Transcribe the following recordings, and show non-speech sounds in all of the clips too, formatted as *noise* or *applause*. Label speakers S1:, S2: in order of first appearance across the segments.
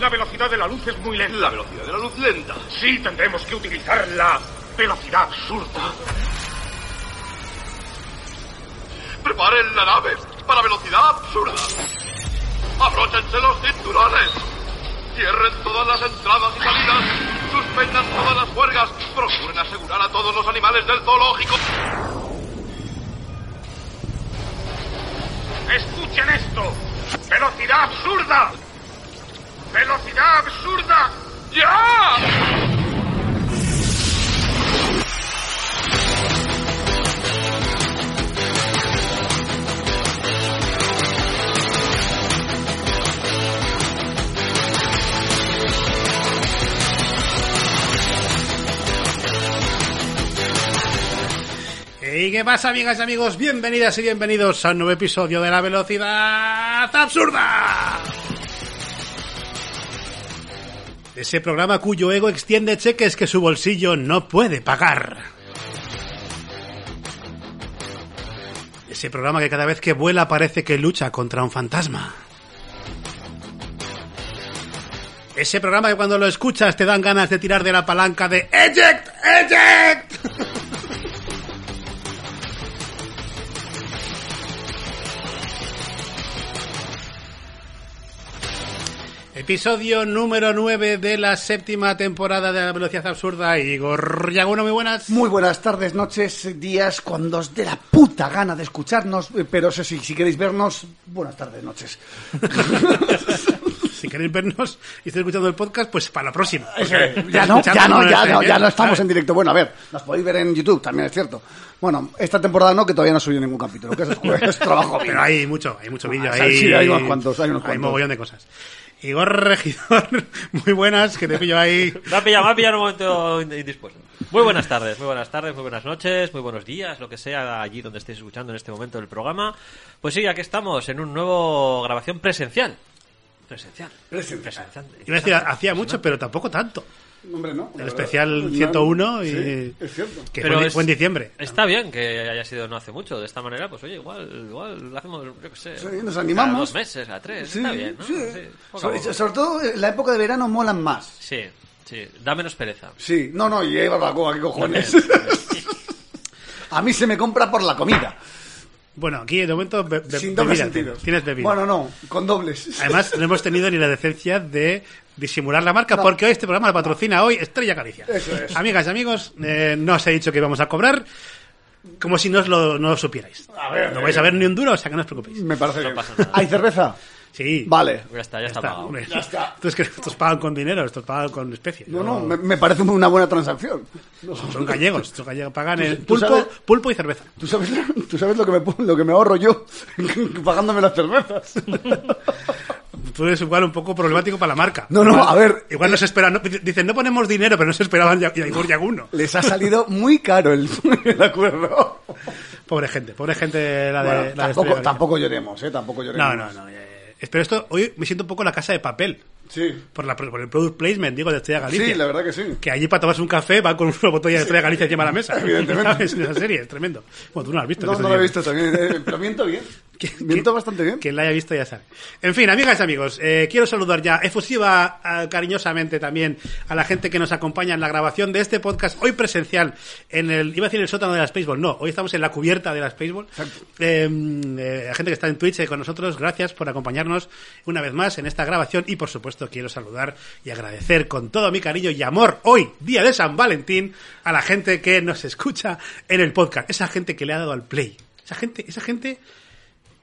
S1: la velocidad de la luz es muy lenta.
S2: La velocidad de la luz lenta.
S1: Sí, tendremos que utilizar la velocidad absurda.
S2: Preparen la nave para velocidad absurda. Abróchense los cinturones. Cierren todas las entradas y salidas. Suspendan todas las huelgas. Procuren asegurar a todos los animales del zoológico.
S1: Escuchen esto. Velocidad absurda. Velocidad absurda. ¡Ya!
S3: ¿Y qué pasa, amigas y amigos? Bienvenidas y bienvenidos a un nuevo episodio de La Velocidad Absurda. Ese programa cuyo ego extiende cheques que su bolsillo no puede pagar. Ese programa que cada vez que vuela parece que lucha contra un fantasma. Ese programa que cuando lo escuchas te dan ganas de tirar de la palanca de ¡Eject! ¡Eject! Episodio número 9 de la séptima temporada de La Velocidad Absurda. Igor Yaguno, muy buenas.
S4: Muy buenas tardes, noches, días, cuando os dé la puta gana de escucharnos, eh, pero eso sí, si queréis vernos, buenas
S3: *laughs*
S4: tardes, noches.
S3: pues, Si queréis vernos y estáis escuchando el podcast, pues para la próxima.
S4: Eh, ya no, ya no, ya no, ya no estamos
S3: ¿sabes?
S4: en directo. Bueno, a ver, nos podéis ver en YouTube, también es cierto. Bueno, esta temporada no, que todavía no he subido ningún capítulo, que eso
S3: *laughs*
S4: es, es trabajo mío.
S3: Pero hay mucho, hay mucho vídeo.
S4: Ah,
S3: hay,
S4: sí, hay unos cuantos, hay unos cuantos.
S3: mogollón de cosas. Igor Regidor, *laughs* muy buenas, que te pillo ahí.
S5: Me ha pillado, me ha pillado en un momento ind- indispuesto. Muy buenas tardes, muy buenas tardes, muy buenas noches, muy buenos días, lo que sea allí donde estéis escuchando en este momento del programa. Pues sí, aquí estamos en un nuevo grabación presencial. Presencial. Presencial.
S3: Iba a decir, hacía mucho, pero tampoco tanto.
S4: Hombre, no, la
S3: El
S4: verdad.
S3: especial
S4: No,
S3: 101 y...
S4: sí, es cierto.
S3: Que
S5: Pero
S3: fue, en-
S5: es-
S3: fue en diciembre.
S5: Está bien que haya sido no hace mucho. De esta manera, pues oye, igual, igual lo hacemos, yo qué sé.
S4: Sí, nos
S5: cada
S4: animamos.
S5: dos meses, a tres, está bien, ¿no?
S4: sí.
S5: Sí, poco a
S4: sobre,
S5: poco.
S4: sobre todo eh, la época de verano molan más.
S5: sí, sí, da menos pereza.
S4: Sí, no, no, y hay barbacoa, ¿qué cojones? *laughs* A mí se me compra por la comida.
S3: Bueno, aquí de momento... be- be-
S4: sin dobles
S3: bebida.
S4: sentidos.
S3: Tienes bebida.
S4: Bueno, no,
S3: *laughs*
S4: con dobles.
S3: Además, no hemos tenido ni la decencia de disimular la marca,
S4: No.
S3: porque hoy este programa la patrocina hoy Estrella Galicia.
S4: Eso es.
S3: Amigas y amigos, eh, no os he dicho que íbamos a cobrar, como si no os lo, no lo supierais.
S4: A ver, eh.
S3: no vais a ver ni un duro, o sea que no os preocupéis.
S4: *laughs* Me parece
S5: No
S4: bien.
S5: pasa nada.
S4: ¿Hay cerveza?
S3: Sí.
S4: Vale.
S5: Ya está, ya, está, pagado.
S3: hombre.
S4: Ya está.
S3: Entonces, que estos pagan con dinero, estos pagan con especie.
S4: No, no, me, me parece una buena transacción.
S3: Son gallegos, estos gallegos pagan el
S4: tú
S3: pulpo,
S4: sabes-
S3: pulpo y cerveza.
S4: ¿Tú sabes, tú sabes lo, que me, pon- lo que me ahorro yo *laughs* pagándome
S3: *laughs*
S4: las cervezas?
S3: Tú eres igual un poco problemático para la marca.
S4: No, no,
S3: Igual-
S4: a ver.
S3: Igual no se espera, no- dicen, no ponemos dinero, pero no se esperaban ya, ya, Yaguno.
S4: Les ha salido muy caro el, *laughs* el acuerdo.
S3: Pobre gente, pobre gente la de, la
S4: Bueno,
S3: de Estrella
S4: tampoco,
S3: Galicia.
S4: tampoco lloremos, ¿eh? Tampoco lloremos.
S3: No, no, no. eh, pero esto, hoy me siento un poco la casa de papel.
S4: Sí,
S3: Por, la, por el product placement, digo, de Estrella Galicia.
S4: sí la verdad que sí.
S3: Que allí para tomarse un café van con una botella de Estrella Galicia encima de la mesa.
S4: *laughs* Evidentemente.
S3: ¿Sabes? Esa serie, *laughs* es tremendo. Bueno, tú no la has visto.
S4: No,
S3: que
S4: no
S3: estoy
S4: lo he
S3: diciendo.
S4: visto también, eh, pero miento
S3: *laughs*
S4: bien. *laughs*
S3: Que-
S4: Miento
S3: que-
S4: bastante bien.
S3: Quien la haya visto ya sabe. En fin, amigas y amigos, eh, quiero saludar ya efusiva, ah, cariñosamente también a la gente que nos acompaña en la grabación de este podcast hoy presencial en el, iba a decir el sótano de la Spaceball, no, hoy estamos en la cubierta de la Spaceball. Eh, eh, la gente que está en Twitch eh, con nosotros, gracias por acompañarnos una vez más en esta grabación y por supuesto quiero saludar y agradecer con todo mi cariño y amor hoy, día de San Valentín, a la gente que nos escucha en el podcast, esa gente que le ha dado al play. Esa gente, esa gente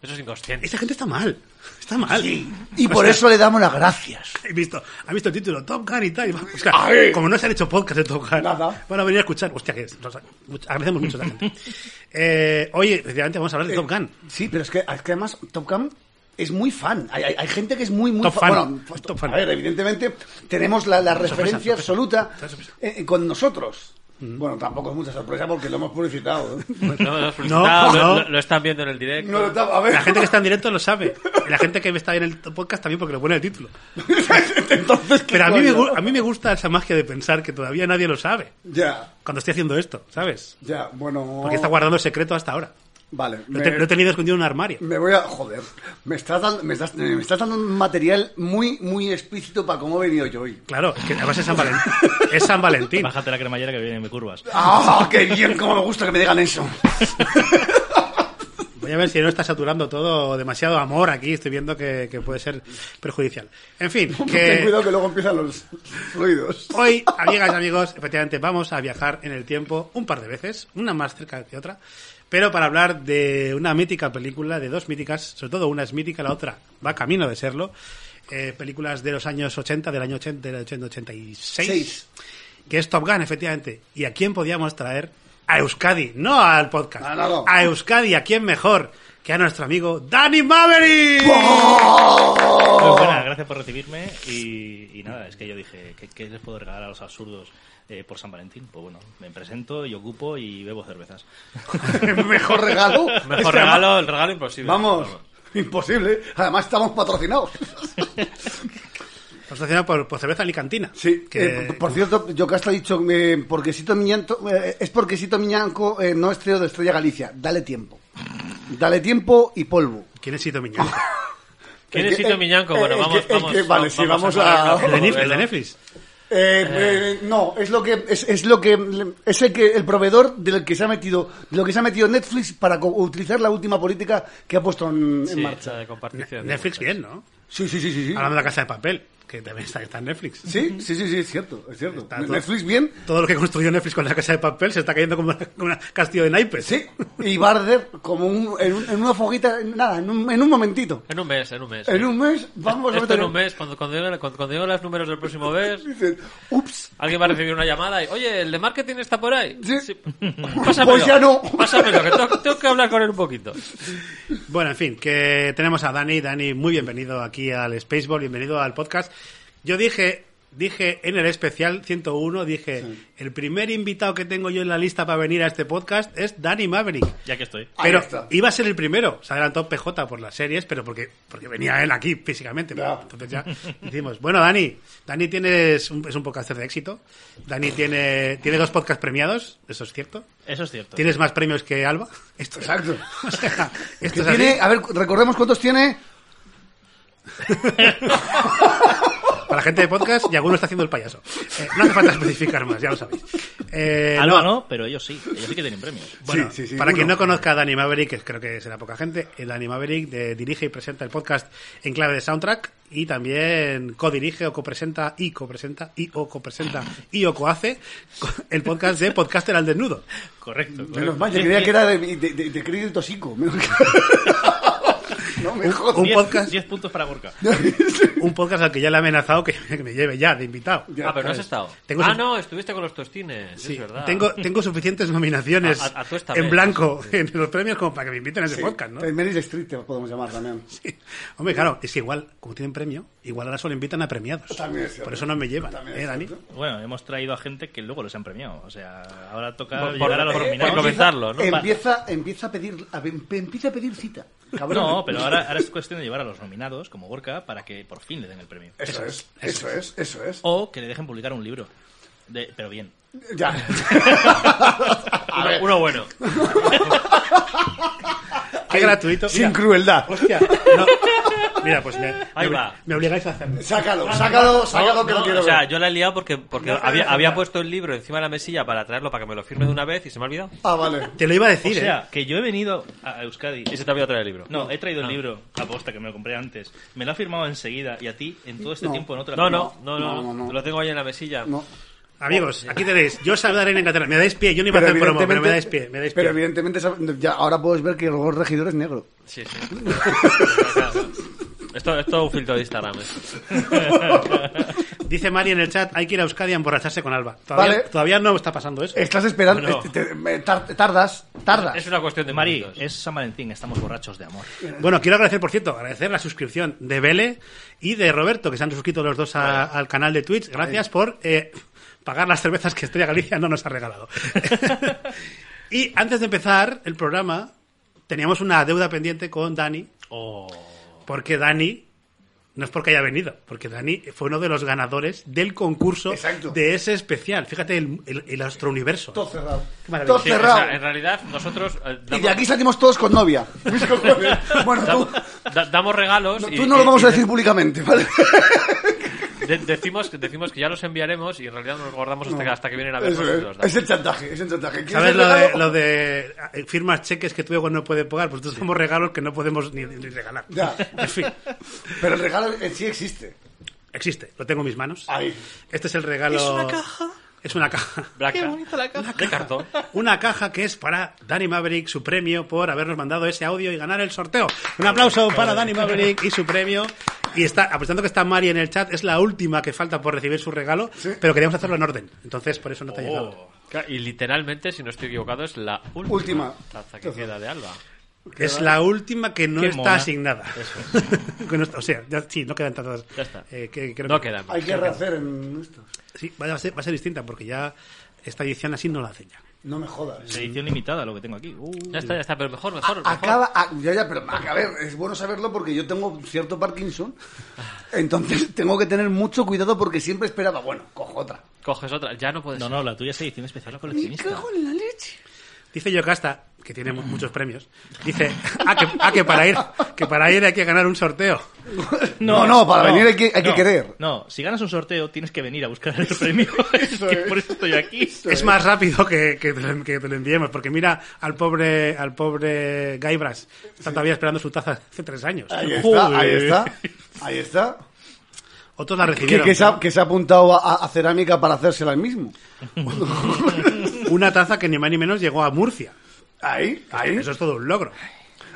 S5: Eso es inconsciente.
S3: esta gente está mal. Está mal.
S4: Y
S3: O
S4: por
S3: sea,
S4: eso le damos las gracias.
S3: He visto, ha visto el título Top Gun y tal. y va a buscar.
S4: Ahí.
S3: como no se han hecho podcast de Top Gun,
S4: Nada.
S3: van a venir a escuchar. Hostia, que es- nos- mucho- agradecemos mucho a la
S4: *laughs*
S3: gente. Eh, oye, efectivamente, vamos a hablar de Top Gun.
S4: Sí, pero es que, es que además Top Gun es muy fan. Hay, hay- hay gente que es muy, muy
S3: Top
S4: fa-
S3: fan.
S4: Bueno,
S3: Es
S4: to-
S3: top fan.
S4: A ver, evidentemente tenemos la, la referencia absoluta
S3: sorpresa.
S4: eh, eh, con nosotros. Bueno, tampoco es mucha sorpresa porque lo hemos
S3: *laughs*
S4: publicitado. *laughs* ¿eh?
S5: No, no,
S3: no.
S5: no, lo- lo están viendo en el directo.
S4: No, ta- a ver.
S3: La gente que está en directo lo sabe. Y la gente que está en el podcast también porque lo pone en el título.
S4: *laughs* Entonces, ¿qué
S3: Pero a mí, me,
S4: coño?
S3: gu- a mí me gusta esa magia de pensar que todavía nadie lo sabe
S4: Ya,
S3: cuando estoy haciendo esto, ¿sabes?
S4: ya, bueno.
S3: Porque está guardando el secreto hasta ahora.
S4: Vale.
S3: Lo,
S4: Oh. me-
S3: te- lo he tenido escondido en un armario.
S4: Me voy a. Joder. Me estás dando, me estás, me estás dando un material muy, muy explícito para cómo he venido yo hoy.
S3: Claro, es que además es San Valentín. Es San Valentín.
S6: Bájate la cremallera que viene de curvas.
S4: ¡Ah! ¡Qué bien! ¡Cómo me gusta que me digan eso!
S3: Voy a ver si no está saturando todo demasiado amor aquí. Estoy viendo que, que puede ser perjudicial. En fin,
S4: Ten
S3: que
S4: cuidado que luego empiezan los fluidos.
S3: hoy, amigas y amigos, efectivamente vamos a viajar en el tiempo un par de veces, una más cerca que otra, pero para hablar de una mítica película, de dos míticas, sobre todo una es mítica, la otra va camino de serlo. eh, películas de los años 80, del año 80, del 80, 86,
S4: Seis.
S3: que es Top Gun, efectivamente. ¿Y a quién podíamos traer? A Euskadi, no al podcast.
S4: Ah, no, no.
S3: A Euskadi, ¿a quién mejor que a nuestro amigo Danny Maverick?
S6: Muy
S5: Oh.
S6: buena, gracias por recibirme. Y, y nada, es que yo dije, ¿qué, qué les puedo regalar a los absurdos eh, por San Valentín? Pues bueno, me presento y ocupo y bebo cervezas.
S4: *laughs* Mejor regalo.
S5: Mejor
S4: Es que
S5: regalo, el regalo imposible.
S4: Vamos, imposible. Además, estamos patrocinados.
S3: Patrocinado por, por cerveza alicantina.
S4: Sí,
S3: Que-
S4: eh, por cierto, yo que hasta he dicho, eh, Porquesito Miñanto, eh, es Porquesito Miñanco, eh, no estreo de Estrella Galicia. Dale tiempo. Dale tiempo y polvo.
S3: ¿Quién es Sito
S4: *laughs*
S3: Miñón?
S5: ¿Quién
S4: El
S5: es
S4: que-
S5: Sito
S4: el-
S5: Miñanco?
S4: el-
S5: Bueno,
S4: el
S5: vamos,
S4: que- el
S5: vamos.
S4: que- vale, sí, vamos a-
S5: parar
S3: El
S5: una
S3: de Netflix.
S5: novela.
S3: el de Netflix.
S4: Eh, eh, no, es lo que es, es lo que es el que el proveedor del que se ha metido, de lo que se ha metido Netflix para co- utilizar la última política que ha puesto en, en
S5: Sí, Ah, la
S4: marcha.
S5: de compartición.
S3: Netflix bien, ¿no?
S4: Sí, sí, sí, sí, sí.
S3: Hablando de la casa de papel, que también está, está en Netflix.
S4: Sí, sí, sí, sí, es cierto, es cierto.
S3: Está todo-
S4: Netflix bien.
S3: Todo lo que construyó Netflix con la casa de papel se está cayendo como, como un castillo de naipes.
S4: Sí, y Barder como un- en, un- en una foguita, en nada, en un, en un momentito.
S5: En un mes, en un mes.
S4: En un mes vamos a
S5: Esto
S4: meter
S5: en un mes, cuando, cuando, lleguen- cuando, cuando lleguen los números del próximo mes,
S4: Dices, ups,
S5: alguien va a recibir una llamada y, oye, ¿el de marketing está por ahí?
S4: Sí. *laughs*
S5: Pásamelo,
S4: Pues ya no.
S5: Pásamelo, que tengo, tengo que hablar con él un poquito.
S3: Bueno, en fin, que tenemos a Dani. Dani, muy bienvenido aquí al Spaceball, bienvenido al podcast. Yo dije, dije en el especial 101, dije, el primer invitado que tengo yo en la lista para venir a este podcast es Dani Maverick.
S6: Ya que estoy.
S4: Ahí
S3: Pero
S4: está.
S3: iba a ser el primero, se adelantó PJ por las series, pero porque, porque venía él aquí físicamente.
S4: Ya.
S3: Entonces ya decimos, bueno, Dani, Dani tienes un- es un podcaster de éxito, Dani tiene, tiene dos podcasts premiados, eso es cierto,
S6: Eso es cierto.
S3: tienes más premios que Alba, *laughs* esto es,
S4: exacto.
S3: o sea, esto
S4: Que
S3: es así.
S4: tiene, a ver, recordemos cuántos tiene.
S3: Para la gente de podcast, y alguno está haciendo el payaso. Eh, no hace falta especificar más, ya lo sabéis. Eh,
S6: Alba
S3: no,
S6: Ah, no, pero ellos sí. Ellos sí que tienen
S5: *laughs*
S6: premios.
S3: Bueno,
S4: Sí, sí, sí,
S3: para quien
S4: uno.
S3: no conozca a Danny Maverick, que creo que será poca gente, el Danny Maverick eh, dirige y presenta el podcast en clave de soundtrack y también codirige o copresenta y copresenta y o copresenta y o cohace *laughs* el podcast de Podcaster al Desnudo.
S6: Correcto.
S4: Menos
S6: correcto.
S4: mal, yo creía que era de, de, de, de crédito *laughs* tosico. Menos que- no me jodas.
S3: un
S6: Diez-
S3: podcast.
S6: diez puntos para Gorka.
S3: Un podcast al que ya le he amenazado que *laughs* que me lleve ya de invitado.
S4: *laughs* Ya, pues.
S5: Ah, pero no has
S4: ¿sabes?
S5: estado.
S3: Tengo
S5: ah,
S3: su-
S5: no, estuviste con los tostines,
S3: Sí,
S5: es verdad.
S3: tengo, tengo suficientes nominaciones
S5: A- a- a tú esta
S3: en
S5: vez.
S3: blanco en los premios como para que me inviten a ese podcast, ¿no?
S4: El Meryl Street te podemos llamar también.
S3: Sí. Hombre, claro, es que igual, como tienen premio, igual ahora solo invitan a premiados.
S4: También es cierto.
S3: Por eso no me llevan,
S4: También
S3: ¿eh,
S4: es
S3: Dani?
S4: cierto.
S6: Bueno, hemos traído a gente que luego los han premiado. O sea, ahora toca
S5: Por-
S6: llegar
S5: por-
S6: a los
S5: por-
S6: nominados.
S5: por comenzarlo, ¿no?
S4: Empieza, empieza, a pedir, a, em- empieza a pedir cita. Cabrón.
S6: No, pero ahora, ahora es cuestión de llevar a los nominados, como Gorka, para que por fin le den el premio.
S4: Eso es, eso es, eso es.
S6: O que le dejen publicar un libro. De- pero bien.
S4: Ya.
S5: Uno- uno
S6: *laughs*
S5: bueno.
S3: Qué gratuito.
S4: Sin
S3: Mira,
S4: crueldad.
S3: hostia, no. Mira, pues me,
S5: Ahí
S3: me-
S5: va.
S3: me obligáis a hacerlo.
S4: Sácalo, sácalo, sácalo que
S5: No,
S4: lo quiero
S5: o sea,
S4: ver.
S5: yo la he liado porque, porque
S4: No, no,
S5: había,
S4: no, no.
S5: había puesto el libro encima de la mesilla para traerlo para que me lo firme de una vez y se me ha olvidado.
S4: Ah, vale.
S3: Te lo iba a
S6: O
S3: decir, eh.
S6: sea, que yo he venido a Euskadi.
S5: Y se te ha olvidado traer el libro.
S6: No, he traído el
S5: Ah.
S6: libro aposta que me lo compré antes. Me lo ha firmado enseguida y a ti en todo este
S4: No.
S6: tiempo no te lo
S5: No,
S6: ha
S5: no,
S6: firmado.
S5: no, no,
S4: No, no, no.
S5: Lo tengo ahí en la mesilla.
S4: No.
S3: ¿eh? Amigos, aquí tenéis. Yo saludaré en Inglaterra. Me dais pie, yo no iba a hacer promo, pero me dais pie. Me dais pie.
S4: pero evidentemente sab- ya, ahora puedes ver que el regidor es negro.
S5: Sí, sí. esto, esto es un filtro de Instagram. esto.
S3: Dice Mari en el chat, hay que ir a Euskadi a emborracharse con Alba. Todavía,
S4: Vale.
S3: todavía no está pasando eso.
S4: Estás esperando.
S5: No.
S4: este- te- me- tar- tardas, tardas.
S5: Es una cuestión de
S6: Mari, eh,
S5: minutos.
S6: es San Valentín, estamos borrachos de amor.
S3: Bueno, quiero agradecer, por cierto, agradecer la suscripción de Vele y de Roberto, que se han suscrito los dos a- al canal de Twitch. Gracias por eh, pagar las cervezas que Estrella Galicia no nos ha regalado. y antes de empezar el programa, teníamos una deuda pendiente con Dani,
S5: Oh.
S3: porque Dani No es porque haya venido, porque Dani fue uno de los ganadores del concurso
S4: Exacto.
S3: de ese especial. Fíjate, el, el, el astrouniverso.
S4: Todo cerrado.
S3: Qué maravilla.
S4: Todo
S3: Sí,
S5: o
S4: cerrado.
S5: sea, en realidad, nosotros. eh,
S4: Y
S5: damos-
S4: de aquí salimos todos con novia. Bueno, tú,
S5: damos, da- damos regalos.
S4: no,
S5: y-
S4: tú no lo
S5: y-
S4: vamos
S5: y
S4: a decir públicamente, ¿vale?
S5: de- decimos, decimos que ya los enviaremos y en realidad nos los guardamos hasta, que, hasta que vienen a vernos.
S4: Eso
S5: y
S4: es,
S5: los damos.
S4: es el chantaje, es el chantaje. ¿Quieres
S3: ¿Sabes
S4: el
S3: lo de,
S4: regalo?
S3: lo de eh, firmas cheques que tú luego no puedes pagar? Pues nosotros somos regalos que no podemos ni, ni regalar.
S4: Ya.
S3: En fin,
S4: Pero el regalo en sí existe.
S3: existe, lo tengo en mis manos.
S4: Ahí.
S3: Este es el regalo. ¿Es una caja? Es una caja.
S5: Blanca. De cartón.
S3: Una caja que es para Danny Maverick, su premio por habernos mandado ese audio y ganar el sorteo. Un aplauso para Danny Maverick y su premio. Y está, apostando que está Mari en el chat, es la última que falta por recibir su regalo, pero queríamos hacerlo en orden. Entonces, por eso no te ha llegado.
S5: Claro, Oh, Y literalmente, si no estoy equivocado, es la última,
S4: Última.
S5: taza que queda de Alba.
S3: Es la última que no
S6: Qué
S3: está
S6: mona.
S3: asignada. *laughs* Que no está- o sea, ya- sí, no quedan tantas.
S5: Ya está.
S3: eh, que- creo
S5: No
S3: que-
S5: quedan.
S4: Hay que rehacer en esto.
S3: Sí, va a, ser, va a ser distinta porque ya esta edición así no la hacen ya.
S4: No me jodas.
S6: Es edición limitada lo que tengo aquí. Uh.
S5: Ya está, ya está, pero mejor, mejor. mejor.
S4: Acaba, a- ya, ya, pero a ver, es bueno saberlo porque yo tengo cierto Parkinson, entonces *laughs* tengo que tener mucho cuidado porque siempre esperaba, bueno, cojo otra.
S5: Coges otra. Ya no puedes.
S6: No, no, la tuya es edición especial
S4: Me
S6: coleccionista.
S4: cago en la leche.
S3: Dice Yocasta, que tiene mu- muchos premios, dice, ah, que, ah, que para ir, que para ir hay que ganar un sorteo.
S4: No, no, para venir hay que, hay que
S6: no,
S4: querer.
S6: No, si ganas un sorteo tienes que venir a buscar el premio. *laughs* Es que
S4: es.
S6: por eso estoy aquí.
S3: Es más rápido que, que te lo, que te lo enviemos, porque mira al pobre, al pobre Gaibras, está todavía esperando su taza hace tres años.
S4: Ahí está, ahí
S6: Joder.
S4: está, ahí está.
S3: Otros la
S4: Que,
S3: recibieron.
S4: que se ha, que se ha apuntado a, a- a cerámica para hacérsela el mismo. *laughs*
S3: Una taza que ni más ni menos llegó a Murcia.
S4: Ahí, ahí.
S3: Eso es todo un logro.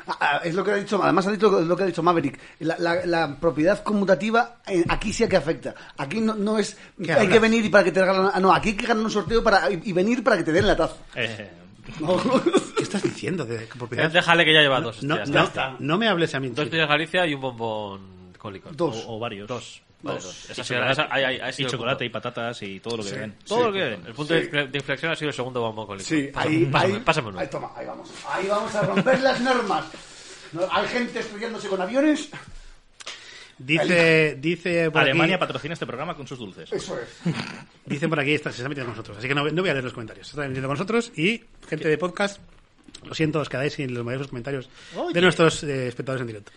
S4: Ah, ah, Es lo que ha dicho, además ha dicho lo que ha dicho Maverick. La, la- la propiedad conmutativa eh, aquí sí que afecta. Aquí no, no es
S3: ¿Qué
S4: hay
S3: hablas?
S4: que venir y para que te regalan. ah, No, aquí hay que ganar un sorteo para, y, y venir para que te den
S3: *laughs*
S4: la taza.
S6: Eh,
S4: No.
S3: ¿Qué estás diciendo de
S5: Eh,
S3: propiedad?
S5: Déjale que ya lleva dos.
S3: No,
S5: hostias, ya
S3: no,
S5: está.
S3: no me hables a mí.
S5: Dos pillas Galicia y un bombón con licor.
S4: Dos.
S6: o, o varios. Dos.
S5: Vale,
S6: Dos.
S5: dos.
S6: Esa
S5: Y
S6: sí,
S5: chocolate-
S6: esa-
S5: ay, ay, ay, sí,
S6: y
S5: lo
S6: chocolate
S5: puto.
S6: y patatas y todo lo que ven.
S5: Todo lo que
S6: ven.
S5: El punto de infle- de inflexión ha sido el segundo bombón con licor.
S4: Sí,
S5: Pásame,
S4: ahí,
S5: pásame,
S4: ahí,
S5: pásamelo.
S4: ahí, toma, ahí vamos. Ahí vamos a romper las normas. No, hay gente estrellándose con aviones.
S3: Dice, dice por aquí-
S6: Alemania patrocina este programa con sus dulces.
S4: Eso es.
S3: Dicen por aquí, está- se están metiendo con nosotros. Así que no, no voy a leer los comentarios. Se están metiendo con nosotros y gente de podcast. Lo siento, os quedáis sin los mayores comentarios de nuestros eh, espectadores en directo.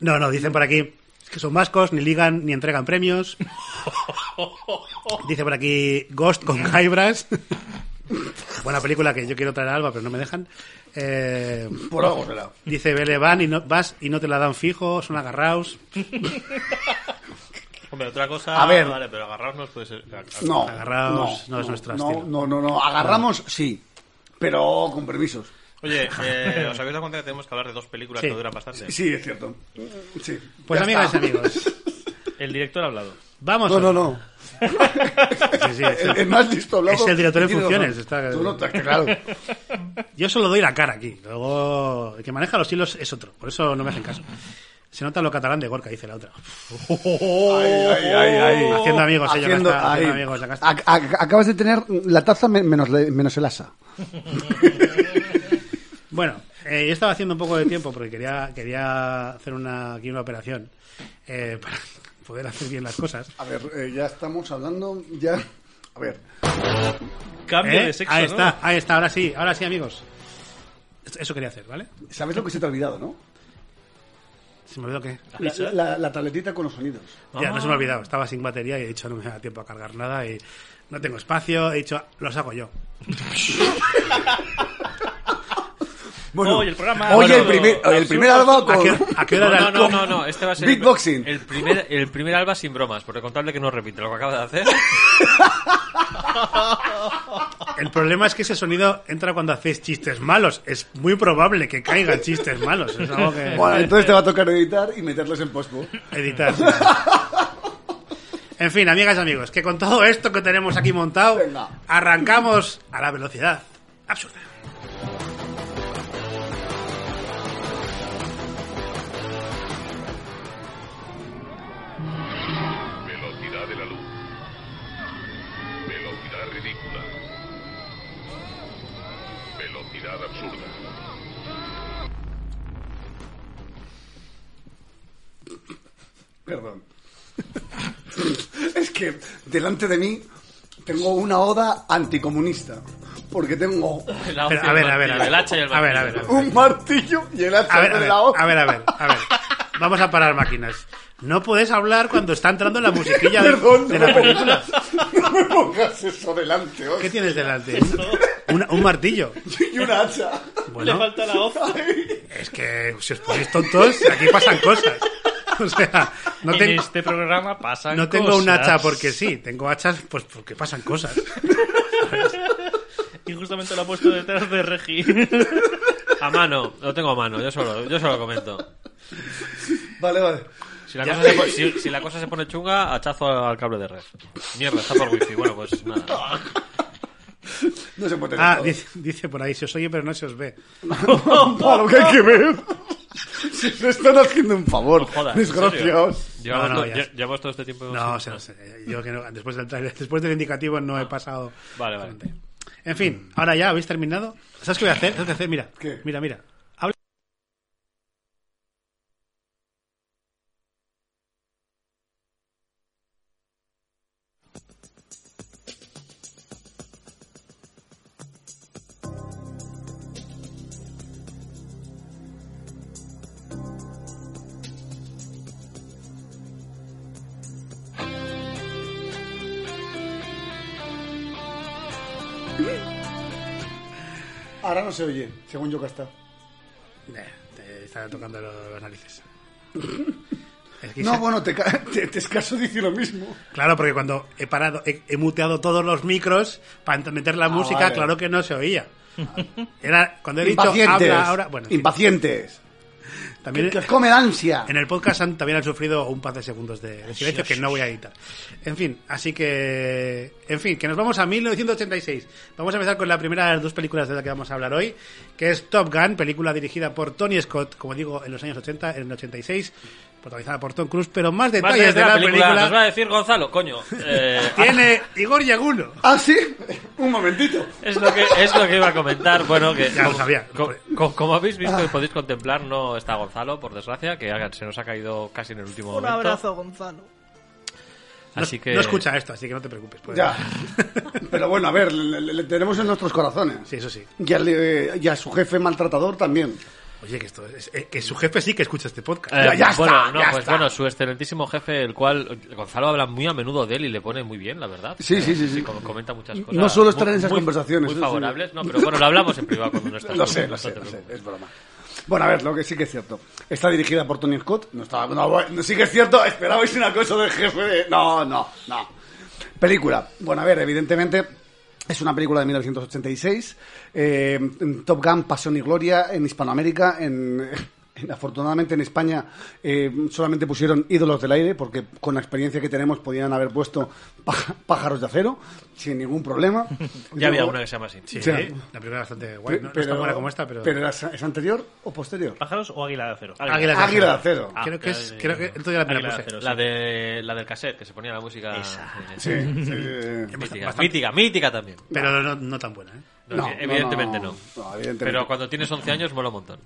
S3: No, no, dicen por aquí que son vascos, ni ligan, ni entregan premios. Dice por aquí Ghost con Jaibras. Buena película que yo quiero traer a Alba, pero no me dejan. Eh,
S4: Por algo será.
S3: dice Bele, van y no, vas y no te la dan fijo, son agarraos.
S5: Hombre, otra cosa.
S4: A ver.
S5: Vale, pero agarrarnos puede ser.
S4: No.
S3: Agarraos, no es nuestro
S4: no,
S3: estilo.
S4: no, no, no. Agarramos, sí. Pero con permisos.
S7: Oye, eh, ¿os habéis dado cuenta que tenemos que hablar de dos películas
S3: Sí.
S7: que duran bastante?
S4: Sí, es cierto. Sí.
S3: Pues
S4: Ya
S3: amigas y
S4: está.
S3: amigos,
S6: El director ha hablado.
S3: vamos.
S4: No, no, no.
S3: Sí, sí, sí.
S4: *laughs* El, *laughs* el más listo hablado.
S3: Es el director en
S4: Tiene
S3: funciones,
S4: razón.
S3: está-
S4: Tú no estás
S3: *laughs*
S4: claro.
S3: Yo solo doy la cara aquí. Luego, el que maneja los hilos es otro. Por eso no me hacen caso. Se nota lo catalán de Gorka, dice la otra.
S4: Ay, ay, ay, ay.
S3: Haciendo amigos, ella
S4: Haciendo-
S3: gasta, haciendo
S4: ay.
S3: amigos, la gasta.
S4: Ac- ac- Acabas de tener la taza men- menos, le- menos el asa.
S3: Bueno, eh, yo estaba haciendo un poco de tiempo porque quería, quería hacer una, aquí una operación eh, *laughs* para poder hacer bien las cosas.
S4: A ver, eh, ya estamos hablando. Ya. A ver.
S6: Cambio
S3: ¿Eh?
S6: de sexo.
S3: ahí
S6: ¿no?
S3: está, ahí está, ahora sí, ahora sí, amigos. Eso quería hacer, ¿vale?
S4: ¿Sabes lo que se te ha olvidado, no?
S3: Se me olvidó que.
S4: La, la- la tabletita con los sonidos.
S5: Ah.
S3: Ya, no se me ha olvidado. Estaba sin batería y he dicho, no me da tiempo a cargar nada y no tengo espacio. He dicho, los hago yo.
S6: Hoy el programa-
S4: Oye, el
S5: Bueno,
S4: primer,
S5: lo
S4: el primer álbum
S3: ¿A
S4: con.
S3: qué, a
S5: *laughs*
S3: qué hora era
S5: No,
S3: el-
S5: no, no, no, este va a ser el-
S4: Beatboxing.
S5: El, primer, el primer alba sin bromas, porque contable que no repite lo que acaba
S3: *laughs*
S5: de hacer.
S3: El problema es que ese sonido entra cuando hacéis chistes malos. Es muy probable que caigan chistes malos. Es algo que
S4: Bueno, entonces te va a tocar editar y meterlos en pospo.
S3: editar. En fin, amigas y amigos, que con todo esto que tenemos aquí montado,
S4: Venga.
S3: arrancamos a la velocidad absurda.
S2: Velocidad de la luz. Velocidad ridícula. Velocidad absurda.
S4: Perdón. *laughs* es que delante de mí tengo una oda anticomunista. Porque tengo
S3: Pero,
S5: La opción
S3: a ver, a ver,
S5: martillo,
S3: a ver.
S5: El hacha y el
S3: A ver, a
S5: martillo.
S3: ver, a ver.
S4: un martillo y el hacha
S3: A ver, a
S4: en
S3: ver,
S4: la hoja.
S3: a ver, a ver, a ver. Vamos a parar máquinas. No puedes hablar cuando está entrando la musiquilla de,
S4: Perdón,
S3: de
S4: no,
S3: la
S4: me
S3: película.
S4: pongas, *laughs* no me pongas eso delante,
S3: ¿Qué
S4: hostia.
S3: tienes delante? Un, un martillo.
S4: Y una hacha.
S3: *laughs*
S6: Le
S3: Bueno,
S6: falta la hoja.
S3: es que si os ponéis tontos, aquí pasan cosas. O sea, no,
S6: En
S3: tengo
S6: este programa pasan
S3: no tengo
S6: cosas.
S3: un hacha porque sí, tengo hachas pues porque pasan cosas.
S6: Y justamente lo ha puesto detrás de Regi.
S5: A mano, lo tengo a mano, yo solo, yo solo comento.
S4: Vale, vale.
S5: Si la, cosa se, po- si- si la cosa se pone chunga, hachazo al cable de red. Mierda, está por wifi. Bueno, pues
S3: *laughs*
S5: nada.
S4: No se puede
S3: Ah,
S4: todo.
S3: dice, dice por ahí, se os oye pero no se os ve.
S4: Para lo que hay
S3: *laughs*
S4: que ver. Se le están haciendo un favor.
S5: Jodas, ¿en serio?
S4: Desgraciados.
S5: Llevamos,
S3: No, no,
S5: todo,
S3: ya
S5: lle-
S3: está.
S5: llevamos todo este tiempo.
S3: No, o sea, no sé, yo que no- después del trailer- después del indicativo no he pasado.
S5: Vale, vale.
S3: En fin, ahora ya habéis terminado. ¿Sabes qué voy a hacer? ¿Sabes qué hacer? Mira,
S4: ¿Qué?
S3: mira, mira. Habla-
S4: Ahora no se oye, según yo que está.
S3: Eh, te está tocando lo- las narices. *laughs* Es que
S4: No,
S3: se-
S4: bueno, te, ca- *laughs* te, te escaso dice lo mismo.
S3: Claro, porque cuando he parado, he, he muteado todos los micros para meter la música,
S4: Ah, vale.
S3: claro que no se oía. Era cuando he dicho
S4: Impacientes.
S3: habla ahora. Bueno, en fin,
S4: Impacientes.
S3: también
S4: Que os come el ansia.
S3: En el podcast han- también han sufrido un par de segundos de, de silencio que no voy a editar. En fin, así que. En fin, que nos vamos a 1986. Vamos a empezar con la primera de las dos películas de la que vamos a hablar hoy, que es Top Gun, película dirigida por Tony Scott, como digo, en los años 80, en el 86, protagonizada por Tom Cruise, pero más
S5: Más
S3: detalles
S5: de
S3: de la película.
S5: nos va a decir Gonzalo, coño. Eh,
S3: Tiene Igor
S5: *laughs*
S3: Yaguno.
S4: ¿Ah, sí? *laughs* Un momentito.
S5: Es lo, que, es lo que iba a comentar. Bueno, que.
S3: Ya lo sabía.
S5: co- co- Como, habéis visto y podéis contemplar, no está Gonzalo, por desgracia, que ha- se nos ha caído casi en el último
S8: Un
S5: momento.
S8: abrazo, Gonzalo.
S3: No,
S5: Así que.
S3: no escucha esto, así que no te preocupes. puede-
S4: Ya. *laughs* Pero bueno, a ver, le, le- le tenemos en nuestros corazones.
S3: Sí, eso sí.
S4: Y, al, eh, y a su jefe maltratador también.
S3: Oye, que esto es, eh, que su jefe sí que escucha este podcast.
S5: Eh,
S4: Ya- ya
S5: bueno,
S4: está,
S5: no,
S4: ya
S5: pues
S4: está.
S5: bueno, su excelentísimo jefe, el cual Gonzalo habla muy a menudo de él y le pone muy bien, la verdad.
S4: Sí, sí, sí, sí.
S5: como comenta muchas cosas.
S4: No suelo estar
S5: muy-
S4: en esas
S5: muy-
S4: conversaciones,
S5: Muy
S4: eso sí.
S5: favorables, no, pero
S4: *laughs*
S5: bueno, lo hablamos en privado cuando no estás.
S4: Lo
S5: tú,
S4: sé, lo
S5: no
S4: sé,
S5: te
S4: lo sé,
S5: preocupes.
S4: es broma. Bueno, a ver, lo que sí que es cierto. Está dirigida por Tony Scott. No está, no, bueno, sí que es cierto, esperabais una cosa del jefe de... No, no, no. Película. Bueno, a ver, evidentemente es una película de 1986. eh, Top Gun, Pasión y Gloria en Hispanoamérica, en... *laughs* en- Afortunadamente en España eh, solamente pusieron ídolos del aire porque con la experiencia que tenemos podían haber puesto pá- pájaros de acero sin ningún problema.
S5: *laughs* Ya había una que se llama así. ¿eh?
S3: Sí,
S4: ya.
S3: eh, la primera bastante guay. No, no es tan buena como esta, pero.
S4: ¿era- ¿es anterior o posterior?
S5: Ah.
S6: ¿Pájaros o águila de acero?
S3: Águila de
S4: Águila de
S3: Acero.
S4: acero.
S3: creo que es. Creo que entonces ya la
S6: Águila de
S3: puse.
S6: Acero, sí.
S5: La, de, la del cassette, que se ponía la música.
S4: Sí, sí, sí, sí.
S5: Mítica,
S3: Bastante-
S5: mítica, mítica también.
S3: Pero no, no tan buena, ¿eh?
S5: No, *laughs* evidentemente no.
S4: evidentemente.
S5: Pero cuando tienes 11 años mola un montón.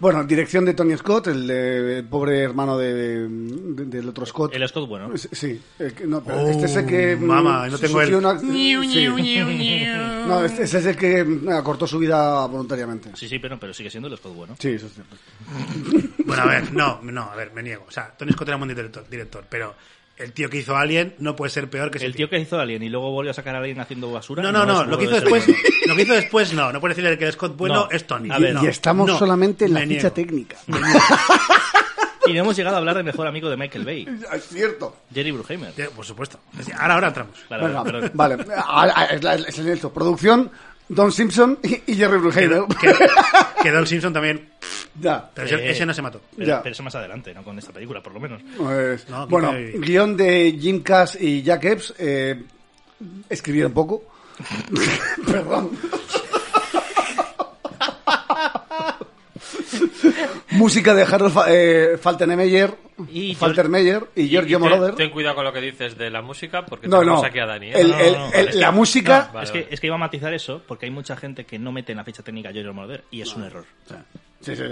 S4: Bueno, dirección de Tony Scott, el, eh, el pobre hermano de, de- del otro Scott.
S6: El Scott bueno.
S4: Sí, Sí, eh, que no, pero
S3: Oh,
S4: este es el que. mm,
S3: mamá, no tengo
S4: sufrió
S3: el-
S4: una- sí. No, este este es el que mm, acortó su vida voluntariamente.
S6: Sí, sí, pero, pero sigue siendo el Scott bueno.
S4: Sí, eso es cierto.
S3: Bueno, a ver, no, no, a ver, me niego. O sea, Tony Scott era un buen director, director, pero el tío que hizo Alien no puede ser peor que ese
S6: El tío que hizo Alien y luego volvió a sacar a alguien haciendo basura.
S3: No, no, no,
S6: es
S3: lo que hizo
S6: de ser
S3: después,
S6: bueno.
S3: lo que hizo después no, no puede decirle que el Scott bueno
S6: No.
S3: es Tony.
S6: A ver,
S3: No,
S4: y estamos
S3: no,
S4: solamente en la
S3: me
S4: ficha
S3: niego.
S4: técnica. *laughs*
S6: Y no hemos llegado a hablar del mejor amigo de Michael Bay,
S4: Ah, es cierto.
S6: Jerry Bruheimer.
S3: Ya, Eh, Por supuesto. Es decir, Ahora, ahora entramos.
S6: Vale, vale,
S4: Venga,
S6: perdón.
S4: vale. Ah, ah, es, la- es el Nelson. Producción, Don Simpson y, y Jerry Bruckheimer.
S3: Que, que Doug Simpson también,
S4: *laughs* ya.
S3: pero ese,
S6: Eh.
S3: ese no se mató.
S6: Pero,
S4: Ya.
S6: pero eso más adelante, no con esta película, por lo menos.
S4: Pues,
S3: No, quince
S4: bueno,
S3: de Vivi.
S4: guión de Jim Cass y Jack Epps. Eh, escribieron poco. *laughs* Perdón. Música de Harold Fa- eh, Faltermeyer,
S5: Y-
S4: Faltermeyer y Giorgio
S5: Y- y ten-
S4: Moroder.
S5: Ten cuidado con lo que dices de la música, porque
S4: No,
S5: tenemos
S4: no.
S5: aquí a Dani. ¿eh?
S4: El-
S6: No, no, no,
S4: el-
S6: es
S4: la
S6: que-
S4: música-
S6: no,
S5: Vale,
S6: es, que,
S5: vale.
S6: es que iba a matizar eso porque hay mucha gente que no mete en la ficha técnica a Giorgio Moroder y es un error.
S4: Sí, sí, sí.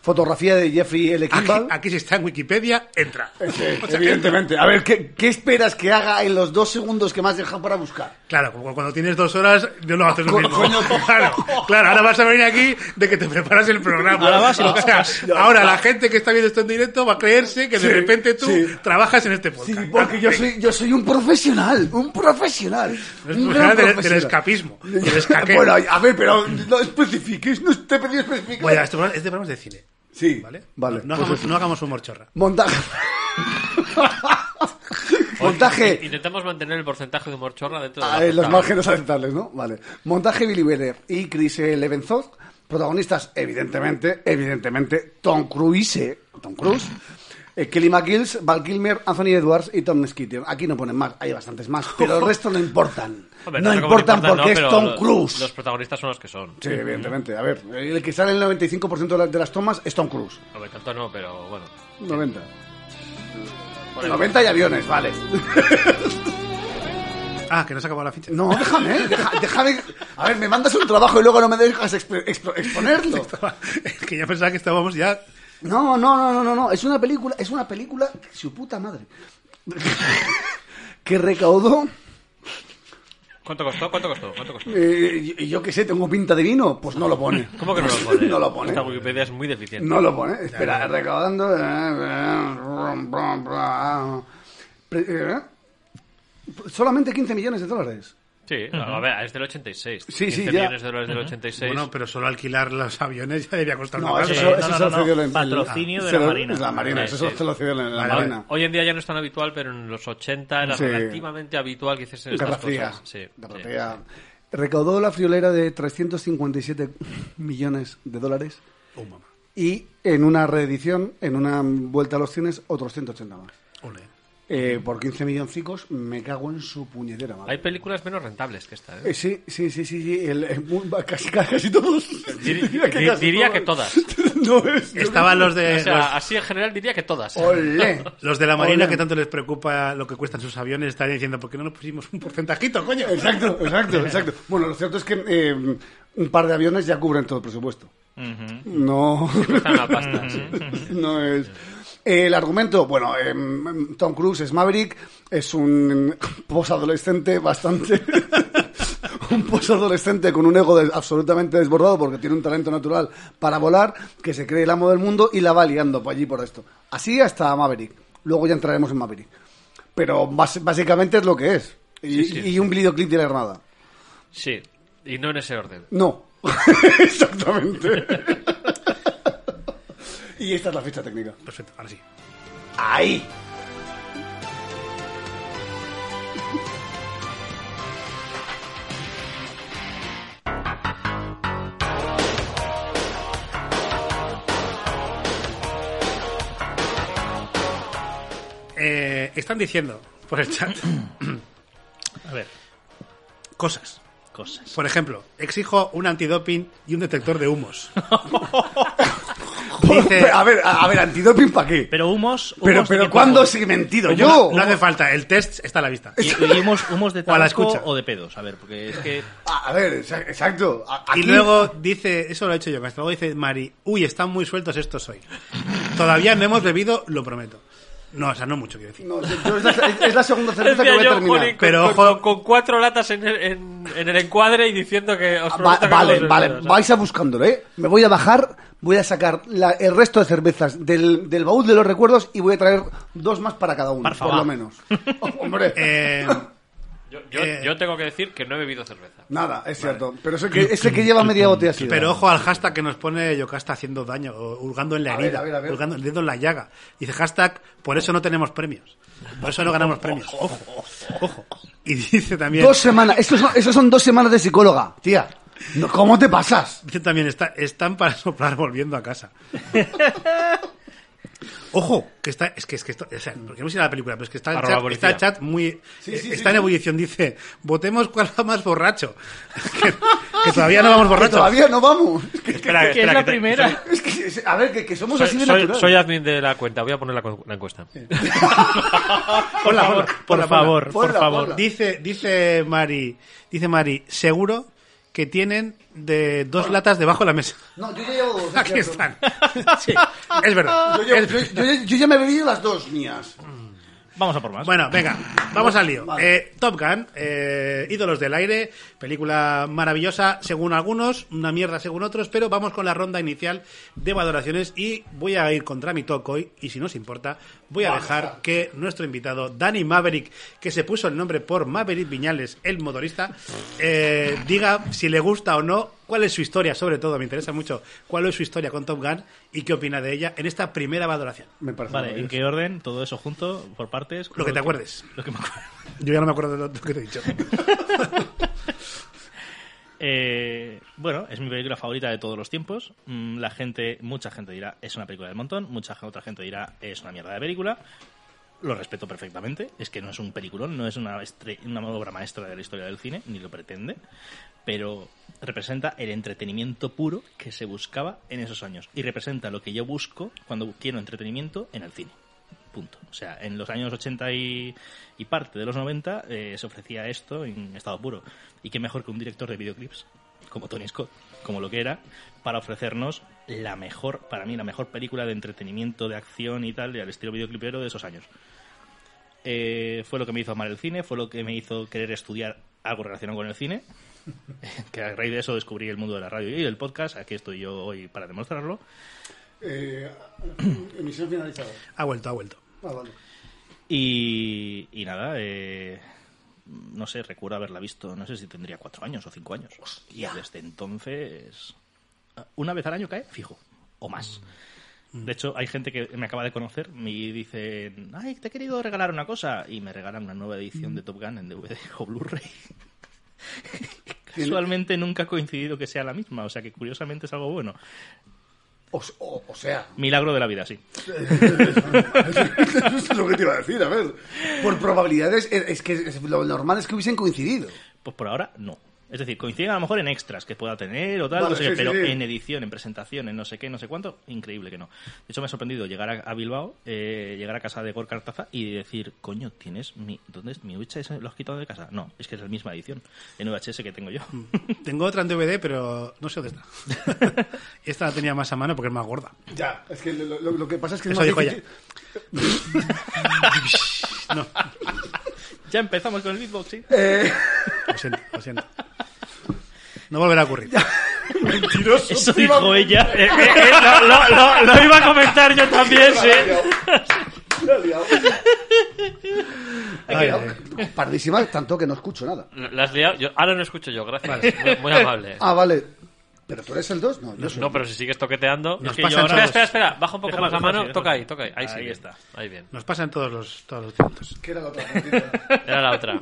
S4: Fotografía de Jeffrey L.
S3: Aquí,
S4: Kimball.
S3: aquí si está en Wikipedia,
S4: *laughs*
S3: entra.
S4: Sí, evidentemente. A ver, ¿qué, qué esperas que haga en los dos segundos que me has dejado para buscar?
S3: Claro, como cuando tienes dos horas, yo no haces lo
S4: Co-
S3: mismo.
S4: coño.
S3: Claro, claro, ahora vas a venir aquí de que te preparas el programa.
S6: Ahora vas y lo
S3: O sea,
S6: cascas.
S3: ahora la gente que está viendo esto en directo va a creerse que de
S4: Sí,
S3: repente tú
S4: sí.
S3: trabajas en este podcast.
S4: Sí, porque yo
S3: Venga.
S4: soy, yo soy un profesional, un profesional.
S3: Es
S4: un
S3: profesional
S4: gran
S3: del- del
S4: profesional. *laughs*
S3: escapismo, del escaqueo.
S4: bueno, a ver, pero no especifiques, no te he pedido especificar.
S3: Bueno, este programa, este programa es de cine,
S4: sí,
S3: ¿vale?
S4: vale. vale
S3: No,
S4: pues
S3: hagamos,
S4: eso.
S3: no hagamos humor chorra.
S4: Montaje. Montaje.
S5: Intentamos mantener el porcentaje de humor chorra dentro de
S4: Ah,
S5: la
S4: eh, los
S5: portada.
S4: márgenes aceptables, ¿no? Vale. Montaje Billy Weller y Chris Levenzoth. Protagonistas, evidentemente, evidentemente, Tom Cruise, Tom Cruise, eh, Kelly McGills, Val Kilmer, Anthony Edwards y Tom Skeeter. Aquí no ponen más, hay bastantes más, pero el resto no importan.
S5: Hombre,
S4: no
S5: tanto como
S4: importan
S5: importa,
S4: porque
S5: no, pero
S4: es Tom
S5: lo-
S4: Cruise.
S5: Los protagonistas son los que son.
S4: Sí, evidentemente. A ver, el que sale el 95% de la- de las tomas es Tom Cruise.
S5: Hombre, tanto no, pero bueno.
S4: 90. 90 y aviones, vale.
S3: Ah, que no se ha acabado la ficha. *laughs*
S4: No, déjame, deja- déjame. A ver, me mandas un trabajo y luego no me dejas exp- exp- exponerlo.
S3: que ya pensaba que estábamos ya...
S4: No, no, no, no, no, no. Es una película, es una película, su puta madre. que recaudó,
S7: ¿Cuánto costó? ¿Cuánto costó? ¿Cuánto costó?
S4: eh, yo, yo qué sé, tengo pinta de vino, pues no lo pone.
S5: ¿Cómo que no lo
S4: *laughs*
S5: pone?
S4: no lo pone.
S5: Esta Wikipedia es muy deficiente.
S4: No lo pone. Espera, recaudando. eh, brum, brum, brum. Pre- eh, Solamente 15 millones de dólares.
S5: Sí, a ver, es del 86.
S4: Sí, sí,
S5: 15
S4: ya.
S5: millones de dólares del 86.
S3: Bueno, pero solo alquilar los aviones ya debía costar
S4: No,
S3: una
S4: eso,
S3: pasta.
S6: sí,
S4: eso
S6: no,
S4: se
S6: no,
S4: lo
S6: no,
S4: cedió
S6: no,
S4: la-
S6: patrocinio de
S4: se
S6: la
S4: lo-
S6: Marina.
S4: es La Marina,
S5: Sí,
S4: eso
S5: sí.
S4: se lo cedió la, la
S3: Vale,
S4: Marina.
S5: Hoy en día ya no es tan habitual, pero en los 80 era
S4: Sí.
S5: relativamente habitual que hiciesen estas
S4: Guerra Fría.
S5: cosas. Sí,
S4: Guerra
S5: sí.
S4: Fría. Recaudó la friolera de 357 millones de dólares
S3: Oh, mamá.
S4: y en una reedición, en una vuelta a los cines, otros 180 más.
S3: Ole.
S4: Eh, por 15 milloncicos me cago en su puñetera madre.
S5: Hay películas menos rentables que esta. ¿eh?
S4: Eh, sí, sí, sí, sí, sí, el- el- mu- casi, casi, casi todos. *laughs*
S5: Dir- di- diría que todas.
S4: No es- no
S3: Estaban los de...
S5: O
S3: los-
S5: sea, así en general diría que todas.
S4: es- Olé.
S3: Los de la Marina,
S4: Olé.
S3: que tanto les preocupa lo que cuestan sus aviones, estarían diciendo, ¿por qué no nos pusimos un porcentajito, coño?
S4: Exacto, exacto, exacto. Bueno, lo cierto es que eh, un par de aviones ya cubren todo el presupuesto. No.
S5: Cuesta una pasta, sí.
S4: *laughs* No es. El argumento, bueno, em, Tom Cruise es Maverick, es un posadolescente bastante. *laughs* un posadolescente con un ego de- absolutamente desbordado porque tiene un talento natural para volar, que se cree el amo del mundo y la va liando por allí por esto. Así hasta Maverick. Luego ya entraremos en Maverick. Pero bas- básicamente es lo que es. Y,
S5: Sí, sí,
S4: y un videoclip de la Armada.
S5: Sí, y no en ese orden.
S4: No. *laughs* Exactamente. *laughs* y esta es la ficha técnica.
S3: Perfecto, ahora sí.
S4: Ahí.
S3: Eh, están diciendo por el chat
S6: A ver,
S3: cosas.
S6: cosas.
S3: Por ejemplo, exijo un antidoping y un detector de humos. Dice-
S4: A ver, a, a ver, antidoping para qué.
S6: Pero humos. humos
S4: Pero,
S6: de
S4: pero
S6: qué
S4: ¿cuándo
S6: tipo?
S4: he mentido
S3: No,
S4: yo?
S3: no hace falta, el test está a la vista.
S6: Y, y humos, humos de
S3: O a la
S6: tabaco
S3: escucha.
S6: o de pedos. A ver, porque es que.
S4: A a ver, exa- exacto. A-
S3: Y
S4: aquí-
S3: luego dice, eso lo he hecho yo, luego dice Mari, uy, están muy sueltos estos hoy. Todavía no hemos bebido, lo prometo. No, o sea, no mucho quiero
S4: *laughs*
S3: decir.
S4: No, yo- yo es, la, es- es la segunda cerveza que
S5: Decía
S4: voy a
S5: yo,
S4: terminar.
S5: Juli, con,
S3: Pero,
S5: con-
S3: ojo.
S5: con cuatro latas en el, en- en el encuadre y diciendo que os
S4: Ah, va-
S5: prometo que no
S4: vale,
S5: os lo
S4: vale,
S5: espero, o sea.
S4: vais a buscándolo, ¿eh? Me voy a bajar, voy a sacar la- el resto de cervezas del, del baúl de los recuerdos y voy a traer dos más para cada uno,
S6: Por
S4: por,
S6: favor.
S4: lo menos. *laughs* Hombre,
S3: Eh,
S5: Yo, yo-
S3: Eh.
S5: yo tengo que decir que no he bebido cerveza.
S4: nada, es cierto. Pero ese que, ese que lleva media botella así.
S3: pero ojo al hashtag que nos pone Yocasta haciendo daño, o hurgando en la
S4: A ver,
S3: herida,
S4: a ver, a ver.
S3: hurgando el dedo en la llaga. Dice hashtag, por eso no tenemos premios. Por eso no ganamos premios. Ojo, ojo. Y dice también...
S4: Dos semanas, estos son, esos son dos semanas de psicóloga, tía. No, ¿Cómo te pasas?
S3: Dice también, está, están para soplar volviendo a casa. *laughs* Ojo, que está, es que, es que esto, o sea, porque hemos ido a la película, pero es que está el
S5: Arroba
S3: chat, está
S5: policía.
S3: el chat muy, eh, está en ebullición, dice, votemos cuál va más borracho. *laughs* que, que todavía no vamos
S4: *laughs* Que
S3: borrachos.
S4: todavía no vamos. Es que-
S5: Espera,
S6: que es la primera.
S4: Es que, a ver, que, que somos
S5: Soy,
S4: así de
S5: soy-
S4: natural.
S5: soy admin de la cuenta, voy a poner la, cu- la encuesta.
S6: Por
S3: Hola,
S6: favor,
S3: hola,
S6: por
S3: hola,
S6: favor,
S3: hola.
S6: por
S4: Hola,
S6: favor.
S4: hola.
S3: Dice, dice Mari, dice Mari, seguro que tienen de dos latas debajo de la mesa.
S4: No, yo ya llevo dos. es
S3: Aquí
S4: cierto. *laughs*
S3: están. Sí, es verdad.
S4: Yo, llevo-
S3: Es-
S4: yo- yo- yo ya me he bebido las dos mías.
S6: Vamos a por más.
S3: Bueno, venga, vamos al lío.
S4: Vale.
S3: Eh, Top Gun, eh, Ídolos del Aire, película maravillosa según algunos, una mierda según otros, pero vamos con la ronda inicial de valoraciones y voy a ir contra mi toque hoy y si no os importa, voy a dejar que nuestro invitado, Danny Maverick, que se puso el nombre por Maverick Viñales, el motorista, eh, diga si le gusta o no, cuál es su historia, sobre todo, me interesa mucho cuál es su historia con Top Gun y qué opina de ella en esta primera valoración.
S4: Me parece
S6: Vale, ¿en
S4: maravilloso.
S6: qué orden? Todo eso junto, por partes.
S3: Lo que te acuerdes.
S6: Lo que me acuerdo.
S3: Yo ya no me acuerdo de lo que te he dicho.
S6: Eh, bueno, es mi película favorita de todos los tiempos. Mm, La gente, mucha gente dirá, es una película del montón. Mucha gen- otra gente dirá, es una mierda de película. Lo respeto perfectamente. Es que no es un peliculón, no es una, estre- una obra maestra de la historia del cine, ni lo pretende. Pero representa el entretenimiento puro que se buscaba en esos años. Y representa lo que yo busco cuando quiero entretenimiento en el cine. Punto. O sea, en los años 80 y, y parte de los 90 eh, se ofrecía esto en estado puro. Y qué mejor que un director de videoclips, como Tony Scott, como lo que era, para ofrecernos la mejor, para mí, la mejor película de entretenimiento, de acción y tal, al estilo videoclipero de esos años. Eh, fue lo que me hizo amar el cine, fue lo que me hizo querer estudiar algo relacionado con el cine. *laughs* que a raíz de eso descubrí el mundo de la radio y del podcast. Aquí estoy yo hoy para demostrarlo.
S4: Eh, *clears throat* emisión finalizada.
S3: Ha vuelto, ha vuelto.
S4: Ah, vale.
S6: Y, y nada, eh, no sé, recuerdo haberla visto, no sé si tendría cuatro años o cinco años. Y desde entonces, una vez al año cae, fijo, o más. De hecho, hay gente que me acaba de conocer y dicen, ay, te he querido regalar una cosa. Y me regalan una nueva edición de Top Gun en DVD o Blu-ray. Casualmente nunca ha coincidido que sea la misma, o sea que curiosamente es algo bueno.
S4: O, o- o sea, *laughs*
S6: Milagro de la vida, sí.
S4: eso es lo que te iba a decir, a ver. Por probabilidades, eh, es que es- lo normal es que hubiesen coincidido.
S6: Pues por ahora no. Es decir, coinciden a lo mejor en extras que pueda tener o tal,
S4: Vale,
S6: no sé qué,
S4: sí, sí,
S6: pero
S4: sí.
S6: en edición, en presentación, en no sé qué, no sé cuánto, increíble que no. De hecho, me ha sorprendido llegar a, a Bilbao, eh, llegar a casa de Gorka Artaza y decir, coño, ¿tienes mi. ¿Dónde es mi VHS? ¿Lo has quitado de casa? No, es que es la misma edición en VHS que tengo yo.
S4: Mm.
S3: Tengo otra en DVD, pero no sé dónde
S4: *laughs*
S3: está. Y Esta la tenía más a mano porque es más gorda.
S4: Ya, es que lo, lo- lo que pasa es que
S3: Eso
S4: es
S3: dijo
S4: más
S3: ella.
S4: difícil-
S3: No,
S6: ya empezamos con el beatboxing.
S4: Eh,
S3: lo siento, lo siento. No volverá a
S4: *laughs*
S3: ocurrir.
S4: Mentiroso.
S6: *laughs* Eso
S4: te iba a-
S6: dijo ella.
S5: Eh, eh, eh, lo, lo- lo- lo iba a comentar yo
S4: *laughs*
S5: también, sí.
S4: La ha liado. La ha liado.
S3: Ay,
S4: Ha quedado Pardísima, tanto que no escucho nada.
S5: La has liado. Yo- ahora no escucho yo, gracias. Muy, muy amable.
S4: Ah, vale. ¿Pero tú eres el 2? No, yo soy.
S5: No, pero si sigues toqueteando.
S3: Nos
S6: que
S3: pasa
S6: yo
S3: en
S5: Espera,
S6: ahora-
S3: todos,
S5: espera, espera. Baja un poco
S6: Déjalo,
S5: más la
S6: déjalo,
S5: mano.
S6: sí,
S5: Toca
S6: déjalo.
S5: ahí, toca ahí. Ahí, sí,
S6: Ahí
S5: bien.
S6: está.
S5: Ahí bien.
S3: nos pasa en todos los, todos los puntos.
S4: ¿Qué era la otra puntita?
S5: Era la otra.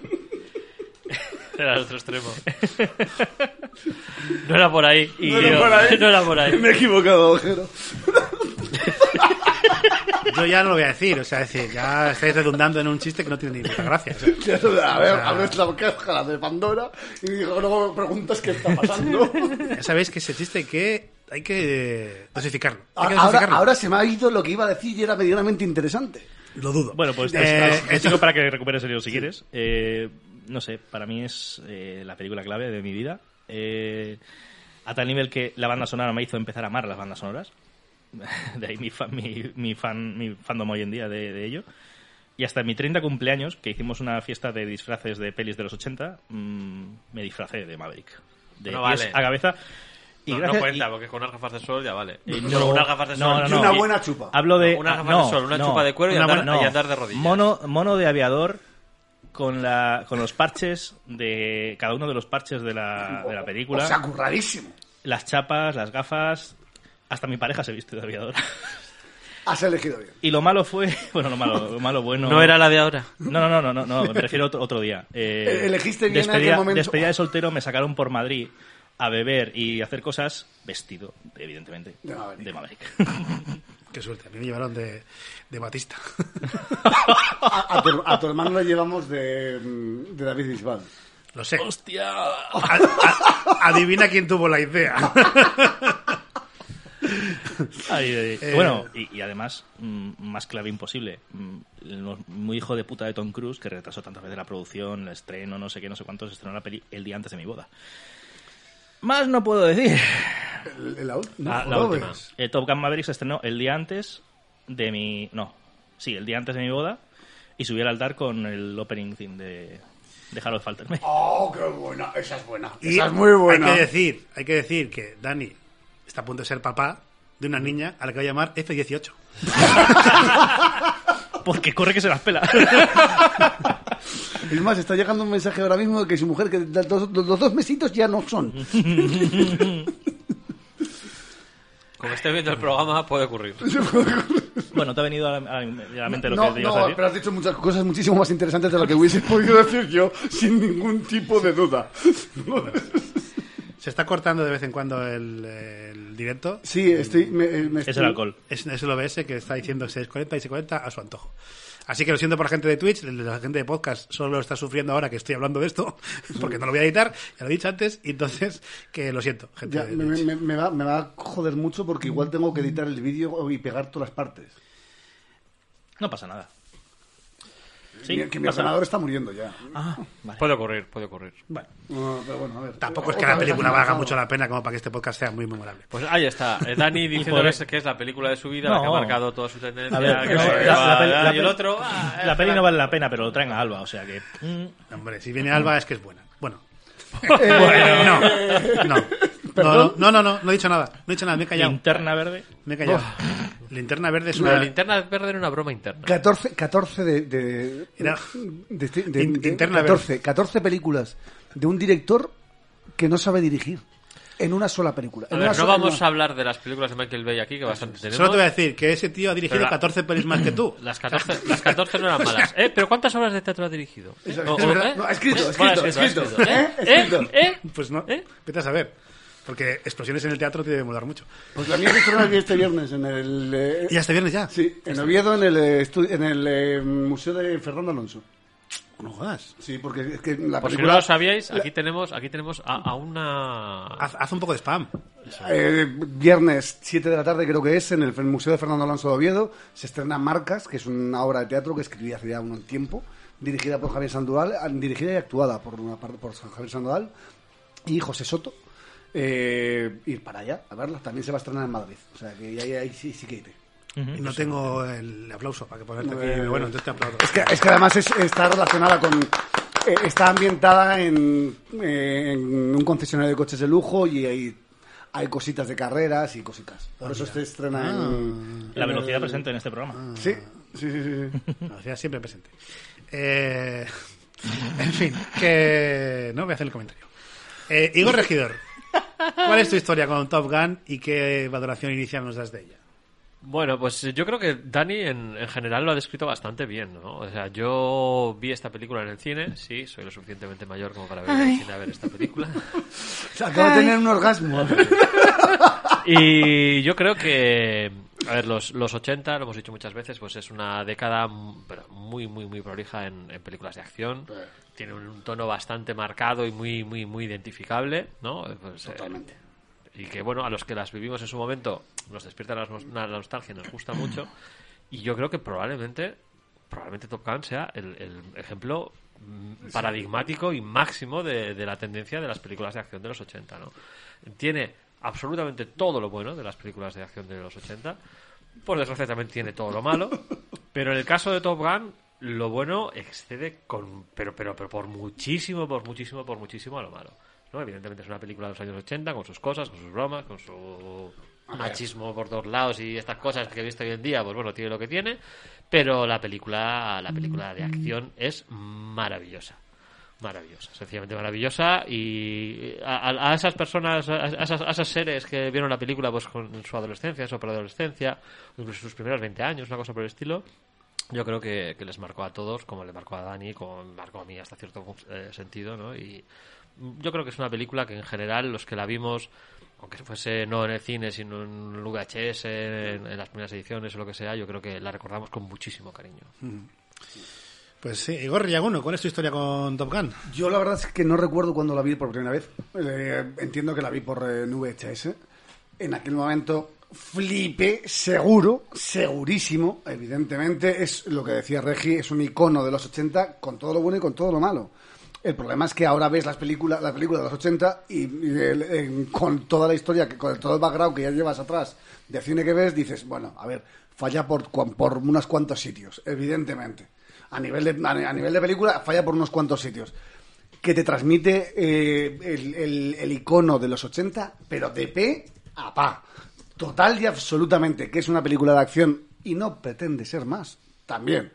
S5: Era el otro extremo. No era por ahí. Y
S4: No era
S5: yo-
S4: por ahí.
S5: No era por
S4: *laughs*
S5: ahí.
S4: Me he equivocado, ojero.
S3: Yo ya no lo voy a decir, o sea, es decir, ya estáis redundando en un chiste que no tiene ni puta gracia. o sea.
S4: Ya, A ver, abres la caja de Pandora y digo, no me preguntas qué está pasando.
S3: Ya sabéis que ese chiste que hay que dosificarlo. Hay que
S4: Ah, Ahora,
S3: dosificarlo.
S4: ahora se me ha ido lo que iba a decir y era medianamente interesante.
S3: Lo dudo.
S6: Bueno, pues te,
S3: Eh,
S6: te sigo para que recuperes el hilo si quieres. Eh, no sé, para mí es eh, la película clave de mi vida. Eh, a tal nivel que la banda sonora me hizo empezar a amar las bandas sonoras. *laughs* De ahí mi, fan, mi, mi fan, mi fandom hoy en día de, de ello. Y hasta en mi 30 cumpleaños, que hicimos una fiesta de disfraces de pelis de los 80, mm, me disfracé de Maverick. De
S5: No
S6: pies
S5: vale.
S6: a cabeza. Y
S5: No, no
S6: gracias-
S5: cuenta,
S6: y-
S5: porque con unas gafas de sol ya vale.
S6: Eh,
S5: Solo
S6: no,
S5: unas gafas de sol.
S6: no, no,
S4: Y
S6: no.
S4: una buena chupa.
S6: Hablo de.
S5: Unas
S6: ah,
S5: gafas de sol, una
S6: no,
S5: chupa de cuero y
S6: una
S5: andar-
S6: buena-
S5: y andar de rodillas.
S6: Mono, mono de aviador con, la, con los parches de. Cada uno de los parches de la, de la película.
S4: O sea, curradísimo.
S6: las chapas, las gafas. Hasta mi pareja se viste de aviador. *laughs*
S4: Has elegido bien.
S6: Y lo malo fue. *laughs* Bueno, lo malo, lo malo bueno.
S5: No era la de ahora.
S6: No, no, no, no, no, no, me refiero a otro,
S4: *laughs*
S6: otro día. Eh,
S4: Eh, elegiste bien en
S6: despedida,
S4: aquel momento.
S6: despedida de soltero me sacaron por Madrid a beber y hacer cosas vestido, evidentemente,
S4: De Maverick. *laughs*
S6: de Maverick.
S3: Qué suerte, a mí me llevaron de, de Batista. *laughs*
S4: A, a tu, a tu hermano le llevamos de, mm, de David Bisbal.
S3: Lo sé.
S6: ¡Hostia!
S3: A- a- adivina quién tuvo la
S4: *laughs*
S3: idea.
S6: Ay, ay, ay.
S3: Eh,
S6: Bueno, y, y además, mm, más clave imposible. Mm, lo- Muy hijo de puta de Tom Cruise, que retrasó tantas veces la producción, el estreno, no sé qué, no sé cuánto, se estrenó la peli el día antes de mi boda. Más no puedo decir.
S4: El- la, ult- no
S5: La- la
S4: jodas.
S5: última.
S6: Eh, Top Gun Maverick se estrenó el día antes de mi. No, sí, el día antes de mi boda. Y subí al altar con el opening theme de, de Harold Faltermeyer. *laughs*
S4: Oh, qué buena. Esa es buena.
S3: Y
S4: Esa es muy buena.
S3: Hay que decir, hay que decir que Dani está a punto de ser papá de una niña a la que va a llamar F18.
S6: Porque corre que se las pela. *laughs*
S4: Es más, está llegando un mensaje ahora mismo de que su mujer, que da dos- los, dos mesitos ya no son.
S5: Como estés viendo el programa, puede ocurrir.
S6: bueno, te ha venido a la, a la mente lo
S4: no,
S6: que te ibas a
S4: no,
S6: decir.
S4: pero has dicho muchas cosas muchísimo más interesantes de lo que hubiese podido decir yo, sin ningún tipo de duda.
S3: Se está cortando de vez en cuando el, el directo.
S4: Sí, estoy. Me, eh, me
S6: Es
S4: estoy-
S6: el alcohol.
S3: Es, es el OBS que está diciendo 640 y 640 a su antojo. Así que lo siento por la gente de Twitch, la gente de podcast solo está sufriendo ahora que estoy hablando de esto, *laughs* porque no lo voy a editar, ya lo he dicho antes, y entonces que lo siento, gente
S4: Ya,
S3: de
S4: me, me-
S3: Twitch.
S4: me- me va, me va a joder mucho porque igual tengo que editar el vídeo y pegar todas las partes.
S6: No pasa nada. Sí,
S4: Mira, Eh, que mi
S6: pasa nada.
S4: ordenador está muriendo ya.
S6: Ah, vale.
S5: Puede ocurrir, puede ocurrir.
S6: Bueno,
S4: No, pero bueno, a ver.
S3: Tampoco es que
S4: Otra
S3: la
S4: vez
S3: película
S4: has
S3: valga
S4: empezado.
S3: mucho la pena como para que este podcast sea muy memorable.
S5: Pues ahí está. eh,
S6: *laughs*
S5: Dani diciendo
S6: por-
S5: que es- que es la película de su vida, la que ha
S6: No.
S5: marcado toda su tendencia.
S6: a ver,
S5: que
S6: no,
S5: se
S6: la-
S5: lleva
S6: la peli-
S5: a-
S6: la
S5: y el
S6: peli-
S5: otro. ah, eh,
S6: la peli no vale la pena, pero lo traen a Alba, o sea que. mm,
S3: Hombre, si viene Alba es que es buena. Bueno. Bueno, no. No.
S4: ¿Perdón?
S3: No, no, no, no, no he dicho nada. No he dicho nada, me he callado.
S6: Linterna verde.
S3: Me he callado. Linterna verde es
S5: Lo de
S3: una.
S5: linterna verde era una broma interna.
S4: 14, 14 de. de,
S3: Era-
S4: de- de- de-
S3: In-
S4: de-
S3: interna
S4: 14, 14 películas de un director que no sabe dirigir en una sola película.
S5: A
S4: En
S5: ver,
S4: una
S5: no
S4: sola-
S5: vamos a hablar de las películas de Michael Bay aquí, que bastante tenemos.
S3: Solo te voy a decir que ese tío ha dirigido
S5: Pero la-
S3: 14 pelis más que
S5: *laughs*
S3: tú.
S5: Las 14, las 14 no eran malas. ¿Eh? ¿Pero cuántas obras de teatro ha dirigido? ¿Eh?
S4: Eso es,
S5: ¿O-
S4: es
S5: o-
S4: verdad.
S5: eh?
S4: No, ha escrito,
S5: ¿Eh?
S4: ha
S5: Bueno,
S4: escrito, ha escrito,
S5: ¿Eh?
S4: ¿eh? Ha escrito.
S5: ¿Eh? ¿Eh?
S3: Pues no.
S5: ¿Eh?
S3: Vete a saber. Porque explosiones en el teatro te debe molar mucho.
S4: Pues la mía se estrenó aquí este viernes en el. eh,
S3: Y hasta viernes ya.
S4: Sí, en Oviedo, en el, eh, estu- en el eh, Museo de Fernando Alonso.
S3: No jodas.
S4: Sí, porque es que
S3: Pues
S4: la
S5: Por si no
S4: película.
S5: lo sabíais, aquí tenemos, aquí tenemos a, a una...
S3: Haz, haz un poco de spam.
S4: Eh, viernes 7 de la tarde creo que es, en el F- Museo de Fernando Alonso de Oviedo, se estrena Marcas, que es una obra de teatro que escribí hace ya un tiempo, dirigida por Javier Sandoval, ah, dirigida y actuada por, una parte por San Javier Sandoval y José Soto. Eh, ir para allá a verla, también se va a estrenar en Madrid, o sea que ahí, ahí sí, sí que iré.
S3: No tengo el aplauso para que ponerte
S4: No,
S3: aquí.
S4: eh,
S3: Bueno, entonces te aplaudo.
S4: Es que, es que además es- está relacionada con. eh, está ambientada en, eh, en un concesionario de coches de lujo y hay, hay cositas de carreras y cositas. Por eso se estrena en.
S6: La
S4: en
S6: velocidad
S4: el-
S6: presente en este programa.
S4: Sí, sí, sí. sí, sí.
S3: No, sea siempre presente. Eh, *laughs* en fin, que no voy a hacer el comentario. Eh, Igor Regidor, ¿cuál es tu historia con Top Gun y qué valoración inicial nos das de ella?
S5: Bueno, pues yo creo que Dani en, en general lo ha descrito bastante bien, ¿no? O sea, yo vi esta película en el cine, sí, soy lo suficientemente mayor como para ver al cine a ver esta película.
S4: *laughs* O sea, acabo de tener un orgasmo.
S5: Y yo creo que, a ver, los, los 80, lo hemos dicho muchas veces, pues es una década m- pero muy, muy, muy prolija en, en películas de acción. Tiene un, un tono bastante marcado y muy, muy, muy identificable, ¿no? Eh, pues, eh, y que, bueno, a los que las vivimos en su momento nos despierta la, nos- la nostalgia, nos gusta mucho. Y yo creo que probablemente, probablemente Top Gun sea el, el ejemplo mm, paradigmático y máximo de, de la tendencia de las películas de acción de los 80, ¿no? Tiene absolutamente todo lo bueno de las películas de acción de los 80. Por desgracia también tiene todo lo malo. Pero en el caso de Top Gun, lo bueno excede con, pero, pero, pero por muchísimo, por muchísimo, por muchísimo a lo malo. ¿no? Evidentemente es una película de los años 80 con sus cosas, con sus bromas, con su machismo por todos lados y estas cosas que he visto hoy en día, pues bueno, tiene lo que tiene, pero la película, la película de acción es maravillosa. Maravillosa, sencillamente maravillosa. Y a, a- a esas personas, a, a esas, a esos seres que vieron la película pues, con, en su adolescencia, en su preadolescencia, incluso sus primeros 20 años, una cosa por el estilo, yo creo que, que les marcó a todos, como le marcó a Dani, como me marcó a mí hasta cierto eh, sentido, ¿no? Y yo creo que es una película que en general los que la vimos, aunque fuese no en el cine, sino en un VHS, en, en las primeras ediciones o lo que sea, yo creo que la recordamos con muchísimo cariño.
S3: Pues sí, Igor Riaguno, ¿cuál es tu historia con Top Gun?
S4: Yo la verdad es que no recuerdo cuando la vi por primera vez. Eh, entiendo que la vi por eh, VHS. En aquel momento flipé, seguro, segurísimo, evidentemente. Es lo que decía Regi, es un icono de los 80 con todo lo bueno y con todo lo malo. El problema es que ahora ves las películas, las películas de los 80 y, y el- en- con toda la historia, que- con todo el background que ya llevas atrás de cine que ves, dices, bueno, a ver, falla por, cuan- por unos cuantos sitios, evidentemente. A nivel, de, a, a nivel de película, falla por unos cuantos sitios. Que te transmite eh, el, el- el icono de los 80, pero de P a pa. Total y absolutamente, que es una película de acción y no pretende ser más. También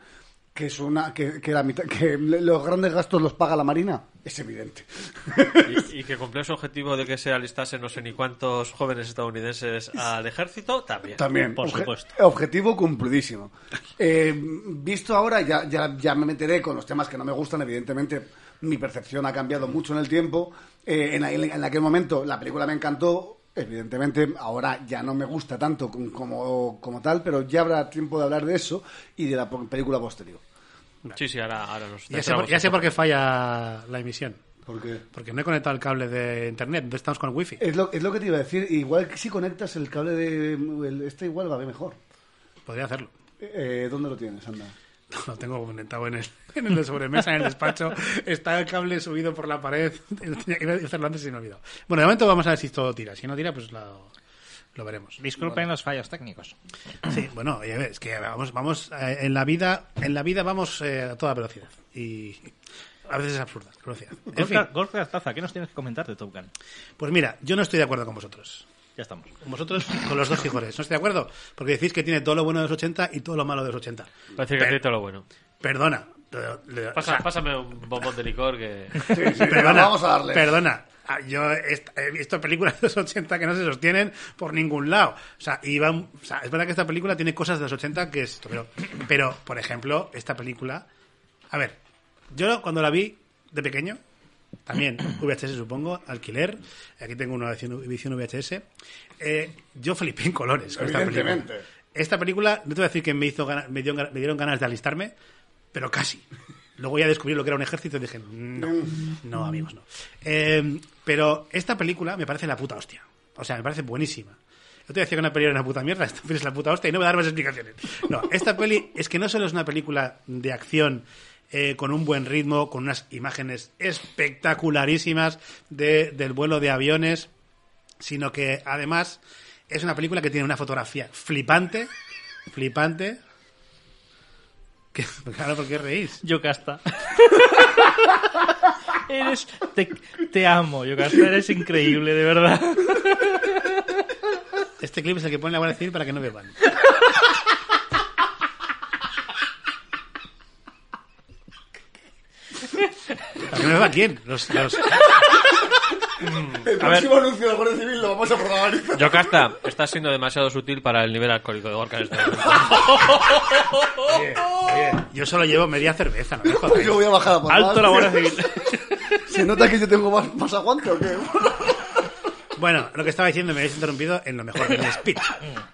S4: que es una que, que la mitad que le- los grandes gastos los paga la marina es evidente *laughs*
S5: Y, y que cumplió su objetivo de que se alistasen no sé ni cuántos jóvenes estadounidenses al ejército,
S3: Ah,
S5: también.
S4: también
S6: Por
S4: obje-
S6: supuesto.
S4: objetivo cumplidísimo Eh, visto ahora ya, ya ya me meteré con los temas que no me gustan evidentemente mi percepción ha cambiado mucho en el tiempo Eh, en, a- en aquel momento la película me encantó evidentemente ahora ya no me gusta tanto com- como como tal pero ya habrá tiempo de hablar de eso y de la po- película posterior
S5: Sí, sí, ahora, ahora nos
S3: Ya sé, por, ya sé por qué falla la emisión.
S4: porque
S3: Porque no he conectado el cable de internet, entonces estamos con el wifi.
S4: es lo, es lo que te iba a decir igual que si conectas el cable de el- este igual va a ver mejor
S3: Podría hacerlo.
S4: Eh, ¿Dónde lo tienes, anda?
S3: Lo tengo conectado en el, *laughs* en el de sobremesa, en el despacho. Está el cable subido por la pared. *laughs* Iba a hacerlo antes y se me olvidó. Bueno, de momento vamos a ver si todo tira. Si no tira, pues lo, lo veremos.
S6: Disculpen los fallos técnicos.
S3: Sí, bueno, ya ves, que vamos, vamos eh, en la vida, en la vida vamos eh, a toda velocidad. Y a veces es absurda la velocidad. En fin,
S6: Gorka, Gorka Taza, ¿qué nos tienes que comentar de Top Gun?
S3: pues mira, yo no estoy de acuerdo con vosotros.
S6: Ya estamos.
S3: Con vosotros, con los dos frijoles. No estoy de acuerdo, porque decís que tiene todo lo bueno de los 80 y todo lo malo de los 80.
S5: Parece que tiene todo lo bueno.
S3: Perdona. pero- le-
S5: Pasa-
S3: o sea,
S5: pásame un bombón de licor *laughs* que.
S4: *laughs*
S3: perdona,
S4: vamos a darle.
S3: Perdona. Ah, Yo est- he visto películas de los 80 que no se sostienen por ningún lado. O sea, iban, o sea, es verdad que esta película tiene cosas de los 80 que es... Pero, pero, por ejemplo, esta película... A ver, yo cuando la vi de pequeño, también VHS supongo, alquiler, aquí tengo una edición edición VHS, eh, yo flipé en colores con esta película.
S4: Evidentemente.
S3: Esta película, no te voy a decir que me, hizo gana- me, dio- me dieron ganas de alistarme, pero casi. Luego ya descubrí lo que era un ejército y dije, no, no, amigos, no. Eh, pero esta película me parece la puta hostia. O sea, me parece buenísima. Yo te decía que una peli era una puta mierda, *laughs* esta peli es la puta hostia y no voy a dar más explicaciones. No, esta peli es que no solo es una película de acción eh, con un buen ritmo, con unas imágenes espectacularísimas de- del vuelo de aviones, sino que además es una película que tiene una fotografía flipante, flipante. Que, *laughs* claro, ¿por qué reís?
S6: Yocasta. *laughs* eres. Te, te amo, Yocasta. Eres increíble, de verdad.
S3: Este clip es el que pone la Guardia Civil para que no beban. ¿Para que no beba quién? Los, los-
S4: El próximo anuncio de la Guardia Civil lo vamos a protagonizar.
S5: Yocasta, estás siendo demasiado sutil para el nivel alcohólico de Gorka. en este momento.
S3: yo solo llevo media cerveza, no me jodáis.
S4: Pues Yo voy a bajar a por
S6: Alto
S4: más.
S6: la Guardia Civil.
S4: *laughs* ¿Se nota que yo tengo más, más aguante o qué?
S6: *laughs*
S3: Bueno, lo que estaba diciendo me habéis interrumpido en lo mejor del speech.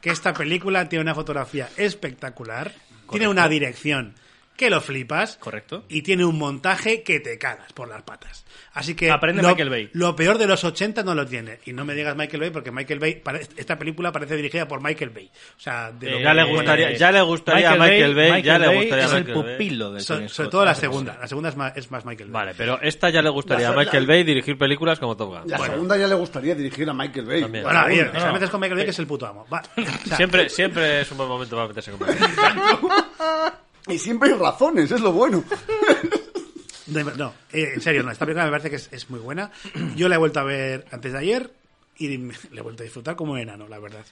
S3: Que esta película tiene una fotografía espectacular, tiene una dirección que lo flipas.
S6: Correcto.
S3: Y tiene un montaje que te cagas por las patas. Así que.
S6: Aprende
S3: lo,
S6: Michael Bay.
S3: Lo peor de los 80 no lo tiene. Y no me digas Michael Bay, porque Michael Bay. pare- Esta película parece dirigida por Michael Bay. O sea, de lo
S6: Eh,
S5: Ya le gustaría- ya le gustaría a Michael Bay, ya le gustaría
S6: es
S5: a
S6: el
S5: Michael Bay.
S6: pupilo de
S3: so-
S6: Tony
S3: sobre
S6: Scott.
S3: todo la segunda. La segunda es más, es más Michael Bay.
S5: Vale, pero esta ya le gustaría a
S4: La- la-
S5: Michael Bay dirigir películas como Top Gun.
S4: La segunda ya le gustaría dirigir a Michael Bay.
S5: También.
S3: Bueno,
S4: La
S3: bien,
S4: segunda.
S3: si la metes con Michael Bay, que es el puto amo. Va. O sea,
S5: Siempre, siempre es un buen momento para meterse con Michael Bay.
S4: Y siempre hay razones, es lo bueno.
S3: De- no, eh, en serio, no. Esta película me parece que es, es muy buena. Yo la he vuelto a ver antes de ayer y me- *laughs* la he vuelto a disfrutar como un enano, la verdad.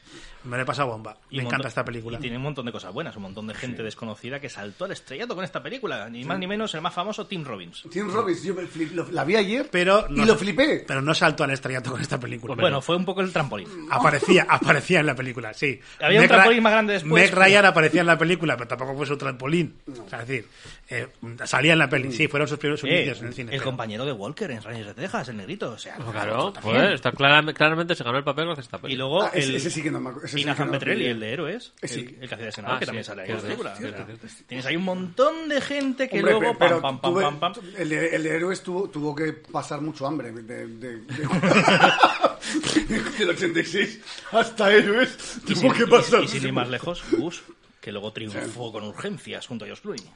S3: Me la he pasado bomba.
S6: Y
S3: me
S6: un
S3: encanta
S6: montón-
S3: esta película.
S6: Y tiene un montón de cosas buenas, un montón de gente desconocida que saltó al estrellato con esta película. Ni más ni menos el más famoso, Tim Robbins.
S4: Tim Robbins, yo me flip- lo- la vi ayer
S3: Pero
S4: y
S3: no-
S4: lo flipé.
S3: Pero no salto al estrellato con esta película.
S6: Bueno, fue un poco el trampolín.
S3: aparecía, aparecía en la película, sí.
S6: Había un
S3: Meg Ra-
S6: trampolín más grande después,
S3: Meg
S6: pero-
S3: Ryan aparecía en la película, pero tampoco fue su trampolín. O sea, es decir, eh, salía en la
S4: Mm.
S3: peli. Sí, fueron sus primeros sus
S6: Eh,
S3: inicios en el cine.
S6: el
S3: pero-
S6: compañero de Walker en Reyes de Texas, el negrito. O sea,
S5: Claro,
S6: también.
S5: pues, está claramente, claramente se ganó el papel gracias a esta
S6: Y
S5: película.
S6: luego
S4: Ah, ese,
S6: el
S4: ese sí que no me acuerdo. ese sí
S6: y
S4: que no
S6: Nathan
S4: me acuerdo.
S6: Petrelli, el de Héroes,
S4: Eh, sí.
S6: el, el que hacía de senador,
S5: Ah, sí,
S6: que también sale ahí
S5: que
S6: en la
S5: es de-
S6: película.
S5: sí,
S6: Claro.
S5: sí, sí,
S6: Tienes ahí un montón de gente que
S4: Hombre,
S6: luego
S4: pero
S6: pam, pam, pam,
S4: tuve-
S6: pam, pam.
S4: El, de, el de héroes tuvo, tuvo que pasar mucho hambre. De, de-
S6: *laughs*
S4: de- *laughs* del 86 hasta héroes
S6: Y
S4: tuvo
S6: sin-
S4: que pasar.
S6: y- y sin ir más lejos, Gus, que luego triunfó con urgencias junto a Josh Clooney.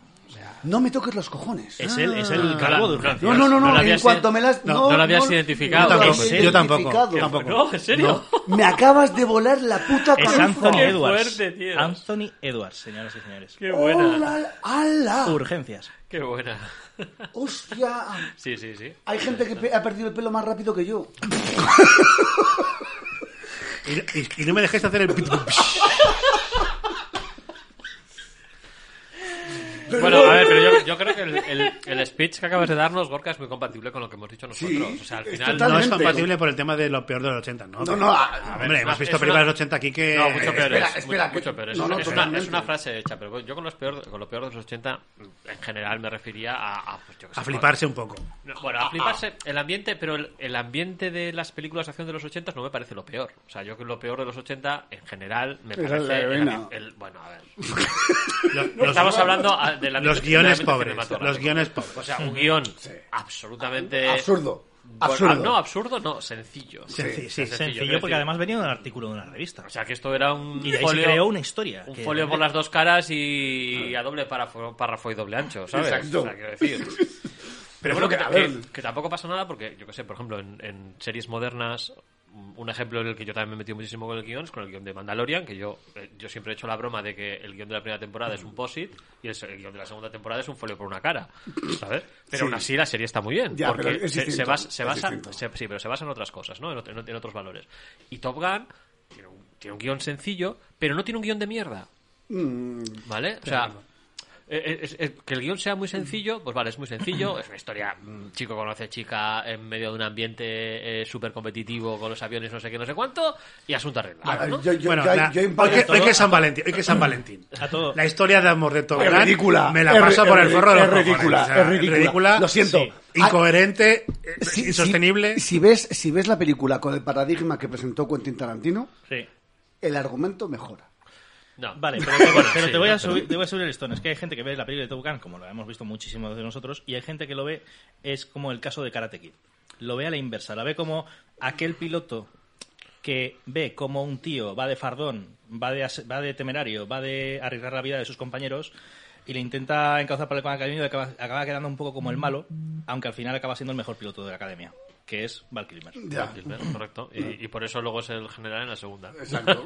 S4: No me toques los cojones.
S6: Es el, es el cargo de urgencia.
S4: Ah. No, no, no, no,
S5: No lo
S4: en
S5: habías-
S4: cuanto me las...
S3: no,
S4: No,
S7: no lo habías
S4: no,
S7: identificado.
S4: no lo
S3: Yo tampoco, yo
S4: había
S3: tampoco,
S4: identificado.
S3: tampoco.
S5: No, en serio.
S4: Me acabas de volar la puta
S5: *laughs*
S6: Es
S4: cabeza.
S6: Anthony
S5: Qué
S6: Edwards.
S5: fuerte, tío.
S6: Anthony Edwards, señoras y señores.
S5: Qué buena.
S4: ¡Hola! ¡Hala!
S6: Urgencias.
S5: Qué buena. *laughs*
S4: ¡Hostia!
S5: Sí, sí, sí.
S4: Hay gente que pe- ha perdido el pelo más rápido que yo.
S3: Y, y- y no me dejéis hacer
S4: *laughs*
S3: el... pit-
S5: Bueno, a ver, pero yo, yo creo que el, el- el speech que acabas de darnos, Gorka, es muy compatible con lo que hemos dicho nosotros.
S4: Sí,
S5: o sea, al
S4: es
S5: final
S3: No
S4: totalmente.
S3: es compatible por el tema de lo peor de los 80, ¿no?
S4: No, no, a-
S3: A ver, Hombre, hemos
S5: es
S3: visto
S5: una-
S3: películas de los 80 aquí que...
S5: No, mucho peor.
S4: espera,
S5: es,
S4: espera,
S5: mucho, mucho
S4: que-
S5: peor. Es,
S4: no, no,
S5: es una, es
S4: totalmente.
S5: una frase hecha, pero yo con, los peor, con lo peor de los 80, en general me refería a... A, pues yo qué sé,
S3: A fliparse un
S6: *laughs*
S3: poco.
S5: no, Bueno, a fliparse el ambiente, pero el, el ambiente de las películas de acción de los 80 no me parece lo peor. O sea, yo que lo peor de los 80, en general, me
S4: Esa es
S5: parece...
S4: la
S5: el-
S4: heroína.
S5: el- bueno, a ver.
S3: Lo- los-
S5: Estamos hablando a- de la
S3: los guiones pobres. Los guiones pobres.
S5: O sea, un guión
S4: Eh,
S5: absolutamente...
S4: Absurdo.
S5: Bueno,
S4: Absurdo.
S5: ah, no, absurdo no, sencillo.
S3: Senc- sí,
S5: sencillo,
S6: Sencillo,
S5: quiero
S6: porque
S5: decir.
S6: además venía de un artículo de una revista.
S5: O sea, que esto era un
S6: Y de ahí
S5: folio,
S6: se creó una historia.
S5: un
S6: que-
S5: folio por las dos caras y a doble párrafo, párrafo y doble ancho, ¿sabes?
S4: Exacto.
S5: O sea, quiero decir.
S4: Pero
S5: Pero
S4: bueno,
S5: bueno,
S4: que-
S5: que,
S4: a
S5: que-
S4: ver.
S5: que tampoco pasa nada porque, yo que sé, por ejemplo, en, en series modernas, mm, un ejemplo en el que yo también me he metido muchísimo con el guión es con el guión de Mandalorian, que yo, eh, yo siempre he hecho la broma de que el guión de la primera temporada es un posit y el, se- el guión de la segunda temporada es un folio por una cara, ¿sabes? Pero
S4: Sí.
S5: aún así la serie está muy bien,
S4: Ya, pero
S5: porque
S4: es
S5: se, se
S4: distinto,
S5: basa, se
S4: es
S5: basa-
S4: distinto.
S5: se- sí, pero se basa en otras cosas, ¿no? En, ot- en ot- en otros valores. Y Top Gun tiene un, tiene un guión sencillo, pero no tiene un guión de mierda.
S4: Mm,
S5: ¿Vale? O sea, eh, eh, es- es- que el guión sea muy sencillo, pues vale, es muy sencillo. Es una historia, mm, chico conoce chica en medio de un ambiente súper competitivo con los aviones, no sé qué, no sé cuánto, y asunto
S4: A
S5: arreglado.
S4: ver,
S5: ¿no?
S4: yo, yo,
S3: bueno,
S4: yo-
S3: la-
S4: yo
S3: hoy, que,
S4: impacto-
S3: hoy que es San Valentín, hoy que es
S4: *laughs*
S3: San Valentín.
S6: A todo.
S3: La historia de amor de Top
S4: Es
S3: Gun
S4: ridícula.
S3: Me la
S4: Es
S3: paso
S4: ri-
S3: por el
S4: es
S3: forro de los
S4: ri- es
S3: cojones,
S4: ridícula,
S3: o sea,
S4: es ridícula. Lo siento. Ah,
S3: sí. Incoherente, eh,
S4: Si- si-
S3: insostenible.
S4: Si, ves, si ves la película con el paradigma que presentó Quentin Tarantino,
S6: Sí.
S4: el argumento mejora.
S5: No.
S6: Vale, pero, te-
S5: Bueno,
S6: pero
S5: sí,
S6: te, voy
S5: no,
S6: a subir, te voy a subir el listón. Es que hay gente que ve la película de Top Gun, como lo hemos visto muchísimo de nosotros, y hay gente que lo ve, es como el caso de Karate Kid. Lo ve a la inversa, la ve como aquel piloto que ve como un tío va de fardón, va de, as- va de temerario, va de arriesgar la vida de sus compañeros y le intenta encauzar por el camino y acaba, acaba quedando un poco como el malo, aunque al final acaba siendo el mejor piloto de la academia, que es Val Kilmer.
S4: Ya.
S5: Gilbert, correcto. Y, y por eso luego es el general en la segunda.
S4: *laughs* Exacto.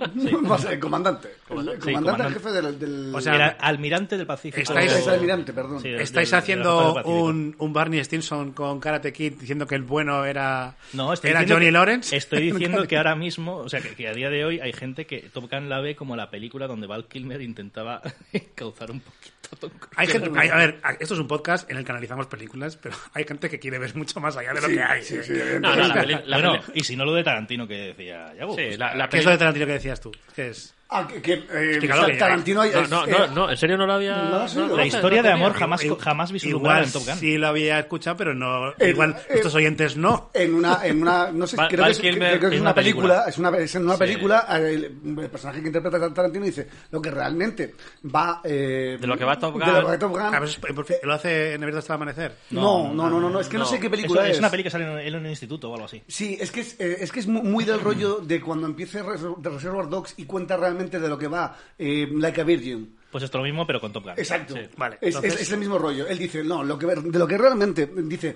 S4: Va a ser el comandante. El
S6: Sí,
S4: comandante al
S6: comandante.
S4: jefe del. del-
S3: O sea,
S6: Era almirante del Pacífico.
S3: Estáis-
S4: Es almirante, perdón.
S6: Sí, del-
S3: Estáis
S6: del- de la
S3: haciendo
S6: Copa del Pacífico.
S3: un, un Barney Stinson con Karate Kid diciendo que el bueno era,
S6: No, estoy
S3: era
S6: diciendo
S3: Johnny
S6: que-
S3: Lawrence. *laughs*
S6: Estoy diciendo que ahora mismo, o sea, que, que a día de hoy hay gente que Top Gun la ve como la película donde Val Kilmer intentaba *laughs* causar un poquito. a Tom Cruise.
S3: Hay gente, hay- a ver, esto es un podcast en el que analizamos películas, pero *laughs* hay gente que quiere ver mucho más allá de lo que hay.
S4: sí,
S3: ¿eh?
S4: sí, evidentemente.
S5: No, no, la peli- la
S6: Bueno,
S5: peli-
S6: y si no lo de Tarantino que decía Yago.
S5: sí,
S6: pues,
S5: la- la
S3: ¿Qué
S5: peli-
S3: es lo de Tarantino que decías tú? ¿Qué es?
S4: Ah, que, que, eh,
S3: Explícalo, que ya-
S4: Tarantino
S5: No,
S4: es-
S5: no,
S4: eh,
S5: no, no, en serio no lo había.
S4: No lo has oído.
S6: la historia de
S5: tenía.
S6: amor jamás, jamás vislumbrada
S3: Igual
S6: en Top Gun.
S3: sí lo había escuchado, pero no.
S4: El-
S3: igual
S4: el-
S3: estos oyentes no.
S4: En una, en una, no sé,
S5: Val-
S4: creo, que
S5: Val
S4: es, creo
S5: Kilmer
S4: que es
S5: en
S4: una
S5: una película.
S4: película, es, una, es en una película, el, el personaje que interpreta Tarantino dice lo que realmente va... eh,
S5: De lo que va Top Gun.
S4: de lo que va Top Gun.
S3: A veces, por fin, lo hace en el hasta el amanecer.
S4: No, no, no, no, no, es que no, sé qué
S6: Es-
S4: película es.
S6: es una peli que sale en, él en un instituto o algo así.
S4: Sí, es que es, eh, es que es mu-
S5: *clears throat*
S4: muy del rollo de cuando empiece Res- de Reservoir Dogs y cuenta realmente de lo que va eh, Like a Virgin.
S6: Pues esto lo mismo, pero con Top Gun.
S4: Exacto.
S3: vale,
S4: es,
S3: entonces-
S4: es- es el mismo rollo. Él dice, no, lo que, de lo que realmente dice,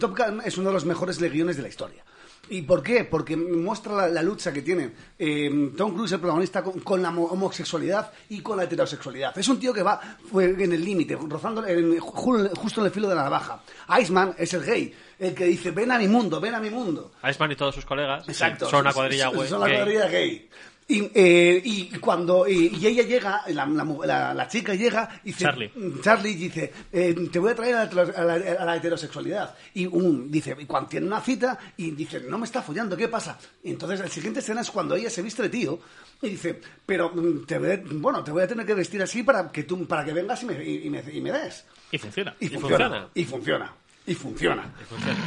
S4: Top Gun es uno de los mejores guiones de la historia. ¿Y por qué? Porque muestra la, la lucha que tiene eh, Tom Cruise, el protagonista, con, con la mo- homosexualidad y con la heterosexualidad. Es un tío que va fue en el límite, rozando en- ju- justo en el filo de la navaja. Iceman es el gay, el que dice, ven a mi mundo, ven a mi mundo.
S5: Iceman y todos sus colegas
S4: Exacto.
S5: son una cuadrilla güey.
S4: Son una
S5: gay.
S4: cuadrilla gay. Y, eh, y cuando y, y ella llega, la, la mu- la- la chica llega y dice, mm,
S6: Charlie.
S4: Charlie dice, eh, te voy a traer a la, hetero- a la- a la heterosexualidad. Y un, dice, y cuando tiene una cita y dice, no me está follando, ¿qué pasa? Y entonces la siguiente escena es cuando ella se viste de tío y dice, pero mm, te voy a- bueno, te voy a tener que vestir así para que tú, para que vengas y me, y- y me- y me des.
S6: Y funciona.
S4: Y,
S5: Y
S4: funciona.
S5: funciona.
S4: Y funciona. Y funciona.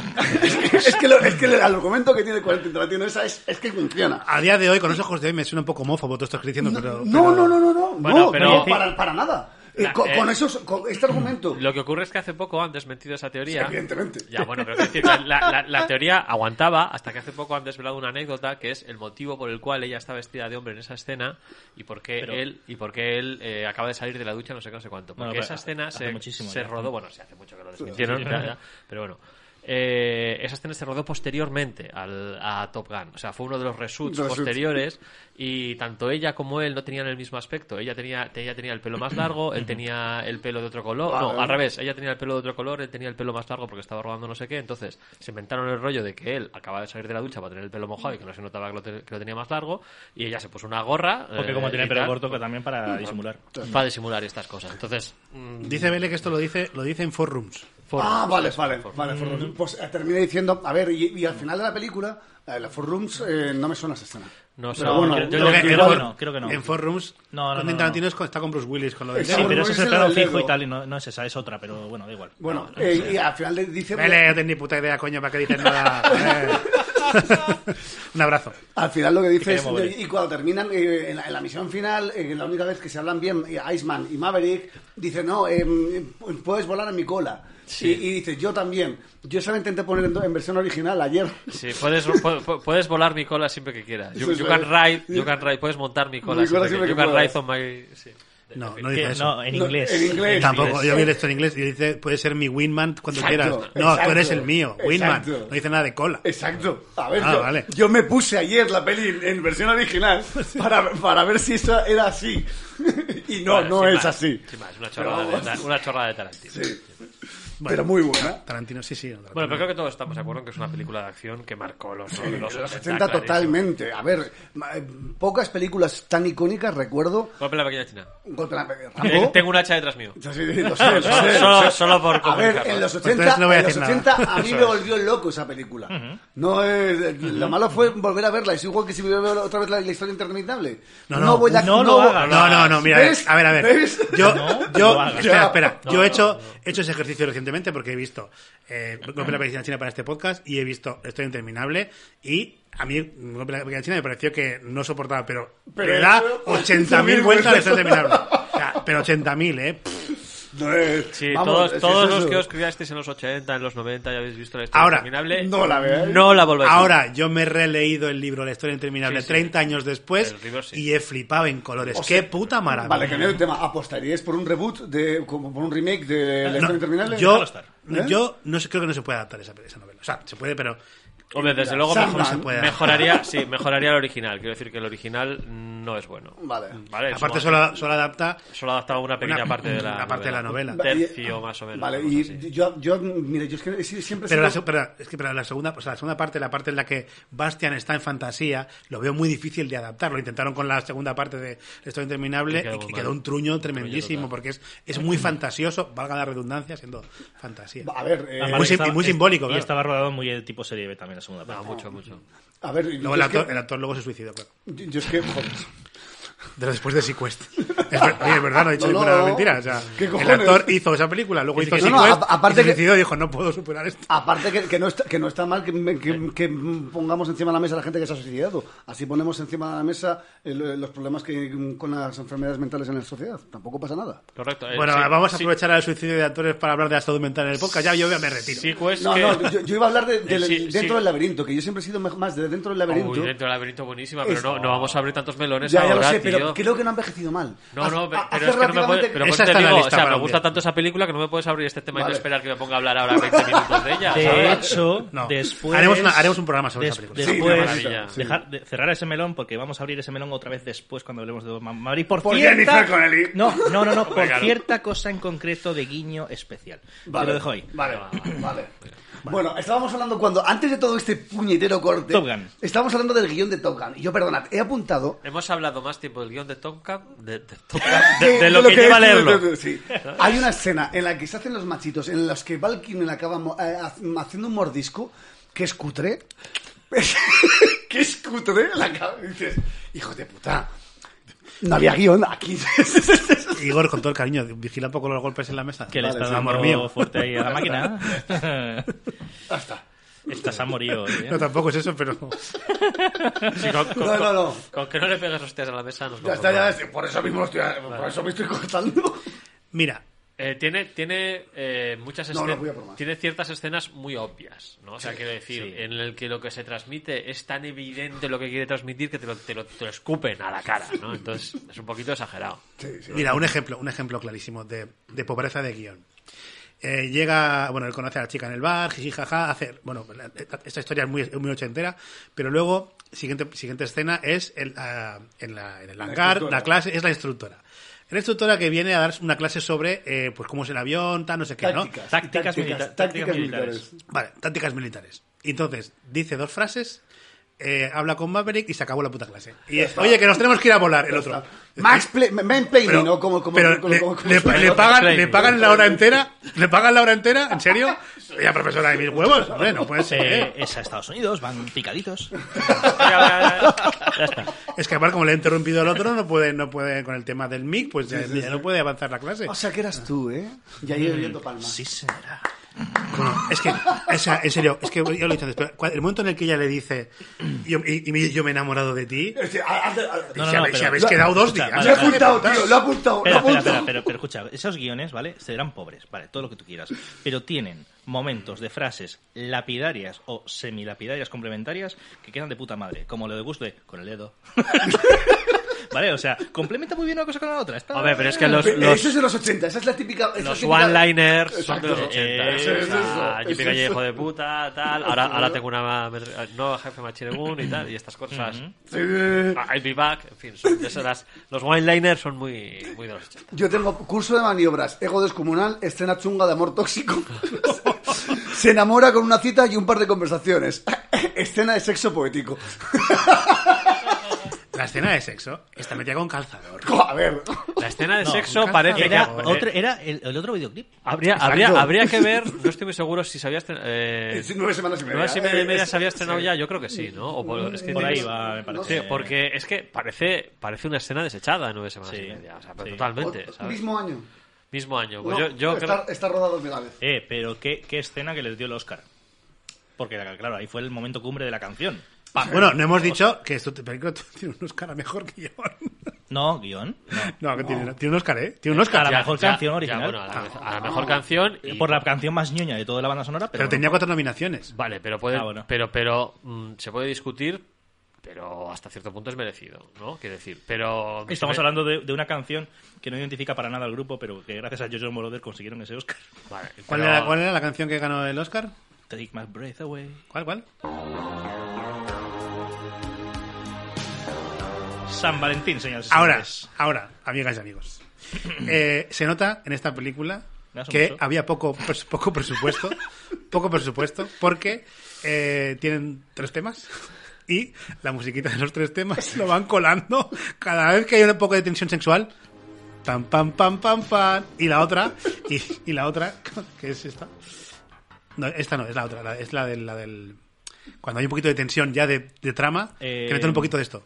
S4: es que, es que, lo- es que el argumento que tiene 40 Tarantino esa es, es que funciona.
S3: A día de hoy, con los ojos de hoy, me suena un poco homófobo todo esto que estoy diciendo,
S4: No,
S3: pero.
S4: no,
S3: pero-
S4: no, no, no.
S5: Bueno,
S4: no,
S5: pero-
S4: no, para, para nada. Eh,
S5: La-
S4: con,
S5: eh,
S4: con esos- con este argumento,
S5: Lo que ocurre es que hace poco han desmentido esa teoría.
S4: evidentemente.
S5: Ya, bueno, pero quiero decir que la, la- la teoría aguantaba hasta que hace poco han desvelado una anécdota que es el motivo por el cual ella está vestida de hombre en esa escena y por qué
S6: Pero-
S5: él, y por qué él eh, acaba de salir de la ducha no sé qué, no sé cuánto.
S6: Bueno,
S5: Porque
S6: pero
S5: esa
S6: hace-
S5: escena
S6: hace
S5: se,
S6: muchísimo
S5: se
S6: ya.
S5: rodó, bueno, se hace mucho que lo desmintieron, ya, ya, pero bueno. Eh, esa escena se rodó posteriormente al, a Top Gun, o sea, fue uno de los reshoots
S4: Reshoots.
S5: posteriores y tanto ella como él no tenían el mismo aspecto. Ella tenía, ella tenía el pelo más largo, él tenía el pelo de otro color, no,
S4: Vale.
S5: al revés revés, ella tenía el pelo de otro color, él tenía el pelo más largo porque estaba robando no sé qué, entonces se inventaron el rollo de que él acaba de salir de la ducha para tener el pelo mojado y que no se notaba que lo, te- que lo tenía más largo, y ella se puso una gorra.
S6: Porque
S5: eh,
S6: como tiene
S5: y
S6: el pelo
S5: tal,
S6: corto, que también para disimular.
S5: Para disimular estas cosas. Entonces, mm,
S3: Dice Vele que esto lo dice, lo dice en forums.
S4: Ah,
S5: forros.
S4: vale, vale, vale. Four
S5: Mm.
S4: Rooms. Pues eh, terminé diciendo, a ver, y, y al final de la película, eh, la Four Rooms eh, no me suena esa escena.
S5: No sé.
S4: Pero bueno,
S5: yo- yo
S6: creo
S5: lo
S6: que-
S5: que-
S6: creo que
S3: for-
S6: no, creo que no.
S3: En forums,
S6: No, no, no,
S3: Quentin
S6: no.
S3: Tarantino es con- está con Bruce Willis con lo del
S4: Sí,
S6: Sí,
S3: dedo.
S6: pero eso es el
S4: Ese era
S6: plano
S4: el
S6: fijo
S4: dedo.
S6: y tal, y no, no es esa, es otra, pero bueno, da igual.
S4: Bueno, eh, y al final le dice...
S3: Vele, no tenés ni puta idea, coño, para que dices nada.
S4: *laughs*
S3: Eh. Un abrazo.
S4: Al final lo que dice es,
S6: queremos ver.
S4: y cuando terminan eh, en, la, en la misión final, eh, la única vez que se hablan bien eh, Iceman y Maverick, dice, no, em, pu- puedes volar en mi cola. Y, y dice, yo también. Yo se la intenté poner en, do- en versión original ayer.
S5: Sí, puedes, pu- pu- puedes volar mi cola siempre que quieras. You,
S4: Eso es
S5: you can
S4: verdad.
S5: ride, you can ride, puedes montar mi cola
S4: Mi cola siempre
S5: siempre que- you
S4: que
S5: can
S4: puedas.
S5: ride on my... sí.
S3: No, no
S6: Que-
S3: dice eso.
S6: no, en
S4: No,
S6: inglés.
S4: en inglés.
S3: Tampoco,
S4: inglés.
S3: yo vi esto en inglés y dice, puede ser mi Winman cuando
S4: Exacto,
S3: quieras. No, tú eres
S4: exacto,
S3: el mío,
S4: exacto.
S3: Winman. No dice nada de cola.
S4: Exacto. A ver,
S3: Ah,
S4: yo,
S3: vale.
S4: yo me puse ayer la peli en, en versión original para, para ver si eso era así. *laughs* y no,
S5: Bueno,
S4: no
S5: sin
S4: es
S5: más,
S4: así.
S5: sin más, una chorrada, de, ta- una chorrada de Tarantino.
S3: Bueno,
S4: Pero muy buena.
S3: Tarantino, sí, sí. Tarantino.
S5: Bueno, pero creo que todos estamos de acuerdo en que es una película de acción que marcó los, los,
S4: Los
S5: 80
S4: 80
S5: clarísimo.
S4: totalmente. A ver, ma- eh, pocas películas tan icónicas recuerdo.
S5: Golpe en la pequeña China.
S4: Contra la-
S5: Eh,
S4: Rambo.
S5: Tengo un hacha detrás mío.
S4: Sí, sí, lo sé, lo sé, lo
S5: *laughs* Solo-
S4: sé.
S5: solo por
S4: A ver,
S5: comunicarlo.
S4: en los
S3: Entonces
S4: 80,
S3: no voy a
S4: en los
S3: decir nada.
S4: 80 a mí me volvió loco esa película. No eh, Lo malo fue volver a verla. Es igual que si me veo otra vez la, la historia interminable.
S3: No, no,
S4: voy a-
S6: no lo
S4: voy-
S6: hagas.
S3: No, no, no, mira,
S4: ¿Ves?
S3: a ver, a ver.
S4: ¿Ves?
S3: Yo,
S6: No,
S3: yo,
S6: no hagas.
S3: espera, espera. yo he hecho, he hecho ese ejercicio recientemente porque he visto eh, Golpe de la Pequeña China para este podcast y he visto Estoy Interminable y a mí Golpe de la Pequeña China me pareció que no soportaba, pero,
S4: Pero
S3: le da
S4: eso-
S3: 80.000 vueltas de Estoy Interminable. O sea, pero 80.000, ¿eh? Pff.
S4: No es-
S5: Sí,
S4: vamos,
S5: todos,
S4: es que
S5: todos
S4: es
S5: los
S4: eso.
S5: que os criasteis en los 80, en los 90, ya habéis visto la historia
S3: Ahora,
S5: interminable.
S4: no la ¿eh? veáis.
S5: No la volváis a ver.
S3: Ahora, yo me he releído el libro La Historia Interminable
S5: Sí, sí.
S3: 30 años después
S5: El libro sí.
S3: y he flipado en colores.
S4: O sea,
S3: ¡Qué puta maravilla!
S4: Vale, cambiando el tema. ¿Apostaríais por un reboot, de, como por un remake de la
S3: No,
S4: historia interminable?
S3: yo,
S4: ¿Eh?
S3: yo no sé, creo que no se puede adaptar esa, esa novela. O sea, se puede, pero
S5: Hombre, desde luego
S4: Sandman.
S5: mejor-
S3: se puede.
S5: mejoraría, sí, mejoraría el original. Quiero decir que el original no es bueno.
S4: Vale.
S5: Vale, en su
S3: aparte
S5: momento-
S3: solo, solo adapta.
S5: solo adaptaba una pequeña
S3: una-
S5: parte de la
S3: una parte de la novela.
S5: Un tercio más o menos.
S4: Vale,
S5: una
S4: y
S5: cosa así.
S4: yo, yo, mira, yo es que he sido- siempre... he
S3: Pero la,
S4: sido-
S3: se- perdón, es que pero la segunda, o sea, la segunda parte, la parte en la que Bastian está en fantasía, lo veo muy difícil de adaptar. Lo intentaron con la segunda parte de La Historia Interminable
S5: Y quedó
S3: y,
S5: muy
S3: quedó
S5: mal.
S3: un truño tremendísimo
S5: total.
S3: porque es, es muy fantasioso, valga la redundancia, siendo fantasía.
S4: A ver, eh,
S3: muy sim- y muy simbólico,
S6: Y
S3: claro.
S6: estaba rodado muy de tipo serie B también la segunda
S5: No,
S6: parte.
S5: mucho, mucho.
S4: a ver... yo
S3: Luego el
S4: es que-
S3: actor, el actor luego se suicidó, claro.
S4: yo- yo es que... joder.
S3: De lo después de Sequest. *laughs* Es ver- Oye, es verdad, no he dicho
S4: No, no,
S3: ninguna
S4: no.
S3: mentira. O sea,
S4: ¿Qué
S3: el
S4: cojones?
S3: actor hizo esa película, luego hizo
S4: que sí. No,
S3: Sequest,
S4: no, a- aparte
S3: y se
S4: que-
S3: suicidó y dijo, no puedo superar esto.
S4: Aparte que, que no está, que no está mal que, me- que- que pongamos encima de la mesa a la gente que se ha suicidado. Así ponemos encima de la mesa eh, lo- los problemas que con las enfermedades mentales en la sociedad. Tampoco pasa nada.
S5: Correcto. eh,
S3: Bueno,
S5: sí,
S3: vamos a
S5: sí,
S3: aprovechar al suicidio de actores para hablar de la salud mental en el podcast. Ya yo ya me retiro.
S5: Sí, pues
S4: No,
S5: que... Eh,
S4: no, yo, yo iba a hablar de, del-
S5: Sí,
S4: dentro
S5: sí.
S4: del laberinto, que yo siempre he sido más de dentro del laberinto.
S5: Uy, dentro del laberinto buenísima, pero
S4: Es-
S5: no, no vamos a abrir tantos melones
S4: ya, ya
S5: ahora,
S4: lo sé,
S5: tío.
S4: pero creo que no ha envejecido mal.
S5: No,
S4: Hace-
S5: no,
S4: a-
S5: pero
S4: hace
S5: es que no me
S4: relativamente-
S5: puedes... Pero
S3: Esa
S5: por eso te
S3: está en la
S5: digo,
S3: lista
S5: o sea,
S3: para
S5: me
S3: un
S5: gusta
S3: día.
S5: tanto esa película que no me puedes abrir este tema y
S4: Vale.
S5: no esperar que me ponga a hablar ahora 20 minutos de ella.
S4: *laughs*
S6: De
S5: ¿sabes?
S6: hecho,
S3: No.
S6: después.
S3: Haremos una- haremos un programa sobre
S6: des-
S3: esa película.
S4: Sí, qué
S6: Después,
S5: maravilla.
S6: dejar, de- cerrar ese melón, porque vamos a abrir ese melón otra vez después cuando hablemos de Ma- Maverick. Por,
S4: Por
S6: cierta,
S4: Jennifer Connelly.
S6: No,
S3: *laughs*
S6: no, no, no por
S5: Venga, no.
S6: cierta cosa en concreto de guiño especial. Te lo dejo ahí.
S4: Vale,
S5: Ah,
S4: vale. Bueno, estábamos hablando cuando, antes de todo este puñetero corte,
S6: Top Gun.
S4: estábamos hablando del guión de Top Gun. Y yo, perdonad, he apuntado
S5: Hemos hablado más tiempo del guión de Tom Cruise- de, de Tom Cruise- de- de lo que, lleva
S4: es-
S5: leerlo.
S4: de- de- *laughs* sí. Hay una escena en la que se hacen los machitos, en las que Val Kilmer acaba mo- eh, ha- haciendo un mordisco, que es cutre. *laughs* que es cutre. La acaba- y dices, hijo de puta. No había guión aquí. *laughs*
S3: Igor, con todo el cariño, vigila un poco los golpes en la mesa.
S6: Que le
S4: Vale,
S6: está
S4: sí,
S6: dando
S3: amor mío.
S6: fuerte ahí a la máquina.
S4: Hasta.
S6: Estás a morir hoy, ¿eh?
S3: *laughs* No, tampoco es eso, pero...
S5: Sí, con, con-
S4: No, no, no.
S5: con que no le pegues hostias a la mesa nos
S4: Ya está, ya está. Por eso mismo lo estoy, por eso me estoy cortando.
S3: Mira,
S5: Eh, tiene tiene eh, muchas
S4: No, no
S5: escenas
S4: voy a por más.
S5: tiene ciertas escenas muy obvias no o sea quiero decir
S6: sí.
S5: en el que lo que se transmite es tan evidente lo que quiere transmitir que te lo, te lo- te lo escupen a la cara no entonces es un poquito exagerado
S4: Sí, sí.
S3: Mira, un ejemplo, un ejemplo clarísimo de, de pobreza de guión. Eh, llega, bueno, él conoce a la chica en el bar, jiji, jaja, hace, bueno, la- esta historia es muy, muy ochentera, pero luego, siguiente, siguiente escena es el, ah, en, la- en el hangar, la,
S4: instructora.
S3: clase, es la instructora. La instructora que viene a dar una clase sobre, eh, pues, cómo es el avión, tal, no sé qué, ¿no?
S4: Tácticas,
S6: Tácticas
S4: tácticas,
S6: milita-
S4: tácticas
S6: tácticas
S4: militares.
S3: Vale, tácticas militares. Y Entonces, dice dos frases, eh, habla con Maverick y se acabó la puta clase. Y, es, oye, que nos tenemos que ir a volar, el otro.
S4: Max Play, Mansplaining,
S3: Pero,
S4: ¿no? Como, como,
S3: pero
S4: como-
S3: le,
S4: como- como-
S3: le-
S4: como-
S3: le pagan, le
S5: Explain.
S3: pagan la hora entera, le pagan la hora entera, ¿en
S4: *laughs*
S3: serio? Ella profesora de mis huevos, hombre, no puede ser.
S6: Eh, es a Estados Unidos, van
S3: *laughs*
S6: picaditos.
S5: ya está
S3: Es que además como le he interrumpido al otro, no puede, no puede con el tema del mic, pues ya, ya no puede avanzar la clase.
S4: O sea, que eras tú, ¿eh? Y ahí viendo palmas.
S6: Mm, Sí, señora.
S3: Bueno, es que, o sea, en serio, es que yo lo he dicho antes, pero cua- el momento en el que ella le dice, yo, y, y me- yo me he enamorado de ti,
S4: Es decir, a- a- a-
S3: y
S6: No, no,
S3: si
S6: no,
S3: habéis, si
S6: pero-
S3: habéis quedado dos
S6: Escucha,
S3: días.
S4: Lo he
S6: vale, vale.
S4: apuntado, tío, lo he apuntado, lo he
S6: Espera, espera, espera,
S4: apuntado.
S6: pero, pero escucha, esos guiones, ¿vale? Serán pobres, ¿vale? Todo lo que tú quieras. Pero tienen momentos de frases lapidarias o semilapidarias complementarias que quedan de puta madre. Como lo de Gusto de con el dedo. *laughs* ¿Vale? O sea, complementa muy bien una cosa con la otra. Está-
S5: Hombre, pero es que los,
S4: Pero
S5: los,
S4: Eso es de los 80, esa es la típica. esa
S5: los
S4: es la típica-
S5: one-liners son de los
S4: Exacto.
S5: 80.
S4: Eso es
S5: o sea,
S4: eso,
S5: Yipi
S4: es
S5: Calle,
S4: eso.
S5: hijo de puta, tal. Ahora, ahora tengo una nueva jefe Machinegun y tal, y estas cosas. Ah, I'll be back, en fin. Son de esas, las- los one-liners son muy, muy de los 80.
S4: Yo tengo curso de maniobras, ego descomunal, escena chunga de amor tóxico. *laughs* Se enamora con una cita y un par de conversaciones. *laughs* Escena de sexo poético. *laughs*
S3: La escena de sexo está metida con calzador.
S4: A ver.
S5: La escena de
S6: No,
S5: sexo
S3: nunca
S5: parece
S3: sabía.
S5: que...
S6: Era,
S5: eh,
S6: otro- era el, el otro videoclip.
S5: habría, habría, habría que ver, no estoy muy seguro si sabías... Eh,
S4: Es Nueve semanas y media.
S5: Nueve y media,
S4: Eh,
S5: media
S4: es-
S5: se había estrenado ya, yo creo que sí, ¿no? O por, es que
S6: Por ahí
S5: tienes-
S6: va, me parece.
S5: Sí, porque es que parece, parece una escena desechada nueve semanas
S6: Sí,
S5: y media. O sea, pero
S6: sí.
S5: totalmente,
S4: Ot-
S5: ¿sabes?
S4: Mismo año.
S5: Mismo año. Pues
S4: No,
S5: yo, yo creo-
S4: está, está rodado de la vez.
S6: Eh, pero qué, qué escena que les dio el Oscar. Porque, claro, ahí fue el momento cumbre de la canción. Pam.
S3: Bueno, no hemos dicho que esto película tiene un Oscar a mejor guión.
S6: No, guión. no.
S3: No, que tiene, tiene un Oscar, ¿eh? Tiene un Oscar.
S6: A la
S5: Ya,
S6: mejor
S5: ya,
S6: canción
S5: ya,
S6: original.
S5: bueno, a la, a la mejor canción. y-
S6: Por la canción más ñoña de toda la banda sonora, pero,
S3: Pero
S6: bueno.
S3: tenía cuatro nominaciones.
S5: Vale, pero puede,
S6: Ah, bueno.
S5: pero, pero mm, se puede discutir, pero hasta cierto punto es merecido, ¿no? Quiero decir, pero
S6: Estamos
S3: Eh.
S6: hablando de, de una canción que no identifica para nada al grupo, pero que gracias a Jojo Moroder consiguieron ese Oscar. *laughs*
S5: Vale,
S3: ¿Cuál,
S5: pero-
S3: era, ¿Cuál era la canción que ganó el Oscar?
S6: Take my breath away.
S3: ¿Cuál, cuál?
S6: San Valentín, señores. y
S3: Ahora,
S6: señores.
S3: ahora, amigas y
S6: *clears throat*
S3: amigos. Eh, se nota en esta película
S6: Me asomo
S3: que
S6: mucho.
S3: había poco, pres- poco
S6: *laughs*
S3: presupuesto, poco presupuesto, porque eh, tienen tres temas y la musiquita de los tres temas lo van colando cada vez que hay un poco de tensión sexual. Pam, pam, pam, pam, pam. Y la otra, y, y la otra, *laughs* que es esta. No, esta no, es la otra, la- es la del, la del... Cuando hay un poquito de tensión ya de, de trama,
S6: Eh,
S3: que meten un poquito de esto.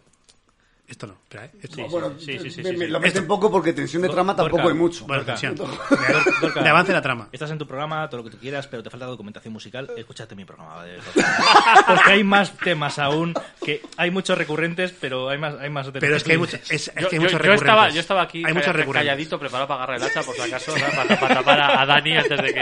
S3: Esto no, espera, ¿eh? esto.
S6: Sí, sí,
S4: Bueno,
S6: sí, sí, sí,
S4: me-
S6: sí,
S4: me
S6: sí.
S4: lo meten poco porque tensión de trama tampoco
S6: Gorka.
S4: hay mucho.
S3: Bueno,
S6: Gorka.
S3: atención. *laughs*
S6: Gorka.
S3: Le avance la trama.
S6: Estás en tu programa, todo lo que tú quieras, pero te falta documentación musical. Escúchate mi programa.
S3: *laughs*
S6: ¿vale? Porque hay más temas aún, que hay muchos recurrentes, pero hay más, hay más temas.
S3: Pero es que hay, mucho, es, es
S5: Yo,
S3: que hay
S5: yo-
S3: muchos
S5: yo
S3: recurrentes.
S5: estaba, yo estaba aquí
S3: Hay
S5: calla-
S3: muchos recurrentes.
S5: calladito, preparado para agarrar el hacha, por si acaso, ¿sabes? para, para tapar a, a Dani antes de que,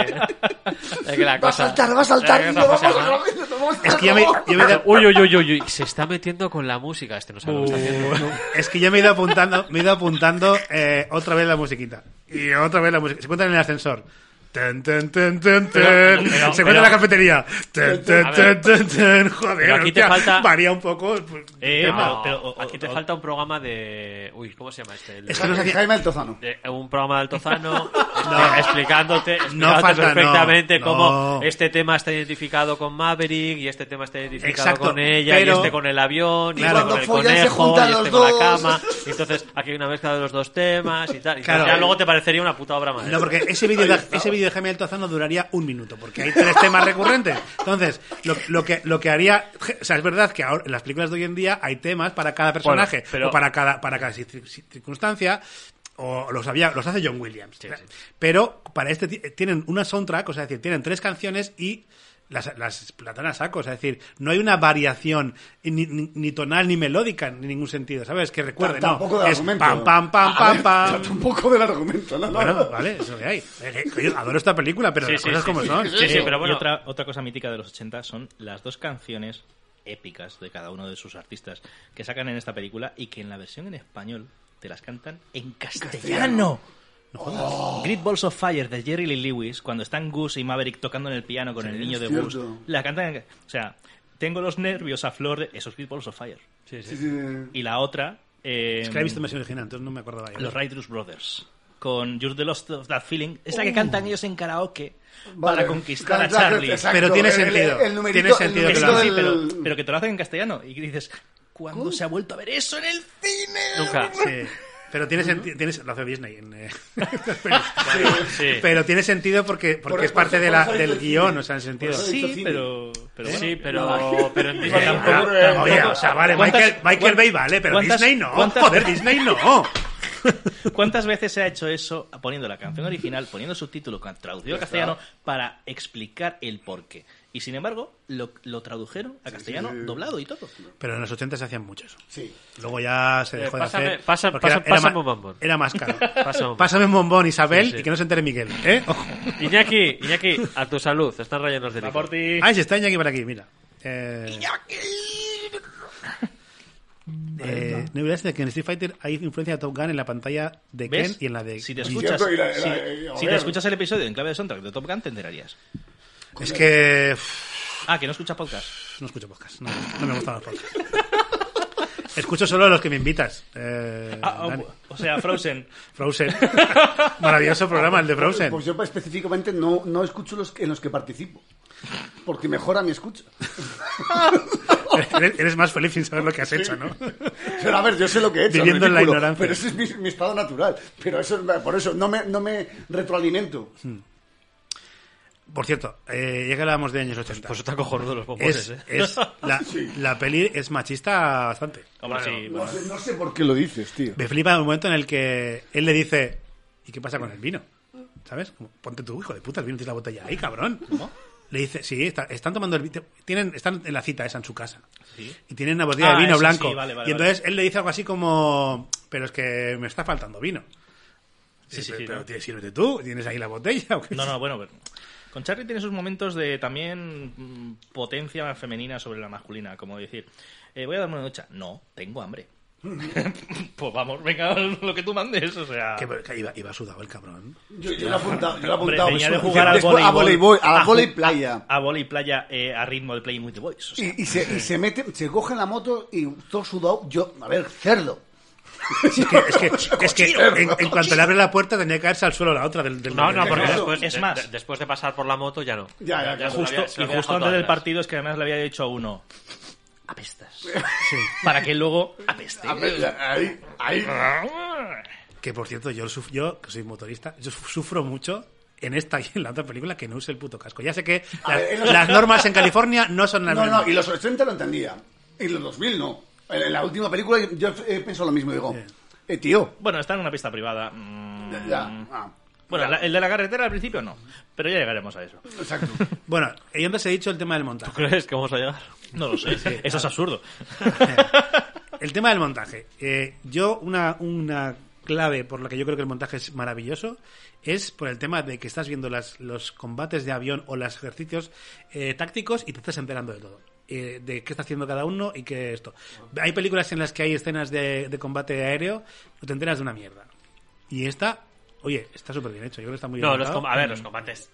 S5: de que la
S4: Va a
S5: cosa...
S4: saltar, va a saltar.
S5: de que
S4: no,
S5: esa
S4: vamos
S5: cosa,
S4: a
S5: ¿no?
S4: grabar, no, vamos a
S3: Es que
S5: *laughs*
S3: ya me,
S4: grabar.
S3: yo me he dado-
S5: Uy, uy, uy, uy, uy, se está metiendo con la música este, no sabe lo que está haciendo.
S3: es que ya me he ido apuntando, me he ido apuntando eh, otra vez la musiquita. Y otra vez la música. Se cuentan en el ascensor. Ten, ten, ten, ten, ten.
S5: Pero- pero-
S3: se
S5: pero-
S3: cuenta en la cafetería. Ten, ten,
S5: A ver.
S3: ten, ten, ten. Joder,
S5: Pero aquí te
S3: hostia,
S5: falta-
S3: varía un poco. pues,
S6: Eh,
S5: No,
S6: pero- pero- o- o-
S5: aquí te
S6: o-
S5: falta un programa de... Uy, ¿cómo se llama este? El-
S3: Es que no sé qué-
S4: Jaime el Tozano.
S5: de- un programa
S3: *laughs*
S5: de Altozano eh, explicándote, explicándote
S3: falta, no,
S5: perfectamente
S3: no.
S5: cómo este tema está identificado con Maverick y este tema está identificado
S3: Exacto,
S5: con ella
S3: pero-
S5: y este con el
S3: Claro.
S5: avión y este con
S4: Cuando
S5: el
S4: follan se
S5: conejo y
S4: juntan
S5: este
S4: los
S5: con la
S4: dos.
S5: cama y entonces aquí hay una mezcla de los dos temas y tal y
S3: Claro.
S5: ya luego te parecería una puta obra maestra
S3: No, porque ese vídeo de, ese vídeo de Jaime del Tozano duraría un minuto, porque hay tres temas recurrentes. Entonces, lo, lo que, lo que haría. O sea, es verdad que ahora, en las películas de hoy en día hay temas para cada personaje,
S5: Bueno, pero-
S3: o para cada, para cada cir- cir- circunstancia, o los, había, los hace John Williams.
S5: Sí, sí.
S3: Pero para este ti- tienen una soundtrack, o sea, es decir, tienen tres canciones y las, las platanas sacos, es decir, no hay una variación ni, ni- ni tonal ni melódica en ningún sentido, ¿sabes? Que recuerde,
S4: Tampoco
S3: no,
S4: del
S3: es
S4: argumento.
S3: pam, pam, pam,
S4: A
S3: pam,
S4: ver, *laughs*
S3: pam.
S4: Tampoco del argumento, no, no.
S3: Ah. Bueno, vale, eso que hay. Eh, que- Yo adoro esta película, pero
S5: Sí,
S3: las
S5: sí,
S3: cosas
S5: sí,
S3: como
S5: sí.
S3: son.
S5: Sí, sí, pero
S6: Eh, Y
S5: bueno.
S6: otra, otra cosa mítica de los 80 son las dos canciones épicas de cada uno de sus artistas que sacan en esta película y que en la versión en español te las cantan en castellano. No jodas. Great Balls of Fire de Jerry Lee Lewis, cuando están Goose y Maverick tocando en el piano con el niño de
S4: es
S6: Goose,
S4: cierto.
S6: la cantan. en- O sea, tengo los nervios a flor de. Esos Great Balls of Fire.
S4: Sí, sí, sí.
S6: Y la otra. eh,
S3: Es que la he visto en versión original, entonces no me acordaba yo.
S6: los Raiders Brothers con You're the Lost of That Feeling, es la que cantan ellos en karaoke para
S4: Vale.
S6: conquistar a
S4: Claro, claro,
S6: Charlie.
S4: exacto.
S3: Pero tiene
S4: El- el-
S3: sentido.
S4: el numerito-
S3: Tiene sentido
S6: Que
S4: el
S6: sí,
S3: Claro.
S6: sí,
S4: numerito
S6: pero,
S4: del-
S6: pero que te lo hacen en castellano y dices, ¿cuándo se ha vuelto a ver eso en el cine?
S5: Nunca.
S3: Sí. Pero tiene sentido, tienes, lo hace Disney. en,
S5: *laughs*
S3: eh,
S5: Sí.
S3: Pero tiene sentido porque, porque
S4: Por-
S3: es parte
S4: por-
S3: de la,
S4: por-
S3: del
S4: por-
S3: guión, o sea, en sentido.
S4: por-
S6: Sí,
S4: Dicho cine.
S6: pero, pero bueno.
S5: Sí, pero, pero en Disney-
S6: tampoco-
S5: Ah,
S3: Ah, oye,
S6: tampoco-
S3: o sea, vale,
S6: ¿Cuántas-
S3: Michael, Michael
S6: cuán-
S3: Bay vale, pero
S6: cuántas-
S3: Disney no.
S6: cuántas-
S3: Joder, Disney
S5: *laughs*
S3: no.
S6: ¿Cuántas veces se ha hecho eso poniendo la canción original, poniendo subtítulos con- traducido al castellano para explicar el porqué? Y sin embargo, lo, lo tradujeron a castellano doblado y todo.
S3: Pero en los 80 se hacían muchos.
S4: Sí.
S3: Luego ya se
S5: Eh,
S3: dejó
S5: pásame-
S3: de hacer.
S5: pasa-
S3: porque
S5: pasa-
S3: ma-
S5: pásame un bombón.
S3: era más caro.
S5: *laughs* Pásame un bombón.
S3: Pásame un bombón, Isabel,
S5: sí.
S3: y que no se entere Miguel. ¿eh? Ojo.
S5: Iñaki, Iñaki, a tu salud, están rellenos de licor.
S3: Ah, si está Iñaki por aquí, mira. Eh, eh, no olvides de que en Street Fighter hay influencia de Top Gun en la pantalla de Ken
S6: ¿Ves?
S3: y en la de
S6: Si te
S3: Guillermo.
S6: escuchas,
S4: Cierto, y la-
S6: si,
S4: la- eh,
S6: si
S4: joder.
S6: te escuchas el episodio en clave de soundtrack de Top Gun, te enterarías.
S3: Es que uf,
S6: Ah, que no escuchas podcast.
S3: no escucho podcast. No, no me gustan los
S6: *laughs*
S3: podcasts. Escucho solo los que me invitas. Eh,
S6: Ah, ah,
S3: Dani.
S6: o sea,
S3: *laughs*
S6: Frozen.
S3: Frozen. Maravilloso programa, el de Frozen.
S4: Pues yo específicamente no, no escucho los que- en los que participo. Porque mejora mi escucha.
S3: *laughs*
S4: *laughs*
S3: Eres eres más feliz sin saber lo que has hecho, ¿no?
S4: Pero a ver, yo sé lo que he hecho.
S3: Viviendo en la
S4: ridículo,
S3: ignorancia.
S4: Pero ese es mi, mi estado natural. Pero eso es- por eso no me, no me retroalimento.
S3: Por cierto, eh, ya que hablábamos de años 80.
S5: Pues está cojonudo los bombones,
S3: es,
S5: ¿eh?
S6: *laughs*
S3: es la, la peli es machista bastante.
S6: Hombre, sí,
S4: No
S6: bueno.
S4: sé, no sé por qué lo dices, tío.
S3: Me flipa el momento en el que él le dice, ¿y qué pasa con el vino? ¿Sabes? Como, Ponte tu hijo de puta, el vino tienes la botella ahí, cabrón. Le dice, sí, está- están tomando el vino. Tienen, están en la cita esa en su casa. Y tienen una botella
S6: Ah,
S3: de vino
S6: eso sí,
S3: blanco.
S6: vale, vale,
S3: y entonces él le dice algo así como, pero es que me está faltando vino.
S6: Sí, sí,
S3: Pero-
S6: sí,
S3: pero
S6: no.
S3: tienes- sírvete tú, tienes ahí la botella. ¿o qué?
S6: No, no, bueno, pero con Charlie tiene sus momentos de también mm, potencia femenina sobre la masculina, como decir, eh, voy a darme una ducha. No, tengo hambre. *laughs* pues vamos, venga, *laughs* lo que tú mandes, o sea.
S3: Que, que iba, iba sudado el
S6: *laughs*
S3: cabrón.
S4: Yo, yo lo he apuntado. Yo lo he
S6: Hombre,
S4: apuntado.
S6: venía de
S4: Después-
S6: jugar al
S4: después
S6: voleibol,
S4: a voleibol, a
S6: ju-
S4: voleibol playa.
S6: A, a voleibol playa eh, a ritmo de Playing with the Boys. O sea,
S4: Y, y se, y se mete, se coge la moto y todo sudado. Yo, a ver, cerdo.
S3: Sí, es que, es que, es que en, en cuanto le abre la puerta tenía que caerse al suelo la otra del, del
S5: No, no,
S3: del-
S5: porque
S4: Claro.
S5: después,
S6: Es
S5: de-
S6: más.
S5: de- después de pasar por la moto ya no.
S4: *laughs* Ya, ya, ya,
S5: se lo había- se lo
S6: justo, y
S5: había
S6: justo
S5: dejado
S6: antes del
S5: atrás.
S6: partido es que además le había dicho a uno,
S4: *laughs*
S6: apestas. Para que luego apeste.
S4: A ver, ahí, ahí.
S3: Que por cierto, yo, suf- yo que soy motorista, yo suf- sufro mucho en esta y en la otra película que no use el puto casco. Ya sé que
S4: A
S3: las,
S4: ver, en los-
S3: las normas en California no son las
S4: No,
S3: mismas.
S4: no, y los 80 lo entendía. Y los 2000 no. En en la última película yo- yo he pensado lo mismo. Digo, eh, tío.
S6: Bueno, está en una pista privada. mm,
S4: Ya, ya, ah,
S6: Bueno,
S4: ya,
S6: la- el de la carretera al principio no, pero ya llegaremos a eso.
S4: Exacto.
S3: Bueno, yo antes he dicho el tema del montaje.
S5: ¿Crees que vamos a llegar?
S6: No lo sé, eso es absurdo.
S3: El tema del montaje. Eh, yo, una, una clave por la que yo creo que el montaje es maravilloso es por el tema de que estás viendo las, los combates de avión o los ejercicios eh, tácticos y te estás enterando de todo. Eh, de qué está haciendo cada uno y qué esto. Hay películas en las que hay escenas de, de combate aéreo, no te enteras de una mierda. Y esta, oye, está súper bien hecho. Yo creo que está muy bien.
S5: No, los
S3: montado.
S5: com- a ver, los combates.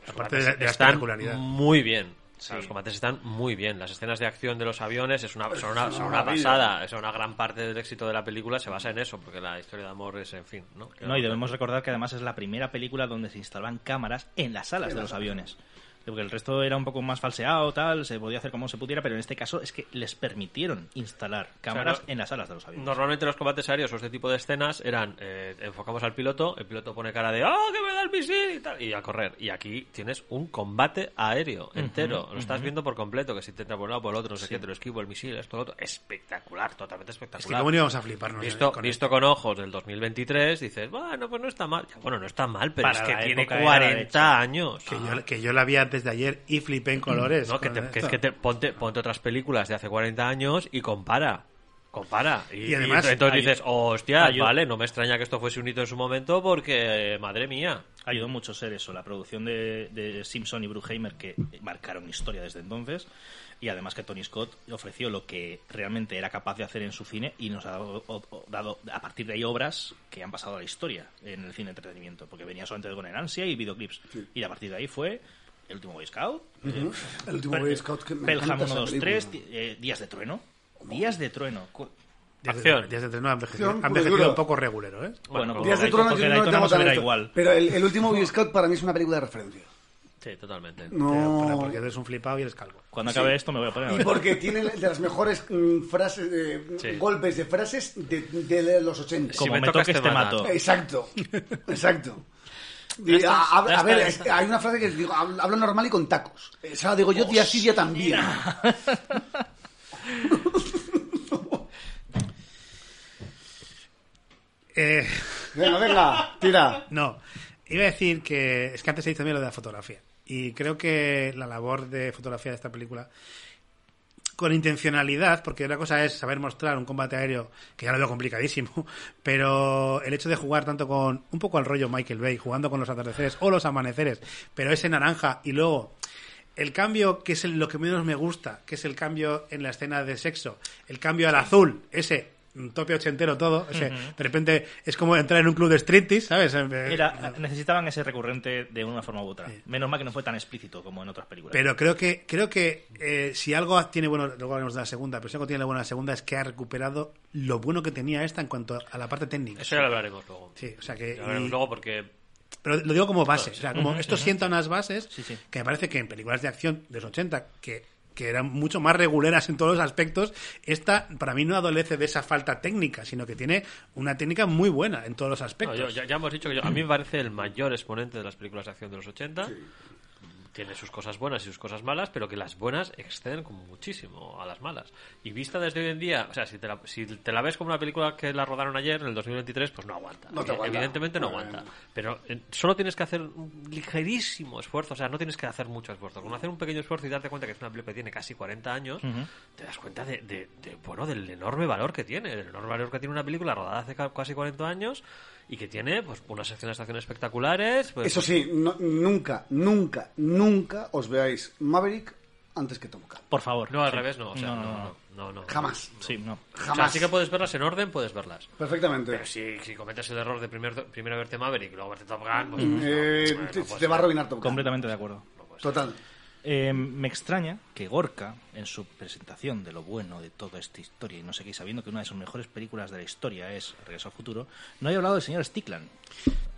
S5: los
S3: Aparte
S5: combates
S3: de- de la espectacularidad.
S5: están muy bien. O sea, Los combates están muy bien. Las escenas de acción de los aviones es una, son una, son una pasada. Es una gran parte del éxito de la película se basa en eso, porque la historia de amor es, en fin, ¿no?
S6: No, y debemos recordar que además es la primera película donde se instalaban cámaras en las alas de los aviones. Porque el resto era un poco más falseado, tal, se podía hacer como se pudiera, pero en este caso es que les permitieron instalar cámaras
S5: no-
S6: en las alas de los aviones.
S5: Normalmente los combates aéreos o este tipo de escenas eran eh, enfocamos al piloto, el piloto pone cara de ¡Oh, que me da el misil! y tal, y a correr. Y aquí tienes un combate aéreo entero, lo estás viendo por completo, que si te entra por un lado por el otro, no sé qué, te lo esquivo, el misil, esto, lo otro. Espectacular, totalmente espectacular.
S3: Es que cómo no íbamos a fliparnos. eh,
S5: Visto,
S3: con
S5: visto con ojos del 2023, dices, bueno, pues no está mal. Ya, Bueno, no está mal, pero
S6: Para
S5: es que
S6: la
S5: tiene
S6: época era la
S5: 40 años.
S3: Que yo, que yo la vi antes antes de ayer y flipé en colores.
S5: Ah. Mm, No, que,
S3: con
S5: te- que es
S3: esto.
S5: que te- ponte, ponte otras películas de hace 40 años y compara. Compara. Y,
S3: Y además-
S5: y entonces
S6: Ay-
S5: dices, hostia,
S6: Ay-
S5: vale, no me extraña que esto fuese un hito en su momento porque, eh, madre mía.
S6: Ayudó mucho ser eso, la producción de, de Simpson y Bruheimer que marcaron historia desde entonces y además que Tony Scott ofreció lo que realmente era capaz de hacer en su cine y nos ha dado, o- o- dado a partir de ahí obras que han pasado a la historia en el cine de entretenimiento, porque venía solamente con Ansia y videoclips y a partir de ahí fue El último Boy Scout,
S4: *laughs*
S6: eh,
S4: El último
S6: Pel-
S4: Boy Scout que me
S6: Pelham
S4: encanta esa
S6: 123,
S4: película.
S6: eh, Días de Trueno, Días de Trueno. cu-
S3: Días de-
S5: Acción.
S3: Días de entreno ha envejecido,
S4: Acción
S3: ha envejecido
S4: pura y dura.
S3: un poco regulero, ¿eh?
S6: Bueno,
S5: como
S6: porque
S4: Días de
S6: Dayton-
S4: Trono
S6: porque
S4: yo no
S6: Dayton
S4: tengo
S6: no se verá
S4: talento,
S6: igual.
S4: Pero el, el último Boy Scout para mí es una película de referencia.
S5: Sí, totalmente.
S3: Pero-
S4: No.
S3: pero Eh, porque eres un flipado y eres calvo.
S6: Cuando acabe esto me voy a poner a
S4: Y
S6: ver.
S4: porque tiene de las mejores mm, frases, eh,
S5: Sí.
S4: golpes de frases de, de los 80.
S5: Sí.
S6: Como
S5: me
S6: me
S5: tocas,
S6: toques
S5: te
S6: te
S5: mato.
S6: mato.
S4: Exacto,
S5: *laughs*
S4: exacto. Y a, a- a
S5: ya
S4: ver,
S5: está,
S4: es- hay una frase que digo, hablo hablo normal y con tacos. O sea, digo yo día sí, día también.
S3: Eh, *laughs*
S4: Venga, venga, tira.
S3: no, iba a decir que es que antes he dicho también lo de la fotografía. Y creo que la labor de fotografía de esta película, con intencionalidad, porque una cosa es saber mostrar un combate aéreo, que ya lo veo complicadísimo, *laughs* pero el hecho de jugar tanto con un poco al rollo Michael Bay, jugando con los atardeceres o los amaneceres, pero ese naranja y luego el cambio que es el- lo que menos me gusta, que es el cambio en la escena de sexo, el cambio al azul, ese mm, tope ochentero todo, ese, de repente es como entrar en un club de striptease, ¿sabes? Eh,
S6: Era- necesitaban ese recurrente de una forma u otra. Menos mal que no fue tan explícito como en otras películas.
S3: Pero creo que, creo que eh, si algo tiene bueno, luego hablaremos de la segunda, pero si algo tiene bueno la segunda es que ha recuperado lo bueno que tenía esta en cuanto a la parte técnica.
S5: Eso ya lo hablaremos luego.
S3: Sí, o sea que-
S5: Ya lo hablaremos
S3: y-
S5: luego porque
S3: Pero lo digo como base, o sea, como esto sienta unas bases
S6: Sí, sí.
S3: que me parece que en películas de acción de los 80, que, que eran mucho más reguleras en todos los aspectos, esta para mí no adolece de esa falta técnica, sino que tiene una técnica muy buena en todos los
S5: No,
S3: aspectos.
S5: yo- ya, ya hemos dicho que yo- a mí me parece el mayor exponente de las películas de acción de los 80. Tiene sus cosas buenas y sus cosas malas, pero que las buenas exceden como muchísimo a las malas. Y vista desde hoy en día, o sea, si te la, si te la ves como una película que la rodaron ayer, en el 2023, pues no aguanta.
S4: No te
S5: Eh,
S4: aguanta.
S5: Evidentemente no
S4: No, no,
S5: aguanta.
S4: no.
S5: Pero eh, solo tienes que hacer un ligerísimo esfuerzo, o sea, no tienes que hacer mucho esfuerzo. Con hacer un pequeño esfuerzo y darte cuenta que es una película que tiene casi 40 años, te das cuenta de, de- de, bueno, del enorme valor que tiene, del enorme valor que tiene una película rodada hace ca- casi 40 años y que tiene pues unas escenas de acción espectaculares. pues-
S4: Eso sí, no- nunca, nunca, nunca os veáis Maverick antes que Tom Cruise.
S6: Por favor.
S5: No, al
S6: Sí.
S5: revés no, o sea,
S6: No,
S5: no,
S6: no,
S5: no,
S6: no.
S5: no, no.
S4: Jamás.
S6: Sí, no.
S5: O sea,
S4: Jamás.
S5: sí que puedes verlas en orden, puedes verlas.
S4: Perfectamente.
S5: Pero si, si cometes el error de primer, primero verte Maverick y luego verte Top Gun, pues, no,
S4: Eh,
S5: bueno, pues no
S4: te,
S5: puedes
S4: te va a
S5: ver.
S4: arruinar Tom Cruise.
S6: Completamente de acuerdo.
S4: Total.
S6: Eh, me extraña que Gorka, en su presentación de lo bueno de toda esta historia y no sé qué, y sabiendo que una de sus mejores películas de la historia es Regreso al Futuro, no haya hablado del señor Stickland.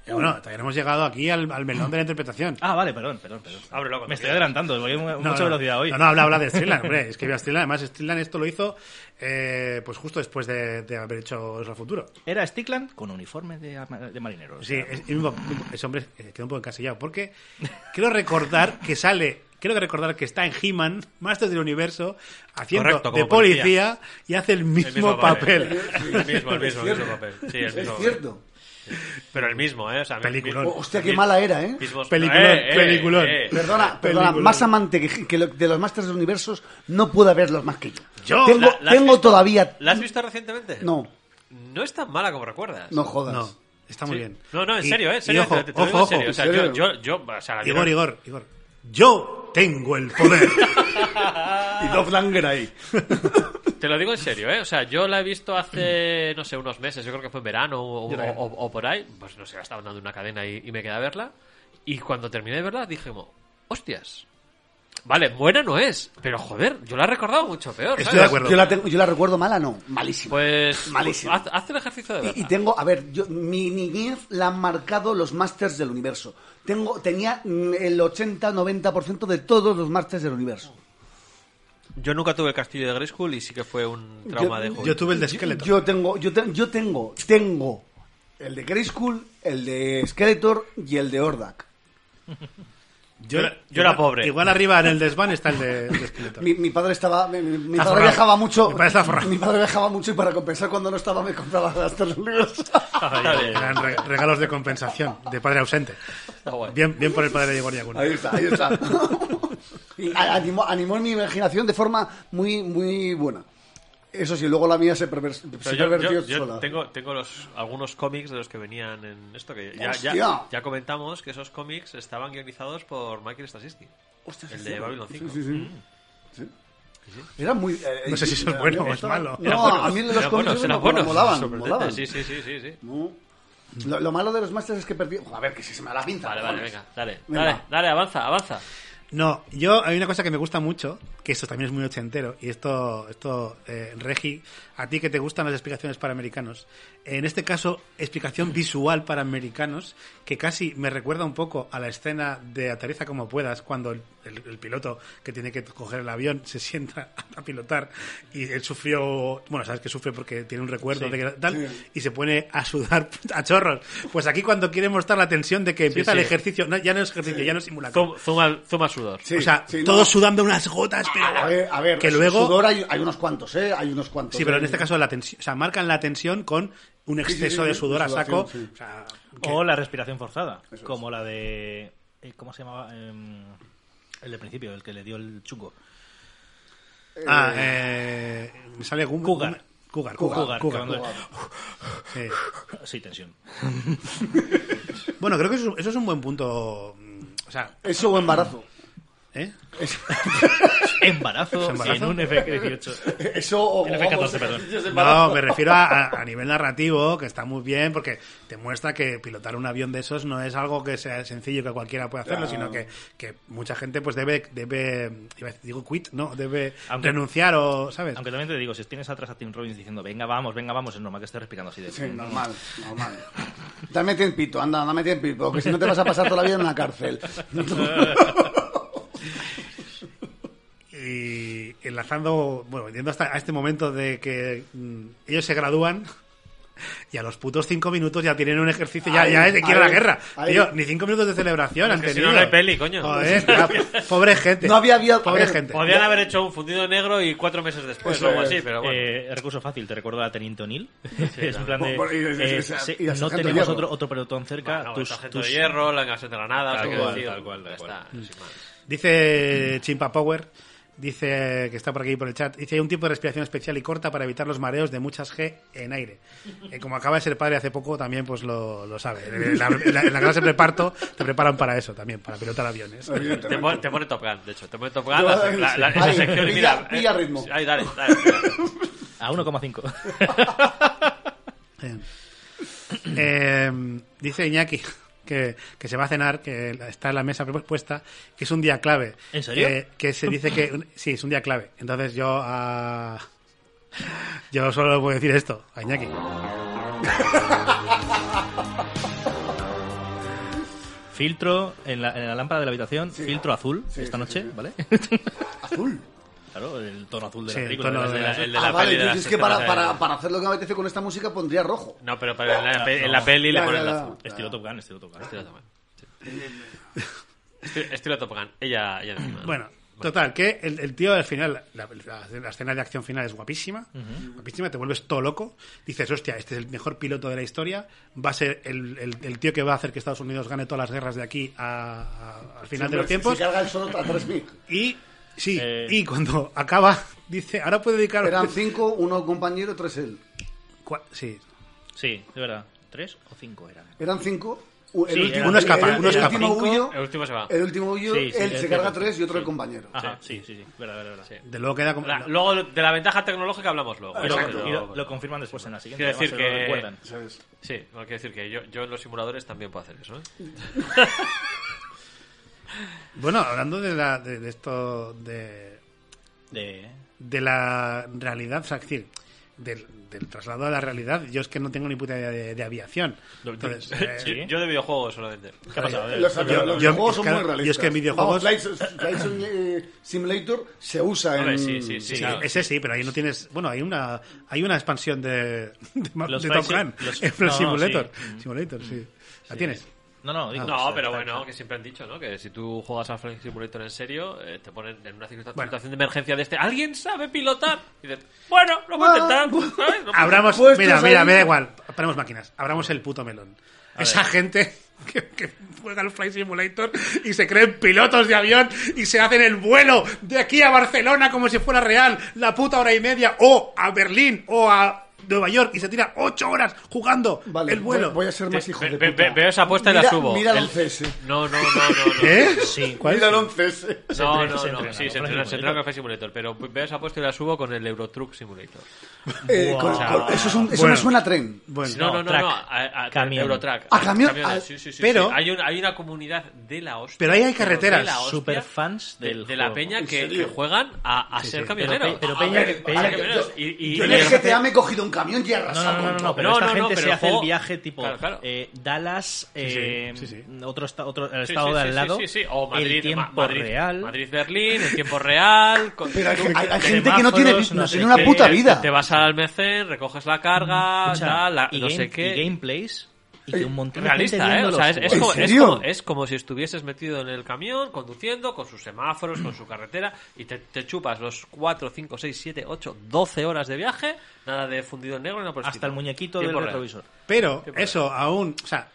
S3: Eh, Bueno, todavía no hemos llegado aquí al, al melón de la interpretación.
S6: Ah, vale, perdón, perdón, perdón.
S5: Ábrelo cuando
S6: me estoy
S5: quieras.
S6: adelantando, voy a mu-
S3: No,
S6: mucha
S3: no.
S6: velocidad hoy.
S3: No, no, habla, habla de Streetland, hombre. Es que vio a Streetland. Además, Streetland esto lo hizo eh, pues justo después de, de haber hecho Eso al Futuro.
S6: Era Stickland con uniforme de, ama- de marinero. o
S3: Sí,
S6: sea,
S3: es, es un poco- ese hombre eh, quedó un poco encasillado. Porque quiero recordar que sale. Quiero recordar que está en He-Man, Masters del Universo, haciendo
S5: Correcto, como
S3: de policía, y hace el mismo,
S5: El mismo
S3: papel.
S5: papel. El mismo, el mismo,
S4: Es
S5: el mismo
S4: cierto.
S5: papel. Sí, el
S4: es
S5: mismo papel.
S4: cierto.
S5: Pero el mismo, ¿eh? O sea, mi-
S3: Peliculón.
S5: mi-
S4: Oh, hostia, qué
S5: mi-
S4: mala era, ¿eh?
S5: mismos-
S3: Peliculón,
S5: Eh, eh,
S3: peliculón.
S5: eh.
S4: Perdona, perdona,
S3: Peliculón.
S4: más amante que, que lo- de los Masters del Universos no puede haberlos más que yo.
S3: Yo,
S4: tengo
S5: ¿La- la has
S4: tengo
S5: visto-
S4: todavía.
S5: ¿La has visto recientemente?
S4: No,
S5: No es tan mala como recuerdas.
S4: no jodas.
S3: No, está muy
S5: Sí.
S3: bien.
S5: No, no, en
S3: Y-
S5: serio, ¿eh? En
S3: y
S5: serio,
S3: ojo,
S5: te- te lo
S3: ojo,
S5: digo en
S3: ojo.
S5: serio. O sea,
S4: ¿En
S5: yo,
S4: serio?
S5: yo, yo, o sea, la
S3: Igor,
S5: vieron-
S3: Igor, Igor. Yo tengo el
S5: *laughs*
S3: poder.
S4: Y Dolph Langer ahí.
S5: Te lo digo en serio, ¿eh? O sea, yo la he visto hace, no sé, unos meses, yo creo que fue en verano o, o- o- o por ahí. Pues no sé, la estaban dando una cadena y, y me quedé a verla. Y cuando terminé de verla dije, como, hostias. Vale, buena no es, pero joder, yo la he recordado mucho peor.
S3: Estoy
S5: ¿sabes?
S4: Yo
S3: de
S4: la-
S3: acuerdo.
S4: Yo la, tengo- yo la recuerdo mala, no. Malísima.
S5: Pues.
S4: Malísimo.
S5: Haz, haz el ejercicio de verla.
S4: Y, y tengo, a ver, yo, mi niñez la han marcado los Masters del Universo. Tengo, tenía mm, el 80-90% de todos los Masters del Universo.
S5: Yo nunca tuve el castillo de Grayskull y sí que fue un trauma de juego.
S3: Yo tuve el de Skeletor.
S4: Yo tengo, yo, te- yo tengo, tengo el de Grey School, el de Skeletor y el de Ordak.
S3: Yo,
S5: yo era
S3: igual-
S5: pobre.
S3: Igual arriba en el desván está el de, el de
S4: *laughs*
S3: Skeletor.
S4: Mi, mi padre estaba. Mi, mi- mi
S3: Está
S4: padre
S3: forrado.
S4: viajaba mucho.
S3: Mi padre está forrado.
S4: mi padre viajaba mucho y para compensar cuando no estaba me compraba hasta los libros.
S3: Eran re- regalos de compensación de padre ausente.
S5: Está guay.
S3: Bien, bien por el padre de Igor Yagun.
S4: Ahí está, ahí
S5: *laughs*
S4: está. Y a- animó, animó mi imaginación de forma muy, muy buena. Eso sí, luego la mía se, perver- se
S5: Pero yo,
S4: pervertió
S5: yo- yo
S4: sola.
S5: tengo, tengo los, algunos cómics de los que venían en esto que ya,
S4: ¡Hostia!
S5: ya, ya comentamos que esos cómics estaban guionizados por Michael Straczynski.
S4: Ostras,
S5: el
S4: sí,
S5: de
S4: sí.
S5: Babylon Mm.
S4: Sí,
S5: 5.
S4: sí, sí. Sí. Era muy. eh,
S3: No sé si eso es
S4: eh,
S3: bueno o es
S4: estaba-
S3: malo.
S4: No, a mí los
S5: Eran buenos,
S4: cómics
S5: eran
S4: me
S5: buenos.
S4: molaban.
S5: Sorprendente.
S4: molaban.
S5: Sí, sí, sí, sí, sí.
S4: No. Lo, lo malo de los masters es que perdí. A ver, que si se me da la pinza.
S5: Vale, vale,
S4: cojones.
S5: venga, dale,
S4: Venga.
S5: dale, dale, avanza, avanza.
S3: No, yo hay una cosa que me gusta mucho, que esto también es muy ochentero, y esto, esto eh, Regi, a ti que te gustan las explicaciones para americanos, en este caso, explicación visual para americanos, que casi me recuerda un poco a la escena de Aterriza como puedas, cuando el, el- el piloto que tiene que coger el avión se sienta *laughs* a pilotar y él sufrió, bueno, sabes que sufre porque tiene un recuerdo de que tal, y se pone a sudar *laughs* a chorros. Pues aquí cuando quiere mostrar la tensión de que empieza el
S5: sí.
S3: ejercicio, no, ya no es ejercicio, ya no es simulacro
S5: Zoom, zoom al, zoom al sudor.
S4: Sí,
S3: o sea,
S4: sí, no.
S3: todos sudando unas gotas, pero...
S4: A ver, a ver,
S3: que luego...
S4: sudor hay, hay unos cuantos, ¿eh? Hay unos cuantos.
S3: Sí, pero en
S4: ¿eh?
S3: este caso la tensión... O sea, marcan la tensión con un
S4: sí, sí,
S3: exceso
S4: sí,
S3: de sudor a
S4: sudoración,
S3: saco.
S4: sí.
S3: O sea, que-
S6: O la respiración forzada,
S4: es.
S6: como la de... eh, ¿Cómo se llamaba? Em, el de principio, el que le dio el chungo.
S3: Ah, eh... Me sale Gum...
S6: Cougar.
S3: Cougar, Cougar,
S6: Cougar,
S3: Cougar,
S6: que
S3: Cougar,
S6: cuando-
S3: sí.
S6: Sí, tensión.
S3: Bueno, creo que eso, eso es un buen punto... mm, O sea,
S4: Eso o embarazo. *laughs*
S3: ¿eh?
S5: *laughs*
S6: Embarazo,
S3: Embarazo.
S6: en
S4: *laughs*
S6: un F-18.
S4: Eso o.
S6: El
S4: o
S6: F-14,
S4: vamos,
S6: perdón.
S4: ejercicios de embarazo.
S3: No, me refiero a, a- a nivel narrativo, que está muy bien, porque te muestra que pilotar un avión de esos no es algo que sea sencillo, que cualquiera puede hacerlo,
S4: Claro.
S3: sino que, que mucha gente pues debe, debe iba a decir- digo quit, ¿no? Debe
S6: Aunque-
S3: renunciar o, ¿sabes?
S6: Aunque también te digo, si tienes atrás a Tim Robbins diciendo, venga, vamos, venga, vamos, es normal que estés respirando así de...
S4: Sí, normal, normal. Dame tiempito, anda, dame tiempito, que si no te vas a pasar toda la vida en una cárcel. *laughs*
S3: Y enlazando, bueno, yendo hasta a este momento de que mm, ellos se gradúan. Y a los putos cinco minutos ya tienen un ejercicio, ya,
S4: Ahí,
S3: ya es de quiere
S4: ahí,
S3: la guerra.
S4: ahí.
S3: Tío, ni cinco minutos de celebración han
S5: que si
S3: tenido.
S5: no, no hay peli, coño.
S3: Joder, ya, pobre gente.
S4: No había habido-
S3: Pobre
S4: a ver,
S3: gente.
S5: Podrían haber hecho un fundido negro y cuatro meses después
S4: Eso
S5: o algo
S4: es.
S5: así, pero bueno.
S6: Eh, recurso fácil, te recuerdo a Teniente O'Neill. *laughs* es un plan de.
S4: Bueno, y- y- y-
S6: eh,
S4: y-
S6: sí,
S4: y- y- y-
S6: no
S4: Sargento
S6: tenemos
S4: Hierro.
S6: otro, otro pelotón cerca.
S5: Bueno,
S6: tus-
S5: el sargento
S6: tus-
S5: de hierro, la engaseta de granada, o sea,
S6: Tal cual,
S5: que decir,
S6: tal cual, tal
S5: ya
S6: cual.
S5: está, sin más.
S3: Dice Chimpa Power, dice que está por aquí por el chat, dice hay un tipo de respiración especial y corta para evitar los mareos de muchas G en aire. Eh, como acaba de ser padre hace poco, también pues lo, lo sabe. En la, en la- en la clase de preparto te preparan para eso también, para pilotar aviones.
S5: Te,
S4: evidentemente.
S5: pon- te pone Top Gun, de hecho, te pone Top Gun,
S4: Yo-
S5: la, la- la- esa
S4: Ahí,
S5: sección y
S4: pilla-
S5: mira,
S4: pilla
S5: eh,
S4: ritmo.
S5: Ahí, dale, dale.
S4: *laughs*
S6: A 1,5.
S3: Eh, eh, dice Iñaki que, que se va a cenar, que la- está en la mesa puesta, que es un día clave.
S6: ¿En serio?
S3: Que, que se dice que... Sí, es un día clave. Entonces yo... ah, yo solo puedo decir esto, a Iñaki.
S6: filtro en la, en la lámpara de la habitación, filtro azul esta noche, ¿vale?
S4: Azul.
S6: claro, el tono azul de
S3: Sí,
S6: la
S3: el
S6: película.
S3: tono
S6: de las- de
S3: de-
S6: las-
S5: El de la
S4: Ah, vale,
S5: peli de
S4: yo
S5: las
S4: es que para,
S5: escenas de-
S4: para, para hacer lo que me apetece con esta música pondría rojo.
S5: No, pero, pero en, la, pe- en la peli le
S4: Ya, ya,
S5: ponen la
S4: ya.
S5: azul.
S6: Estilo Top Gun, estilo Top Gun.
S5: Estilo Top Gun. sí. Estilo, estilo Top Gun.
S4: *clears throat*
S5: Ella, ella encima.
S3: Bueno, total, que el, el tío al final, la, la- la escena de acción final es guapísima, guapísima, te vuelves todo loco, dices, hostia, este es el mejor piloto de la historia, va a ser el, el- el tío que va a hacer que Estados Unidos gane todas las guerras de aquí a- a- al final de los
S4: Se-
S3: tiempos,
S4: Se carga el solo a 3.000.
S3: y sí,
S6: Eh.
S3: y cuando acaba, *laughs* dice, ahora puedo dedicar...
S4: Eran cinco, uno compañero, tres él.
S3: *laughs* Cua- Sí,
S6: Sí, de verdad. ¿Tres o cinco eran?
S4: Eran cinco. u- El
S6: Sí,
S4: último,
S3: uno escapa,
S4: el,
S3: uno
S4: el
S3: escapa.
S4: último huyo,
S5: El último se va.
S4: el último huyo,
S6: Sí, Ah. sí,
S4: él
S6: es
S4: se
S6: cierto.
S4: carga tres y otro el compañero.
S6: Ajá, sí, sí, sí. Verdad, verdad, verdad.
S3: de luego queda como...
S5: La- luego de la ventaja tecnológica hablamos luego.
S6: Y lo,
S5: Pero-
S6: y lo- lo confirman después en la siguiente.
S5: Quiero decir
S6: además se lo
S5: que-
S6: recuerdan.
S4: ¿Sabes?
S5: Sí, bueno, quiero decir que yo, yo en los simuladores también puedo hacer eso. ¿eh?
S3: Bueno, hablando de, la, de, de esto, de,
S6: De...
S3: de la realidad, o sea, es decir, del, del traslado a la realidad, yo es que no tengo ni puta idea de, de aviación. Entonces, eh,
S6: *laughs* Sí.
S5: Yo de videojuegos solamente.
S6: ¿Qué ha pasado? Eh,
S4: Los,
S3: Yo-
S4: los
S3: yo-
S4: videojuegos
S3: es
S4: son
S3: que-
S4: muy realistas.
S3: yo es que en videojuegos-
S4: Vamos, Flight, Flight Sim- eh, Simulator se usa en.
S5: Hombre, sí, sí, sí.
S3: Sí,
S5: claro.
S3: ese sí, pero ahí no tienes. Bueno, hay una hay una expansión de, de, ma-
S6: Los
S3: de Top
S6: Flight Sim-
S3: Gun *laughs*
S6: los-
S3: en
S6: no, Mm.
S3: Simulator.
S6: sí.
S3: Simulator, sí. ¿La tienes?
S6: No, no, digo,
S5: No,
S6: pues,
S5: pero
S6: está-
S5: bueno, que siempre han dicho, ¿no? Que si tú juegas al Flight Simulator en serio, eh, te ponen en una circunstancia
S3: Bueno.
S5: situación de emergencia de este. ¿Alguien sabe pilotar? Y dices, bueno, lo
S4: Ah.
S5: voy a
S6: *laughs*
S5: intentar. ¿sabes? Lo voy a
S3: Abramos,
S4: Puestos
S3: mira,
S4: ahí.
S3: mira, me da igual. Paramos máquinas. Abramos el puto melón. Esa gente que, que juega al Flight Simulator y se creen pilotos de avión y se hacen el vuelo de aquí a Barcelona como si fuera real, la puta hora y media, o a Berlín o a Nueva York y se tira ocho horas jugando
S4: Vale,
S3: el vuelo.
S4: voy- Voy a ser más hijo
S5: Ve-
S4: de
S5: ve-
S4: puta.
S5: ve- veo esa apuesta y la
S4: Mira-
S5: subo.
S4: Mira
S5: El-
S4: el 11S.
S5: No, no, no, no. no.
S3: ¿Eh?
S6: Sí.
S3: ¿Cuál?
S4: Mira el 11S.
S5: No,
S6: entrena-
S5: no,
S6: *laughs* se
S5: no,
S6: entrena,
S5: sí,
S6: ¿no?
S5: se
S6: Con el
S5: entrena, se entrena
S6: simulator.
S5: con Flight Simulator, pero veo esa apuesta y la subo con el Eurotruck Simulator.
S4: Eh, con-
S6: Buah.
S4: con- eso es un- eso
S3: Bueno.
S4: me suena a tren.
S3: Bueno,
S5: No, no, no,
S6: track.
S5: no, a- a-
S6: Camión.
S5: Eurotrack.
S4: Ah, camión.
S5: Camiones,
S4: Ah,
S5: sí, sí, sí,
S3: pero-
S5: sí. Hay, un- hay una comunidad de la hostia.
S3: Pero ahí hay
S5: de
S3: carreteras,
S5: la hostia,
S6: superfans
S5: de-
S6: del
S5: De la
S6: juego.
S5: peña que, que juegan a, a ser
S6: Pero,
S5: camioneros.
S6: pe- pero
S5: A-
S6: Peña,
S4: A ver,
S6: Peña-
S4: a ver,
S5: camioneros.
S4: yo-
S5: Y- y-
S4: Yo en
S5: y
S4: el
S5: el
S4: GTA me he cogido un camión y he
S6: No,
S4: arrasado
S6: no, no, no,
S4: con
S6: no,
S4: todo.
S6: pero
S5: No,
S6: esta
S5: no, no,
S6: gente
S5: pero
S6: se
S5: el
S6: hace
S5: juego-
S6: el viaje tipo
S5: Claro, claro.
S6: eh, Dallas, eh,
S3: sí, sí.
S6: otro esta- otro el
S5: Sí,
S6: estado
S5: sí,
S6: de
S5: sí,
S6: al
S5: sí,
S6: lado,
S5: sí, sí. O Madrid,
S6: el tiempo
S5: Ma- Madrid,
S6: real.
S5: Madrid-Berlín, el tiempo real. con-
S4: Pero hay,
S5: tú-
S4: gen- hay- hay
S5: te
S4: gente que no tiene,
S6: semáforos,
S4: no
S6: no sé
S4: tiene una
S6: qué,
S4: puta
S5: te-
S4: vida.
S5: Te vas al almacén, recoges la carga,
S6: Escucha,
S5: tal, la-
S6: y
S5: no
S6: game-
S5: sé qué.
S6: y gameplays y que un montón de gente
S5: realista, ¿eh?
S6: viendo
S5: O sea,
S6: los
S5: es, es
S6: juegos.
S5: como,
S4: ¿En
S5: es,
S4: serio?
S5: como, es como si estuvieses metido en el camión, conduciendo, con sus semáforos, con su carretera, y te, te chupas los 4, 5, 6, 7, 8, 12 horas de viaje, nada de fundido en negro, ni nada Pues por
S6: hasta
S5: estilo.
S6: el muñequito
S5: Tiempo
S6: del
S5: real.
S6: retrovisor.
S3: pero
S5: problema.
S3: eso aún, o sea,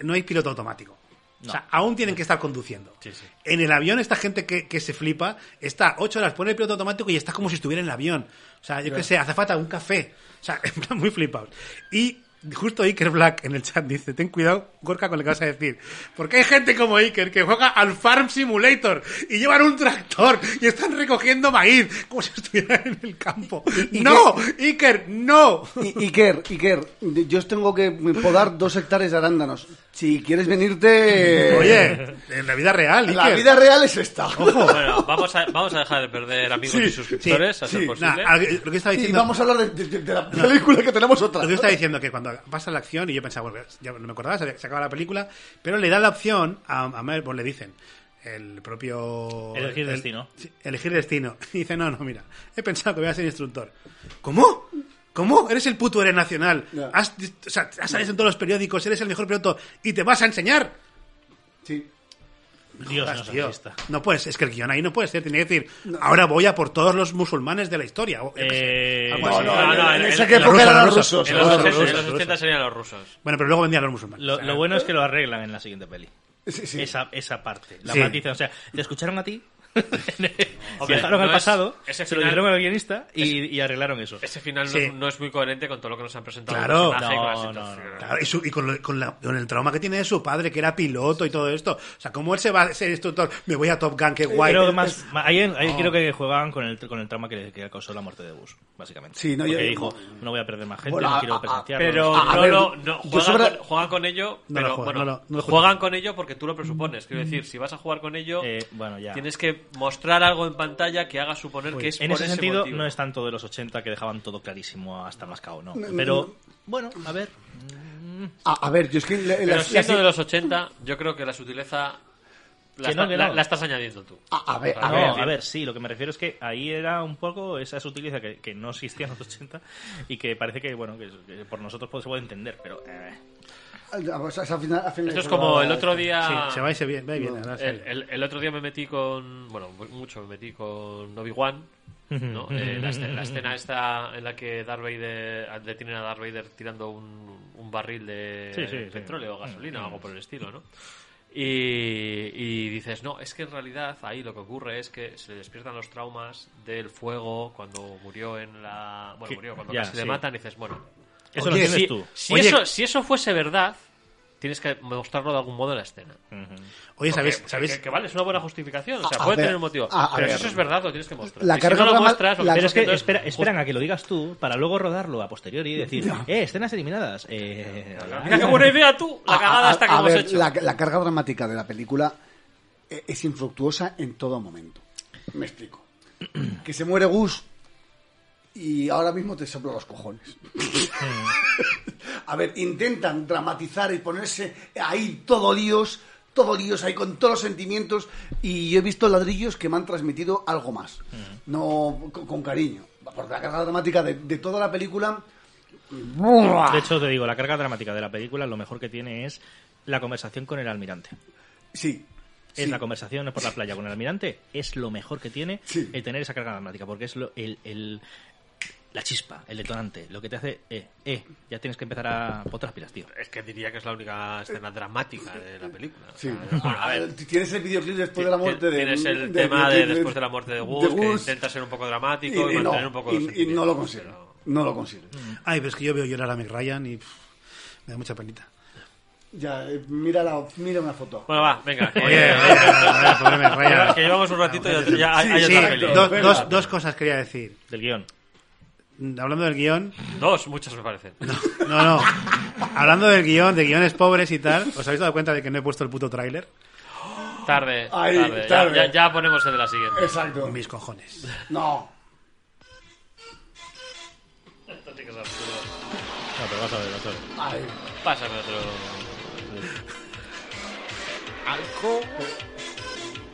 S3: no hay piloto automático. O sea,
S6: No.
S3: aún tienen que estar conduciendo.
S5: Sí, sí.
S3: En el avión, esta gente que, que se flipa está ocho horas, pone el piloto automático y está como si estuviera en el avión. O sea, yo qué sé, hace falta un café. O sea, *laughs* en plan, muy flipados. Y justo Iker Black en el chat dice: Ten cuidado, Gorka, con lo que vas a decir. Porque hay gente como Iker que juega al Farm Simulator y llevan un tractor y están recogiendo maíz como si estuvieran en el campo.
S4: ¿Y
S3: ¡No! ¡Iker, no!
S4: I- Iker, Iker, yo tengo que podar dos hectáreas de arándanos. Si quieres venirte...
S3: Oye, en la vida real, Iker.
S4: Eh, La vida real es esta. *laughs*
S5: Bueno, vamos a, vamos a dejar de perder amigos y suscriptores, a ser
S4: sí,
S5: posible.
S3: Nah, lo que estaba
S4: Y
S3: diciendo.
S4: vamos a hablar de, de- de la película que tenemos otra.
S3: Lo que está diciendo que cuando pasa la acción, y yo pensaba, bueno, ya no me acordaba, se, se acaba la película, pero le da la opción a, a Mel- pues le dicen, el propio...
S6: Elegir
S3: el-
S6: destino.
S3: sí, elegir destino. *laughs* Y dice, no, no, mira, he pensado que voy a ser instructor. ¿Cómo? ¿Cómo? Eres el puto eres nacional.
S4: Ya.
S3: Has, o sea, has salido en todos los periódicos, eres el mejor piloto y te vas a enseñar.
S4: Sí.
S6: Dios
S3: Jodas,
S6: nos
S3: tío.
S6: asista.
S3: No puedes, es que el guión ahí no puede ser. Tiene que decir, ahora voy a por todos los musulmanes de la historia. o- yo qué sé.
S6: Eh,
S3: Algo
S4: No,
S3: así.
S4: no,
S5: No, no,
S4: en,
S5: en-
S4: esa
S5: en- en
S4: época
S3: los
S4: eran los
S3: rusos,
S4: rusos.
S5: en los,
S3: los
S4: eran
S5: 80,
S4: los
S5: en
S4: rusos.
S5: los 80 serían los rusos.
S3: Bueno, pero luego vendían los musulmanes.
S6: Lo,
S3: O sea,
S6: lo bueno es que lo arreglan en la siguiente peli.
S4: Sí, sí.
S6: Esa, esa parte. La
S3: Sí.
S6: matizan. O sea, te escucharon a ti. *laughs*
S5: Hombre,
S6: Viajaron
S5: no
S6: al
S5: es-
S6: pasado,
S5: ese
S6: se lo
S5: final-
S6: dijeron al guionista y, y arreglaron eso.
S5: Ese final no
S3: Sí.
S5: es- no, es muy coherente con todo lo que nos han presentado.
S3: Claro.
S5: el personaje,
S6: No,
S5: con las
S6: no, no.
S5: situaciones.
S3: Claro, y, su- y con, lo- con la- con el trauma que tiene de su padre, que era piloto y todo esto. O sea, ¿cómo él se va a ser instructor? Me voy a Top Gun, qué guay.
S6: Pero más, ma- ahí, ahí creo que jugaban con el, con el trauma que, le- que causó la muerte de Bus, básicamente.
S4: Sí, no, yo-
S6: Porque dijo, no voy a perder más gente,
S4: Bueno,
S6: no
S4: a- a-
S6: quiero presenciar.
S5: Pero
S4: Ah, a
S5: no
S4: ver,
S5: lo- no,
S4: yo
S5: juegan,
S4: sobre-
S5: con, juegan con ello,
S3: No lo
S5: pero
S3: juegan,
S5: bueno,
S3: no lo- no lo
S5: juegan con ello porque tú lo presupones. Quiero decir, si vas a jugar con ello,
S6: Eh, bueno, ya.
S5: tienes que mostrar algo en pantalla que haga suponer que es
S6: en
S5: por
S6: ese sentido,
S5: motivo.
S6: no es tanto de los 80 que dejaban todo clarísimo hasta Mascao, no. Pero, bueno, a ver.
S4: A, a ver, yo es que... la-
S5: Pero
S4: la-
S5: siendo
S4: la-
S5: de los 80, yo creo que la sutileza la,
S6: Que no,
S5: está-
S6: que
S5: la-
S6: no.
S5: la estás añadiendo tú.
S3: Ah,
S4: a, a ver,
S6: No,
S4: a
S6: A
S4: ver.
S6: ver, sí, lo que me refiero es que ahí era un poco esa sutileza que, que no existía en los 80 y que parece que, bueno, que, que por nosotros pues, se puede entender, pero... eh.
S4: O sea, al final- al final-
S5: Esto es como el otro día...
S3: Sí, se va y se viene. va y viene,
S6: Ah,
S3: ahora se-
S5: El, el- el otro día me metí con. Bueno, mucho me metí con Obi-Wan. ¿no? Eh, la,
S6: *laughs*
S5: escena- la escena esta en la que Darth Vader detienen a Darth Vader tirando un, un barril de
S6: Sí, sí, Mm. sí.
S5: petróleo o gasolina o algo por el estilo, ¿no? Y, y dices, no, es que en realidad ahí lo que ocurre es que se despiertan los traumas del fuego cuando murió en la... Bueno,
S6: Que-
S5: murió cuando
S6: ya,
S5: casi le
S6: sí.
S5: matan y dices, bueno,
S3: Oye,
S6: Eso lo entiendes
S5: si,
S6: tú.
S5: si
S3: Oye-
S5: eso, si eso fuese verdad, tienes que mostrarlo de algún modo en la escena.
S3: Oye,
S5: Porque,
S3: ¿sabéis?
S5: que-
S3: ¿sabéis?
S5: pues Que, que vale, es una buena justificación. O sea,
S4: Ah, A- a
S5: puede
S4: ver,
S5: tener un motivo.
S4: a- a
S5: pero si
S4: ver.
S5: eso es verdad, lo tienes que mostrar.
S4: La
S5: Y si
S4: carga
S5: no lo
S4: drama-
S5: muestras, lo
S4: la-
S5: que
S6: Pero
S5: estás
S6: es que
S5: haciendo es
S6: espera- esperan a que lo digas tú para luego rodarlo a posteriori y decir, eh, escenas eliminadas. Eh, hola.
S5: Mira qué buena idea tú, la
S4: A-
S5: cagada
S4: a-
S5: hasta que
S4: a
S5: hemos
S4: ver,
S5: hecho.
S4: La, la carga dramática de la película eh, es infructuosa en todo momento. Me explico. Que se muere Gus y ahora mismo te soplo los cojones.
S5: Mm.
S4: *laughs* a ver, intentan dramatizar y ponerse ahí todo líos, todo líos ahí con todos los sentimientos y yo he visto ladrillos que me han transmitido algo
S5: Mm.
S4: más. No con, con cariño. Porque la carga dramática de, de toda la película
S6: De hecho, te digo, la carga dramática de la película lo mejor que tiene es la conversación con el almirante.
S4: Sí.
S6: Es
S4: sí.
S6: la conversación por la playa con el almirante, es lo mejor que tiene
S4: Sí.
S6: el tener esa carga dramática, porque es lo- el, el- la chispa, el detonante, lo que te hace, eh, eh, ya tienes que empezar a poner las pilas, tío.
S5: Es que diría que es la única escena dramática de la película.
S4: Sí.
S5: O sea, bueno, a ver,
S4: Tienes el videoclip después de la muerte de.
S5: Tienes el
S4: de-
S5: tema de, después de la muerte de Gus, que
S4: Gus,
S5: intenta ser un poco dramático
S4: y
S5: y, mantener
S4: no,
S5: un poco
S4: y-
S5: los
S4: y no
S5: sentimientos,
S4: lo consigue.
S5: pero- Mm.
S4: No lo consigue.
S3: Ay, pero es que yo veo llorar a Meg Ryan y pff, me da mucha penita.
S4: Ya, eh, mira, la, mira una foto.
S5: Bueno, va,
S4: *laughs*
S5: venga. que-
S3: Oye, pobre Meg Ryan.
S5: eh, que llevamos un ratito y ya hay,
S3: Sí,
S5: hay
S3: sí,
S5: otra peli.
S3: dos,
S4: Venga.
S3: dos- dos cosas quería decir.
S6: Del guión.
S3: Mm, Hablando del guión.
S5: Dos, muchas me parecen.
S3: No, no. Hablando del guión, de guiones pobres y tal, ¿os habéis dado cuenta de que no he puesto el puto tráiler?
S5: Tarde,
S4: Ay,
S5: tarde. Ya-
S4: tarde.
S5: Ya, ya ponemos el de la siguiente.
S4: Exacto.
S3: Mis cojones.
S4: No.
S6: No, pero vas a ver, vas a ver.
S4: Ay,
S5: Pásame otro.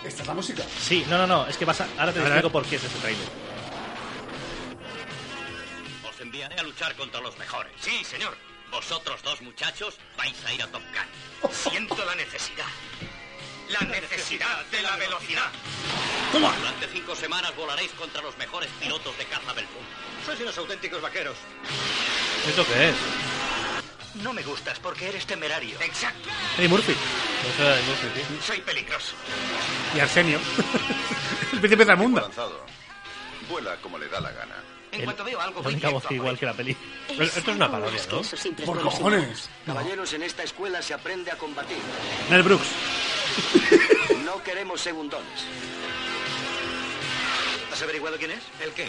S4: esta es la música.
S6: Sí, no, no, no, es que vas a, ahora te
S3: A ver, a
S6: explico
S3: ver.
S6: por qué es ese trailer.
S8: Os enviaré a luchar contra los mejores. Sí, señor. Vosotros dos muchachos vais a ir a Top Gun. Siento la necesidad. La necesidad de la velocidad. ¿Cómo? Durante cinco semanas volaréis contra los mejores pilotos de caza del mundo. Sois unos auténticos vaqueros.
S5: ¿Esto qué es?
S8: No me gustas porque eres temerario. Exacto.
S3: Hey, Murphy.
S5: Eso era de Murphy, sí.
S8: Soy peligroso.
S3: Y Arsenio. *laughs* el príncipe del mundo.
S9: lanzado. Vuela como le da la gana.
S8: En
S6: El-
S8: cuanto veo algo
S6: La única voz igual que la peli.
S5: Pero esto es una parodia, ¿no?
S4: Por cojones.
S8: Caballeros, en esta escuela se aprende a combatir.
S3: Mel Brooks.
S8: No queremos segundones. ¿Has averiguado quién es? ¿El qué?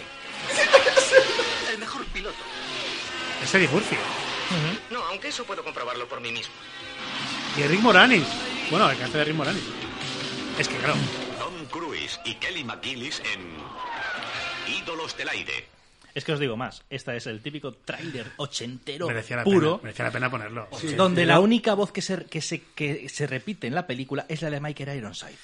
S8: *laughs* El mejor piloto.
S3: Es Eddie Murphy.
S8: No, aunque eso puedo comprobarlo por mí mismo.
S3: Y Rick Moranis. Bueno, el cáncer de Rick Moranis. Es que claro.
S9: Tom Cruise y Kelly McGillis en Ídolos del Aire.
S6: Es que os digo más, esta es el típico trailer ochentero
S3: Merecía la,
S6: puro.
S3: pena, merecía la pena ponerlo.
S6: Donde la única voz que se, que, se, que se repite en la película es la de Michael Ironside.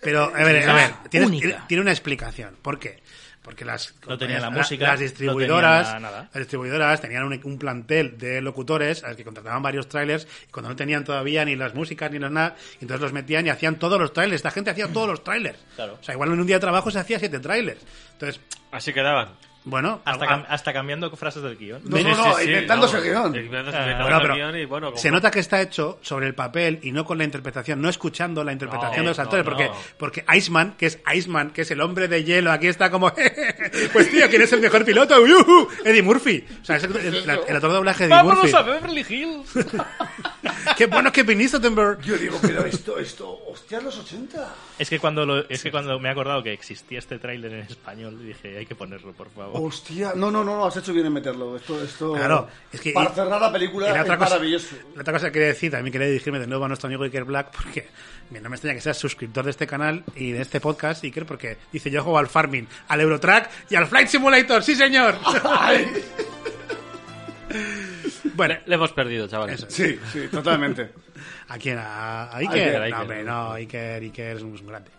S3: Pero, a ver, a ver, tienes-
S6: Única.
S3: tiene una explicación. ¿Por qué? Porque las,
S6: No tenía
S3: la-
S6: la música,
S3: las
S6: no
S3: distribuidoras,
S6: tenía nada.
S3: las distribuidoras tenían un, un plantel de locutores a los que contrataban varios trailers y cuando no tenían todavía ni las músicas ni las nada, entonces los metían y hacían todos los trailers. Esta gente hacía todos los trailers.
S6: Claro.
S3: O sea, igual en un día de trabajo se hacía siete trailers. Entonces,
S5: Así quedaban. Ah,
S3: bueno,
S6: Hasta,
S3: a-
S6: cam- hasta cambiando frases del guión.
S4: No, no, no, inventando ese guión.
S5: Inventándose-
S6: Ah,
S5: inventándose
S3: no,
S5: el
S3: pero
S5: Eh, guión y, bueno, como-
S3: se nota que está hecho sobre el papel y no con la interpretación, no escuchando la interpretación de los
S5: No,
S3: actores,
S5: no,
S3: porque,
S5: no.
S3: porque Iceman, que es Iceman, que es el hombre de hielo, aquí está como, *laughs* pues tío, ¿quién es el mejor piloto? Uy, ujú, Eddie Murphy. O sea, es el, el- el actor de doblaje de Eddie Murphy.
S6: Beverly Hills!
S3: *laughs* Qué bueno que viniste, Denver.
S4: Yo digo, pero esto, esto, hostias, los 80.
S6: Es que cuando lo- es que cuando me he acordado que existía este tráiler en español, dije, hay que ponerlo, por favor.
S4: Hostia, no, no, no, no, has hecho bien en meterlo. Esto, esto.
S3: Claro, es que-
S4: Para
S3: y-
S4: cerrar la película
S3: y la
S4: es
S3: otra cosa-
S4: maravilloso. *laughs*
S3: La otra cosa que quería decir, también quería dirigirme de nuevo a nuestro amigo Iker Black, porque bien, no me extraña que seas suscriptor de este canal y de este podcast, Iker, porque dice, yo juego al Farming, al Eurotrack y al Flight Simulator, sí señor.
S4: Ay,
S3: bueno,
S5: Le, le hemos perdido, chavales.
S3: Eso.
S4: sí, sí, totalmente.
S3: ¿A quién? ¿A, a
S4: A
S3: Iker?
S4: Iker,
S5: a Iker.
S3: No, hombre, no, Iker, Iker es un, es un grande.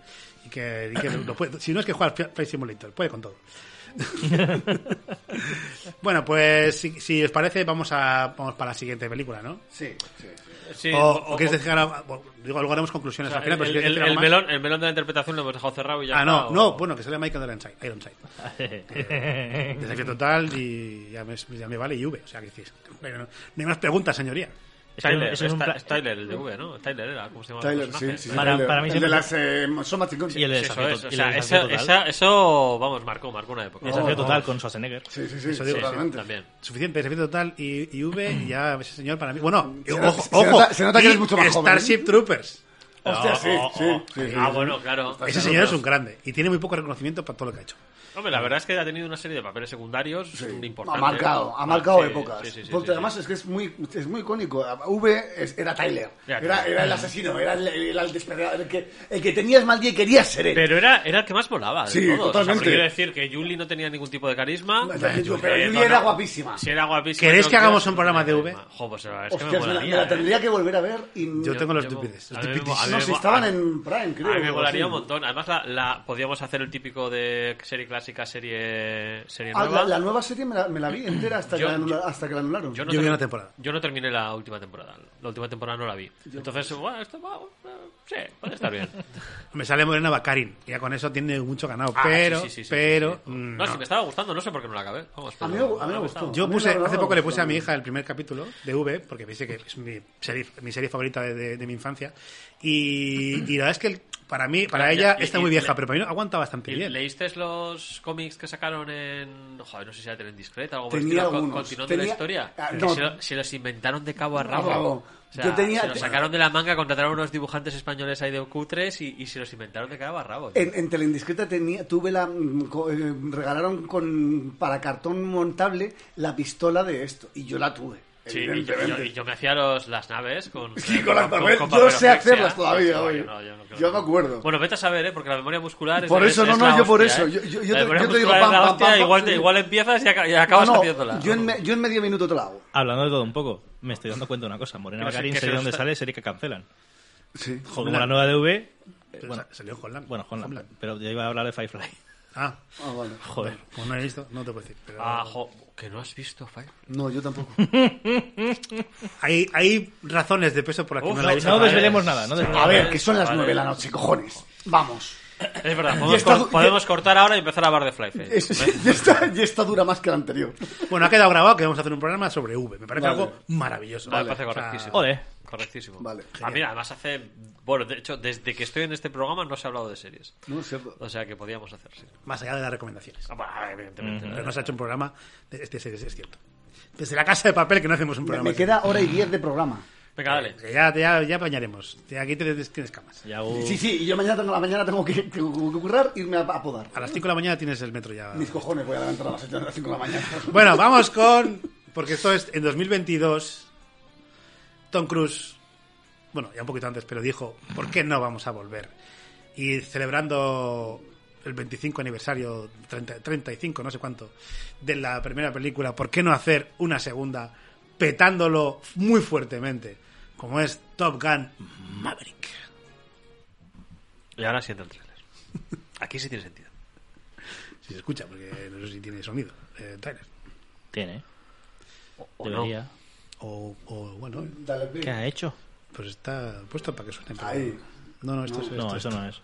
S3: Iker, Iker lo puede- si no es que juega al Flight Simulator, puede
S5: *laughs*
S3: con todo. bueno, pues si, si os parece, vamos, a, vamos para la siguiente película, ¿no?
S4: Sí, sí.
S5: Sí,
S3: o,
S4: Oh,
S3: o quieres decir ahora, o- digo, luego haremos conclusiones al
S5: el,
S4: pues
S3: final, pero si
S5: el-
S3: quieres decir
S5: el
S3: algo más-
S5: melón, el melón de la interpretación lo hemos dejado cerrado y ya
S3: Ah, no,
S5: está, o-
S3: no, bueno, que sale Michael Ironside. Ironside.
S5: *laughs*
S3: Desafío total y ya me, ya me vale y V. O sea, que decís, no, no hay más preguntas, señoría.
S5: Tyler,
S6: Eso es un
S5: es Ta-
S6: pla-
S5: es Tyler, el de V, ¿no? Tyler era, ¿cómo se llama? el
S4: Tyler, sí,
S5: personaje?
S4: sí.
S5: Sí,
S6: Para-
S4: el de-
S6: para mí
S4: el de
S6: siempre-
S4: las eh, Somaticons.
S6: Y el de
S5: Eso
S6: desafío,
S5: es,
S6: to-
S5: o
S6: y el
S5: sea,
S6: de
S5: esa-
S6: desafío total.
S5: esa- eso, vamos, marcó, marcó una época.
S6: Desafío
S4: Oh,
S6: total
S4: oh.
S6: con Schwarzenegger.
S4: Sí, sí, sí,
S3: Eso digo,
S4: totalmente.
S5: También.
S3: Suficiente, desafío total y, y V, y ya ese señor para mí. Bueno,
S4: Se
S3: ojo,
S4: nota- se
S3: ojo.
S4: nota- se nota que
S3: y
S4: eres mucho más joven, ¿eh?
S3: Starship Troopers.
S4: Hostia, sí,
S5: Oh, oh,
S4: sí,
S5: oh.
S4: sí, sí,
S5: Ah,
S4: sí.
S5: bueno, claro.
S3: Ese señor es un grande y tiene muy poco reconocimiento para todo lo que ha hecho.
S5: Hombre, la verdad es que ha tenido una serie de papeles secundarios
S4: Ha
S5: importantes.
S4: marcado,
S5: ¿no?
S4: ha marcado
S5: Sí,
S4: épocas.
S5: sí, sí, sí,
S4: Porque
S5: sí,
S4: además
S5: sí.
S4: es que es muy, es muy icónico. V es- era Tyler.
S5: Era
S4: Era,
S5: Tyler.
S4: era el asesino, era el, era el despedazado, el que, el que tenías mal día y querías ser él.
S5: Pero era, era el que más volaba.
S4: Sí, totalmente.
S5: quiero decir que Julie no tenía ningún tipo de carisma.
S4: Pero Julie
S5: eh,
S4: era
S5: no, no.
S4: guapísima.
S5: Si era guapísima.
S3: ¿Queréis
S5: no
S3: que hagamos
S5: creo
S3: un programa de
S5: tenía
S3: V?
S5: carisma. Jo, pues, la verdad es que me
S4: Hostias, me la, me
S5: molaría,
S4: la
S5: eh.
S4: tendría que volver a ver y
S3: Yo tengo los
S5: yo-
S3: dupides. los
S5: a mí me- a mí
S3: dupides.
S5: me
S4: no,
S5: me
S4: si
S5: mo-
S4: estaban
S5: a-
S4: en Prime, creo.
S5: A mí me
S4: o
S5: molaría
S4: así.
S5: un montón. Además, la, la- podríamos hacer el típico de serie clásica, serie, serie
S4: Ah,
S5: nueva.
S4: la, la nueva serie me la, me la vi entera hasta,
S5: Yo-
S4: que, la anula-
S5: yo-
S4: hasta que la anularon.
S5: Yo no,
S3: Yo vi
S5: termi-
S3: una temporada.
S5: yo no terminé la última temporada. La última temporada no la vi. Entonces, bueno, esto va. eh, Sí, puede
S4: *laughs*
S5: estar bien.
S4: Ah,
S3: Me sale Morena Bakarin. Ya con eso tiene mucho ganado.
S5: Ah,
S3: pero,
S5: sí, sí, sí, sí,
S3: pero.
S5: sí, sí.
S3: mm,
S5: No,
S3: no.
S5: si me estaba gustando, no sé por qué no la acabé. Vamos,
S4: A mí,
S5: pero-
S4: me- a mí me
S5: no
S4: gustó.
S5: estaba.
S4: A
S3: Yo
S4: mí
S3: puse,
S4: la verdad
S3: hace
S4: me
S3: poco le
S4: gustó.
S3: puse a mi hija el primer capítulo de V, porque pensé que es mi serie, mi serie favorita de, de- de mi infancia. Y, y la verdad es que el- para mí, para
S5: Ya,
S3: ella
S5: y-
S3: está
S5: y
S3: muy vieja,
S5: le-
S3: pero para mí aguanta bastante
S5: ¿Y
S3: bien.
S5: ¿Leíste los cómics que sacaron en. Joder, no sé si era Telen Discreta o algo por el
S4: Tenía
S5: estilo, co-
S4: algunos.
S5: continuando
S4: Tenía-
S5: la historia?
S4: Ah,
S5: Que
S4: no.
S5: se, lo- se los inventaron de cabo a rabo.
S4: Bravo.
S5: O sea,
S4: Yo tenía-
S5: Se los sacaron de la manga, contrataron unos dibujantes españoles ahí de cutres y, y se los inventaron de cabo a rabo. tío.
S4: En, en Teleindiscreta tenía, tuve la. mm, co- eh, regalaron con, para cartón montable la pistola de esto. Y yo la tuve.
S5: Sí, y yo,
S4: evidentemente.
S5: yo- y yo me hacía los, las naves con...
S4: Sí, con la papel. Yo
S5: papel
S4: sé hacerlas
S5: asfixia.
S4: todavía,
S5: no,
S4: oye.
S5: yo no, yo no creo
S4: Yo
S5: que-
S4: me acuerdo.
S5: Bueno, vete a saber, ¿eh? Porque la memoria muscular es
S4: Por
S5: es-
S4: eso,
S5: es
S4: no, no,
S5: la
S4: yo por
S5: hostia,
S4: eso.
S5: ¿eh?
S4: Yo- yo- yo
S5: La
S4: te-
S5: memoria
S4: yo te digo,
S5: muscular es
S4: pam,
S5: la
S4: pam,
S5: hostia,
S4: pam, pam,
S5: igual,
S4: sí.
S5: igual empiezas y, aca- y acabas
S4: No, no,
S5: haciéndola.
S4: yo en, me- yo en medio minuto te la hago.
S6: Hablando de todo un poco, me estoy dando cuenta de una cosa. Morena
S5: Que no sé-
S6: Baccarin,
S5: que
S6: serie
S5: se
S6: donde
S5: está-
S6: sale, serie que cancelan.
S4: Sí.
S6: Jo, Como la nueva DV,
S3: Pero
S6: bueno,
S3: sa- salió en Holland.
S6: bueno, Homeland, pero yo iba a hablar de Firefly. *laughs*
S3: Ah,
S4: Ah, vale.
S6: Joder.
S3: como no he visto, no te puedo decir. pero-
S5: Ah, jo, que no has visto, Fire.
S4: No, yo
S5: *laughs*
S4: tampoco.
S3: hay, hay razones de peso por las que
S5: Uf,
S3: no la he visto.
S6: No desvelemos nada, no desvelemos
S4: A ver,
S5: Vale,
S4: que son las
S5: vale.
S4: nueve de la noche, cojones. Vamos.
S5: Es verdad, podemos,
S4: esta-
S5: cor- podemos cortar ahora y empezar a hablar de Flyface.
S4: Es- *laughs* y, esta, y esta dura más que la anterior.
S3: Bueno, ha quedado grabado que vamos a hacer un programa sobre V. Me parece
S4: Vale.
S3: algo maravilloso.
S5: Me parece
S3: O sea,
S5: correctísimo.
S6: Ole.
S5: Correctísimo.
S4: Vale,
S5: Ah, mira, además hace... Bueno, de hecho, desde que estoy en este programa no se ha hablado de series.
S4: No, es cierto.
S5: O sea que podíamos hacer, sí.
S3: más allá de las recomendaciones.
S5: Ah, bah, evidentemente.
S3: Pero no se ha hecho un programa de este series, es cierto. Desde la casa de papel que no hacemos un
S4: Me,
S3: programa.
S4: me
S3: de
S4: queda hora y diez de programa.
S5: Venga, dale.
S3: series. Que Ya, ya, ya apañaremos. Ya Aquí te des- tienes camas.
S6: Ya uh, hago-
S4: Sí, sí, y yo mañana tengo, la mañana tengo que, que- que currar, irme a, a podar.
S3: A las 5 de la mañana tienes el metro ya.
S4: Mis cojones voy a levantar a las 8 de las 5 de la mañana.
S3: Bueno, vamos con. Porque esto es en 2022. Tom Cruise, bueno, ya un poquito antes, pero dijo: ¿Por qué no vamos a volver? Y celebrando el 25 aniversario, 30 35, no sé cuánto, de la primera película, ¿por qué no hacer una segunda petándolo muy fuertemente? Como es Top Gun Maverick.
S5: Y ahora siento el trailer. *laughs* Aquí sí tiene sentido.
S3: Si se escucha, porque no sé si tiene sonido. eh, el tráiler.
S6: Tiene. ¿eh?
S5: ¿O no?
S6: Debería.
S3: O, o, bueno,
S4: Dale, play.
S6: ¿Qué ha hecho?
S3: pues está puesto para que suene. pero-
S4: Ahí.
S3: No, no, esto es. esto
S6: No,
S3: es-
S6: eso no es.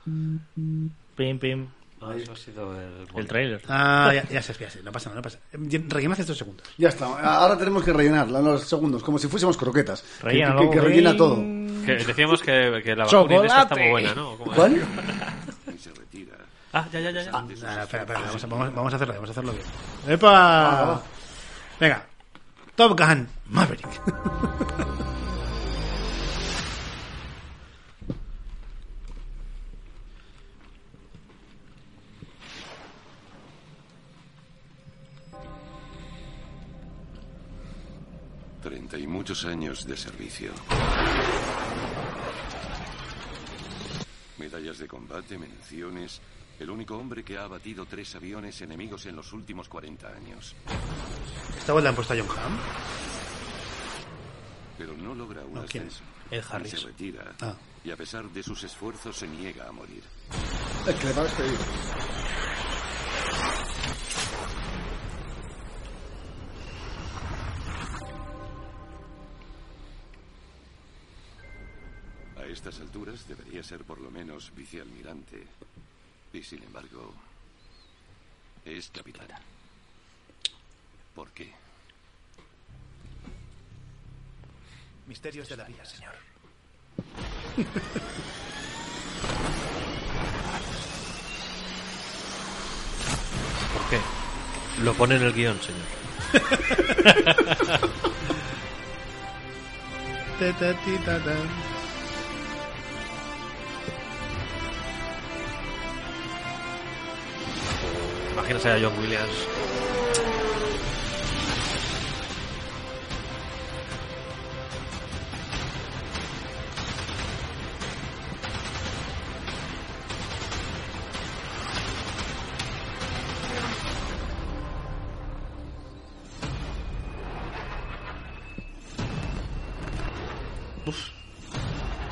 S6: Pim, pim.
S5: No, eso ha sido el...
S6: El trailer.
S3: Ah, ya, ya se ya sé, no pasa nada, no pasa nada. Rellenad estos segundos.
S4: Ya está, ahora tenemos que rellenar la- los segundos, como si fuésemos croquetas. Que-
S6: Rellena,
S4: que, que, que
S6: luego,
S4: rellena
S6: rey.
S4: todo.
S5: Que decíamos que, que la vacuna esta está muy buena, ¿no? ¿Cómo es?
S4: ¿Cuál?
S5: Ah, ya, ya, ya. ya.
S3: Ah, espera, espera, vamos, a, vamos- vamos a hacerlo, vamos a hacerlo bien.
S4: Ah,
S3: ¡Epa! Venga, Top Gun Maverick.
S9: Treinta y muchos años de servicio. Medallas de combate, menciones. El único hombre que ha abatido tres aviones enemigos en los últimos 40 años.
S3: Esta vez la han puesto a John Hamm.
S9: Pero no logra un
S3: No, ¿quién
S9: ascenso.
S5: Ed
S9: Y
S5: Harris.
S9: se retira.
S3: Ah.
S9: Y a pesar de sus esfuerzos se niega a morir.
S4: Es que le va a despedir.
S9: A estas alturas debería ser por lo menos vicealmirante. Y sin embargo, es capitán. ¿Por qué?
S10: Misterios de la vida, señor.
S5: ¿Por qué? Lo pone en el guión, señor.
S3: Ta, ta, ti, ta, ta.
S5: Imagínese a John Williams.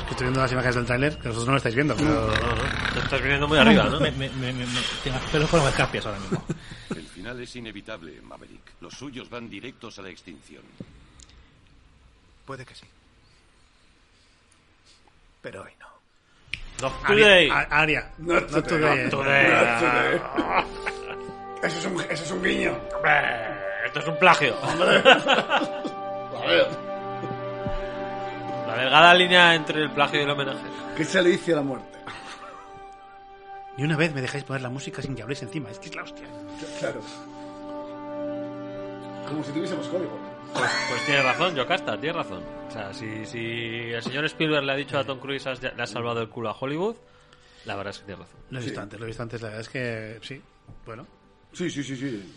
S3: Estoy viendo las imágenes del tráiler, que vosotros no lo estáis viendo, pero...
S5: Te estás viniendo muy arriba,
S6: *laughs*
S5: ¿no?
S6: Me, me, me, me, tengo los pelos como escapias ahora mismo.
S9: El final es inevitable, Maverick. Los suyos van directos a la extinción.
S10: Puede que sí. Pero hoy no.
S5: Not today.
S3: Aria, a- Aria,
S4: No
S3: not today.
S4: today, not
S5: Today.
S4: Eso es, un, eso es un guiño.
S5: Hombre, Eh, Esto es un plagio. *laughs*
S4: A ver.
S5: La delgada línea entre el plagio y el homenaje.
S4: ¿Qué se le dice a la muerte? *laughs*
S3: Ni una vez me dejáis poner la música sin que habléis encima. Es que es la hostia.
S4: Claro. Como si tuviésemos código.
S5: Pues, pues tiene razón, Yocasta, tiene razón. O sea, si, si el señor Spielberg le ha dicho a Tom Cruise has- le ha salvado el culo a Hollywood, la verdad es que tiene razón.
S3: Lo he visto antes, lo he visto antes. La verdad es que sí. Bueno.
S4: Sí, sí, sí, sí.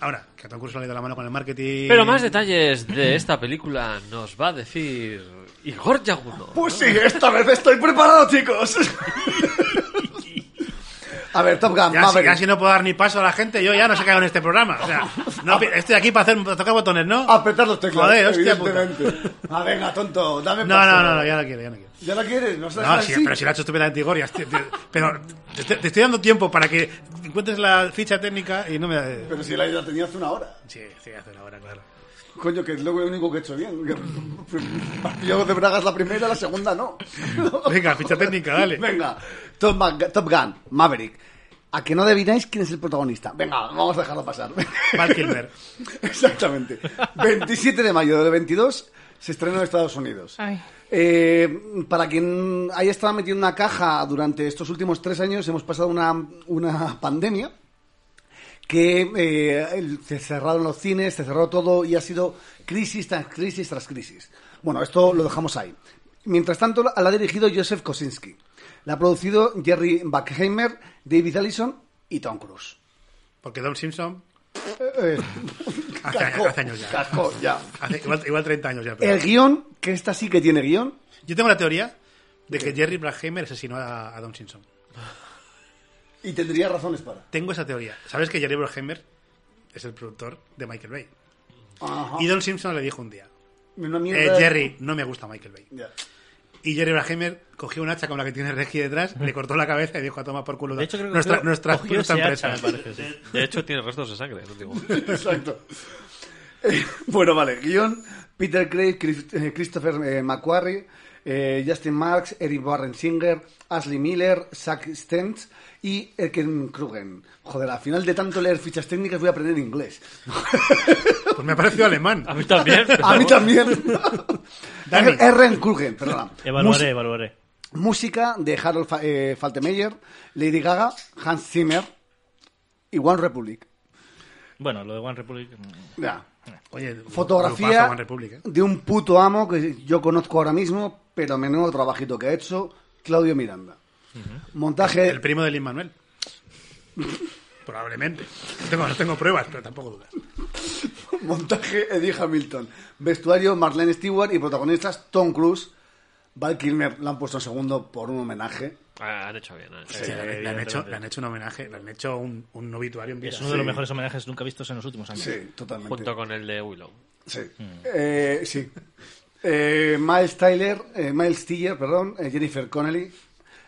S3: Ahora, que a Tom Cruise le ha ido la mano con el marketing...
S5: Pero más detalles de esta película nos va a decir Igor Yaguno.
S4: Pues sí, esta vez estoy preparado, chicos. *laughs* A ver, Top Gun,
S3: Ya, si
S4: Maverick.
S3: casi no puedo dar ni paso a la gente, yo ya no sé qué hago en este programa. O sea,
S4: *laughs*
S3: no pi- estoy aquí para hacer, para tocar botones, ¿no?
S4: Apretar los teclados,
S3: Joder, hostia puta.
S4: evidentemente. Ah, venga, tonto, dame
S3: No,
S4: paso.
S3: no, no, no, ya no quiero, ya no quiero.
S4: ¿Ya la quieres? ¿No vas a dejar
S3: No, sí,
S4: así?
S3: pero si la ha hecho estúpidamente Igor, ya estoy- te- pero te, te estoy dando tiempo para que encuentres la ficha técnica y no me da...
S4: Pero si la, la tenía hace una hora.
S3: Sí, sí, hace una hora, claro.
S4: Coño, que es lo único que he hecho bien. *laughs* Que- Partido de Bragas la primera, la segunda no.
S3: *laughs* Venga, ficha técnica, dale.
S4: Venga, Top, Ma- Top Gun, Maverick. A que no adivináis quién es el protagonista. Venga, vamos a dejarlo pasar.
S3: Val Kilmer.
S4: *laughs* Exactamente. 27 de mayo del 22 se estrenó en Estados Unidos.
S11: Ay.
S4: Eh, para quien haya estado metido en una caja durante estos últimos tres años, hemos pasado una, una pandemia que eh, el- se cerraron los cines, se cerró todo y ha sido crisis tras crisis tras crisis. Bueno, esto lo dejamos ahí. Mientras tanto, la la ha dirigido Joseph Kosinski. La ha producido Jerry Buckheimer, David Allison y Tom Cruise.
S3: Porque Don Simpson
S4: Eh,
S3: Hace años- hace años ya.
S4: cascó, ya.
S3: hace igual, igual 30 años ya. pero-
S4: El guión, que esta sí que tiene guión,
S3: Yo tengo la teoría de que Jerry Bruckheimer asesinó a, a Don Simpson.
S4: y tendría razones para.
S3: Tengo esa teoría. ¿Sabes que Jerry Bruckheimer es el productor de Michael Bay?
S4: Ajá.
S3: Y Don Simpson le dijo un día,
S4: Una mierda
S3: eh,
S4: de-
S3: Jerry, no me gusta Michael Bay.
S4: Ya. *laughs*
S3: Y Jerry Bruckheimer cogió un hacha como la que tiene Reggie detrás, le cortó la cabeza y dijo a tomar por culo
S6: De hecho, creo que
S3: nuestra,
S6: creo-
S3: nuestra,
S6: cogió
S3: nuestra
S6: ese
S3: empresa.
S6: hacha, me parece, sí.
S5: De hecho, tiene restos de sangre, no digo.
S4: Exacto. Eh, bueno, vale. Guión, Peter Craig, Chris- eh, Christopher eh, McQuarrie, eh, Justin Marks, Eric Warren Singer, Ashley Miller, Zach Stentz y Erken Krugen. Joder, al final de tanto leer fichas técnicas voy a aprender inglés.
S3: Pues me ha parecido alemán.
S6: *laughs*
S5: A mí también. *laughs*
S4: A mí también. *laughs*
S3: Dani.
S4: Erken Krugen, perdona.
S6: Evaluaré, evaluaré.
S4: Música de Harold Fa- eh, Faltemeyer, Lady Gaga, Hans Zimmer y One Republic.
S6: Bueno, lo de One Republic. mm,
S4: Ya.
S3: Oye, grupazo,
S4: Fotografía
S3: One Republic, ¿eh?
S4: de un puto amo que yo conozco ahora mismo, pero menudo trabajito que ha hecho, Claudio Miranda. Montaje...
S3: El primo de Lin Manuel. Probablemente. No tengo, no tengo pruebas, pero tampoco dudas.
S4: *laughs* Montaje Eddie Hamilton. Vestuario Marlene Stewart y protagonistas Tom Cruise. Val Kilmer la han puesto en segundo por un homenaje.
S5: Ah, han hecho bien. han hecho
S3: Sí,
S5: bien.
S3: le, le han hecho, le han hecho un homenaje, le han hecho un, un obituario en vida.
S6: Es uno de los mejores homenajes nunca vistos en los últimos años.
S4: Sí, totalmente.
S5: Junto con el de Willow.
S4: Sí.
S3: Mm.
S4: Eh, sí. Eh, Miles Tyler, eh, Miles Tiller, perdón, eh, Jennifer Connelly,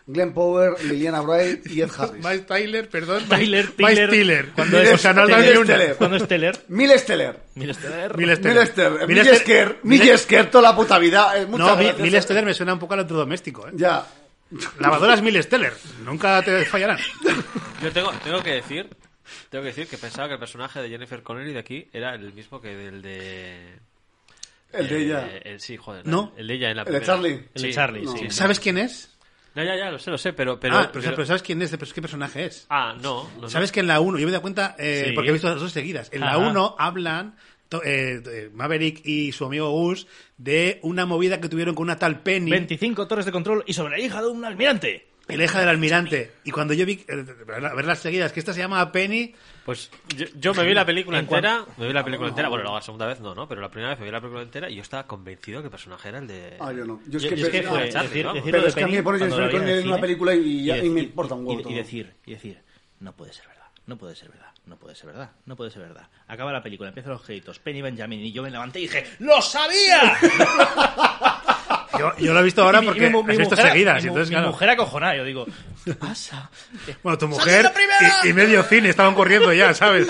S4: Glenn Power, Liliana Wright y Ed Harris.
S3: *laughs* Miles *laughs* Tyler, perdón.
S6: Tyler,
S3: Miles- Miles
S6: Tyler.
S3: Tyler.
S6: Cuando
S3: O
S6: es-
S3: sea, no has dado
S4: Tyler
S3: ni una.
S4: Teller.
S6: ¿Cuándo es Teller?
S4: Miles Teller.
S6: Mira, este
S3: Miles
S6: de-
S3: Teller.
S4: Miles Teller.
S3: Miles
S4: Miles
S3: Teller-
S4: Kerr.
S3: Miles-
S4: Miles Kerr toda la puta vida. Eh, muchas
S3: No, Mi-
S4: gracias.
S3: Miles Teller me suena un poco al electrodoméstico, ¿eh?
S4: Ya.
S3: Lavadoras Miles Teller. Nunca te fallarán.
S5: Yo tengo, tengo que decir. Tengo que decir que pensaba que el personaje de Jennifer Connelly de aquí era el mismo que del de.
S4: El de
S5: eh,
S4: ella.
S5: el- sí, joder.
S3: No.
S5: El de ella en la
S4: El de
S5: primera.
S4: Charlie.
S6: El de Charlie,
S5: No.
S3: *laughs*
S6: sí.
S3: ¿Sabes quién es?
S5: Ya, ya, ya, lo sé, lo sé, pero. pero,
S3: ah, pero,
S5: pero-
S3: pero ¿sabes quién es? ¿Qué personaje es?
S5: ah, no. no, no.
S3: ¿Sabes que en la 1, yo me he dado cuenta, eh,
S6: Sí.
S3: porque he visto las dos seguidas, en la
S6: Ajá.
S3: 1 hablan to- eh, eh, Maverick y su amigo Gus de una movida que tuvieron con una tal Penny,
S6: 25 torres de control y sobre la hija de un almirante.
S3: y la hija del almirante. Y cuando yo vi, eh, a ver las seguidas, que esta se llama Penny,
S5: Pues yo, yo me vi la película
S6: En cuanto-
S5: entera, me vi la película entera, bueno, la segunda vez no, ¿no? Pero la primera vez me vi la película entera y yo estaba convencido que el personaje era el de...
S4: Ah, yo no. Yo es
S6: Yo-
S4: que,
S6: yo es que
S4: pensé-
S6: fue
S4: ah,
S5: Charlie,
S6: decir,
S5: vamos.
S6: decir
S4: Pero
S6: lo de
S4: es que a mí
S6: Penny
S4: me pone
S6: cuando
S4: Jennifer
S6: lo vi en
S4: Connelly
S6: el
S4: en una
S6: cine,
S4: película y ya- y me
S6: dec-
S4: importa un huevo
S6: y- y
S4: todo.
S6: decir, y decir, no puede ser verdad, no puede ser verdad, no puede ser verdad, no puede ser verdad. Acaba
S4: *laughs*
S6: la película, empiezan los créditos, Penny Benjamin y yo me levanté y dije, ¡Lo sabía!
S3: Yo, yo lo he visto ahora
S6: Y mi- y
S3: porque
S6: mi mu-
S3: has
S6: mi
S3: visto
S6: mujer-
S3: seguidas.
S6: mi
S3: y
S6: mu-
S3: entonces,
S6: mi
S3: claro.
S6: mujer acojonada, yo digo, ¿qué pasa?
S3: Bueno, tu
S6: ¡Salta
S3: mujer y, y medio cine estaban corriendo ya,
S6: *laughs*
S3: ¿sabes?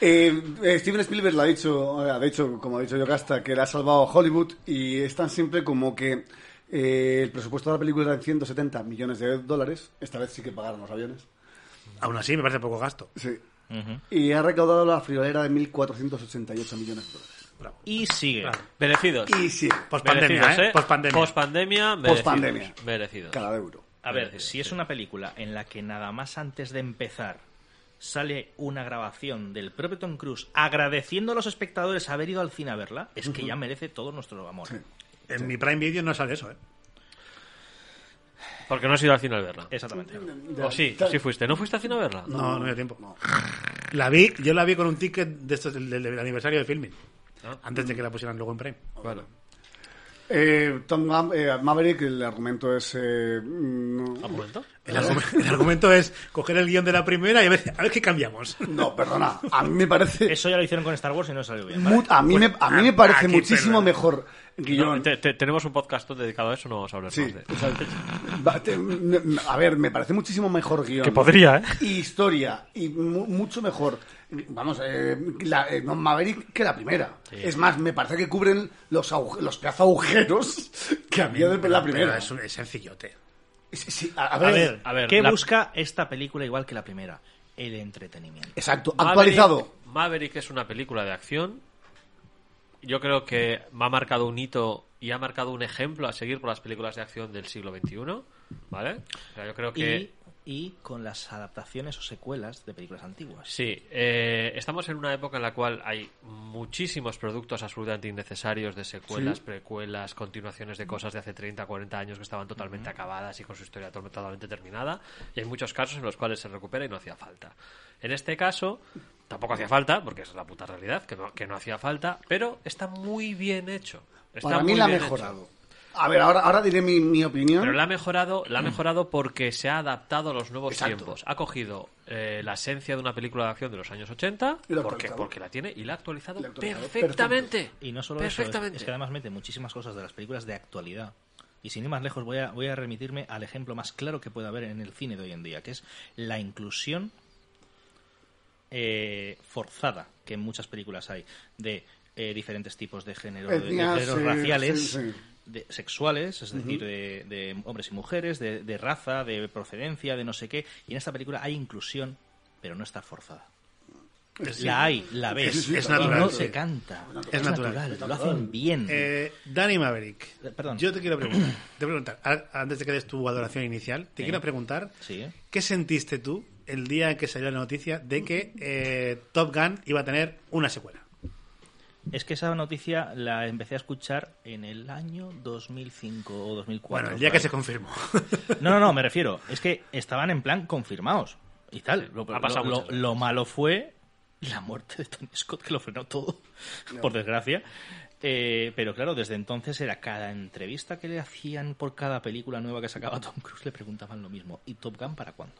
S4: Eh, eh, Steven Spielberg lo ha dicho, eh, ha dicho, como ha dicho Yocasta, que le ha salvado Hollywood y es tan simple como que eh, el presupuesto de la película era de 170 millones de dólares. Esta vez sí que pagaron los aviones.
S3: Aún así, me parece poco gasto.
S4: Sí. Y ha recaudado la friolera de 1.488 millones de dólares.
S6: Y sigue.
S4: Ah,
S5: Merecidos.
S4: Y sí,
S5: Merecidos,
S3: Post-pandemia, ¿eh? Post-pandemia.
S5: Post-pandemia, merecidos.
S4: post-pandemia.
S5: Merecidos.
S4: Cada euro.
S6: A ver, si es una película en la que nada más antes de empezar sale una grabación del propio Tom Cruise agradeciendo a los espectadores haber ido al cine a verla, es que ya merece todo nuestro amor.
S3: En mi Prime Video no sale eso, ¿eh?
S5: Porque no has ido al cine a verla.
S4: Eh,
S6: Exactamente.
S5: O Oh, sí, sí fuiste. ¿No fuiste al cine a verla?
S3: No, no, me dio tiempo. La vi, yo la vi con un ticket de estos, del, del- del aniversario de filming.
S6: Ah.
S3: Antes de que la pusieran luego en Prime.
S5: Bueno.
S4: Eh, Tom Ma- eh, Maverick, el argumento es... eh, mm,
S5: ¿Argumento?
S6: Ah.
S3: El, argumento, el argumento es coger el guión de la primera y a ver, a ver qué cambiamos.
S4: no, perdona. A mí me parece...
S6: *laughs* Eso ya lo hicieron con Star Wars y no salió bien. ¿vale?
S4: mu- a, mí me, a mí me
S3: ah,
S4: parece
S3: aquí,
S4: muchísimo
S3: perdona.
S4: mejor guión.
S5: pues No, te- te- tenemos un podcast dedicado a eso, no vamos a hablar
S4: Sí,
S5: más de
S4: exacto. Va, te- me- me- a ver, me parece muchísimo mejor guión.
S5: Que podría, ¿eh?
S4: Y historia, y mu- mucho mejor. Vamos, eh, la, eh, no, Maverick que la primera. Es más, me parece que cubren los, agu- los pedazos agujeros *laughs* que había de la
S3: Pero
S4: primera.
S3: Es, un- es sencillote.
S4: Sí, sí, a, a
S6: A
S4: ver,
S6: ver,
S5: a ver,
S6: ¿qué
S5: la-
S6: busca esta película igual que la primera? El entretenimiento.
S4: exacto,
S5: Maverick-
S4: actualizado.
S5: Maverick es una película de acción. Yo creo que me ha marcado un hito y ha marcado un ejemplo a seguir por las películas de acción del siglo XXI. ¿Vale? O sea, yo creo que.
S6: Y, y con las adaptaciones o secuelas de películas antiguas.
S5: Sí, eh, estamos en una época en la cual hay muchísimos productos absolutamente innecesarios de secuelas, precuelas, continuaciones de cosas de hace 30, 40 años que estaban totalmente acabadas y con su historia to- totalmente terminada. Y hay muchos casos en los cuales se recupera y no hacía falta. En este caso, tampoco hacía falta, porque esa es la puta realidad, que no, que no hacía falta, pero está muy bien hecho. Está
S4: Para mí
S5: muy
S4: la ha
S5: bien hecho.
S4: mejorado. A ver, ahora, ahora diré mi, mi opinión.
S5: Pero la ha mejorado, la ha mejorado porque se ha adaptado a los nuevos
S4: Exacto.
S5: tiempos. Ha cogido eh, la esencia de una película de acción de los años 80,
S4: Y lo ha
S5: porque,
S4: actualizado.
S5: porque la tiene, y la ha actualizado,
S4: La ha actualizado,
S5: perfectamente.
S6: Y no solo
S5: perfectamente.
S6: eso, es- es que además mete muchísimas cosas de las películas de actualidad. Y sin ir más lejos, voy a, voy a remitirme al ejemplo más claro que puede haber en el cine de hoy en día, que es la inclusión eh, forzada que en muchas películas hay de eh, diferentes tipos de género, de, de
S4: Etnias,
S6: géneros
S4: sí,
S6: raciales.
S4: sí, sí.
S6: de- sexuales, es decir, de, de hombres y mujeres, de, de raza, de procedencia, de no sé qué. Y en esta película hay inclusión, pero no está forzada. La hay, la ves.
S3: Es- es
S6: y
S3: natural,
S6: No
S3: sí.
S6: se canta.
S3: Es natural.
S6: Lo hacen bien.
S3: Eh, Danny Maverick.
S6: Eh, perdón.
S3: Yo te quiero preguntar, te voy a preguntar, a- antes de que des tu adoración inicial, te
S6: Sí.
S3: quiero preguntar,
S6: Sí.
S3: ¿qué sentiste tú el día en que salió la noticia de que eh, Top Gun iba a tener una secuela?
S6: Es que esa noticia la empecé a escuchar en el año 2005 o 2004.
S3: Bueno, el día que se
S6: por *laughs*
S3: confirmó.
S6: ahí. No, no, no, me refiero. Es que estaban en plan confirmados y tal. Lo,
S5: ha pasado
S6: lo-
S5: muchas veces.
S6: lo malo fue la muerte de Tony Scott, que lo frenó todo, por desgracia. Eh, pero claro, desde entonces era cada entrevista que le hacían por cada película nueva que sacaba Tom Cruise, le preguntaban lo mismo. ¿Y Top Gun para cuándo?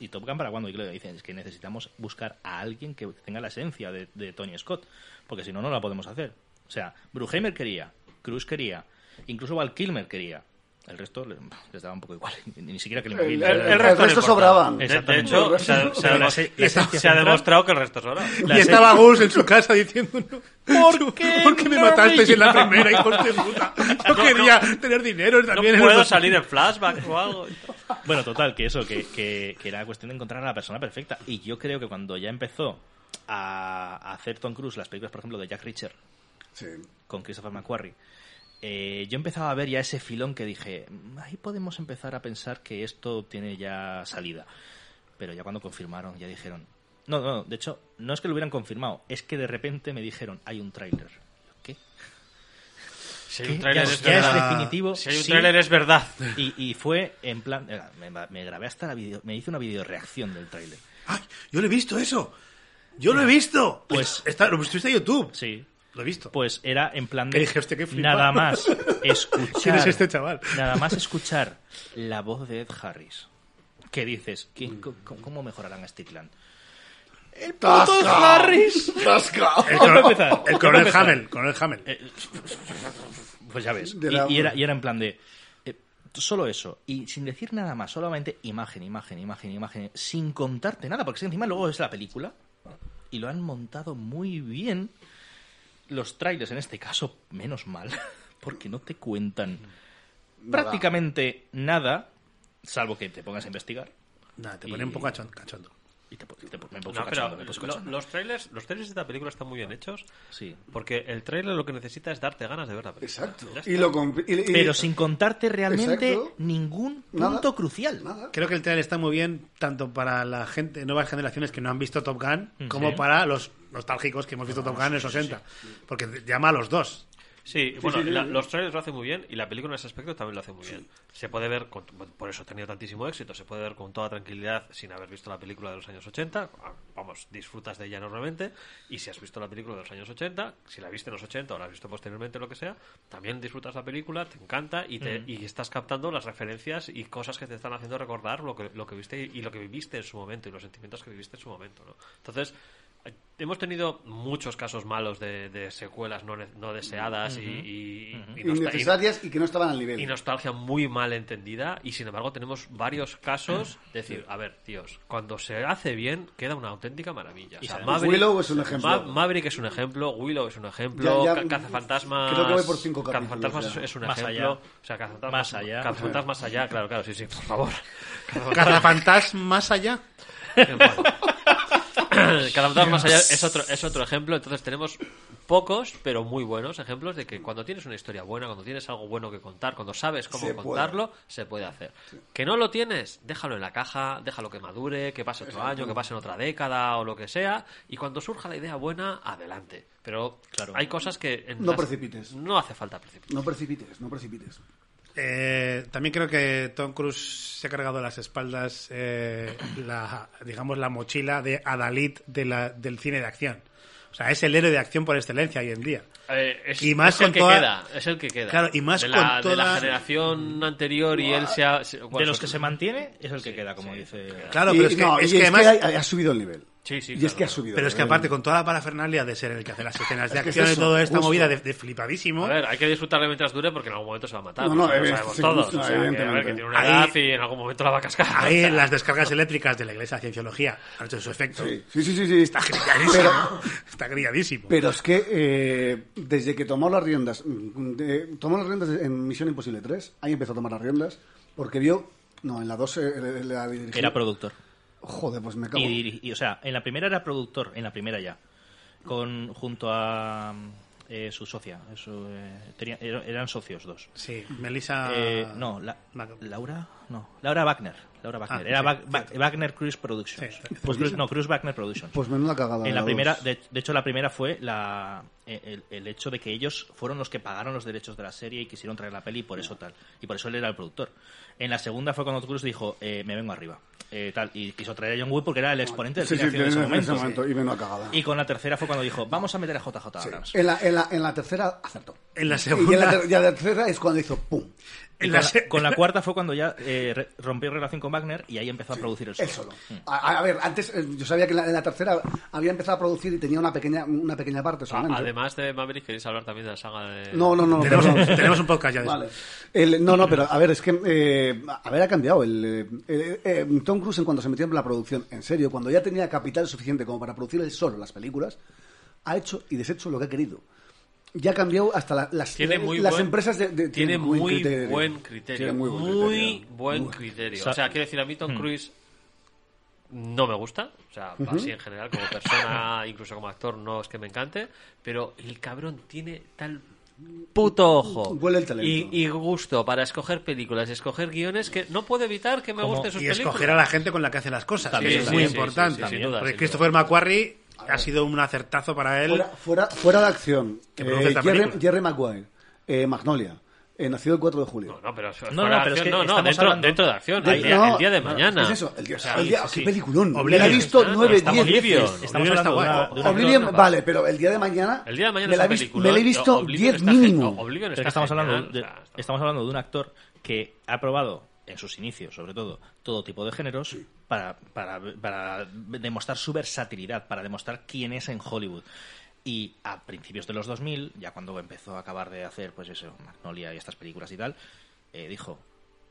S6: ¿Y Top Gun para cuándo? Y claro, dicen, es que necesitamos buscar a alguien que tenga la esencia de, de Tony Scott, porque si no, no la podemos hacer. O sea, Bruheimer quería, Cruise quería, incluso Val Kilmer quería. El resto le- les daba un poco igual, *laughs* ni, ni siquiera que le
S4: El, el-
S6: invitaran.
S4: el resto, sobraban.
S5: De- de,
S6: Exactamente.
S5: hecho, se ha, se ha-
S6: La se- la
S5: se ha
S12: *laughs*
S6: esencia central-
S5: demostrado que el resto es
S4: *laughs*
S5: oro.
S3: y estaba Gus en su casa diciendo, ¿por
S6: qué
S3: ¿por qué me
S6: no
S3: matasteis
S6: me
S3: en la
S6: llamas?
S3: primera, hijos de
S6: *laughs*
S3: puta? Yo
S5: No,
S3: quería tener dinero
S5: No
S3: también. en
S5: puedo
S3: los-
S5: salir en flashback
S4: *laughs*
S5: o algo.
S6: Bueno, total, que eso, que, que, que era cuestión de encontrar a la persona perfecta. Y yo creo que cuando ya empezó a, a hacer Tom Cruise las películas, por ejemplo, de Jack Richard
S4: Sí.
S6: con Christopher McQuarrie, eh, yo empezaba a ver ya ese filón que dije, "Mm, ahí podemos empezar a pensar que esto tiene ya salida. Pero ya cuando confirmaron, ya dijeron... No, no, de hecho, no es que lo hubieran confirmado, es que de repente me dijeron, hay un tráiler. Yo, ¿Qué?
S5: Si hay un
S6: ¿Qué?
S5: tráiler este
S6: Ya-
S5: es
S6: ya es
S5: verdad.
S6: definitivo.
S5: Si hay un
S6: sí.
S5: tráiler es verdad.
S6: *laughs* Y, y fue en plan. eh, Me, me grabé hasta la video. Me hice una videoreacción del tráiler.
S3: ¡Ay, yo lo he visto eso! ¡Yo lo he visto!
S6: Pues-
S3: Está- lo subiste a YouTube.
S6: Sí.
S3: Lo he visto.
S6: Pues era en plan
S3: Que
S6: de.
S3: dije, hostia, qué flipado.
S6: nada más
S3: *laughs*
S6: escuchar.
S3: ¿Quién es este chaval?
S6: Nada más escuchar la voz de Ed Harris. Que dices, ¿quién- co- co- ¿cómo mejorarán a Stickland?
S4: ¡Tasca! ¡Harris! ¡Tasca!
S3: el, *laughs* coronel-
S6: Vamos a
S3: Eh,
S6: empezar.
S3: el coronel Hamel. Coronel Hamel.
S6: pues ya ves.
S4: De
S6: Y,
S4: la-
S6: y era, y era en plan de. eh, Solo eso, y sin decir nada más, solamente imagen, imagen, imagen, imagen, sin contarte nada, porque es que encima luego es la película y lo han montado muy bien. Los trailers, en este caso, menos mal, *laughs* porque no te cuentan prácticamente nada, salvo que te pongas a investigar.
S3: Nada, te pone un poco achon- cachondo.
S6: Y te, po- te po- me
S12: No,
S6: puso
S12: pero
S6: cachondo, me puso
S12: lo-
S6: cachondo.
S12: los trailers los trailers de esta película están muy bien hechos
S6: Sí.
S12: porque el trailer lo que necesita es darte ganas de ver la película
S4: Exacto.
S12: Ya está.
S4: Y lo comp- y- y-
S6: Pero sin contarte realmente
S4: Exacto.
S6: ningún punto
S4: Nada.
S6: crucial.
S4: Nada.
S3: Creo que el trailer está muy bien tanto para la gente, nuevas generaciones que no han visto Top Gun, como
S6: Sí.
S3: para los nostálgicos que hemos visto Top Gun en los 80. Porque llama a los dos.
S12: Sí, bueno, la- los trailers lo hacen muy bien y la película en ese aspecto también lo hace muy bien. Se puede ver, con- por eso ha tenido tantísimo éxito, se puede ver con toda tranquilidad sin haber visto la película de los años 80. Ah, Vamos, disfrutas de ella enormemente. Y si has visto la película de los años 80, si la viste en los 80 o la has visto posteriormente, lo que sea, también disfrutas la película, te encanta y, te, y estás captando las referencias y cosas que te están haciendo recordar lo que, lo que viste y lo que viviste en su momento y los sentimientos que viviste en su momento. ¿no? Entonces, Hemos tenido muchos casos malos de, de secuelas no, ne- no deseadas y- y, y nostal-
S4: innecesarias y que no estaban al
S12: y-
S4: nivel.
S12: y nostalgia muy mal entendida y sin embargo tenemos varios casos de decir, a ver, tíos, cuando se hace bien queda una auténtica maravilla. O sea,
S4: además Willow es un ejemplo.
S12: Ma- Maverick es un ejemplo, Willow es un ejemplo,
S4: Ya, ya,
S12: Ca- Cazafantasmas...
S4: creo que voy por cinco capítulos
S12: Cazafantasmas
S4: ya.
S12: es- es un
S6: Más
S12: ejemplo.
S6: allá.
S12: O sea, Cazafantasmas
S6: Más allá.
S12: Cazafantasmas allá, claro, claro, sí, sí, por
S6: *laughs*
S12: favor.
S3: Cazafantasmas más allá.
S12: Cada vez más allá es otro, es otro ejemplo. Entonces tenemos pocos, pero muy buenos ejemplos de que cuando tienes una historia buena, cuando tienes algo bueno que contar, cuando sabes cómo
S4: Se puede.
S12: contarlo, se puede hacer. Que no lo tienes, déjalo en la caja, déjalo que madure, que pase otro año, que pase en otra década o lo que sea. Y cuando surja la idea buena, adelante. Pero
S6: Claro.
S12: hay cosas que... en
S4: No precipites.
S12: No hace falta precipitar.
S4: No precipites, no precipites.
S3: Eh, también creo que Tom Cruise se ha cargado a las espaldas eh, la, digamos, la mochila de Adalid de la- del cine de acción. O sea, es el héroe de acción por excelencia hoy en día.
S12: Eh, es,
S3: Y más
S12: es el
S3: con
S12: que
S3: toda-
S12: queda, es el que queda.
S3: Claro, y más
S12: de
S3: con
S12: la, de la
S3: toda-
S12: generación anterior y él se ha... se- bueno,
S6: de los
S12: se-
S6: que se mantiene es el que queda, como dice.
S3: Claro,
S4: Y-
S3: pero es que,
S4: no,
S3: es
S4: y
S3: que además...
S4: ha, ha subido el nivel.
S12: Sí, sí,
S4: y es
S12: claro,
S4: que ha
S12: claro.
S4: subido.
S3: Pero
S4: el
S3: es que
S4: nivel.
S3: aparte, con toda la parafernalia de ser el que hace las escenas de
S4: *laughs* Es que es
S3: acción y
S4: eso,
S3: todo, esta
S4: justo.
S3: movida de, de flipadísimo...
S12: A ver, hay que disfrutarle mientras dure porque en algún momento se va a matar.
S4: No, no,
S12: o sea, lo
S4: eh,
S12: sabemos
S4: sí,
S12: todos.
S4: sí,
S12: o sea, que, a ver,
S4: evidentemente.
S12: que tiene una
S3: Ahí-
S12: edad y en algún momento la va a cascar.
S3: Ahí en las descargas eléctricas de la iglesia de cienciología han hecho su efecto.
S4: Sí, sí, sí, sí, sí, está
S3: Grilladísimo. *laughs* Está grilladísimo.
S4: Pero es que eh, desde que tomó las riendas, mm, de- tomó las riendas en Misión Imposible 3, ahí empezó a tomar las riendas, porque vio, no, en la 2 eh, la dirigió-
S6: Era productor.
S4: Joder, pues me cago.
S6: Y, diri- y, o sea, en la primera era productor, en la primera ya. Con, junto a eh, su socia. su, eh, tenía- er- eran socios dos.
S3: Sí, Melissa...
S6: Eh, no, la-
S3: Mac-
S6: Laura. No, Laura Wagner. Laura Wagner.
S3: Ah,
S6: era
S3: sí,
S6: Wa- Wa- Wagner Cruise Productions.
S3: Sí, sí.
S6: pues Cruise- no, Cruise Wagner Productions.
S4: Pues menuda cagada.
S6: En la
S4: dos.
S6: primera, de, de hecho, la primera fue la, e, el, el hecho de que ellos fueron los que pagaron los derechos de la serie y quisieron traer la peli y por eso tal. Y por eso él era el productor. En la segunda fue cuando Cruz dijo, eh, me vengo arriba. eh, tal, y quiso traer a John Wood porque era el exponente del
S4: Sí, sí,
S6: cine acción en ese
S4: en ese
S6: momento.
S4: momento, y menuda cagada.
S6: Y con la tercera fue cuando dijo, vamos a meter a JJ
S4: Sí.
S6: Abrams.
S4: En, la, en, la, en la tercera acertó.
S3: En la
S4: Y en la,
S3: segunda...
S4: ter- y en la tercera es cuando hizo ¡pum!
S6: Y
S3: en
S6: con,
S3: la
S6: la,
S3: se-
S6: con la cuarta fue cuando ya eh, re- rompió relación con Wagner y ahí empezó a producir el solo.
S4: Él solo. A, a ver, antes eh, yo sabía que en la, en la tercera había empezado a producir y tenía una pequeña, una pequeña parte solamente.
S12: Ah, Además eh, de Maverick, queréis hablar también de la saga de.
S4: No, no,
S3: *laughs*
S4: no.
S3: Tenemos,
S4: perdón.
S3: tenemos un podcast ya de eso.
S4: Vale. El- no, no, pero a ver, es que. eh, a ver, ha cambiado. El, eh, eh, eh, Tom Cruise, en cuanto se metió en la producción, en serio, cuando ya tenía capital suficiente como para producir él solo las películas, ha hecho y deshecho lo que ha querido. Ya ha cambiado hasta la- las,
S12: Tiene muy
S4: las
S12: buen-
S4: empresas de, de-
S12: tiene
S4: tienen buen
S12: muy
S4: criterio.
S12: buen criterio.
S4: Tienen
S12: Muy
S4: buen criterio.
S12: buen
S4: Muy-
S12: criterio.
S6: Sa- Hmm.
S12: O sea, quiero decir, a mí Tom Cruise no me gusta. O sea, así en general, como persona, *laughs* incluso como actor, no es que me encante. Pero el cabrón tiene tal puto ojo
S4: Huele el talento.
S12: Y, y gusto para escoger películas, escoger guiones que no puedo evitar que me
S6: Como-
S12: gusten sus
S3: y
S12: películas.
S3: escoger a la gente con la que hace las cosas,
S6: También,
S3: que eso es
S6: sí,
S3: muy
S6: sí,
S3: importante.
S12: sí, sí, sin duda,
S3: Porque
S12: sin
S3: Christopher McQuarrie ha sido un acertazo para él.
S4: Fuera, fuera, fuera de acción.
S3: Que produce
S4: Eh,
S3: esta
S4: Jerry,
S3: película.
S4: Jerry Maguire, eh, Magnolia, eh, nacido el 4 de julio.
S12: No, no, pero, fuera
S6: no,
S12: de
S6: pero es
S12: acción,
S6: que
S12: no, no,
S6: estamos
S12: dentro,
S6: hablando-
S12: dentro de acción,
S4: De-
S12: el, día,
S4: no,
S12: el día de
S4: no,
S12: mañana.
S4: Es eso, el día,
S12: O sea,
S4: el día-
S6: sí,
S4: qué
S6: sí.
S4: peliculón.
S3: Oblivion.
S4: Me la he visto
S12: Está-
S4: 9,
S12: está
S4: 10
S12: Oblivion.
S4: veces.
S3: Oblivion está guay.
S6: de una
S4: Oblivion,
S6: película-
S4: vale, pero el día de mañana.
S12: El día de mañana
S4: me la he
S12: es un
S4: visto,
S12: peliculón.
S4: me la he visto
S12: Oblivion
S4: 10
S12: está
S4: mínimo.
S12: gen- Oblivion
S6: Pero es que
S12: está
S6: estamos hablando,
S12: genial,
S6: de,
S12: o sea, está-
S6: estamos hablando de un actor que ha probado en sus inicios, sobre todo, todo tipo de géneros para, para, para demostrar su versatilidad, para demostrar quién es en Hollywood. Y a principios de los 2000, ya cuando empezó a acabar de hacer, pues eso, Magnolia y estas películas y tal, eh, dijo,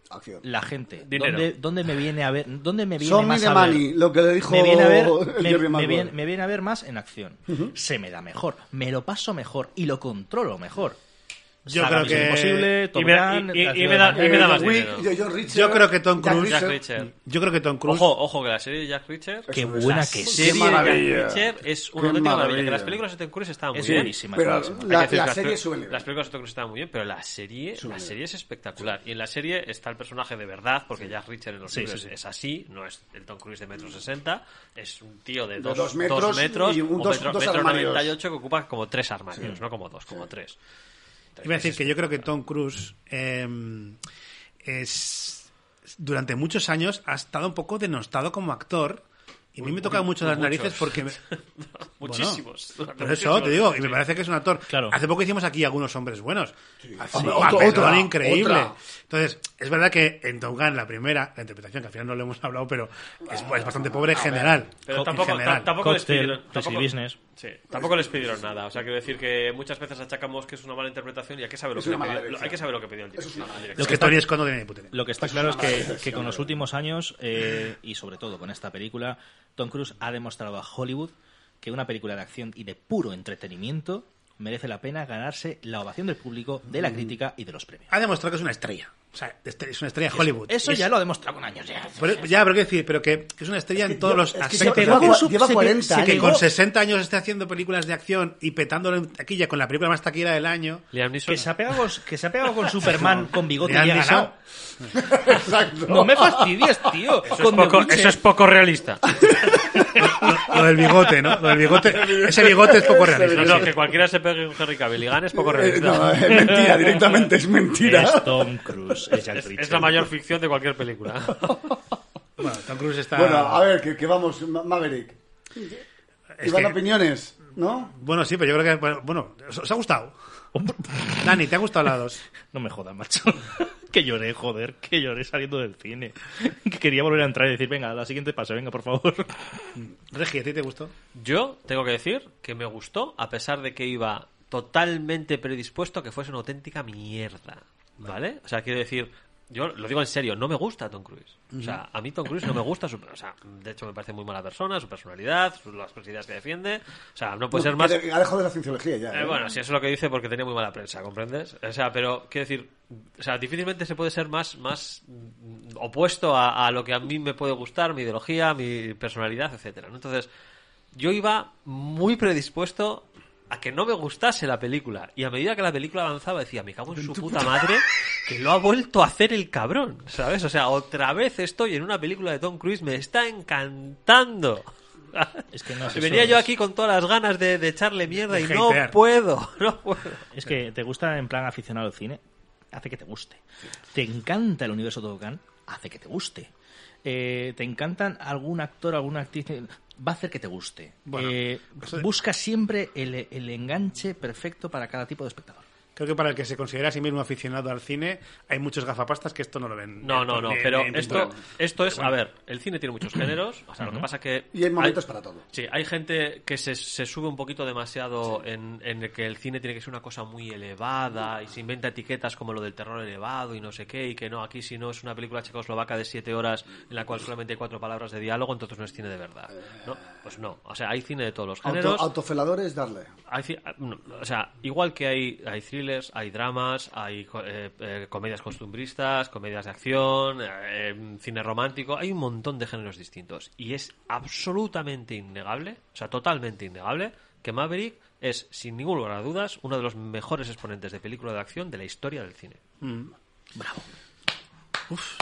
S4: Acción.
S6: la gente,
S12: Dinero.
S6: ¿dónde, dónde me viene a ver? ¿Dónde me viene
S4: Show me
S6: más
S4: the
S6: a ver?
S4: money, lo que le dijo
S6: me viene a ver,
S4: el
S6: me,
S4: Jerry
S6: me
S4: Maguire. Eh,
S6: viene, me viene a ver más en acción. Se me da mejor, me lo paso mejor y lo controlo mejor.
S3: Yo creo
S6: Saga Misión
S3: que-
S6: Imposible, Top
S12: y me da-
S6: Gun,
S12: y- y-
S6: La
S12: y
S6: Ciudad
S12: me da-
S6: de
S12: y me da
S6: Manuel.
S12: más
S4: Uy,
S12: dinero.
S4: yo- John Richard,
S3: Yo creo que Tom
S4: Jack
S3: Cruise-
S12: Jack
S4: Richard.
S12: Richard.
S3: Yo creo que Tom Cruise.
S12: Ojo, ojo, que la serie de Jack Richard.
S6: Qué
S4: Eso es.
S6: buena
S12: la
S6: que
S12: serie
S6: es.
S12: de Jack
S4: maravilla.
S12: Richard es
S4: Qué
S12: una auténtica maravilla.
S4: maravilla.
S12: Que las películas de Tom Cruise estaban muy
S6: Es
S12: bien.
S6: buenísima, es
S4: Pero
S6: buenísima.
S12: Hay que
S4: la,
S12: decir
S4: la
S12: que las
S4: serie
S12: pel-
S4: sube el nivel.
S12: Las películas de Tom Cruise estaban muy bien, pero la serie,
S4: Sube
S12: la
S4: el
S12: serie es espectacular. Y en la serie está el personaje de verdad, porque Jack Richard en los
S6: Sí,
S12: libros
S6: sí, sí.
S12: es así, no es el Tom Cruise de metro sesenta, es un tío de dos,
S4: dos
S12: dos metros,
S4: metros y un
S12: o
S4: dos-
S12: metro,
S4: dos
S12: metro
S4: armarios.
S12: 98 que ocupa como tres armarios, no como dos, como tres.
S3: Iba a decir que yo creo que Tom Cruise eh, es durante muchos años ha estado un poco denostado como actor y a mí me toca mucho las
S12: muchos.
S3: narices porque
S12: *laughs*
S3: me- Bueno,
S12: Muchísimos.
S3: por eso te digo y me parece que es un actor
S6: Claro.
S3: hace poco hicimos aquí algunos hombres buenos Hace-
S4: Hombre,
S3: un
S4: otro-
S3: papelón
S4: otra,
S3: increíble
S4: otra.
S3: entonces es verdad que en Top Gun la primera la interpretación que al final no lo hemos hablado pero es, es bastante pobre en general
S12: Pero
S3: En
S12: tampoco,
S3: general.
S12: ta- tampoco les
S6: Cocktail,
S12: pidieron.
S6: Risky
S12: Tampoco,
S6: Business.
S12: sí, tampoco les pidieron nada. O sea, quiero decir que muchas veces achacamos que es una mala interpretación y hay que saber lo,
S4: Es
S12: que, le
S4: una mala
S12: pidió, lo-
S4: elección.
S12: hay que, saber lo que pidió el director. la dirección.
S3: es que Tony Scott no tiene ni puta idea.
S6: Lo que está claro es
S12: *laughs*
S6: que, que con los últimos años, eh, y sobre todo con esta película, Tom Cruise ha demostrado a Hollywood que una película de acción y de puro entretenimiento merece la pena ganarse la ovación del público, de
S4: Mm.
S6: la crítica y de los premios.
S3: ha demostrado que es una estrella o sea este- es una estrella de Hollywood
S6: Eso
S3: Es-
S6: ya lo ha demostrado con años ya.
S3: Pero- ya, pero qué decir, pero que, que es una estrella en todos
S4: yo-
S3: los
S4: es que
S3: aspectos.
S4: se pegó
S3: ¿no?
S4: con
S3: Que-
S4: su- lleva
S6: se-
S4: 40
S6: se
S3: que
S6: pegó-
S3: con 60 años esté haciendo películas de acción y petándolo en taquilla con la película más taquillera del año.
S12: Liam Neeson.
S6: que se ha pegado con, que se ha pegado con Superman con bigote y
S3: Liam
S6: ha
S3: Neeson.
S6: ganado.
S4: Exacto.
S6: No me fastidies, tío.
S12: Eso, es
S6: con The
S12: poco,
S6: Witcher.
S12: eso es poco
S4: *laughs*
S12: realista.
S3: Lo del bigote, ¿no? Lo del bigote. Ese bigote es
S4: *laughs*
S3: poco realista.
S12: No, no,
S3: sí.
S12: que cualquiera se pegue un Henry Cavill y gane es poco
S4: Eh, no,
S12: realista.
S4: es mentira, directamente es mentira.
S6: Es Tom Cruise, es Jack Richard.
S12: Es la mayor ficción de cualquier película.
S4: *laughs*
S3: Bueno, Tom Cruise está.
S4: Bueno, a ver, que, que vamos, Ma- Maverick.
S3: es
S4: Iván
S3: que-
S4: Opiniones, ¿no?
S3: bueno, sí, pero yo creo que. bueno, Bueno, ¿os os ha gustado? Dani, ¿te ha gustado la 2?
S6: *laughs* No me jodas, macho. *laughs* que lloré, joder, que lloré saliendo del cine. *laughs* Que quería volver a entrar y decir, venga, la siguiente pase, venga, por favor.
S3: Regi, ¿a ti te gustó?
S12: Yo tengo que decir que me gustó, a pesar de que iba totalmente predispuesto a que fuese una auténtica mierda. ¿Vale? O sea, quiero decir, yo lo digo en serio, no me gusta Tom Cruise. O sea, a mí Tom Cruise no me gusta su. O sea, de hecho me parece muy mala persona, su personalidad, sus- las ideas que defiende. O sea, no puede Pues ser más.
S4: Que te- Alejo de la cienciología ya.
S12: Eh,
S4: ¿eh?
S12: bueno, si eso es lo que dice porque tenía muy mala prensa, ¿comprendes? O sea, pero quiero decir, o sea, difícilmente se puede ser más, más mm, opuesto a, a lo que a mí me puede gustar, mi ideología, mi personalidad, etcétera. ¿no? Entonces, yo iba muy predispuesto a que no me gustase la película. Y a medida que la película avanzaba decía, me cago en su puta madre, que lo ha vuelto a hacer el cabrón, ¿sabes? O sea, otra vez estoy en una película de Tom Cruise, me está encantando. *laughs*
S6: Es que no es
S12: Y
S6: eso,
S12: venía yo
S6: es-
S12: aquí con todas las ganas de, de echarle mierda
S3: De
S12: y no
S3: hatear.
S12: puedo, *laughs* no puedo.
S6: Es que te gusta en plan aficionado al cine, hace que te guste. Te encanta el universo Todokan, hace que te guste. Eh, te encantan algún actor, alguna actriz, eh, va a hacer que te guste.
S3: Bueno,
S6: Eh,
S3: eso-
S6: busca siempre el, el enganche perfecto para cada tipo de espectador.
S3: Creo que para el que se considera a sí mismo aficionado al cine, hay muchos gafapastas que esto no lo ven.
S12: No, no, no,
S3: Ni-
S12: pero
S3: ni- ni-
S12: esto, esto es, a ver, el cine tiene muchos géneros, o sea, lo que pasa que...
S4: Y hay momentos
S12: hay-
S4: para todo.
S12: Sí, hay gente que se, se sube un poquito demasiado en, en el que el cine tiene que ser una cosa muy elevada y se inventa etiquetas como lo del terror elevado y no sé qué, y que no, aquí si no es una película checoslovaca de siete horas en la cual solamente hay cuatro palabras de diálogo, entonces no es cine de verdad. ¿no? Pues no, o sea, hay cine de todos los géneros.
S4: Eh. Auto- autofeladores, darle.
S12: Hay ci- ah, no, o sea, igual que hay, hay thrillers, hay dramas, hay co- eh, eh, comedias costumbristas, comedias de acción, eh, em, cine romántico, hay un montón de géneros distintos. Y es absolutamente innegable, o sea, totalmente innegable, que Maverick es, sin ningún lugar a dudas, uno de los mejores exponentes de película de acción de la historia del cine.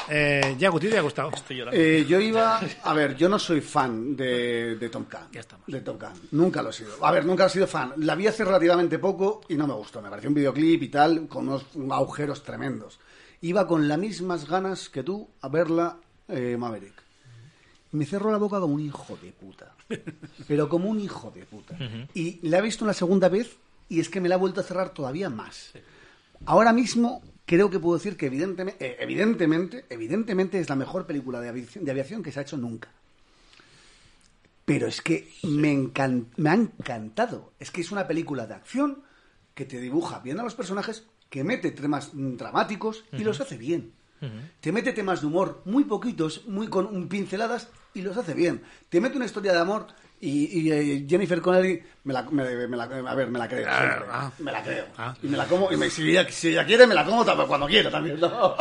S3: Eh, Yago, ¿te ha gustado?
S4: Eh, yo iba, a ver, yo no soy fan de, de Tom Khan. De Tom Khan. Nunca lo he sido. A ver, nunca he sido fan. La vi hace relativamente poco y no me gustó. Me pareció un videoclip y tal, con unos agujeros tremendos. Iba con las mismas ganas que tú a verla eh, Maverick. Y me cerró la boca como un hijo de puta. Pero como un hijo de puta. Y la he visto una segunda vez y es que me la ha vuelto a cerrar todavía más. Ahora mismo creo que puedo decir que evidentemente, eh, evidentemente, evidentemente es la mejor película de aviación, de aviación que se ha hecho nunca. Pero es que me, encan- me ha encantado. Es que es una película de acción que te dibuja bien a los personajes, que mete temas mm, dramáticos y los hace bien. Te mete temas de humor muy poquitos, muy con un- pinceladas y los hace bien. Te mete una historia de amor y, y, eh, Jennifer Connelly me la, me- me la- a ver, me la creo. siempre. me la creo. Y me la como y me- si, ella, si ella quiere me la como tam- cuando quiera también. ¿no?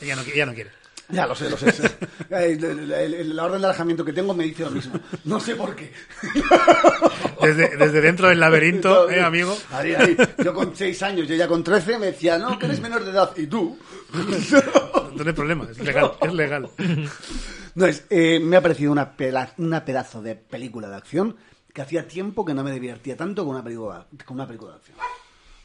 S3: Ya no, ya no quiere.
S4: Ya lo sé, lo sé. sí. Eh, *laughs* el- el- el- La orden de alejamiento que tengo me dice lo mismo. No sé por qué.
S3: Desde, desde dentro del laberinto, ¿eh, amigo?
S4: Ahí, ahí. Yo con 6 años y ella con 13 me decía, no, que eres menor de edad. ¿Y tú?
S3: No hay problema, es legal, es
S5: *laughs*
S3: legal.
S4: No, es, eh, me ha parecido una, pela- una pedazo de película de acción que hacía tiempo que no me divertía tanto con una película, con una película de acción.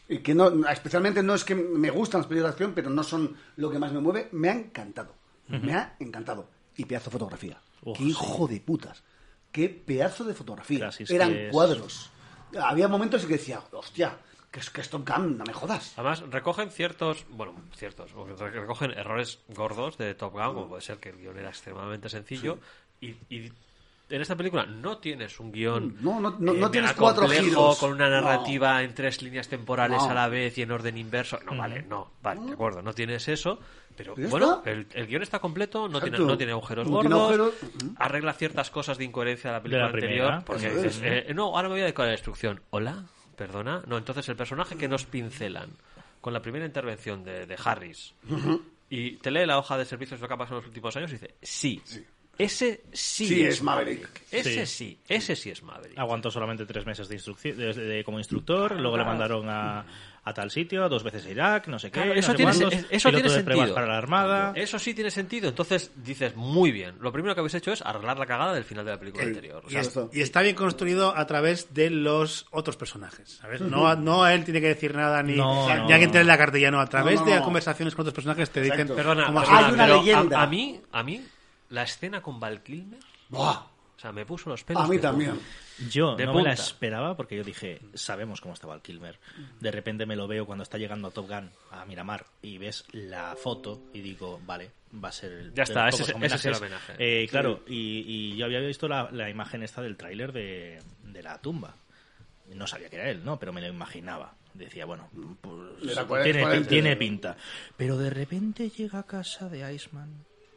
S4: Y que no, especialmente no es que me gustan las películas de acción, pero no son lo que más me mueve. Me ha encantado. Me ha encantado. Y pedazo de fotografía.
S6: Uf,
S4: ¡Qué hijo de putas! ¡Qué pedazo de fotografía!
S6: Claro, si es
S4: Eran
S6: que es-
S4: cuadros. Había momentos en que decía, hostia, que es que es Top Gun, no me jodas.
S5: Además, recogen ciertos, bueno, ciertos, o re- recogen errores gordos de Top Gun, como puede ser que el guión era extremadamente sencillo, y, y en esta película no tienes un guión
S4: No, no- no- no
S5: mega
S4: tienes cuatro
S5: Eh, complejo,
S4: giros.
S5: con una
S4: No.
S5: narrativa en tres líneas temporales
S4: No. Mm.
S5: a la vez y en orden inverso. No, vale, no, vale, de acuerdo, no tienes eso, pero
S4: ¿Ya
S5: bueno,
S4: está?
S5: el, el guión está completo, no tiene,
S4: Exacto.
S5: no tiene agujeros
S4: No tiene
S5: gordos,
S4: agujeros. Ujú.
S5: arregla ciertas cosas de incoherencia de la película
S6: la primera,
S5: anterior, porque
S4: eso
S5: dices, eh, no, ahora me voy a dedicar a la destrucción. ¿Hola? ¿Perdona? No, entonces el personaje que nos pincelan con la primera intervención de, de Harris y te lee la hoja de servicios de lo que ha pasado en los últimos años y dice, sí, ese sí,
S4: Sí,
S5: es,
S4: es Maverick.
S5: Ese
S6: Sí.
S5: sí, ese sí es Maverick.
S6: Aguantó solamente tres meses de instrucción como instructor, luego le mandaron a, a tal sitio, dos veces a Irak, no sé qué.
S5: Claro,
S6: Eh, no
S5: eso
S6: sé
S5: tiene,
S6: cuántos,
S5: sen- eso
S6: piloto
S5: tiene
S6: de pruebas
S5: sentido.
S6: para la Armada.
S5: Eso sí tiene sentido. Entonces dices, muy bien. Lo primero que habéis hecho es arreglar la cagada del final de la película anterior. O
S3: Y,
S5: sea,
S3: es- y está bien construido a través de los otros personajes. ¿sabes? No, no él tiene que decir nada ni,
S6: No,
S3: ni
S6: no,
S3: alguien
S6: no.
S3: tiene la cartilla. No, a través
S4: No, no,
S3: de
S4: no.
S3: conversaciones con otros personajes te dicen.
S4: Exacto.
S5: Perdona,
S3: cómo has-
S5: perdona,
S4: Hay una
S5: pero a-
S4: leyenda.
S5: A, mí, a mí, la escena con Val Kilmer,
S4: Buah, Ah,
S5: o sea, me puso los pelos.
S4: a mí
S5: de punta.
S4: también.
S6: Yo
S5: De
S6: no me la
S5: punta.
S6: esperaba porque yo dije, sabemos cómo estaba el Kilmer. De repente me lo veo cuando está llegando a Top Gun, a Miramar, y ves la foto y digo, vale, va a ser el
S5: Ya está,
S6: de
S5: ese
S6: los
S5: es-
S6: pocos
S5: ese es el
S6: homenajes".
S5: homenaje.
S6: Eh, claro, y, y yo había visto la, la imagen esta del tráiler de, de la tumba. No sabía que era él, ¿no? Pero me lo imaginaba. Decía, bueno, pues,
S4: Era cuarenta,
S6: tiene,
S4: cuarenta.
S6: tiene pinta. Pero de repente llega a casa de Iceman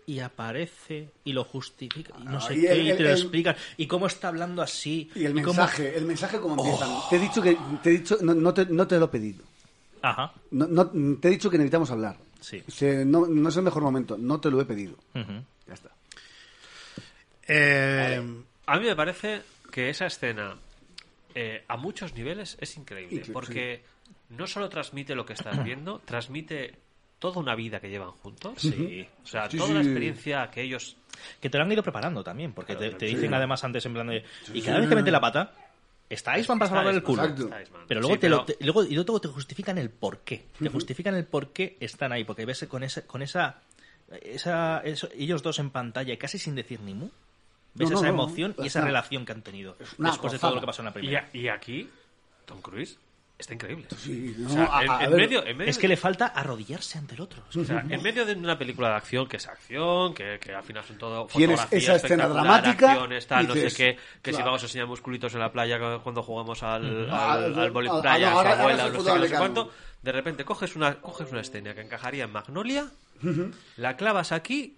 S6: y aparece y lo justifica y no sé
S4: y
S6: qué
S4: el-
S6: y te
S4: el-
S6: lo
S4: el-
S6: explica y cómo está hablando así
S4: Y Oh. el
S6: cómo-
S4: mensaje, el mensaje como empiezan. Te he dicho que te he dicho, no, no te, no te lo he pedido.
S6: Ajá.
S4: No, no- te he dicho que necesitamos hablar.
S6: Sí.
S4: Dice, no, no es el mejor momento, no te lo he pedido.
S6: Ujú.
S4: Ya está.
S3: Eh,
S5: A mí me parece que esa escena, eh, a muchos niveles, es increíble.
S4: Incre-
S5: porque no solo transmite lo que
S4: *clears throat*
S5: estás viendo, transmite toda una vida que llevan juntos.
S6: Sí.
S5: O sea,
S4: Sí,
S5: toda
S4: sí.
S5: la experiencia que ellos
S6: Que te lo han ido preparando también, porque te, te dicen además antes en plan de... Y cada vez que mete la pata, está Iceman pasando por el
S5: Iceman,
S6: culo.
S4: exacto.
S6: Pero luego, te Lo, te- luego, y luego te justifican el por qué. Te justifican el por qué están ahí, porque ves con, ese, con esa... esa eso- ellos dos en pantalla y casi sin decir ni mu. Ves
S4: No, no,
S6: esa
S4: no,
S6: emoción
S4: no,
S6: y
S4: es
S6: esa
S4: una-
S6: relación que han tenido
S4: una
S6: después de
S4: gozada.
S6: todo lo que pasó en la
S5: Y,
S6: primera.
S5: a- y aquí, Tom Cruise está increíble.
S4: Sí, no,
S5: O sea,
S4: a-
S5: en,
S4: a
S5: en
S4: ver,
S5: medio, en medio
S6: Es que le falta arrodillarse ante el otro. Es que-
S5: O sea, en medio de una película de acción que es acción, que, que al final son todo
S4: Tienes
S5: fotografía
S4: esa escena
S5: espectacular,
S4: dramática,
S5: acciones, tal, no
S4: dices,
S5: sé qué, que si
S4: claro.
S5: vamos a enseñar musculitos en la playa cu- cuando jugamos al,
S4: Ah,
S5: al, al vóley
S4: ah,
S5: playa,
S4: ahora-
S5: a
S4: ahora
S5: su abuela,
S4: es el
S5: no sé
S4: fútbol
S5: qué, no sé
S4: americano.
S5: cuánto, de repente coges una, coges una escena que encajaría en Magnolia, la clavas aquí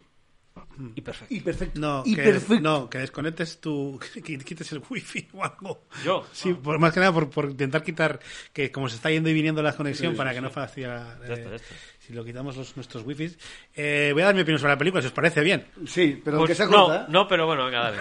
S5: y perfecto.
S4: Y perfecto.
S3: no,
S4: y
S3: que,
S4: perfecto.
S3: no, que desconectes tu. *laughs* que quites el wifi o algo.
S5: Yo,
S3: Sí, por, más que nada por, por intentar quitar. que como se está yendo y viniendo la conexión para que no fastidia.
S5: Ya
S3: eh,
S5: está, ya está.
S3: si lo quitamos los, nuestros wifis. Eh, voy a dar mi opinión sobre la película, si os parece bien.
S4: Sí, pero
S5: Pues
S4: que sea corta.
S5: no,
S4: ¿eh?
S5: no, pero bueno, venga, dale.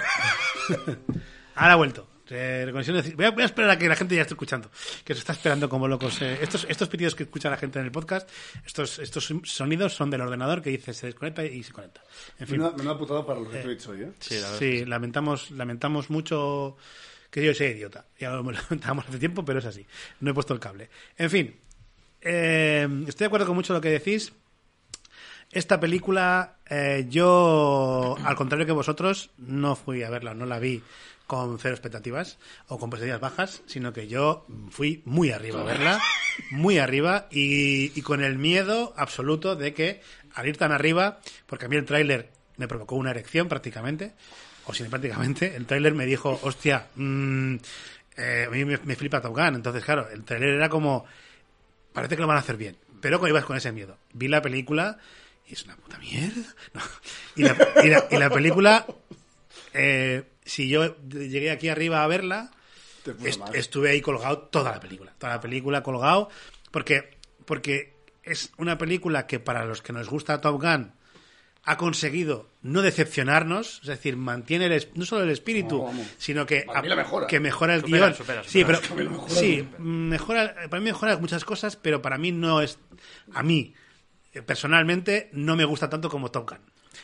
S3: Ahora ha vuelto. Eh, reconexión de- voy, a, voy a esperar a que la gente ya esté escuchando, que se está esperando como locos. Eh, estos, estos pitidos que escucha la gente en el podcast, estos, estos sonidos son del ordenador que dice se desconecta y se conecta. En fin,
S4: Me, lo ha putado para los retweets hoy, ¿eh?
S5: Sí, la verdad.
S3: sí, lamentamos, lamentamos mucho que yo sea idiota. Ya lo *laughs* lamentábamos hace tiempo, pero es así. No he puesto el cable. En fin, eh, estoy de acuerdo con mucho lo que decís. Esta película, eh, yo, al contrario que vosotros, no fui a verla, no la vi con cero expectativas o con pesadillas bajas, sino que yo fui muy arriba a verla, muy arriba y, y con el miedo absoluto de que al ir tan arriba, porque a mí el tráiler me provocó una erección prácticamente, o simpáticamente, el tráiler me dijo, hostia, mm, eh, a mí me, me flipa Top Gun. Entonces, claro, el tráiler era como, parece que lo van a hacer bien. Pero cuando ibas con ese miedo. Vi la película y es una puta mierda. *laughs* No. Y, la, y la- y la película, eh, si yo llegué aquí arriba a verla,
S4: Te puso
S3: Est-
S4: mal.
S3: estuve ahí colgado toda la película. Toda la película colgado. Porque, porque es una película que para los que nos gusta Top Gun ha conseguido no decepcionarnos, es decir, mantiene el es- no solo el espíritu,
S4: No, vamos.
S3: sino que,
S4: Para mí la mejora.
S3: que mejora el
S5: Supera,
S3: guión.
S5: supera,
S3: sí,
S5: supera.
S3: pero
S5: Es
S4: que me lo mejora.
S3: sí, mejora, para mí mejora muchas cosas, pero para mí no es a mí eh, personalmente no me gusta tanto como Top Gun.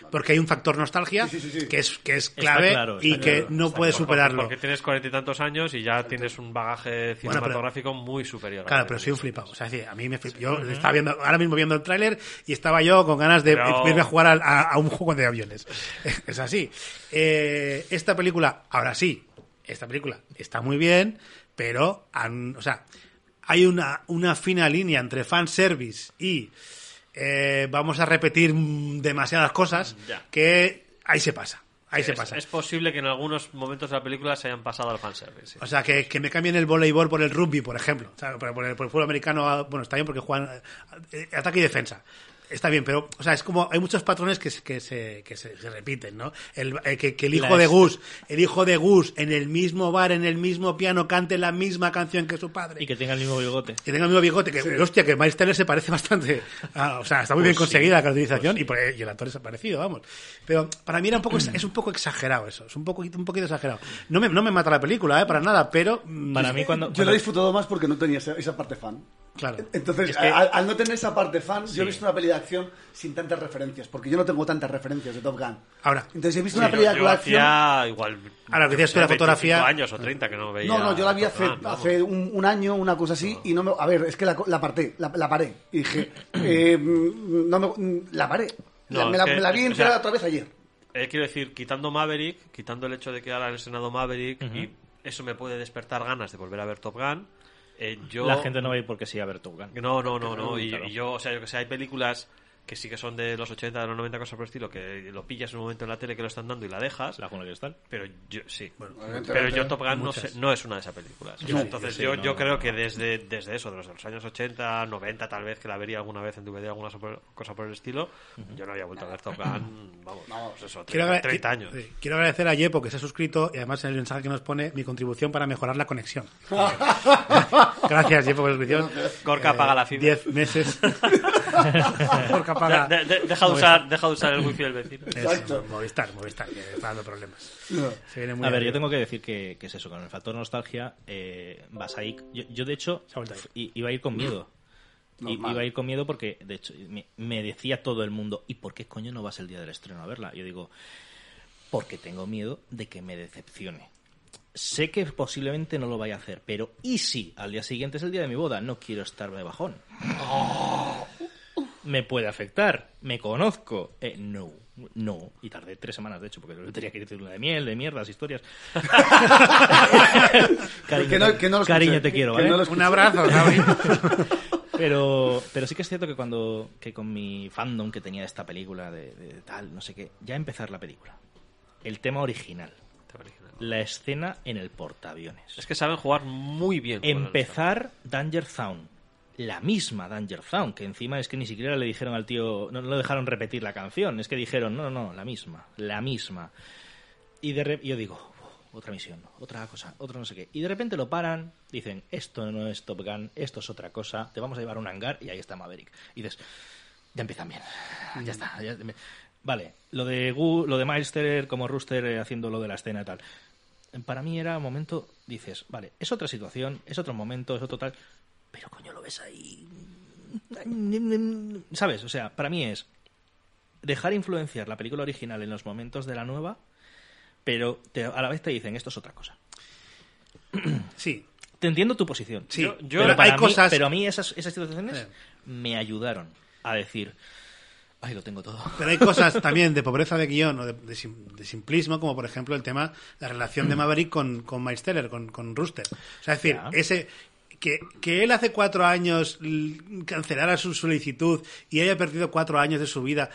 S3: Porque hay un factor nostalgia
S4: Sí, sí, sí, sí.
S3: que es que es clave
S6: claro,
S3: y
S6: está
S3: que
S6: claro.
S3: no puede superarlo.
S5: Porque tienes cuarenta y tantos años y ya tienes un bagaje
S3: pero-
S5: cinematográfico muy superior. a
S3: Claro,
S5: lo que
S3: pero soy un
S5: tenías.
S3: flipado. O sea, sí, a mí me flip- Yo estaba viendo, ahora mismo viendo el tráiler y estaba yo con ganas de
S5: Pero-
S3: irme a jugar al- a, a un juego de aviones. *laughs* es así. Eh, esta película, ahora sí, esta película está muy bien, pero, han- o sea, hay una, una fina línea entre fanservice y eh, vamos a repetir mm, demasiadas cosas
S5: Ya.
S3: que ahí se pasa. Ahí se
S5: Es-
S3: pasa.
S5: Es posible que en algunos momentos de la película se hayan pasado al fanservice. sí.
S3: O sea, que, que me cambien el voleibol por el rugby, por ejemplo. O sea, por, por el, por el fútbol americano, ah, bueno, está bien porque juegan eh, ataque y defensa. Está bien, pero, o sea, es como, hay muchos patrones que, se- que, se, que se, se repiten, ¿no? El, eh, que, que el hijo
S6: La
S3: de
S6: es-
S3: Gus, el hijo de Gus, en el mismo bar, en el mismo piano, cante la misma canción que su padre.
S6: Y que tenga el mismo bigote.
S3: Que tenga el mismo bigote, que hostia, que Miles Teller se parece bastante. a- o sea, está muy bien conseguida la caracterización y, por- y el actor es parecido, vamos. Pero para mí era un poco, es un poco exagerado eso, es un poquito, un poquito exagerado. No me, no me mata la película, ¿eh? Para nada, pero. mm,
S6: Para mí, cuando.
S4: Yo la
S6: cuando-
S4: he disfrutado más porque no tenía esa, esa parte fan.
S3: Claro.
S4: Entonces,
S6: Es que-
S4: al, al no tener esa parte fan, yo he visto una peli de acción sin tantas referencias, porque yo no tengo tantas referencias de Top Gun.
S3: Ahora.
S4: Entonces, he visto
S5: Sí,
S4: una
S5: yo-
S4: peli de
S5: yo
S4: acción...
S5: hacía igual.
S3: Ahora, que decías tú, la
S5: 25
S3: fotografía-
S5: años o 30 que no veía.
S4: No, no, yo la vi hace,
S5: Top Gun, vamos.
S4: hace un, un año, una cosa así, y no me... A ver, es que la, co- la parté, la, la paré. Y dije, *clears throat* eh, mm, no me, mm, la paré. La-
S5: No,
S4: me,
S5: es
S4: la,
S5: que-
S4: me la vi
S5: o sea,
S4: entera otra vez ayer.
S5: Eh, quiero decir, quitando Maverick, quitando el hecho de que ahora han estrenado Maverick, y eso me puede despertar ganas de volver a ver Top Gun. eh, yo...
S6: La gente no va a ir porque sí a ver Top Gun.
S5: No, no, no, no. Y,
S6: Claro.
S5: y yo, o sea, yo que sé, hay películas que sí que son de los 80, de los 90, cosas por el estilo, que lo pillas en un momento en la tele que lo están dando y la dejas.
S6: La Jungla de Cristal.
S5: Pero yo, sí.
S4: evidentemente,
S5: pero yo Top Gun no, sé- no es una de esas películas. Entonces yo, yo creo que desde, desde eso, de los, de los años 80, 90 tal vez, que la vería alguna vez en DVD, alguna so- cosa por el estilo, yo no había vuelto a ver Top Gun, vamos, pues eso,
S3: Quiero,
S5: 30,
S3: agra-
S5: años.
S3: sí, quiero agradecer a Yepo que se ha suscrito y además en el mensaje que nos pone mi contribución para mejorar la conexión. Gracias, Yepo, por la suscripción.
S5: Gorka, apaga la fibra.
S3: 10 meses.
S5: *laughs*
S3: Gorka
S5: Ya,
S3: paga.
S5: de- de- deja, de usar, deja de usar el wifi del vecino.
S4: Exacto.
S3: Movistar, Movistar, que está dando problemas. Se viene muy
S6: A ver,
S3: arriba.
S6: yo tengo que decir que, que es eso, con el factor nostalgia, eh, vas ahí. Yo, yo, de hecho,
S3: Se ha vuelto a ir.
S6: i- iba a ir con miedo. I-
S4: Normal.
S6: Iba a ir con miedo porque, de hecho, me, me decía todo el mundo, ¿y por qué coño no vas el día del estreno a verla? Yo digo, porque tengo miedo de que me decepcione. Sé que posiblemente no lo vaya a hacer, pero ¿y si al día siguiente es el día de mi boda? No quiero estarme de bajón. Me puede afectar, me conozco. Eh, no, no. Y tardé tres semanas, de hecho, porque yo tenía que ir de luna de miel, de mierdas, historias. cariño,
S4: Que no- que no lo escuché.
S6: cariño, te quiero,
S4: Que
S6: ¿vale?
S4: no lo
S3: Un abrazo, *laughs* Javi.
S6: Pero, pero sí que es cierto que cuando que con mi fandom que tenía de esta película, de, de- de tal, no sé qué, ya empezar la película. El tema original, la escena en el portaaviones.
S5: *laughs* Es que saben jugar muy bien.
S12: pues
S5: con la
S6: Empezar Danger Zone. La misma Danger Zone, que encima es que ni siquiera le dijeron al tío, no, no le dejaron repetir la canción, es que dijeron, no, no, no, la misma, la misma. Y de re- yo digo, "Uf, otra misión, otra cosa, otro no sé qué. Y de repente lo paran, dicen, esto no es Top Gun, esto es otra cosa, te vamos a llevar a un hangar y ahí está Maverick. Y dices, ya empiezan bien, ya está. ya- Vale, lo de, Gu- lo de Miles Teller como Rooster eh, haciendo lo de la escena y tal para mí era un momento, dices, vale, es otra situación, es otro momento, es otro tal, pero coño, lo ves ahí. ¿Sabes? O sea, para mí es dejar influenciar la película original en los momentos de la nueva, pero te- a la vez te dicen, esto es otra cosa.
S3: Sí,
S6: Te entiendo tu posición.
S3: sí.
S5: Yo- yo-
S3: pero
S6: para
S3: hay
S6: mí-
S3: cosas.
S6: Pero a mí esas, esas situaciones
S3: Eh.
S6: me ayudaron a decir, ay, lo tengo todo.
S3: Pero hay cosas también de pobreza de guión o de, de sim- de simplismo, como por ejemplo el tema, la relación de Maverick con, con Miles Teller, con, con Rooster. O sea, es decir,
S6: Ya.
S3: ese que, que él hace cuatro años l- cancelara su solicitud y haya perdido cuatro años de su vida.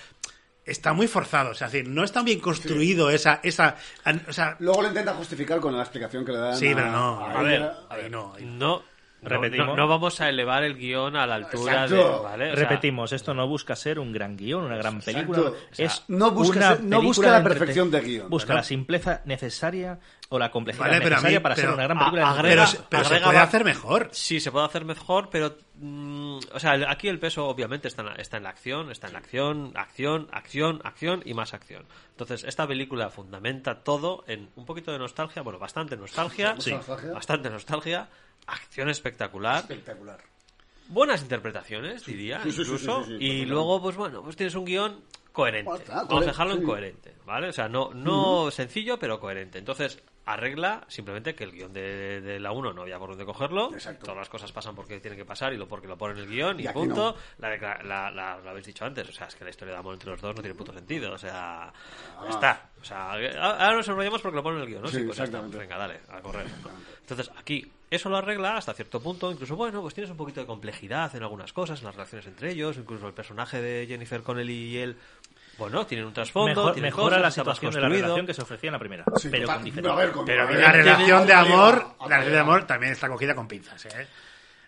S3: está muy forzado. O sea, es decir, no está bien construido esa, esa. an- O sea,
S4: Luego lo intenta justificar con la explicación que le dan.
S3: sí,
S4: a-
S3: pero no.
S4: a
S3: A
S4: ella.
S3: ver, a ver, no.
S12: No, no-
S6: Repetimos.
S12: No, no vamos a elevar el guión a la altura
S4: Exacto.
S12: de. ¿vale? O sea,
S6: Repetimos, esto no busca ser un gran guión, una gran película.
S4: ¿eh? Exacto.
S6: Es
S4: O sea, no busca
S6: una
S4: ser- no busca
S6: película
S4: la
S6: de entreten-
S4: perfección de guión,
S6: Busca
S4: ¿verdad?
S6: la simpleza necesaria o la complejidad
S3: Vale, pero a mí-
S6: necesaria para
S3: pero-
S6: ser una gran
S12: a-
S6: película. de
S12: agrega-
S6: entretenimiento.
S3: Pero se
S12: agrega
S3: puede
S12: va-
S3: hacer mejor.
S12: Sí, se puede hacer mejor, pero. mm, o sea, el- aquí el peso obviamente está en, la, está en la acción, está en la acción, acción, acción, acción y más acción. Entonces, esta película fundamenta todo en un poquito de nostalgia, bueno, bastante nostalgia,
S4: Sí. nostalgia.
S12: bastante nostalgia, acción espectacular,
S4: Espectacular.
S12: buenas interpretaciones, diría,
S4: Sí, sí, sí, sí,
S12: incluso,
S4: sí, sí,
S12: y
S4: totalmente.
S12: luego, pues bueno, pues tienes un guión coherente.
S4: Bueno, está,
S12: Vamos
S4: coherente,
S12: a dejarlo en
S4: sí.
S12: coherente, ¿vale? O sea, no, no sencillo, pero coherente. Entonces, arregla simplemente que el guión de, de la 1 no había por dónde cogerlo.
S4: Exacto.
S12: Todas las cosas pasan porque tienen que pasar y lo porque lo ponen en el guión y,
S4: Y aquí
S12: punto.
S4: no.
S12: La, decla- la- la- lo habéis dicho antes, o sea, es que la historia de amor entre los dos no tiene puto sentido, o sea,
S4: Ah.
S12: ya está. O sea, ahora nos enrollamos porque lo ponen en el guión, ¿no?
S4: Sí,
S12: pues ya está.
S4: exactamente.
S12: Venga, dale, a correr. Entonces, aquí eso lo arregla hasta cierto punto. Incluso, bueno, pues tienes un poquito de complejidad en algunas cosas, en las relaciones entre ellos. Incluso el personaje de Jennifer Connelly y él, bueno, tienen un trasfondo.
S6: Mejor-
S12: tienen
S6: mejora
S12: cosas,
S6: la
S12: está más
S6: situación de la
S12: construido.
S6: relación que se ofrecía en la primera,
S4: Sí,
S6: pero
S4: total- pero a
S6: con diferencia.
S4: ver, con-
S3: Pero a
S4: a
S3: mí
S4: ver,
S3: la
S4: tiene-
S3: relación de
S4: a ver,
S3: amor,
S4: a
S3: la
S4: ver,
S3: relación de amor también está cogida con pinzas, ¿eh?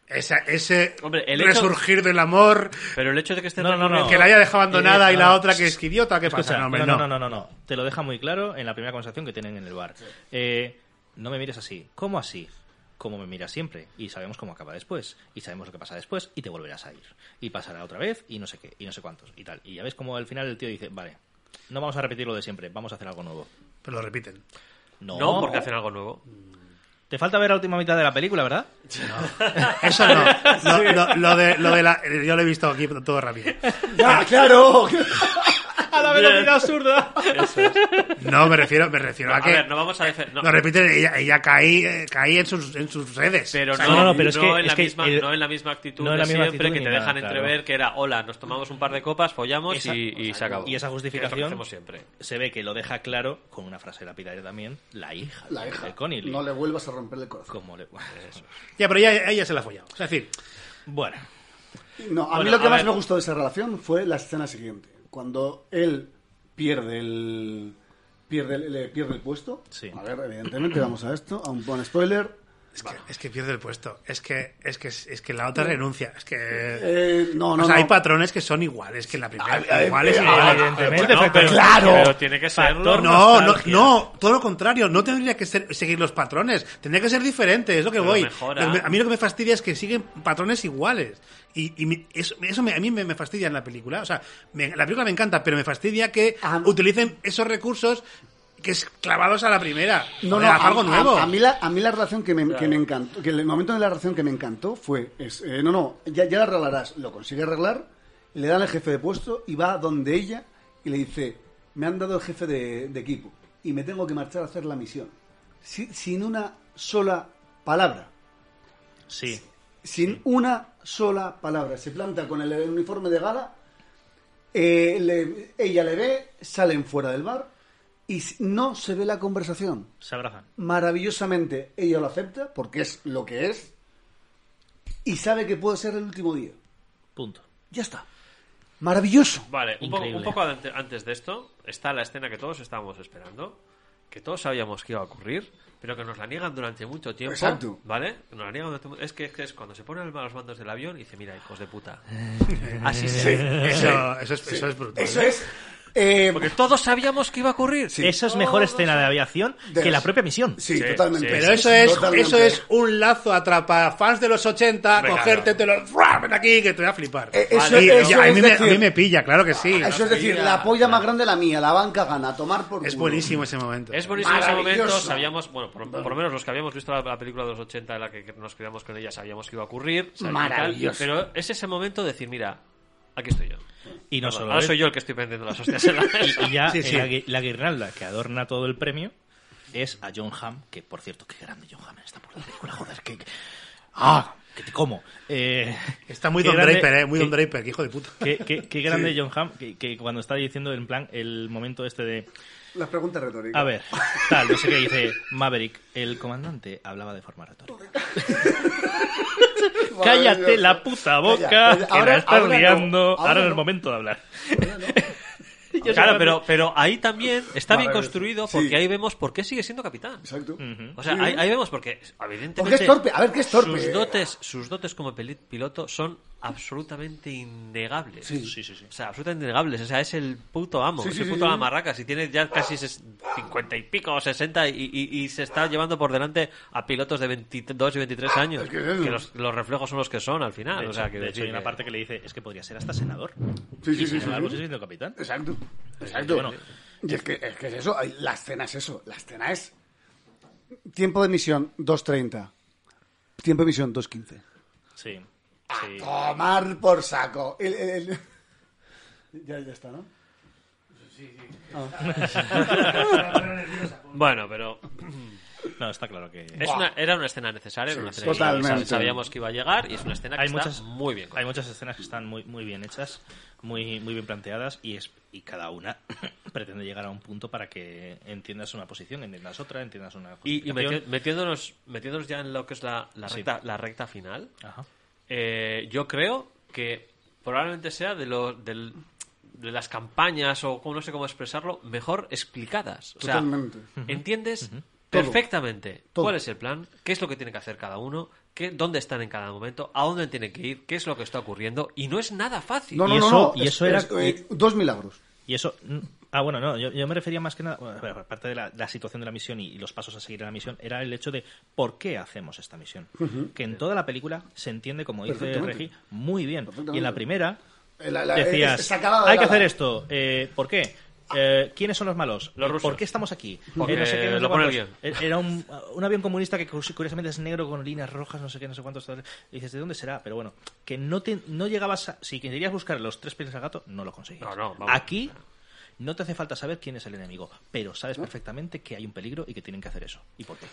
S3: Esa- ese
S12: Hombre, el hecho-
S3: resurgir del amor,
S12: Pero el hecho de que esté
S6: No, no, no.
S12: recurriendo-
S3: que la haya dejado abandonada
S6: Eh,
S3: y la
S6: no.
S3: otra que es que idiota, ¿qué
S6: Escucha,
S3: pasa? No, hombre,
S6: no, no,
S3: no.
S6: no, no, no. Te lo deja muy claro en la primera conversación que tienen en el bar. Eh, no me mires así. ¿Cómo así? Como me miras siempre. Y sabemos cómo acaba después. Y sabemos lo que pasa después. Y te volverás a ir. Y pasará otra vez. Y no sé qué. Y no sé cuántos. Y tal. Y ya ves como al final el tío dice: Vale, no vamos a repetir lo de siempre. Vamos a hacer algo nuevo.
S3: Pero lo repiten.
S6: No,
S12: No, porque hacen algo nuevo.
S6: Te falta ver la última mitad de la película, ¿verdad?
S3: Eso no. Lo, lo- lo de, lo de la, yo lo he visto aquí todo rápido.
S4: Ya, claro.
S6: ¡A la velocidad absurda!
S3: No, me refiero, me refiero a
S12: A
S3: que.
S12: ver, no vamos a defen- no.
S3: Lo repiten, ella, ella caí, eh, caí en sus, en sus redes.
S12: Pero
S3: O sea,
S12: no,
S6: no, no, pero es
S12: no
S6: que-
S12: en la
S6: es que
S12: misma,
S6: el-
S12: no en la misma actitud
S6: no en la
S12: de
S6: misma
S12: siempre
S6: actitud
S12: que
S6: ni
S12: te dejan
S6: nada, claro.
S12: entrever que era, hola, nos tomamos un par de copas, follamos
S6: Esa-
S12: y, y se acabó.
S6: *laughs* Y esa
S12: Que es lo que
S6: justificación-
S12: hacemos siempre.
S6: Se ve que lo deja claro con una frase lapidaria también. La hija.
S4: La
S6: de-
S4: hija.
S6: De Connelly.
S4: No le vuelvas a romper el corazón.
S6: Como le- *laughs*
S3: Ya, pero ella, ella se la ha follado. Es decir,
S6: Bueno.
S4: No, a mí
S12: Bueno,
S4: lo que
S12: a
S4: más
S12: ver.
S4: me gustó de esa relación fue la escena siguiente. Cuando él pierde el. Pierde el, le pierde el puesto.
S6: Sí.
S4: A ver, evidentemente, vamos a esto. A un buen spoiler.
S3: es que, es que pierde el puesto. Es que, es que, es que la otra renuncia. Es que.
S4: Eh, no, no.
S3: o sea, hay
S4: no.
S3: patrones que son iguales que en la primera.
S4: Ah, eh,
S3: iguales,
S4: eh,
S3: iguales.
S6: Evidentemente,
S12: No, pero,
S4: ¡Claro!
S12: pero tiene que serlo.
S6: Factor
S3: No, no,
S6: nostalgia.
S3: no, todo lo contrario, no tendría que ser- seguir los patrones, tendría que ser diferente, es lo que
S12: Pero
S3: voy.
S12: mejora.
S3: Lo que- A mí lo que me fastidia es que siguen patrones iguales. Y, y me- eso, eso me- a mí me, me fastidia en la película. O sea, me- la película me encanta, pero me fastidia que
S4: Ah.
S3: utilicen esos recursos que es clavados a la primera.
S4: No,
S3: Joder,
S4: no,
S3: haz
S4: a,
S3: algo
S4: a-
S3: nuevo.
S4: a mí la, a mí la relación que me, que me encantó, que el momento de la relación que me encantó fue, es, eh, no, no, ya, ya la arreglarás, lo consigue arreglar, le dan el jefe de puesto y va donde ella y le dice, me han dado el jefe de, de equipo y me tengo que marchar a hacer la misión, Si- sin una sola palabra,
S6: Sí.
S4: sin una sola palabra, se planta con el uniforme de gala, eh, le- ella le ve, salen fuera del bar y s- no se ve la conversación
S6: Se abrazan.
S4: maravillosamente ella lo acepta porque es lo que es y sabe que puede ser el último día.
S6: Punto.
S4: Ya está. Maravilloso.
S12: Vale, un poco,
S6: Increíble.
S12: un poco ante- antes de esto está la escena que todos estábamos esperando, que todos sabíamos que iba a ocurrir, pero que nos la niegan durante mucho tiempo.
S4: Exacto.
S12: ¿Vale? Nos la niegan durante mu- Es que es, que es cuando se ponen a los mandos del avión y dice, mira, hijos
S6: *laughs*
S12: de puta. Así se.
S3: Eso, eso es, eso es brutal.
S4: Eso es. eh,
S12: Porque todos sabíamos que iba a ocurrir.
S6: Eso es mejor escena de avión
S4: De
S6: que la
S4: las-
S6: propia misión.
S4: sí,
S12: sí,
S4: totalmente.
S12: sí,
S3: Pero eso es,
S4: Totalmente.
S3: eso es un lazo atrapa fans de los 80,
S12: Venga,
S3: cogerte,
S12: no.
S3: te lo. ¡Fua! Ven aquí, que te voy a flipar.
S4: Eh, eso-
S3: Y- y
S4: eso
S3: a,
S4: es
S3: mí me, a
S4: decir- Ah,
S3: mí me pilla, claro que sí.
S4: Eso es decir, la polla más grande la mía, la banca gana, a tomar por
S3: Es
S4: culo.
S3: buenísimo ese momento.
S12: Es buenísimo ese
S4: Maravilloso.
S12: momento, sabíamos, bueno, por, por lo menos los que habíamos visto la, la película de los 80 en la que, que nos criamos con ella, sabíamos que iba a ocurrir. sabíamos y tal,
S4: Maravilloso.
S12: pero es ese momento de decir, mira, aquí estoy yo.
S6: Y no solo
S12: Ahora
S6: eso.
S12: soy yo el que estoy vendiendo las hostias
S6: *laughs*
S12: en la mesa.
S6: Y ya
S3: Sí, sí.
S6: La, gui- la guirnalda que adorna todo el premio es a John Hamm, que por cierto, qué grande John Hamm en esta puta película, joder, que... que- ¡Ah! Que te como. Eh,
S3: *laughs* Está muy
S6: qué
S3: Don
S6: grande-
S3: Draper, eh, muy Don
S6: qué-
S3: Draper, que hijo de puta.
S6: Qué, qué- qué grande John Hamm, que, que cuando está diciendo en plan el momento este de...
S4: Las preguntas retóricas.
S6: A ver, tal, no sé qué dice Maverick, el comandante hablaba de forma retórica.
S4: *laughs* Maravilloso.
S6: Cállate la puta boca,
S4: Calla, calla.
S6: que la estás
S4: no,
S6: liando. Ahora, es
S4: no.
S6: el momento de hablar.
S12: Claro, pero, pero ahí también está
S4: Vale,
S12: bien
S4: ves.
S12: construido
S4: Sí.
S12: porque ahí vemos por qué sigue siendo capitán.
S4: Exacto.
S12: O sea,
S4: Sí. ¿eh?
S12: ahí, ahí vemos porque evidentemente
S4: Porque es torpe. A ver, ¿qué es torpe?
S12: Sus dotes, sus dotes como peli- piloto son absolutamente innegables.
S4: Sí.
S6: Sí, sí, sí.
S12: O sea, absolutamente innegables. O sea, es el puto amo,
S4: Sí,
S12: es
S4: sí,
S12: el
S4: sí,
S12: puto
S4: sí.
S12: amarraca. Si tiene ya casi ses- 50 y pico o 60 y, y- y se está llevando por delante a pilotos de 22 y 23 años.
S4: Es que es eso.
S12: que los, los reflejos son los que son al final.
S6: De
S12: Ah, o sea,
S6: hecho,
S12: quiero
S6: de hecho,
S12: decir
S6: hay una
S12: que-
S6: parte que le dice, es que podría ser hasta senador.
S4: Sí, sí,
S6: Y
S4: sí,
S6: sin
S4: sí,
S6: embargo,
S4: sí.
S6: sigue siendo capitán.
S4: Exacto. Exacto.
S6: Bueno.
S4: Y es que, es que es eso. ahí, La escena es eso. La escena es. Tiempo de misión 2.30. Tiempo de misión 2.15.
S6: Sí.
S4: A
S6: sí.
S4: tomar por saco. El- el- el- Ya, ya está, ¿no?
S12: Bueno, pero
S6: No, está claro que...
S12: es una- era una escena necesaria. era una escena
S4: sí. Totalmente.
S12: necesaria. Sabíamos que iba a llegar y es una escena que
S6: hay
S12: está
S6: muchas
S12: muy bien.
S6: hay muchas escenas que están muy muy bien hechas muy muy bien planteadas y es y cada una *coughs* pretende llegar a un punto para que entiendas una posición entiendas otra entiendas una
S12: Y, y meti-
S6: justificación.
S12: metiéndonos, metiéndonos ya en lo que es la, la
S6: Sí.
S12: recta, la recta final,
S6: Ajá.
S12: eh, yo creo que probablemente sea de, lo, del- de las campañas o como- no sé cómo expresarlo, mejor explicadas. O sea,
S4: Totalmente.
S12: entiendes
S4: Todo.
S12: perfectamente
S4: Todo.
S12: cuál es el plan, qué es lo que tiene que hacer cada uno, qué, dónde están en cada momento, a dónde tienen que ir, qué es lo que está ocurriendo y no es nada fácil.
S4: No, no,
S6: Y eso-
S4: no, no.
S6: y
S4: es-
S6: eso era-
S4: es, eh, dos milagros.
S6: y eso mm, ah bueno no yo, yo me refería más que nada bueno, a ver, aparte de la, la situación de la misión y, y los pasos a seguir en la misión era el hecho de por qué hacemos esta misión que en toda la película se entiende como dice
S4: Perfectamente.
S6: Regi muy bien y en la
S4: Perfectamente.
S6: primera
S4: Eh, la- la- es- es
S6: decías,
S4: sacada de
S6: hay que
S4: gala".
S6: hacer esto. eh, ¿Por qué? Eh, ¿Quiénes son los malos?
S12: Los
S6: Eh,
S12: rusos.
S6: ¿Por qué estamos aquí? Eh,
S12: Porque
S6: sé
S12: lo pone el
S6: cuántos. Eh, Era un, un avión comunista que cu- curiosamente es negro con líneas rojas, no sé qué, no sé cuántos. tal. Y dices, ¿de dónde será? Pero bueno, que no te no llegabas a... Si querías buscar los tres pies al gato, no lo conseguías.
S12: No, no, vamos.
S6: aquí no te hace falta saber quién es el enemigo, pero sabes perfectamente que hay un peligro y que tienen que hacer eso. ¿Y por qué?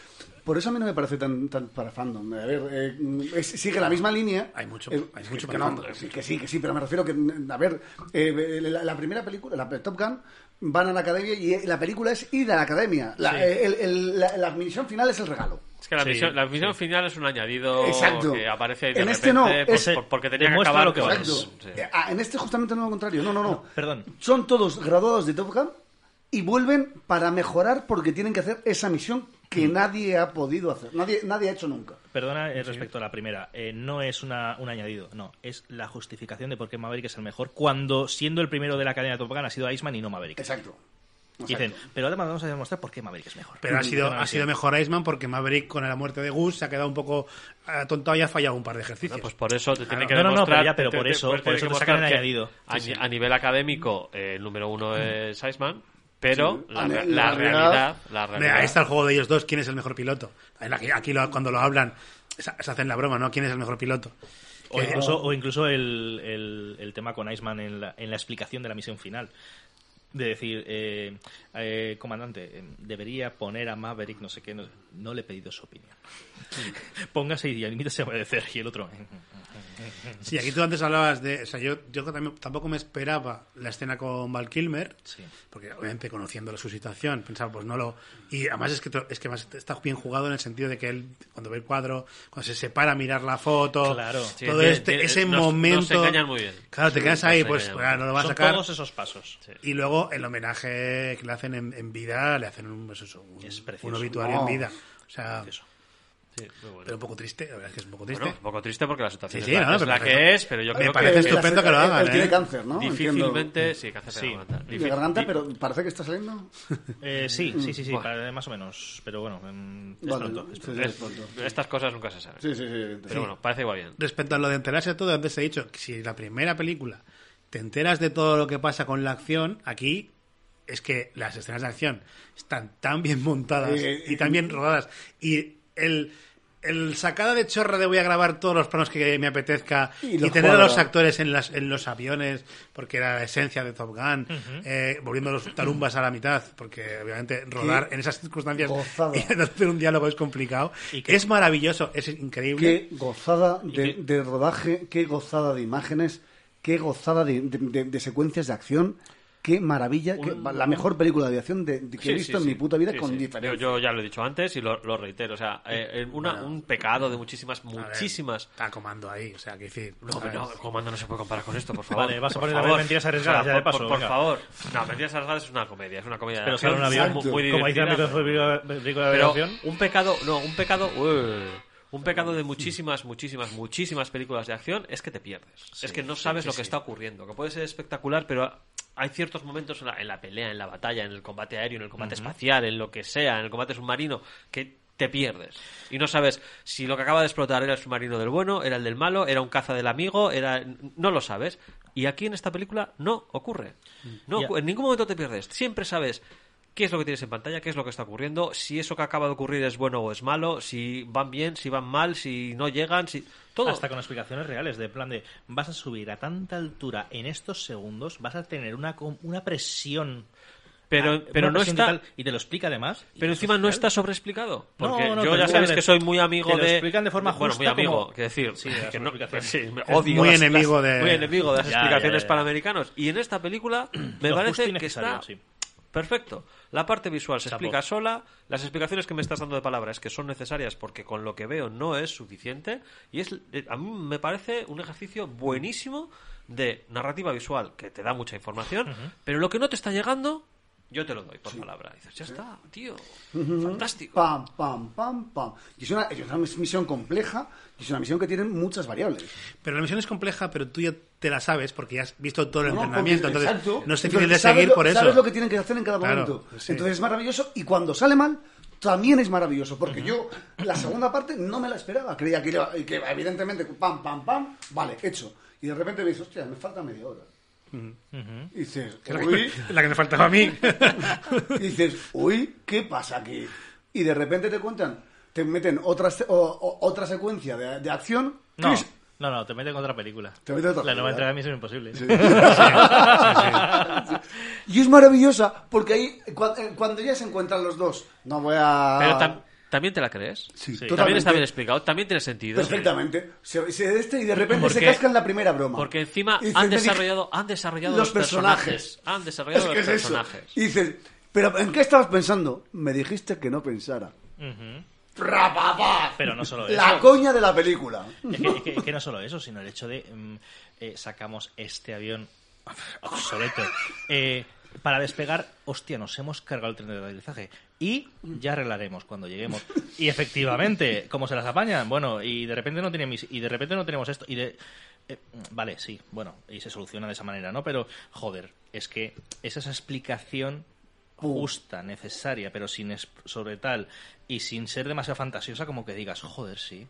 S4: Por eso a mí no me parece tan, tan para fandom. A ver, eh, es- sigue la misma línea.
S3: Hay mucho-
S4: Eh,
S3: hay
S4: es
S3: mucho
S4: que,
S3: para
S4: no,
S3: fandom, hay
S4: sí, que sí, que sí, pero me refiero que, mm, a ver, eh, la, la primera película, la Top Gun, van a la academia y eh, la película es ir a la academia. La, eh, el- el- la- la misión final es el regalo.
S12: Es que la
S6: Sí,
S12: misión, la misión final es un añadido
S4: Exacto.
S12: que aparece de
S4: En este
S12: repente
S4: no,
S12: por-
S4: ese-
S12: por- porque tenía que
S6: demuestra
S12: acabar
S6: lo que
S12: con-
S6: vales.
S4: Exacto.
S12: Sí.
S4: Eh, ah, en este justamente no lo contrario. No, no, no.
S6: perdón.
S4: Son todos graduados de Top Gun y vuelven para mejorar porque tienen que hacer esa misión que nadie ha podido hacer. Nadie, nadie ha hecho nunca.
S6: Perdona eh, respecto a la primera, eh, no es una, un añadido, no, es la justificación de por qué Maverick es el mejor cuando siendo el primero de la cadena Top Gun ha sido Iceman y no Maverick.
S4: Exacto.
S6: Y Dicen, pero además vamos a demostrar por qué Maverick es mejor.
S3: Pero ha sido,
S6: Perdona,
S3: ha sido
S6: sí.
S3: mejor Iceman porque Maverick con la muerte de Gus se ha quedado un poco atontado y ha fallado un par de ejercicios.
S12: Bueno, pues por eso te
S3: Claro.
S12: tienen que
S6: No, no, no,
S12: demostrar.
S6: pero ya, pero
S12: te-
S6: por
S12: te-
S6: eso-
S12: pues
S6: por
S12: tienen
S6: eso
S12: que
S6: te sacan
S12: demostrar
S6: el
S12: que
S6: añadido.
S12: A,
S6: Sí, sí.
S12: a nivel académico, eh, el número uno es Iceman, pero
S4: Sí.
S12: la,
S4: A
S12: la
S4: nivel- la
S12: realidad,
S4: realidad-
S12: la
S3: Hombre,
S12: realidad.
S3: Ahí está el juego de ellos dos, quién es el mejor piloto. En la que- Aquí lo- cuando lo hablan, se se hacen la broma, ¿no? ¿Quién es el mejor piloto?
S6: O incluso, o incluso el, el- el tema con Iceman en la, en la explicación de la misión final. De decir, eh, eh, comandante, eh, debería poner a Maverick, no sé qué, no, no le he pedido su opinión. *laughs* Póngase y limítese a obedecer. Y el otro, eh,
S3: Sí, aquí tú antes hablabas de... O sea, yo, yo también- tampoco me esperaba la escena con Val Kilmer,
S6: Sí.
S3: porque obviamente conociendo su situación, pensaba, pues no lo... Y además es que, to- es que más está bien jugado en el sentido de que él, cuando ve el cuadro, cuando se separa a mirar la foto,
S6: Claro. Sí,
S3: todo
S12: tiene-
S3: este,
S12: tiene-
S3: ese
S12: nos- nos
S3: momento...
S12: engañan muy bien.
S3: Claro, te
S12: Sí,
S3: quedas
S12: nos
S3: ahí, pues
S12: engañan.
S3: claro, no lo vas a
S6: son
S3: sacar.
S6: todos esos pasos.
S3: Y luego el homenaje que le hacen en, en vida, le hacen un, pues eso, un,
S6: Es precioso.
S3: un obituario en
S4: No.
S3: vida. O sea,
S6: Eso.
S12: Sí, muy bueno.
S3: pero un poco triste, la verdad es que es un poco triste.
S12: Bueno, un poco triste porque la situación
S3: Sí,
S12: es,
S3: sí,
S12: la,
S3: no,
S12: es
S3: pero
S12: la
S3: perfecto.
S12: que es, pero yo
S3: Me
S12: creo
S3: parece
S12: que
S3: estupendo. que lo
S4: él-
S3: hagan,
S4: Él, tiene
S3: ¿eh?
S4: cáncer, ¿no? Entiendo.
S12: difícilmente sí, que hace
S6: Sí.
S4: De garganta, pero parece que está saliendo.
S6: Eh, sí,
S12: Mm.
S6: sí, sí, sí,
S12: Bueno.
S6: para- más o menos. Pero bueno, mm, es
S4: Vale,
S6: pronto, es
S4: sí,
S6: pronto.
S4: sí, es pronto.
S12: Estas cosas nunca se saben.
S4: Sí, sí, sí, evidente.
S12: Pero bueno, parece igual bien.
S3: Respecto a lo de enterarse de todo, antes he dicho que si la primera película te enteras de todo lo que pasa con la acción, aquí es que las escenas de acción están tan bien montadas
S4: Eh,
S3: y tan bien rodadas. Y el, el sacada de chorra de voy a grabar todos los planos que me apetezca
S4: Y
S3: y,
S4: los
S3: tener a
S4: cuadra.
S3: los actores en, las, en los aviones, porque era la esencia de Top Gun, eh, volviendo los tarumbas a la mitad, porque obviamente rodar en esas circunstancias
S4: gozada.
S3: *laughs* y hacer un diálogo es complicado.
S6: Y que-
S3: Es maravilloso, es increíble.
S4: Qué gozada de, de rodaje, qué gozada de imágenes, qué gozada de, de- de- de secuencias de acción, Qué maravilla, qué-
S12: Un-
S4: la mejor película de aviación de, de que he
S12: Sí,
S4: visto
S12: sí,
S4: en
S12: sí.
S4: mi puta vida
S12: Sí,
S4: con
S12: sí.
S4: diferencia.
S12: Yo, yo ya lo he dicho antes y lo, lo reitero. O sea, eh, eh, una- un pecado de muchísimas,
S3: A ver,
S12: muchísimas.
S3: Está comando ahí, o sea, que decir.
S12: No, pero no, el comando no se puede comparar con esto, por favor.
S6: Vale, vas a
S12: por
S6: poner a
S12: favor.
S6: ver Mentiras Arriesgadas, ya de
S12: por- por-
S6: paso,
S12: Por,
S6: venga.
S12: favor. No, Mentiras Arriesgadas es una comedia, es una comedia de
S6: Pero
S12: acción
S6: sale un avión,
S12: muy, muy
S6: como dice el
S12: divertida.
S6: micrófono de película de
S12: Pero
S6: aviación.
S12: un pecado, no, un pecado, ué, un pecado de muchísimas, muchísimas, muchísimas películas de acción es que te pierdes. es que no sabes lo que está ocurriendo. Que puede ser espectacular, pero hay ciertos momentos en la, en la pelea, en la batalla, en el combate aéreo, en el combate espacial, en lo que sea, en el combate submarino, que te pierdes. Y no sabes si lo que acaba de explotar era el submarino del bueno, era el del malo, era un caza del amigo, era no lo sabes. Y aquí en esta película no ocurre. No,
S6: Ya.
S12: ocu- en ningún momento te pierdes. Siempre sabes qué es lo que tienes en pantalla, qué es lo que está ocurriendo, si eso que acaba de ocurrir es bueno o es malo, si van bien, si van mal, si no llegan, si todo.
S6: Hasta con explicaciones reales, de plan de vas a subir a tanta altura en estos segundos, vas a tener una, com- una presión.
S12: Pero,
S6: ah,
S12: pero
S6: una
S12: no
S6: presión
S12: está.
S6: total, y te lo explica además. y
S12: Pero
S6: eso
S12: encima
S6: es
S12: no
S6: real.
S12: está sobreexplicado.
S6: No,
S12: Porque
S6: no,
S12: yo
S6: te
S12: ya
S6: lo
S12: sabes
S6: explican
S12: que
S6: de-
S12: soy muy amigo
S6: te lo
S12: de.
S6: explican de forma
S12: Bueno, muy
S6: justa
S12: amigo,
S6: como-
S12: quiero decir.
S6: Sí, de las
S12: *laughs* que no-
S6: explicaciones.
S12: sí, me
S3: Es
S12: odio
S3: muy
S12: las-
S3: enemigo
S12: las-
S3: de-
S12: Muy enemigo de las
S6: Ya, ya,
S12: explicaciones
S6: ya.
S12: para americanos. Y en esta película me
S6: Lo justo
S12: parece
S6: y
S12: que
S6: necesario,
S12: está.
S6: sí.
S12: Perfecto. La parte visual se
S6: Chapo.
S12: explica sola. Las explicaciones que me estás dando de palabras que son necesarias porque con lo que veo no es suficiente. Y es eh, a mí me parece un ejercicio buenísimo de narrativa visual que te da mucha información, pero lo que no te está llegando, yo te lo doy por palabra. Y dices, ya está, tío. Fantástico.
S4: Pam, pam, pam, pam. Y es una, es una misión compleja y es una misión que tiene muchas variables.
S3: Pero la misión es compleja, pero tú ya te la sabes porque ya has visto todo el
S4: No,
S3: entrenamiento.
S4: porque-
S3: Entonces,
S4: exacto.
S3: no es
S4: Entonces,
S3: difícil de
S4: sabes
S3: seguir
S4: lo-
S3: por eso.
S4: Sabes lo que tienen que hacer en cada
S3: Claro,
S4: momento.
S3: sí.
S4: Entonces es maravilloso y cuando sale mal, también es maravilloso. Porque yo la segunda parte no me la esperaba. Creía que, iba- que evidentemente, pam, pam, pam, vale, hecho. Y de repente me dices, hostia, me falta media hora. Y dices,
S3: Es *laughs* la que-
S4: uy,
S3: la que me faltaba a
S4: *laughs*
S3: mí.
S4: y dices, uy, ¿qué pasa aquí? Y de repente te cuentan, te meten otra, se- o- o- otra secuencia de, de acción.
S6: No,
S4: Chris,
S6: no, no, te meten con otra película.
S4: Te meten con otra
S6: la nueva
S4: película.
S6: entrega de Misión Imposible.
S4: Y es maravillosa, porque ahí, cua- eh, cuando ya se encuentran los dos, no voy a...
S12: Pero tam- también te la crees.
S4: Sí,
S12: También
S4: totalmente.
S12: está bien explicado, también tiene sentido.
S4: Perfectamente. Se, se- este, y de repente se
S12: Porque-
S4: cascan la primera broma.
S12: Porque encima
S4: Y
S3: *laughs*
S4: dices,
S12: han
S4: "Me dije-
S12: desarrollado, han desarrollado
S4: los personajes.
S12: Han desarrollado
S4: Es que
S12: los
S4: es eso.
S12: personajes.
S4: Y dices, ¿pero en qué estabas pensando? Me dijiste que no pensara.
S6: Pero no solo eso.
S4: La coña de la película.
S6: Es que, es que- es que no solo eso, sino el hecho de mm, eh, sacamos este avión obsoleto eh, para despegar. Hostia, nos hemos cargado el tren de aterrizaje y ya arreglaremos cuando lleguemos. Y efectivamente, ¿cómo se las apañan? Bueno, y de repente no tenemos y de repente no tenemos esto y de eh, vale, sí, bueno, y se soluciona de esa manera, ¿no? Pero joder, es que es esa explicación justa, necesaria, pero sin es- sobre tal y sin ser demasiado fantasiosa como que digas, joder, sí.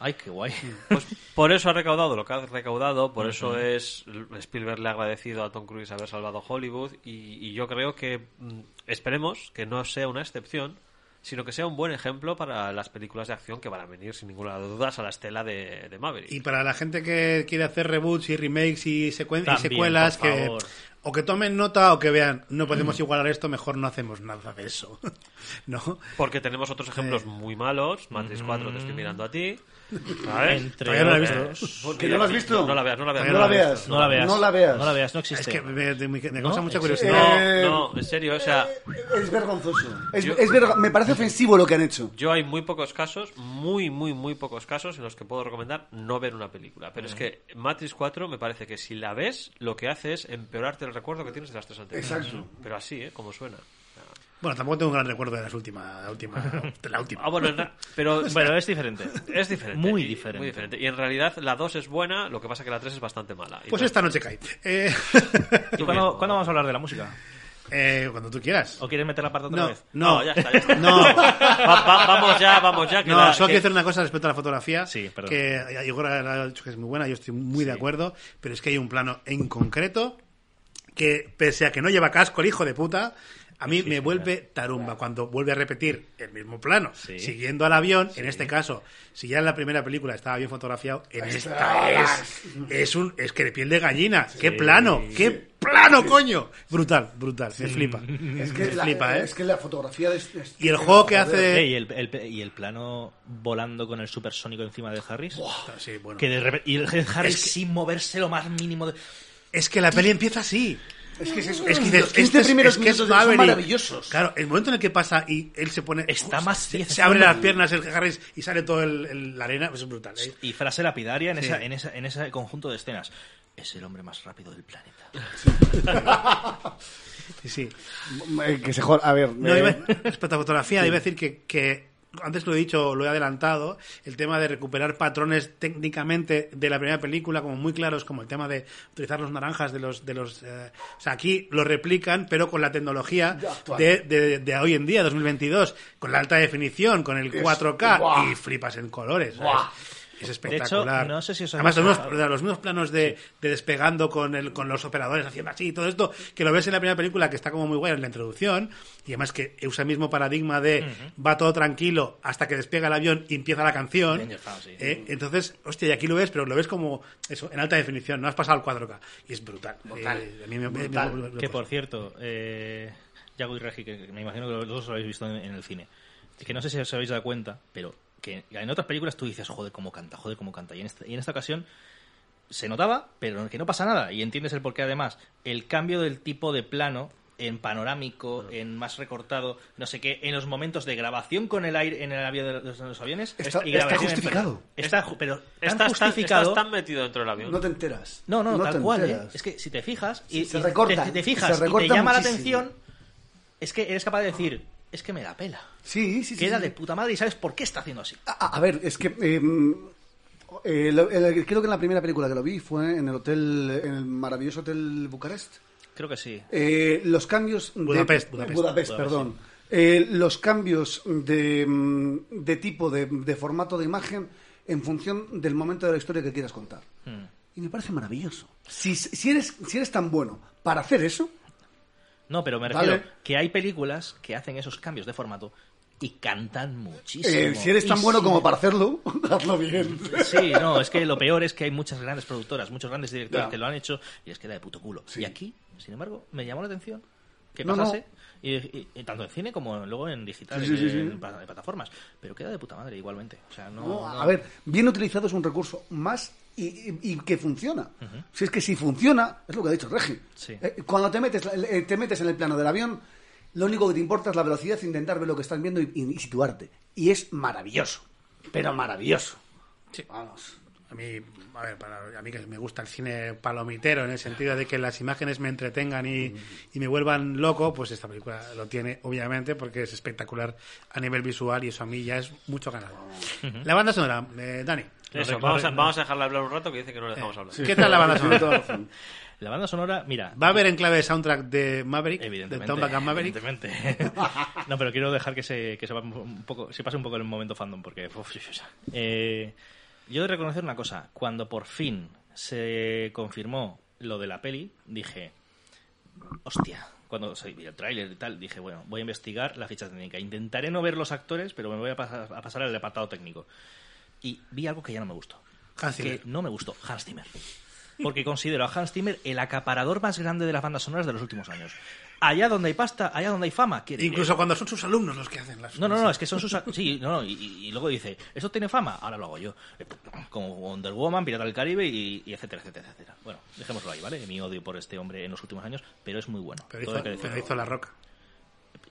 S6: Ay, qué guay.
S3: Mm.
S6: *laughs*
S12: Pues por eso ha recaudado lo que ha recaudado, por eso es Spielberg le ha agradecido a Tom Cruise haber salvado Hollywood y, y yo creo que mm, esperemos que no sea una excepción, sino que sea un buen ejemplo para las películas de acción que van a venir sin ninguna duda a la estela de, de Maverick.
S3: Y para la gente que quiere hacer reboots y remakes y, secuen- y
S6: También,
S3: secuelas,
S6: por
S3: que
S6: favor.
S3: o que tomen nota o que vean, no
S12: Mm.
S3: podemos igualar esto, mejor no hacemos nada de eso. *laughs* ¿No?
S12: Porque tenemos otros ejemplos muy malos, Matrix 4 te estoy mirando a ti. ¿sabes?
S6: Entre
S3: Todavía no la he visto.
S6: otros.
S4: ¿Que no la has visto?
S12: No la veas, no la veas.
S4: No la veas.
S6: No la veas.
S4: No la veas.
S6: No la veas, no existe.
S3: Es que
S6: *laughs*
S3: me, me- me
S6: No,
S3: causa mucha
S6: es-
S3: curiosidad.
S12: No, no, en serio, o sea,
S4: Eh, Es vergonzoso. Es-
S12: Yo-
S4: es verga- me parece ofensivo lo que han hecho.
S12: yo hay muy pocos casos, muy, muy, muy pocos casos en los que puedo recomendar no ver una película. Pero es que Matrix 4 me parece que si la ves, lo que hace es empeorarte el recuerdo que tienes de las tres anteriores.
S4: Exacto.
S12: Pero así, ¿eh? Como suena.
S3: Bueno, tampoco tengo un gran recuerdo de las últimas, la
S12: *laughs*
S3: última, de la última.
S12: Ah, bueno,
S6: *laughs*
S12: en ra- pero...
S6: Bueno,
S3: *laughs*
S6: es diferente.
S12: es diferente.
S6: Muy
S12: y-
S6: diferente.
S12: Muy diferente. Y en realidad la 2 es buena, lo que pasa que la 3 es bastante mala. Y
S3: Pues
S12: no-
S3: esta noche cae. Eh, *laughs*
S6: ¿Y cuándo, cuándo vamos a hablar de la música?
S3: eh, cuando tú quieras.
S6: ¿O quieres meter la parte otra
S3: No,
S6: vez?
S3: no,
S12: No, ya está, ya está.
S3: no.
S12: Va- va- vamos ya, vamos ya. que
S3: No,
S12: la-
S3: solo
S12: que-
S3: quiero hacer una cosa respecto a la fotografía.
S6: Sí, perdón.
S3: Que eh, Igor ha dicho que es muy buena, yo estoy muy de acuerdo, pero es que hay un plano en concreto que, pese a que no lleva casco el hijo de puta, a mí me vuelve tarumba cuando vuelve a repetir el mismo plano,
S6: Sí.
S3: siguiendo al avión. En este caso, si ya en la primera película estaba bien fotografiado, en esta es, es un es que de piel de gallina. ¡Qué plano! ¡Qué plano, coño! Brutal, brutal. Me flipa.
S4: Es que,
S3: Me
S4: la,
S3: flipa, ¿eh?
S4: es que la fotografía de este-
S3: Y el juego que
S4: Joder.
S3: hace.
S6: Eh, ¿Y, el, el- y el plano volando con el supersónico encima de Harris.
S4: Ah,
S3: Sí, bueno.
S6: Que de repente, y el Harris
S3: Es que-
S6: sin moverse lo más mínimo. de-
S3: Es que la peli empieza así.
S4: Es que es eso.
S3: Es que
S4: los
S3: dices,
S4: 15
S3: este es-
S4: primeros
S3: es que es
S4: minutos de- son
S3: Maverick.
S4: maravillosos.
S3: Claro, el momento en el que pasa y él se pone.
S6: Está más
S3: Se, se
S6: tieso.
S3: abre las piernas el Harris y sale todo el, el- la arena. Es brutal. ¿eh?
S6: Y frase lapidaria en,
S3: Sí.
S6: esa, en, esa- en ese conjunto de escenas. Es el hombre más rápido del planeta.
S3: Sí, sí.
S4: Eh, Que se joda. A ver.
S3: No,
S4: eh,
S3: iba, *laughs* respecto a fotografía, iba a decir que, que antes lo he dicho, lo he adelantado, el tema de recuperar patrones técnicamente de la primera película, como muy claros, como el tema de utilizar los naranjas de los... De los eh, o sea, aquí lo replican, pero con la tecnología
S4: actual.
S3: de, de- de hoy en día, 2022, con la alta definición, con el
S4: Es-
S3: 4K
S4: ¡buah!
S3: y flipas en colores. ¿sabes?
S4: Buah.
S3: Es espectacular.
S6: no sé si os
S3: Además, los
S6: habéis
S3: mismos,
S6: fijado.
S3: de los mismos planos de, de despegando con, el, con los operadores haciendo así y todo esto, que lo ves en la primera película, que está como muy guay en la introducción, y además que usa el mismo paradigma de va todo tranquilo hasta que despega el avión y empieza la canción.
S6: Bien, ya está, sí.
S3: ¿eh? Entonces, hostia, y aquí lo ves, pero lo ves como eso, en alta definición, no has pasado al 4K. Y es brutal. Eh, a mí me- me- me- me- me- me-
S6: que por cierto, eh, Yago y Regi, que que me imagino que los dos os habéis visto en, en el cine. Que no sé si os habéis dado cuenta, pero que en otras películas tú dices, joder, cómo canta, joder, cómo canta. Y en, esta- y en esta ocasión se notaba, pero que no pasa nada. Y entiendes el porqué además. El cambio del tipo de plano en panorámico, en más recortado, no sé qué, en los momentos de grabación con el aire en el avión de los, de los aviones.
S4: Está-
S6: y
S4: está
S6: grabación en
S4: justificado.
S6: plano. Está, ju- pero está
S5: Estás,
S6: justificado.
S5: estás tan metido dentro del avión.
S4: No te enteras.
S6: No, no,
S4: te
S6: tal cual, ¿eh?
S4: enteras.
S6: Es que si te fijas y,
S4: Se
S6: y
S4: recorta,
S6: te, te
S4: se
S6: fijas y te
S4: recorta
S6: llama la
S4: muchísimo.
S6: atención, es que eres capaz de decir, es que me la pela.
S4: Sí, sí, sí.
S6: Queda
S4: sí.
S6: de puta madre y sabes por qué está haciendo así.
S4: A, a- a ver, es que. eh, eh, lo- el- creo que en la primera película que lo vi fue en el hotel, en el maravilloso hotel Bucarest.
S6: Creo que sí.
S4: Eh, los cambios de-
S3: Budapest, Budapest.
S4: perdón. Eh, los cambios de, mm, de tipo, de, de formato de imagen en función del momento de la historia que quieras contar.
S3: Hmm.
S4: Y me parece maravilloso. Si, si, eres, si eres tan bueno para hacer eso,
S6: No, pero me
S4: Vale.
S6: refiero que hay películas que hacen esos cambios de formato y cantan muchísimo.
S4: eh, si eres
S6: Y
S4: tan bueno
S6: sí.
S4: como para hacerlo, *laughs* hazlo bien.
S6: Sí, no, es que lo peor es que hay muchas grandes productoras, muchos grandes directores
S4: Ya.
S6: que lo han hecho y es que da de puto culo.
S4: Sí.
S6: Y aquí, sin embargo, me llamó la atención que
S4: No,
S6: pasase, y- y- y tanto en cine como luego en digital,
S4: Sí, sí, sí,
S6: en,
S4: sí.
S6: en pla- en plataformas. Pero queda de puta madre igualmente. O sea, no,
S4: No,
S6: no-
S4: a ver, bien utilizado es un recurso más y, y- y que funciona. Si es que si funciona, es lo que ha dicho Regi.
S6: Sí.
S4: Eh, cuando te metes, eh, te metes en el plano del avión, lo único que te importa es la velocidad, intentar ver lo que estás viendo y, y situarte. Y es maravilloso, pero maravilloso. Vamos.
S3: A mí, a ver, para, a mí que me gusta el cine palomitero en el sentido de que las imágenes me entretengan y, y me vuelvan loco, pues esta película lo tiene, obviamente, porque es espectacular a nivel visual y eso a mí ya es mucho ganado. La banda sonora, eh, Dani,
S5: Eso, vamos, a, vamos a dejarla hablar un rato que dice que no le
S4: Eh,
S5: dejamos hablar.
S3: ¿qué tal la banda
S4: Tiene toda
S3: sonora?
S4: la razón.
S6: La banda sonora, mira,
S3: ¿Va a haber en clave soundtrack de Maverick? ¿De
S6: evidentemente.
S3: Tom Back Maverick?
S6: evidentemente. *laughs* no, pero quiero dejar que se, que se, va un poco, se pase un poco el momento fandom, porque... uf, o sea, eh, yo he de reconocer una cosa. Cuando por fin se confirmó lo de la peli, dije... Hostia. Cuando se vi el tráiler y tal, dije, bueno, voy a investigar la ficha técnica. Intentaré no ver los actores, pero me voy a pasar, a pasar al apartado técnico. Y vi algo que ya no me gustó.
S3: Hans Zimmer.
S6: que no me gustó, Hans Zimmer. Porque considero a Hans Zimmer el acaparador más grande de las bandas sonoras de los últimos años. Allá donde hay pasta, allá donde hay fama, quiere.
S3: Incluso cuando son sus alumnos los que hacen las...
S6: No, no, no, es que son sus. Sí, no, no, y, y luego dice, ¿esto tiene fama? Ahora lo hago yo. Eh, Como Wonder Woman, Pirata del Caribe y, y etcétera, etcétera, etcétera. Bueno, dejémoslo ahí, ¿vale? Mi odio por este hombre en los últimos años, pero es muy bueno.
S3: Pero
S6: Todo
S3: hizo,
S6: hay que decirlo.
S3: pero hizo La Roca.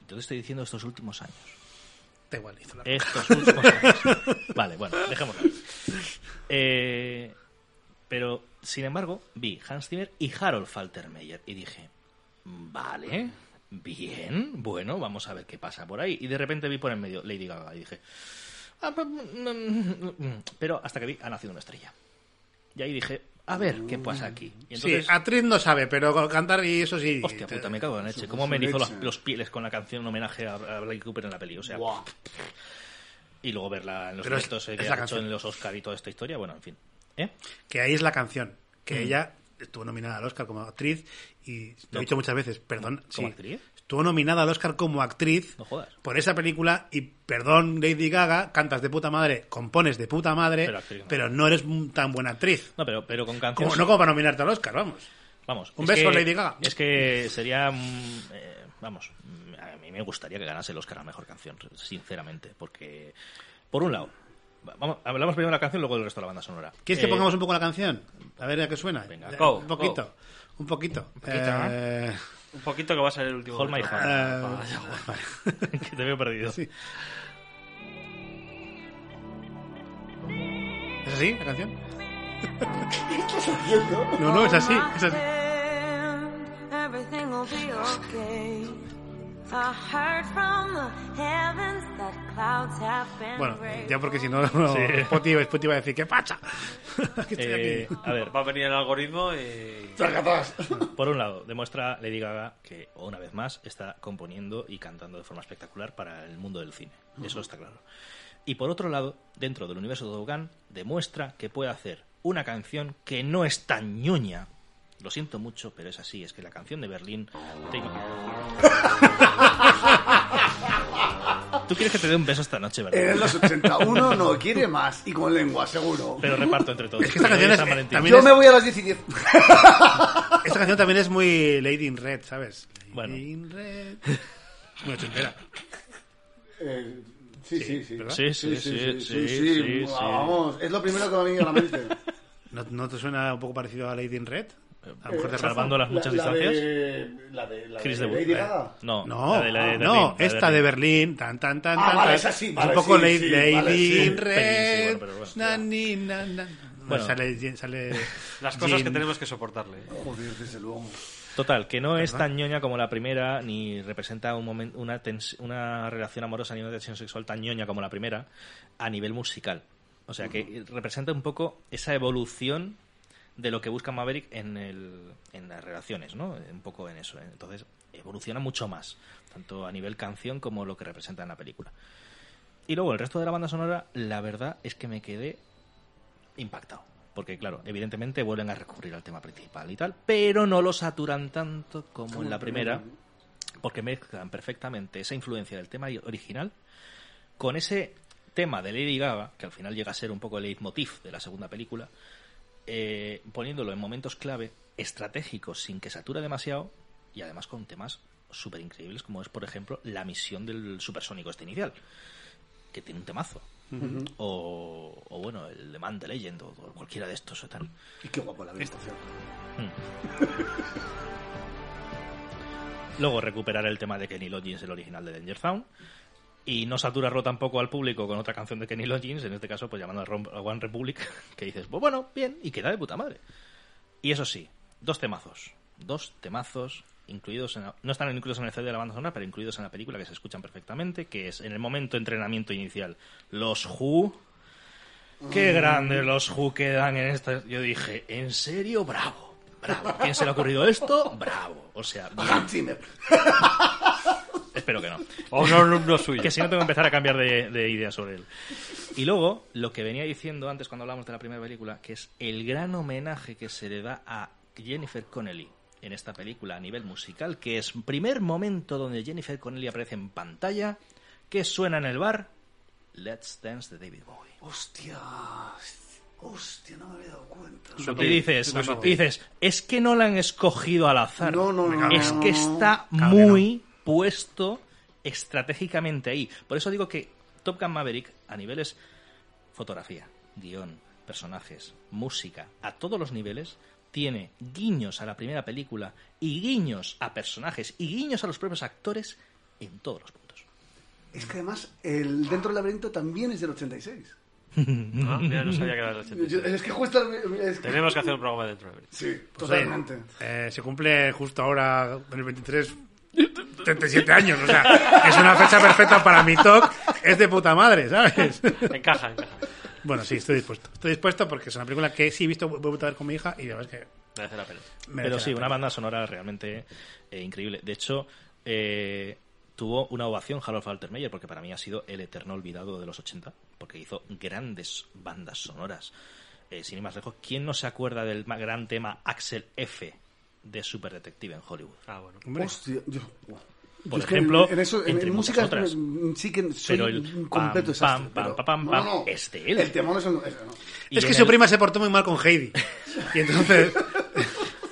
S6: Yo te estoy diciendo estos últimos años.
S3: Da igual, hizo La Roca.
S6: Estos últimos años. Vale, bueno, dejémoslo. Eh, pero, sin embargo, vi Hans Zimmer y Harold Faltermeyer y dije, vale, bien, bueno, vamos a ver qué pasa por ahí. Y de repente vi por en medio Lady Gaga y dije, "Ah, pa- mm, mm, mm". pero hasta que vi Ha nacido una estrella. Y ahí dije, a ver, ¿qué pasa aquí? Y entonces,
S3: sí, actriz no sabe, pero cantar y eso sí...
S6: hostia puta, me cago en la leche. ¿Cómo
S4: su
S6: me hizo los,
S4: leche.
S6: los pieles con la canción en homenaje a, a Blake Cooper en la peli? O sea,
S4: Buah.
S6: y luego verla en los
S3: Pero es-
S6: textos eh,
S3: es
S6: que
S3: la
S6: ha hecho
S3: canción.
S6: en los Oscar y toda esta historia. Bueno, en fin. ¿Eh?
S3: que ahí es la canción, que
S6: Mm.
S3: ella estuvo nominada al Oscar como actriz y lo he
S6: No.
S3: dicho muchas veces, perdón,
S6: ¿Como
S3: sí,
S6: actriz?
S3: estuvo nominada al Oscar como actriz
S6: No jodas.
S3: por esa película y perdón Lady Gaga, cantas de puta madre, compones de puta madre,
S6: Pero
S3: pero,
S6: actriz no.
S3: no eres m- tan buena actriz.
S6: No, pero, pero con canciones.
S3: Como, no como para nominarte al Oscar, vamos.
S6: Vamos.
S3: Un
S6: es
S3: beso,
S6: que-
S3: Lady Gaga.
S6: Es que sería. mm, eh, vamos. mm, A mí me gustaría que ganase el Oscar a mejor canción, sinceramente. Porque, por un lado, Vamos, hablamos primero de la canción, luego del resto de la banda sonora.
S3: ¿Quieres que
S6: Eh,
S3: pongamos un poco la canción? A ver a qué suena. Eh,
S6: go,
S3: un poquito. Un poquito.
S6: poquito,
S3: Eh,
S5: Un poquito que va a ser el último.
S6: Hold my
S5: momento.
S6: hand.
S5: Vaya,
S3: Eh,
S5: joder.
S3: *laughs*
S6: *laughs* que te veo perdido.
S3: Sí. ¿Es así la
S6: *laughs*
S3: canción? No, no, es así. Es así.
S11: Everything will be okay. I heard from the heavens that clouds have been
S3: Bueno,
S11: raised.
S3: ya porque si no, *laughs* no
S6: Sí.
S3: Spotty, Spotty va a decir, ¿qué pacha? *laughs* que estoy
S6: Eh,
S3: aquí.
S6: a ver,
S5: Va a venir el algoritmo y.
S6: por un lado, demuestra Lady Gaga que una vez más está componiendo y cantando de forma espectacular para el mundo del cine. Eso está claro. Y por otro lado, dentro del universo de Dogan, demuestra que puede hacer una canción que no es tan ñoña. Lo siento mucho, pero es así. Es que la canción de Berlín.
S3: *laughs*
S6: Take- Tú quieres que te dé un beso esta noche, ¿verdad?
S4: En los 81 no quiere más. Y con lengua, seguro.
S6: Pero reparto entre todos.
S3: Es que esta canción
S6: Feliz
S3: es-
S6: San Valentín.
S3: también
S4: Yo me voy a las 10 y 10.
S3: Esta canción también es muy Lady in Red, ¿sabes? Lady
S6: Bueno.
S3: in Red. Muy ochentera.
S4: Eh, sí, sí, sí.
S3: ¿verdad?
S6: Sí, sí, sí, sí, sí, sí.
S4: Vamos, es lo primero que me ha venido a la mente.
S3: ¿No, no te suena un poco parecido a Lady in Red? A lo mejor de Rafa.
S6: Eh, salvando las muchas
S4: La- la
S6: distancias.
S4: de- La de, la
S6: Chris Mm.
S4: de
S6: de Wood.
S4: Lady
S6: la de-
S4: Gaga.
S6: No,
S3: No, ah,
S6: la de- la de Berlín,
S3: no,
S6: la de
S3: esta de Berlín, tan, tan, tan,
S4: Ah,
S3: tan.
S4: vale,
S3: tan.
S4: esa sí,
S3: Es
S4: vale,
S3: un poco
S4: sí,
S3: Lady,
S4: sí,
S3: Lady
S4: vale, sí.
S3: in Red.
S6: Sí, bueno, pero bueno.
S3: na, ni, na, na. Bueno,
S6: Bueno.
S3: sale, sale
S5: Las cosas
S3: Jean.
S5: que tenemos que soportarle. ¿eh?
S4: Joder, desde luego.
S6: Total, que no es tan ñoña como la primera, ni representa un momen- una, tens- una relación amorosa ni una tensión sexual tan ñoña como la primera, a nivel musical. O sea, que representa un poco esa evolución de lo que busca Maverick en, el, en las relaciones, ¿no? Un poco en eso. ¿eh? Entonces, evoluciona mucho más, tanto a nivel canción como lo que representa en la película. Y luego el resto de la banda sonora, la verdad es que me quedé impactado. Porque, claro, evidentemente vuelven a recurrir al tema principal y tal, pero no lo saturan tanto como en la primera, porque mezclan perfectamente esa influencia del tema original con ese tema de Lady Gaga, que al final llega a ser un poco el leitmotiv de la segunda película, eh, poniéndolo en momentos clave, estratégicos, sin que satura demasiado, y además con temas súper increíbles, como es, por ejemplo, la misión del supersónico este inicial, que tiene un temazo. o, o, bueno, el de Man the Legend, o, o cualquiera de estos o tal. Hmm.
S4: Y qué guapo la habitación.
S6: Luego recuperar el tema de Kenny Loggins, el original de Danger Zone. Y no saturarlo tampoco al público con otra canción de Kenny Loggins, en este caso pues llamando a, Rom- a One Republic, *laughs* que dices, pues bueno, bien, y queda de puta madre. Y eso sí, dos temazos. Dos temazos incluidos en la- no están incluidos en el CD de la banda sonora, pero incluidos en la película que se escuchan perfectamente, que es en el momento de entrenamiento inicial, los Who. Qué grandes los Who quedan en esta. Yo dije, ¿en serio? Bravo. Bravo. ¿Quién se le ha ocurrido esto? Bravo. O sea, bien.
S4: Hans Zimmer.
S6: espero que no.
S5: O un alumno suyo.
S6: Que si no tengo que empezar a cambiar de, de idea sobre él. Y luego, lo que venía diciendo antes cuando hablamos de la primera película, que es el gran homenaje que se le da a Jennifer Connelly en esta película a nivel musical, que es primer momento donde Jennifer Connelly aparece en pantalla, que suena en el bar, Let's Dance de David Bowie.
S4: Hostia. Hostia, no me había dado cuenta.
S6: Y dices, y dices, es que no la han escogido al azar.
S4: No, no, no,
S6: Es
S4: no,
S6: que
S4: no, no.
S6: está muy puesto estratégicamente ahí. Por eso digo que Top Gun Maverick a niveles fotografía, guión, personajes, música, a todos los niveles, tiene guiños a la primera película y guiños a personajes y guiños a los propios actores en todos los puntos.
S4: Es que además, el Dentro del Laberinto también es del 86.
S5: Ah, mira, no sabía que era el
S4: Yo-
S5: 86.
S4: es que justo. Es que-
S5: Tenemos que hacer un programa dentro de
S4: Sí,
S3: Pues,
S4: totalmente.
S3: eh, eh, se cumple justo ahora, en el 23, 37 años. O sea, es una fecha perfecta para mi talk. Es de puta madre, ¿sabes?
S5: Encaja, encaja.
S3: Bueno, sí, estoy dispuesto. Estoy dispuesto porque es una película que sí he visto, he vuelto a ver con mi hija y la verdad es que.
S5: Merece la pena.
S3: merece
S6: Pero
S3: la
S6: sí,
S3: pena.
S6: una banda sonora realmente eh, increíble. De hecho, eh, tuvo una ovación Harold Faltermeyer, porque para mí ha sido el eterno olvidado de los 80, porque hizo grandes bandas sonoras. Eh, sin ir más lejos, ¿quién no se acuerda del ma- gran tema Axel F de Super Detective en Hollywood?
S5: Ah, bueno.
S3: Hombre,
S4: Hostia, yo.
S6: Por
S4: es que
S6: ejemplo,
S4: en, en eso, en-
S6: entre
S4: en música
S6: muchas otras.
S4: mm, sí que soy
S6: Pero el
S4: un
S6: pam,
S4: completo
S6: pam,
S4: desastre.
S6: pam,
S4: pero-
S6: pam, pam,
S4: no,
S6: pam,
S4: no,
S6: es de él.
S4: El temón es. un- es- no.
S6: Y
S3: es que
S6: en
S3: su
S6: el-
S3: prima se portó muy mal con Heidi. Y entonces.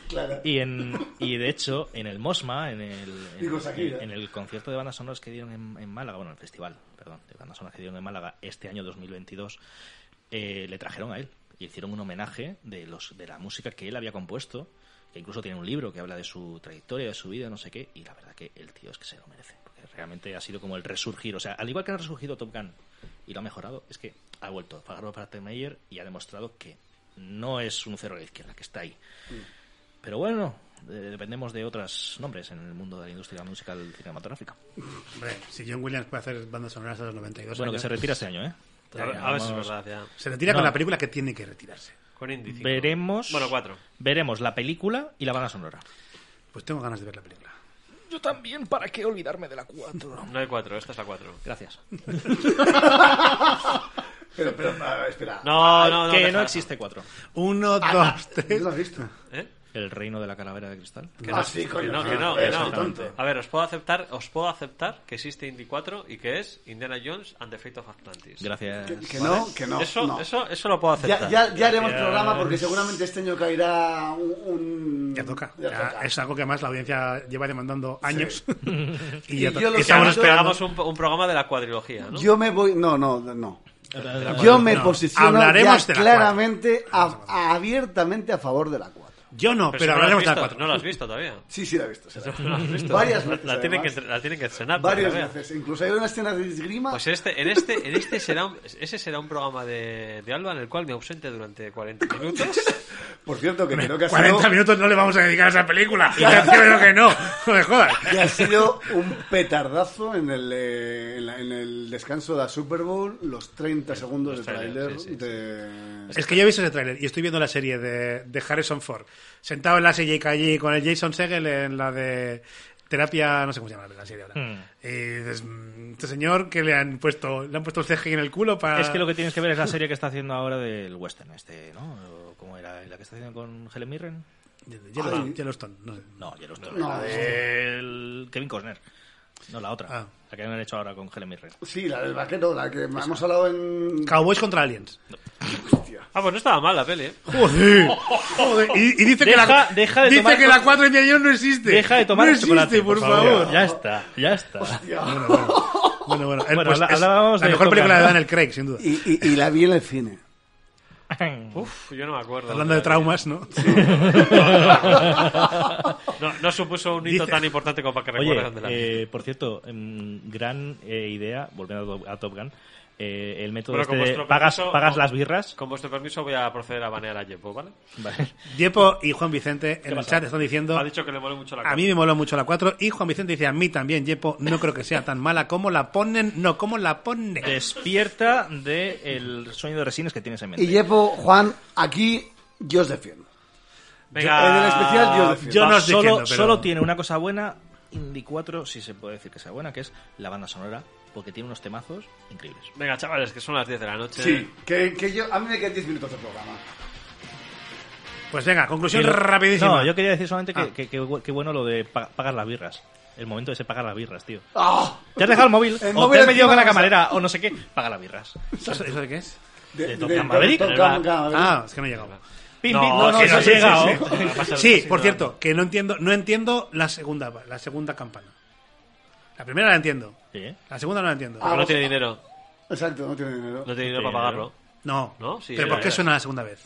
S4: Claro.
S6: Y, en, y de hecho, en el Mosma, en el, en,
S4: Digo, Shakira.
S6: en el concierto de bandas sonoras que dieron en, en Málaga, bueno, el festival, perdón, de bandas sonoras que dieron en Málaga este año 2022, eh, le trajeron a él y hicieron un homenaje de, los, de la música que él había compuesto, que incluso tiene un libro que habla de su trayectoria, de su vida, no sé qué, y la verdad que el tío es que se lo merece, porque realmente ha sido como el resurgir, o sea, al igual que ha resurgido Top Gun y lo ha mejorado, es que ha vuelto Fagaro para Meyer y ha demostrado que no es un cero a la izquierda, que está ahí. Pero bueno, de- dependemos de otros nombres en el mundo de la industria musical cinematográfica.
S5: Pues
S3: Hombre, si John Williams puede hacer bandas sonoras a los 92
S6: Bueno, que
S3: años.
S6: se retira este año, ¿eh?
S5: A ver- a ver si es verdad, ya.
S3: Se retira
S6: No.
S3: con la película que tiene que retirarse.
S5: Con Indy. cinco.
S6: Veremos.
S5: Bueno, cuatro.
S6: Veremos la película y la banda sonora.
S3: Pues tengo ganas de ver la película.
S6: Yo también, ¿para qué olvidarme de la 4?
S5: No hay cuatro, esta es la cuatro.
S6: Gracias.
S4: Pero, pero, a ver, espera.
S5: No, no, no.
S6: Ah, que
S5: deja,
S6: no
S5: deja.
S6: existe 4.
S3: Uno, dos, tres.
S4: Ah, *laughs* ¿No lo has visto?
S5: ¿Eh?
S6: El reino de la calavera de cristal.
S5: Que
S4: Ah,
S5: no,
S4: sí,
S5: que
S4: coño,
S5: no,
S4: sí,
S5: que no,
S4: joder,
S5: que no.
S4: soy tonto.
S5: A ver, os puedo aceptar, os puedo aceptar que existe Indy 4 y que es Indiana Jones and the Fate of Atlantis.
S6: Gracias.
S4: Que, que no, que no.
S5: eso,
S4: no.
S5: eso, eso lo puedo
S4: Ya,
S5: aceptar.
S4: ya, ya haremos programa porque seguramente este año caerá un. un-
S3: Ya toca.
S4: Ya
S3: Ya
S4: toca.
S3: es algo que más la audiencia lleva demandando
S4: *laughs*
S3: años. y
S4: Y
S3: ya
S4: yo
S3: toca.
S4: lo
S3: Y
S4: que
S3: estamos
S5: Ahora
S3: esperando.
S4: hago-
S5: esperamos un, un programa de la cuadrilogía, ¿no?
S4: Yo me voy. No, no, no. Yo me
S3: No,
S4: posiciono
S3: hablaremos
S4: ya
S3: de la
S4: claramente, a- a- abiertamente a favor de la 4.
S3: Yo no, pero
S5: Pero si no lo has
S3: hablaremos de la
S5: visto,
S3: 4.
S5: No lo has visto todavía.
S4: Sí, sí, la he visto. sí la he visto.
S5: No lo has visto.
S4: Varias
S5: La-
S4: veces.
S5: La, tienen, que,
S4: además.
S5: entre- la tienen que estrenar. para
S4: Varias
S5: que la veas.
S4: veces. Incluso hay una escena de esgrima.
S5: Pues este, en este, en este será un, ese será un programa de, de Alba en el cual me ausente durante 40 minutos.
S4: Por cierto, que creo que ha
S3: 40
S4: sido.
S3: minutos no le vamos a dedicar a esa película. Ya creo que no. *laughs* No me jodas.
S4: que ha sido un petardazo en el, eh, en, la- en el descanso de la Super Bowl, los 30 segundos
S5: los
S4: de
S5: trailers,
S4: tráiler
S5: sí, sí,
S4: de...
S3: Es que yo he visto ese tráiler y estoy viendo la serie de, de Harrison Ford. Sentado en la silla y allí con el Jason Segel en la de terapia, no sé cómo se llama la serie ahora.
S6: Mm.
S3: Y dices, mm, este señor que le han puesto, le han puesto el CGI en el culo para...
S6: Es que lo que tienes que ver es la serie que está haciendo ahora del western, este, ¿no? O ¿Cómo era? ¿La que está haciendo con Helen Mirren?
S3: Yellowstone, Yellowstone, no sé.
S6: No, Yellowstone. la del Kevin Costner. No, la otra.
S3: Ah.
S6: La que han hecho ahora con Helen Mirren.
S4: Pues Sí, la del vaquero, la que hemos hablado en...
S3: Cowboys contra aliens.
S5: *laughs* Ah, pues no estaba mal la peli, ¿eh?
S3: *laughs* Joder. Joder. Y, y dice
S6: Deja-
S3: que la,
S6: deja de
S3: dice
S6: tomar
S3: que la
S6: co-
S3: 4 de ayer no existe.
S6: Deja de tomar
S3: No
S6: el
S3: existe,
S6: chocolate,
S3: por, favor.
S6: Ya está, ya está. *laughs*
S3: Bueno, bueno. Bueno, bueno. Eh,
S6: Bueno,
S3: pues
S6: habla-
S3: es
S6: hablábamos
S3: la
S6: de
S3: mejor
S6: Top
S3: película
S6: Gun,
S3: de
S6: ¿no?
S3: Daniel Craig, sin duda.
S4: Y, y- y la vi en el cine.
S5: Uf, yo no me acuerdo.
S3: Hablando de traumas, ¿no? *laughs*
S5: No, no supuso un hito
S3: Dice-
S5: tan importante como para que recuerdes
S6: Oye,
S5: dónde la vi.
S6: eh, por cierto, em, gran eh, idea, volviendo a Top- a Top Gun, eh, el método
S5: Bueno,
S6: este
S5: con
S6: de
S5: vuestro
S6: pagas,
S5: permiso,
S6: pagas
S5: con-
S6: las birras.
S5: Con vuestro permiso voy a proceder a banear a Jepo, ¿vale?
S6: Vale.
S3: Diepo y Juan Vicente en el
S6: pasa?
S3: chat están diciendo...
S5: Ha dicho que le mole mucho la
S3: A mí me moló mucho la 4 y Juan Vicente dice a mí también, Yepo, no creo que sea tan mala como la ponen, no, como la ponen.
S6: Despierta del sueño de resines que tienes en mente.
S4: Y Yepo, Juan, aquí yo os defiendo. en el especial yo defiendo.
S3: Yo no
S6: Va,
S3: os
S6: solo,
S3: defiendo, pero-
S6: solo tiene una cosa buena, Indy 4, si se puede decir que sea buena, que es la banda sonora, porque tiene unos temazos increíbles.
S5: Venga, chavales, que son las 10 de la noche.
S4: Sí, que, que yo... A mí me quedan 10 minutos de programa.
S3: Pues venga, conclusión
S6: Que lo-
S3: rapidísima.
S6: No, yo quería decir solamente que,
S3: Ah.
S6: que- que bu- que bueno lo de pa- pagar las birras. El momento de se pagar las birras, tío.
S4: ¡Ah!
S6: Te has dejado el móvil,
S4: El
S6: o
S4: móvil
S6: te has metido
S4: encima
S6: con la
S4: de la mesa.
S6: camarera, o no sé qué, paga las birras.
S3: ¿Eso, eso de qué es?
S4: De,
S6: Top Gun Maverick,
S4: Top
S6: en el
S4: Gun
S6: bar.
S4: Maverick.
S3: Ah, es que no he llegado.
S6: Pim,
S5: No,
S6: pim,
S5: no,
S6: que
S5: sí,
S6: no has
S5: sí, sí,
S6: llegado.
S5: sí. Pasa el-
S3: Sí,
S5: pasa
S3: por
S5: el-
S3: cierto, que no entiendo, no entiendo la segunda, la segunda campana. La primera la entiendo,
S6: Sí. ¿eh?
S3: la segunda no la entiendo.
S5: Pero no tiene dinero.
S4: Exacto, no tiene dinero.
S5: No tiene dinero
S6: tiene
S5: para pagarlo.
S3: No,
S5: ¿No? Sí,
S3: pero
S5: la
S3: ¿por qué
S5: verdad.
S3: suena la segunda vez?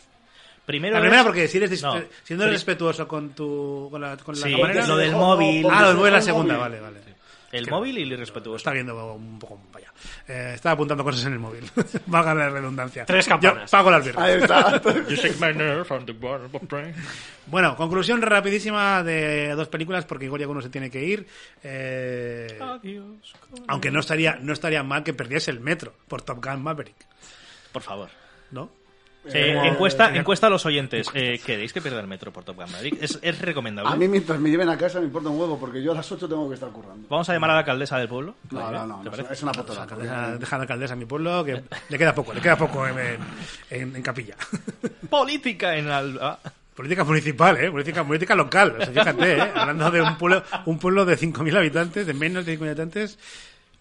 S6: Primero
S3: La primera
S6: es-
S3: porque si eres dis-
S6: No.
S3: si no eres
S6: Pri-
S3: respetuoso con tu con la, con la
S6: Sí,
S3: camarera-
S6: lo del
S4: Ojo,
S6: móvil.
S4: ojo,
S3: Ah, lo de la
S4: ojo,
S3: segunda,
S4: móvil.
S3: vale, vale.
S6: El
S3: que-
S6: móvil y el irrespetuoso.
S3: Está viendo un poco vaya. Eh, estaba apuntando cosas en el móvil. *laughs* Valga la redundancia.
S5: Tres campanas.
S3: Yo pago las birras.
S4: Ahí *laughs* está.
S3: Bueno, conclusión rapidísima de dos películas porque igual ya uno se tiene que ir. Eh, aunque no estaría no estaría mal que perdiese el metro por Top Gun Maverick,
S6: Por favor.
S3: ¿no?
S6: Eh, encuesta, encuesta a los oyentes. Eh, ¿Queréis que pierda el metro por Top Gun Maverick? Es, es recomendable.
S4: A mí mientras me lleven a casa me importa un huevo porque yo a las 8 tengo que estar currando.
S6: Vamos a llamar a la alcaldesa del pueblo.
S4: No,
S6: Vale,
S4: no, no,
S6: ¿te
S4: no,
S6: parece?
S4: es una
S3: La
S4: potada.
S3: alcaldesa- Deja a la alcaldesa a mi pueblo que le queda poco, le queda poco en, en- en- en capilla. *laughs*
S6: Política en ah. Alba.
S3: Política municipal, ¿eh? Política, política local. O sea, fíjate, ¿eh? Hablando de un pueblo, un pueblo de 5.000 habitantes, de menos de 5.000 habitantes,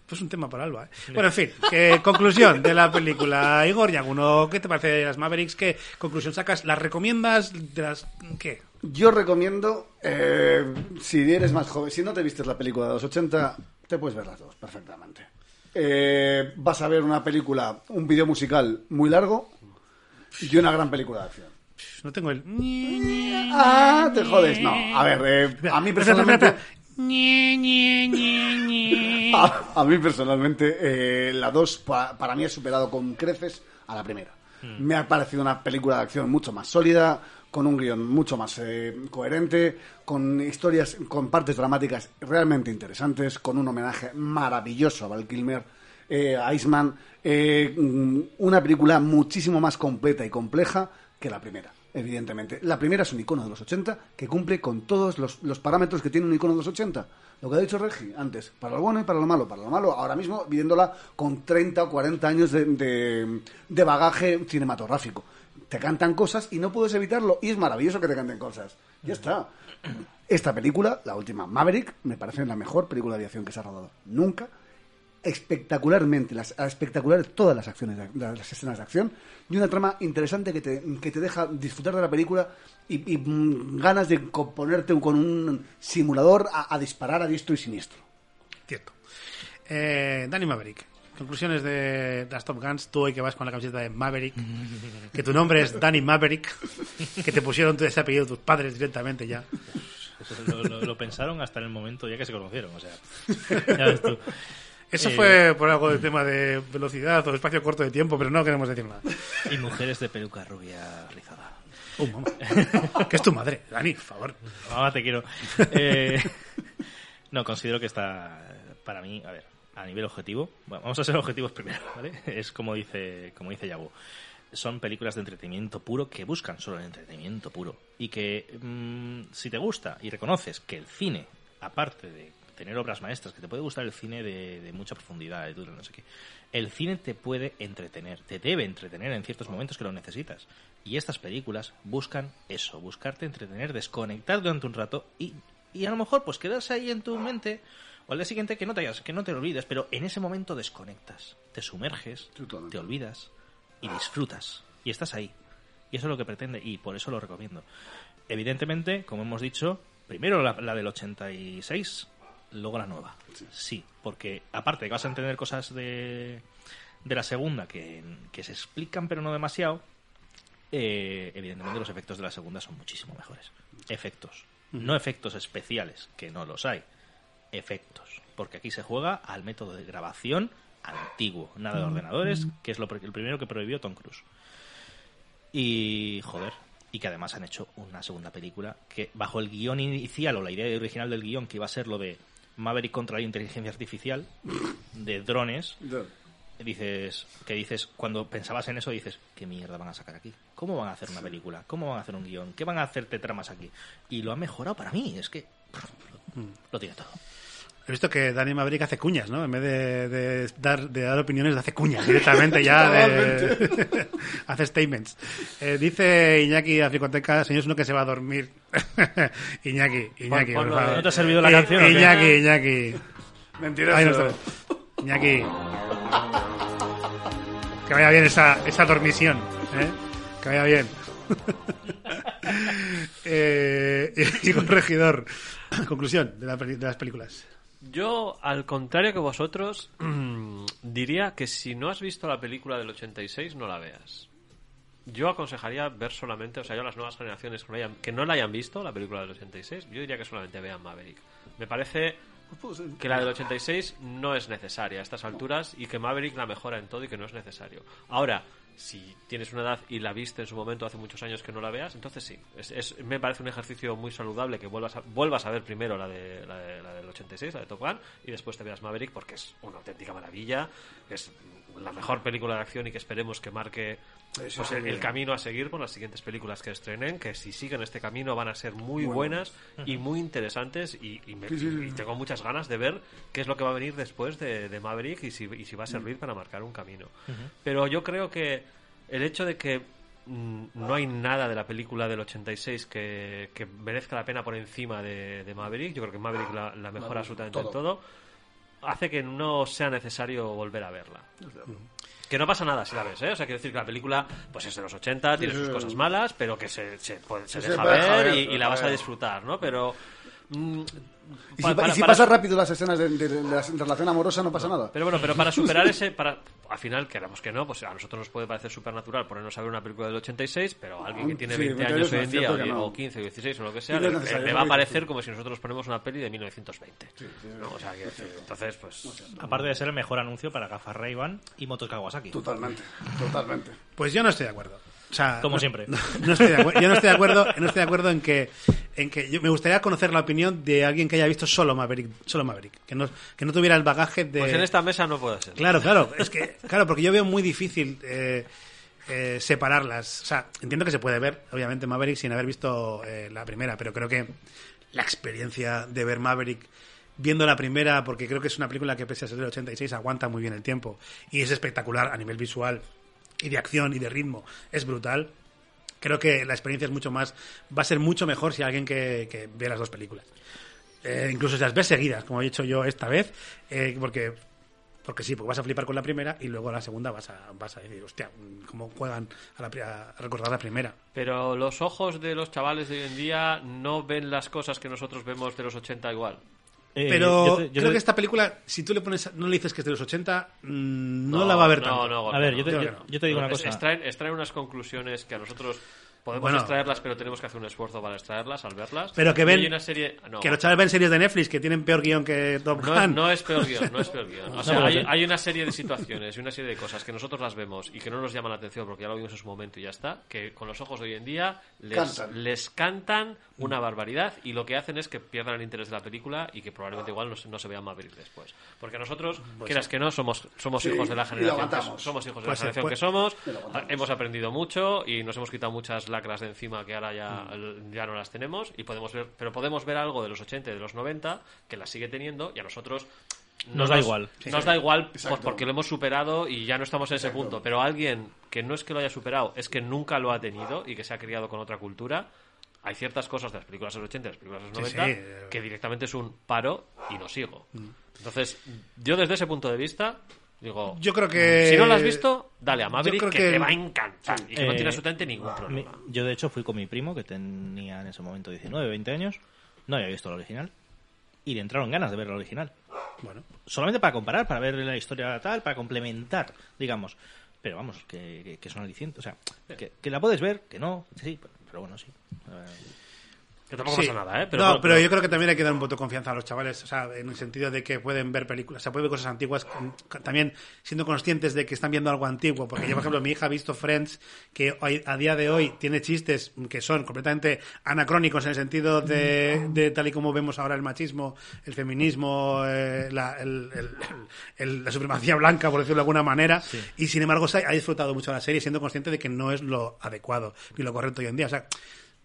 S3: pues un tema para Alba. ¿eh? Bueno, en fin, que, conclusión de la película. Igor Yaguno, ¿qué te parece de las Mavericks? ¿Qué conclusión sacas? ¿Las recomiendas? ¿De las qué?
S4: Yo recomiendo, eh, si eres más joven, si no te vistes la película de los 80, te puedes ver las dos perfectamente. Eh, vas a ver una película, un video musical muy largo y una gran película de acción.
S3: No tengo el.
S4: Ah, te jodes, no. A ver, eh, a mí personalmente... *laughs* A, a mí personalmente, eh, la 2 pa- para mí ha superado con creces a la primera.
S13: Mm.
S4: Me ha parecido una película de acción mucho más sólida, con un guión mucho más eh, coherente, con historias, con partes dramáticas realmente interesantes, con un homenaje maravilloso a Val Kilmer, eh, a Iceman. eh, mm, una película muchísimo más completa y compleja que la primera. Evidentemente, la primera es un icono de los 80 que cumple con todos los, los parámetros que tiene un icono de los 80. Lo que ha dicho Regi antes, para lo bueno y para lo malo. Para lo malo, ahora mismo viéndola con 30 o 40 años de, de- de bagaje cinematográfico. Te cantan cosas y no puedes evitarlo. Y es maravilloso que te canten cosas. Ya está. Esta película, la última, Maverick, me parece la mejor película de aviación que se ha rodado nunca espectacularmente, las, espectaculares todas las acciones, de- las escenas de acción, y una trama interesante que te, que te deja disfrutar de la película y, y, mm, ganas de co- ponerte un- con un simulador a, a disparar a diestro y siniestro.
S3: Cierto. Eh, Danny Maverick. Conclusiones de las Top Guns. Tú hoy que vas con la camiseta de Maverick. Que tu nombre es Danny Maverick. Que te pusieron tu- ese apellido tus padres directamente ya.
S6: Lo, lo- lo pensaron hasta en el momento ya que se conocieron,
S4: *laughs*
S6: o sea. Ya ves tú.
S3: Eso
S6: Eh,
S3: fue por algo del tema de velocidad o espacio corto de tiempo, pero no queremos decir
S6: *laughs*
S3: nada.
S6: Y mujeres de peluca rubia rizada.
S3: Oh, mamá. que es tu madre, Dani, por favor.
S6: Mamá, te quiero. Eh, no, considero que está, para mí, a ver, a nivel objetivo, bueno, vamos a ser objetivos primero, ¿vale? Es como dice, como dice Yabu. Son películas de entretenimiento puro que buscan solo el entretenimiento puro. Y que mm, si te gusta y reconoces que el cine, aparte de tener obras maestras, que te puede gustar el cine de, de mucha profundidad, de duro, no sé qué, el cine te puede entretener, te debe entretener en ciertos momentos que lo necesitas. Y estas películas buscan eso, buscarte entretener, desconectar durante un rato y, y a lo mejor pues quedarse ahí en tu mente o al día siguiente que no te hayas, que no te lo olvides, pero en ese momento desconectas, te sumerges, te olvidas y disfrutas y estás ahí. Y eso es lo que pretende y por eso lo recomiendo. Evidentemente, como hemos dicho, primero la, la del 86, luego la nueva. Sí, porque aparte que vas a entender cosas de, de la segunda que, que se explican pero no demasiado, eh, evidentemente los efectos de la segunda son muchísimo mejores. Efectos. No efectos especiales, que no los hay. Efectos. Porque aquí se juega al método de grabación antiguo. Nada de ordenadores, que es lo, pr- el primero que prohibió Tom Cruise. Y, joder, y que además han hecho una segunda película que bajo el guión inicial o la idea original del guión que iba a ser lo de Maverick contra la inteligencia artificial de drones, dices que dices cuando pensabas en eso dices qué mierda van a sacar aquí cómo van a hacer una película cómo van a hacer un guión qué van a hacerte tramas aquí y lo han mejorado para mí es que lo tiene todo
S3: He visto que Dani Maverick hace cuñas, ¿no? En vez de, de dar, de dar opiniones, hace cuñas directamente ya. de-
S13: Totalmente.
S3: *laughs* hace statements. Eh, dice Iñaki Africoteca, señor, es uno que se va a dormir. *laughs* Iñaki, Iñaki. por
S6: Pon- ponlo de-
S3: favor.
S6: ¿No te ha servido la
S3: I-
S6: canción o qué?
S3: Iñaki, Iñaki.
S4: Mentiroso.
S3: Ahí no está. Iñaki. Que vaya bien esa, esa dormición. ¿eh? Que vaya bien. *laughs* eh, Igor Regidor, conclusión de, la peli- de las películas.
S12: Yo, al contrario que vosotros, *clears throat* diría que si no has visto la película del 86, no la veas. Yo aconsejaría ver solamente, o sea, yo a las nuevas generaciones que no, hayan- que no la hayan visto, la película del 86, yo diría que solamente vean Maverick. Me parece
S4: pues, eh,
S12: que la del 86 no es necesaria a estas alturas y que Maverick la mejora en todo y que no es necesario. Ahora, si tienes una edad y la viste en su momento hace muchos años que no la veas, entonces sí. Es, es- me parece un ejercicio muy saludable que vuelvas a, vuelvas a ver primero la, de, la, de- la del 86, la de Top Gun, y después te veas Maverick porque es una auténtica maravilla. Es la mejor película de acción y que esperemos que marque
S3: Eso
S12: pues,
S3: es
S12: el,
S3: muy
S12: el
S3: bien.
S12: camino a seguir con las siguientes películas que estrenen, que si siguen este camino van a ser muy
S3: Muy
S12: buenas
S3: buenas.
S12: y muy interesantes y, y me-
S3: Sí, sí, sí.
S12: y tengo muchas ganas de ver qué es lo que va a venir después de, de Maverick y si, y si va a servir para marcar un camino.
S6: Ujú.
S12: Pero yo creo que el hecho de que mm, no hay nada de la película del 86 que, que merezca la pena por encima de, de Maverick, yo creo que Maverick la, la mejora
S6: Maverick,
S12: absolutamente
S6: todo.
S12: en todo. hace que no sea necesario volver a verla. Que no pasa nada si la ves, ¿eh? O sea, quiero decir que la película, pues es de los 80, tiene sus cosas malas, pero que se, se puede- se
S4: Se
S12: deja
S4: puede dejar
S12: ver
S4: ver,
S12: y, y la
S4: claro.
S12: vas a disfrutar, ¿no? Pero... mm,
S4: Y
S12: pa-
S4: si,
S12: para-
S4: y si
S12: para-
S4: pasa rápido las escenas de, de- de la relación amorosa, no pasa nada.
S12: Pero bueno,
S4: *laughs*
S12: pero para superar ese, para al final, queramos que no, pues a nosotros nos puede parecer supernatural ponernos a ver una película del 86, pero alguien que tiene
S4: Sí,
S12: 20
S4: pero
S12: años
S4: es
S12: hoy en día,
S4: cierto que
S12: o,
S4: no.
S12: o 15 o 16 o lo que
S4: Y
S12: sea,
S4: no
S12: le,
S4: es necesario,
S12: le va a
S4: sí.
S12: parecer como si nosotros ponemos una peli de 1920. ¿no? O sea, que, entonces, pues...
S6: Aparte de ser el mejor anuncio para gafas ray y motos Kawasaki.
S4: Totalmente, totalmente.
S3: Pues yo no estoy de acuerdo. O sea,
S6: Como
S3: no-
S6: siempre.
S3: No, no estoy de acuerdo, yo no estoy de acuerdo, no estoy de acuerdo en que, en que yo- me gustaría conocer la opinión de alguien que haya visto solo Maverick, solo Maverick, que no, que no tuviera el bagaje de.
S12: Pues en esta mesa no puede ser.
S3: Claro, claro, es que claro porque yo veo muy difícil eh, eh, separarlas. O sea, entiendo que se puede ver, obviamente Maverick sin haber visto eh, la primera, pero creo que la experiencia de ver Maverick viendo la primera, porque creo que es una película que pese a ser del 86 aguanta muy bien el tiempo y es espectacular a nivel visual y de acción y de ritmo, es brutal. Creo que la experiencia es mucho más, va a ser mucho mejor si alguien que, que ve las dos películas. Eh, incluso si las ves seguidas, como he hecho yo esta vez, eh, porque porque sí, porque vas a flipar con la primera y luego la segunda vas a, vas a decir, hostia, mm, cómo juegan a, la pri- a recordar la primera.
S12: Pero los ojos de los chavales de hoy en día no ven las cosas que nosotros vemos de los 80 igual. Eh,
S3: Pero creo que esta película, si tú le pones, no le dices que es de los 80, mm, no, la va a ver
S12: no,
S3: tanto.
S12: no, Gorka, no.
S3: Creo que no.
S12: Es- Extraen, extraen unas conclusiones que a nosotros podemos
S3: Bueno.
S12: extraerlas, pero tenemos que hacer un esfuerzo para extraerlas al verlas.
S3: Pero que
S12: Y
S3: ven,
S12: hay una serie- no,
S3: que los chavales ven series de Netflix que tienen peor guión que Top
S12: no, es-
S3: Gun.
S12: no es peor guión, no es peor guión. O
S3: No,
S12: sea,
S3: pero
S12: hay,
S3: sí.
S12: hay una serie de situaciones y una serie de cosas que nosotros las vemos y que no nos llaman la atención porque ya lo vimos en su momento y ya está, que con los ojos de hoy en día les
S3: Cantan. Mm.
S12: les cantan una barbaridad y lo que hacen es que pierdan el interés de la película y que probablemente igual no, se- no se vean Maverick después. Porque nosotros,
S3: Pues
S12: quieras
S3: sí.
S12: que no, somos, somos
S3: Sí,
S12: hijos de la
S3: y lo
S12: generación que,
S3: aguantamos.
S12: somos somos hijos de
S3: Pues sí,
S12: la generación
S3: pues-
S12: que somos,
S3: y lo aguantamos.
S12: hemos aprendido mucho y nos hemos quitado muchas lacras de encima que ahora
S3: Mm.
S12: ya, ya no las tenemos y podemos ver, pero podemos ver algo de los 80 y de los 90 que las sigue teniendo y a nosotros no
S6: Nos da igual. Sí.
S12: Nos da igual pues,
S6: Exacto.
S12: porque lo hemos superado y ya no estamos en ese punto. Pero alguien que no es que lo haya superado, es que nunca lo ha tenido y que se ha criado con otra cultura. Hay ciertas cosas de las películas de los 80 y las películas de los
S3: Sí,
S12: 90
S3: sí, Mm. eh.
S12: que directamente es un paro y no sigo. Entonces, yo desde ese punto de vista, digo. mm,
S3: Yo creo que-
S12: Si no lo has visto, dale a Maverick,
S3: creo
S12: que,
S3: que-
S12: te va a encantar y que no
S6: Eh,
S12: tiene absolutamente ningún problema.
S6: mi- yo, de hecho, fui con mi primo, que tenía en ese momento 19, 20 años. No había visto la original. Y le entraron ganas de ver la original.
S3: Bueno.
S6: Solamente para comparar, para ver la historia tal, para complementar, digamos. Pero vamos, que, que, que son alicientes. O sea, que, que la puedes ver, que no, que sí, pero, pero bueno, sí. Eh,
S12: Que
S3: Sí.
S12: ¿eh?
S3: no, pero, yo creo que también hay que dar un voto de confianza a los chavales, o sea, en el sentido de que pueden ver películas, o sea, pueden ver cosas antiguas, con- también siendo conscientes de que están viendo algo antiguo, porque yo, por ejemplo, mi hija ha visto Friends, que hoy- a día de hoy tiene chistes que son completamente anacrónicos en el sentido de, de tal y como vemos ahora el machismo, el feminismo, eh, la, el- el- el- la supremacía blanca, por decirlo de alguna manera, y sin embargo se ha ha disfrutado mucho la serie siendo consciente de que no es lo adecuado ni lo correcto hoy en día, o sea,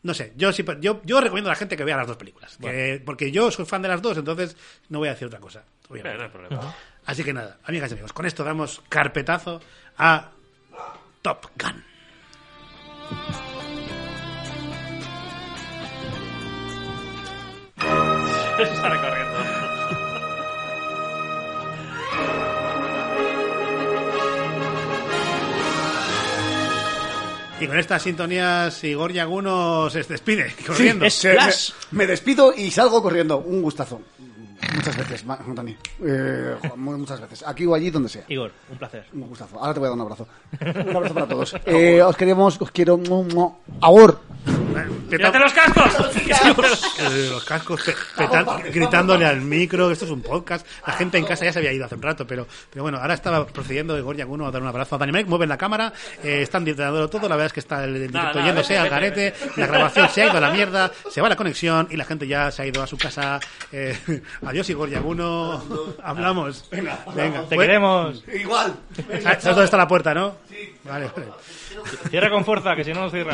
S3: no sé, yo sí, yo, yo recomiendo a la gente que vea las dos películas. que- porque yo soy fan de las dos, entonces no voy a decir otra cosa. obviamente.
S12: Pero no hay problema.
S3: Ajá. Así que nada, amigas y amigos, con esto damos carpetazo a Top Gun.
S12: Sale corriendo.
S3: Y con estas sintonías, Igor Yaguno se despide
S4: *laughs*
S3: corriendo.
S4: Se- me, me despido y salgo corriendo. Un gustazo. Muchas gracias, Ma- Dani. Eh, jo, mu- muchas gracias. Aquí o allí, donde sea.
S6: Igor, un placer.
S4: Un gustazo. Ahora te voy a dar un abrazo. Un abrazo para todos. *laughs* Eh, os queremos, os quiero. mu- mu- Ahor.
S3: ¡Quítate
S12: los cascos!
S3: Eh, los cascos pe- petan- gritándole al micro, esto es un podcast. La gente en casa ya se había ido hace un rato, pero, pero bueno, ahora estaba procediendo Igor Yaguno a dar un abrazo a Dani Mike, mueven la cámara, eh, están diciendo todo, la verdad es que está el directo
S12: Nada, nada,
S3: yéndose
S12: vete,
S3: al
S12: vete,
S3: garete,
S12: vete.
S3: la grabación se ha ido a la mierda, se va la conexión y la gente ya se ha ido a su casa. Eh, *laughs* adiós Igor Yaguno, hablamos. Venga,
S6: Te queremos.
S4: Igual.
S3: ¿Sabes dónde está la puerta, no? Vale, vale.
S6: Cierra con fuerza, que si no nos cierra.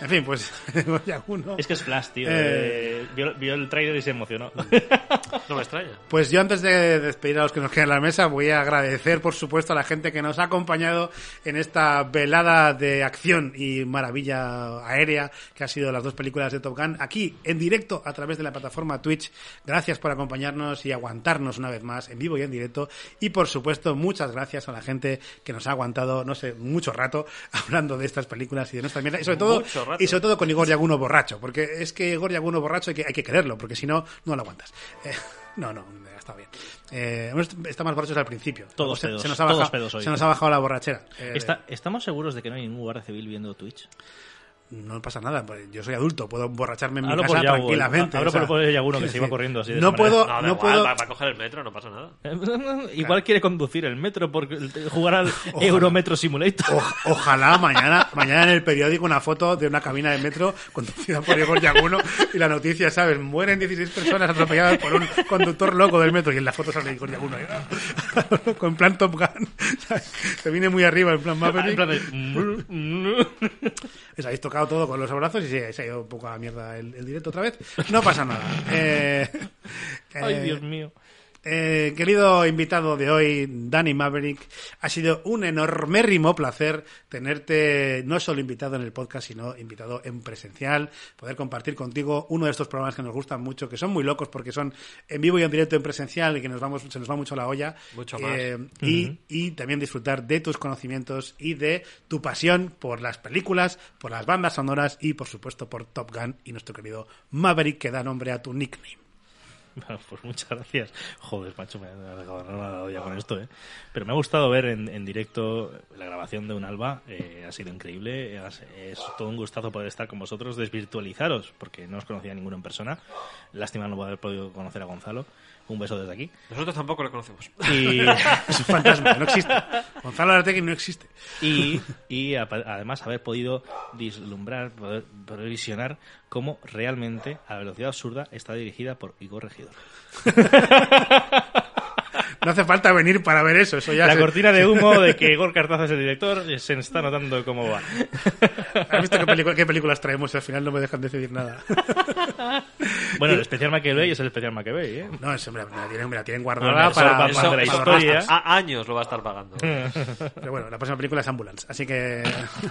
S3: En fin, pues *laughs* ya uno.
S6: Es que es Flash, tío.
S3: Eh,
S6: eh, vio, vio el trailer y se emocionó.
S5: No me extraña.
S3: Pues yo antes de despedir a los que nos quedan en la mesa, voy a agradecer, por supuesto, a la gente que nos ha acompañado en esta velada de acción y maravilla aérea que ha sido las dos películas de Top Gun, aquí en directo a través de la plataforma Twitch. Gracias por acompañarnos y aguantarnos una vez más en vivo y en directo. Y por supuesto, muchas gracias a la gente que nos ha aguantado, no sé, mucho rato *laughs* hablando de estas películas y de nuestra mierda. Y sobre todo,
S5: Mucho rato.
S3: y sobre todo con Igor Yaguno borracho, porque es que Igor Yaguno borracho hay que, hay que quererlo, porque si no, no lo aguantas. *laughs* Eh, no, no, está bien. Eh, hemos- está más borrachos al principio.
S6: Todos
S3: se,
S6: pedos,
S3: se nos ha
S6: todos
S3: bajado,
S6: pedos hoy.
S3: se nos ha bajado la borrachera. Eh,
S6: Está- ¿Estamos seguros de que no hay ningún guardia civil viendo
S5: *laughs*
S6: Twitch?
S3: No pasa nada, pues yo soy adulto, puedo borracharme en mi
S6: Hablo
S3: casa
S6: por Yago, eh.
S3: tranquilamente.
S6: hablo
S3: o sea,
S6: por Yago, uno que
S3: quiero
S6: se iba
S3: decir,
S6: corriendo así de
S3: no
S6: esa manera.
S3: puedo, *laughs*
S5: No, da
S12: *laughs*
S3: no
S5: igual,
S3: puedo.
S5: Va, va a coger el metro, no pasa nada.
S6: Igual quiere conducir el metro por
S5: *laughs*
S6: jugar al Eurometro Simulator.
S3: O- ojalá mañana, mañana en el periódico una foto de una cabina de metro conducida por Igor Yaguno y la noticia, ¿sabes? Mueren 16 personas atropelladas por un conductor loco del metro y en la foto sale Igor Yaguno. ahí, ah, *laughs* Con plan Top Gun. Se viene muy arriba en plan Maverick.
S6: En plan de- *laughs*
S3: Os habéis tocado todo con los abrazos y se, se ha ido un poco a la mierda el, el directo otra vez. No pasa nada. Eh,
S6: Ay,
S3: eh,
S6: Dios mío.
S3: eh, querido invitado de hoy, Danny Maverick, ha sido un enormérrimo placer tenerte no solo invitado en el podcast, sino invitado en presencial, poder compartir contigo uno de estos programas que nos gustan mucho, que son muy locos porque son en vivo y en directo en presencial y que nos vamos, se nos va mucho la olla. Eh,
S5: Mucho más.
S3: y, y también disfrutar de tus conocimientos y de tu pasión por las películas, por las bandas sonoras y, por supuesto, por Top Gun y nuestro querido Maverick que da nombre a tu nickname.
S6: *laughs* Bueno, pues muchas gracias. Joder, macho, me ha dejado me ha dado ya con esto, ¿eh? Pero me ha gustado ver en, en directo la grabación de un alba. eh, ha sido increíble. eh, has- Es todo un gustazo poder estar con vosotros, desvirtualizaros, porque no os conocía ninguno en persona. Lástima no haber podido conocer a Gonzalo. Un beso desde aquí.
S5: Nosotros tampoco lo conocemos. *laughs*
S6: Y,
S3: Es un fantasma, no existe. Gonzalo Arategui no existe.
S6: y, y apa- además haber podido vislumbrar, poder, poder visionar cómo realmente a la velocidad absurda está dirigida por Igor Regidor.
S3: No hace falta venir para ver eso. eso ya
S6: la
S3: se-
S6: cortina de humo de que Igor Cartaza es el director se está notando cómo va.
S3: ¿Has visto qué, pelicu- qué películas traemos? Al final no me dejan decidir nada.
S6: Bueno, el especial McAvey es el especial McAvey, ¿eh?
S3: No, eso me la, me la tienen, me la tienen
S6: No,
S3: guardada
S6: no, eso
S3: para,
S6: va-
S3: para-
S6: eso-
S3: para
S6: eso-
S3: ahorrar.
S6: historia.
S5: A años lo va a estar
S6: *laughs*
S5: pagando.
S3: Pero bueno, la próxima película es Ambulance. Así que... *laughs*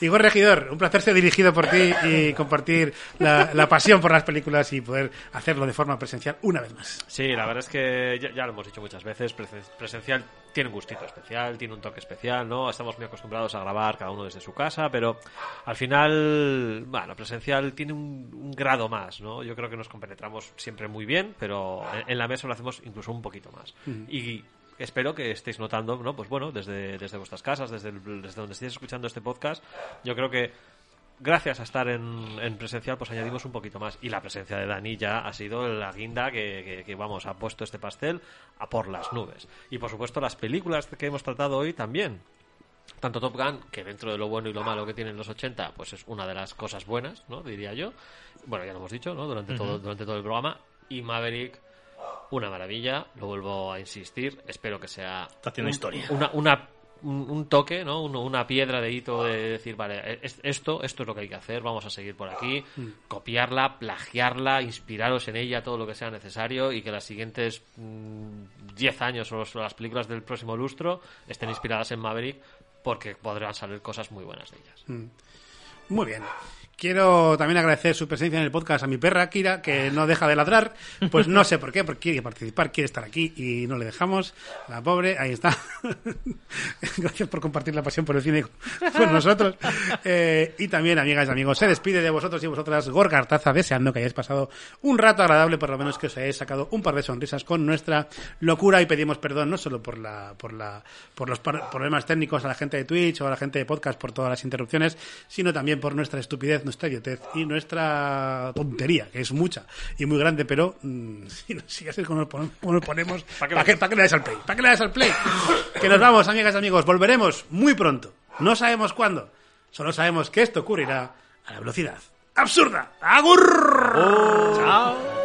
S3: Igor Regidor, un placer ser dirigido por ti y compartir la, la pasión por las películas y poder hacerlo de forma presencial una vez más.
S5: Sí, la verdad es que ya, ya lo hemos dicho muchas veces, presen- presencial tiene un gustito especial, tiene un toque especial, ¿no? Estamos muy acostumbrados a grabar cada uno desde su casa, pero al final, bueno, presencial tiene un, un grado más, ¿no? Yo creo que nos compenetramos siempre muy bien, pero en, en la mesa lo hacemos incluso un poquito más. Y espero que estéis notando, ¿no? Pues bueno, desde, desde vuestras casas, desde, el- desde donde estéis escuchando este podcast, yo creo que gracias a estar en, en presencial, pues añadimos un poquito más. Y la presencia de Dani ya ha sido la guinda que, que- que, vamos, ha puesto este pastel a por las nubes. Y por supuesto, las películas que hemos tratado hoy también. Tanto Top Gun, que dentro de lo bueno y lo malo que tienen los 80, pues es una de las cosas buenas, ¿no? Diría yo. Bueno, ya lo hemos dicho, ¿no? Durante, todo, durante todo el programa. Y Maverick, una maravilla, lo vuelvo a insistir. Espero que sea
S6: Está haciendo
S5: un-
S6: historia.
S5: Una, una- un, un toque, ¿no? Uno- una piedra de hito de decir, vale, es- esto, esto es lo que hay que hacer, vamos a seguir por aquí, copiarla, plagiarla, inspiraros en ella todo lo que sea necesario y que las siguientes mm, 10 años o los- las películas del próximo lustro estén inspiradas en Maverick porque podrán salir cosas muy buenas de ellas.
S3: Muy bien. Quiero también agradecer su presencia en el podcast a mi perra, Kira, que no deja de ladrar. Pues no sé por qué, porque quiere participar, quiere estar aquí y no le dejamos. La pobre, ahí está. *laughs* Gracias por compartir la pasión por el cine con nosotros. Eh, y también, amigas y amigos, se despide de vosotros y vosotras Gor Cartaza, deseando que hayáis pasado un rato agradable, por lo menos que os hayáis sacado un par de sonrisas con nuestra locura y pedimos perdón no solo por la por la por los par- problemas técnicos a la gente de Twitch o a la gente de podcast por todas las interrupciones, sino también por nuestra estupidez, nuestra idiotez y nuestra tontería, que es mucha y muy grande, pero mm, *laughs* si, no- si así es como nos pon- como nos ponemos, *laughs* ¿para qué,
S5: qué lo
S3: pa' qué le das al play? ¿Para qué le das al play? que nos vamos, amigas y amigos, volveremos muy pronto. No sabemos cuándo, solo sabemos que esto ocurrirá a la velocidad absurda. ¡Agur!
S5: Chao.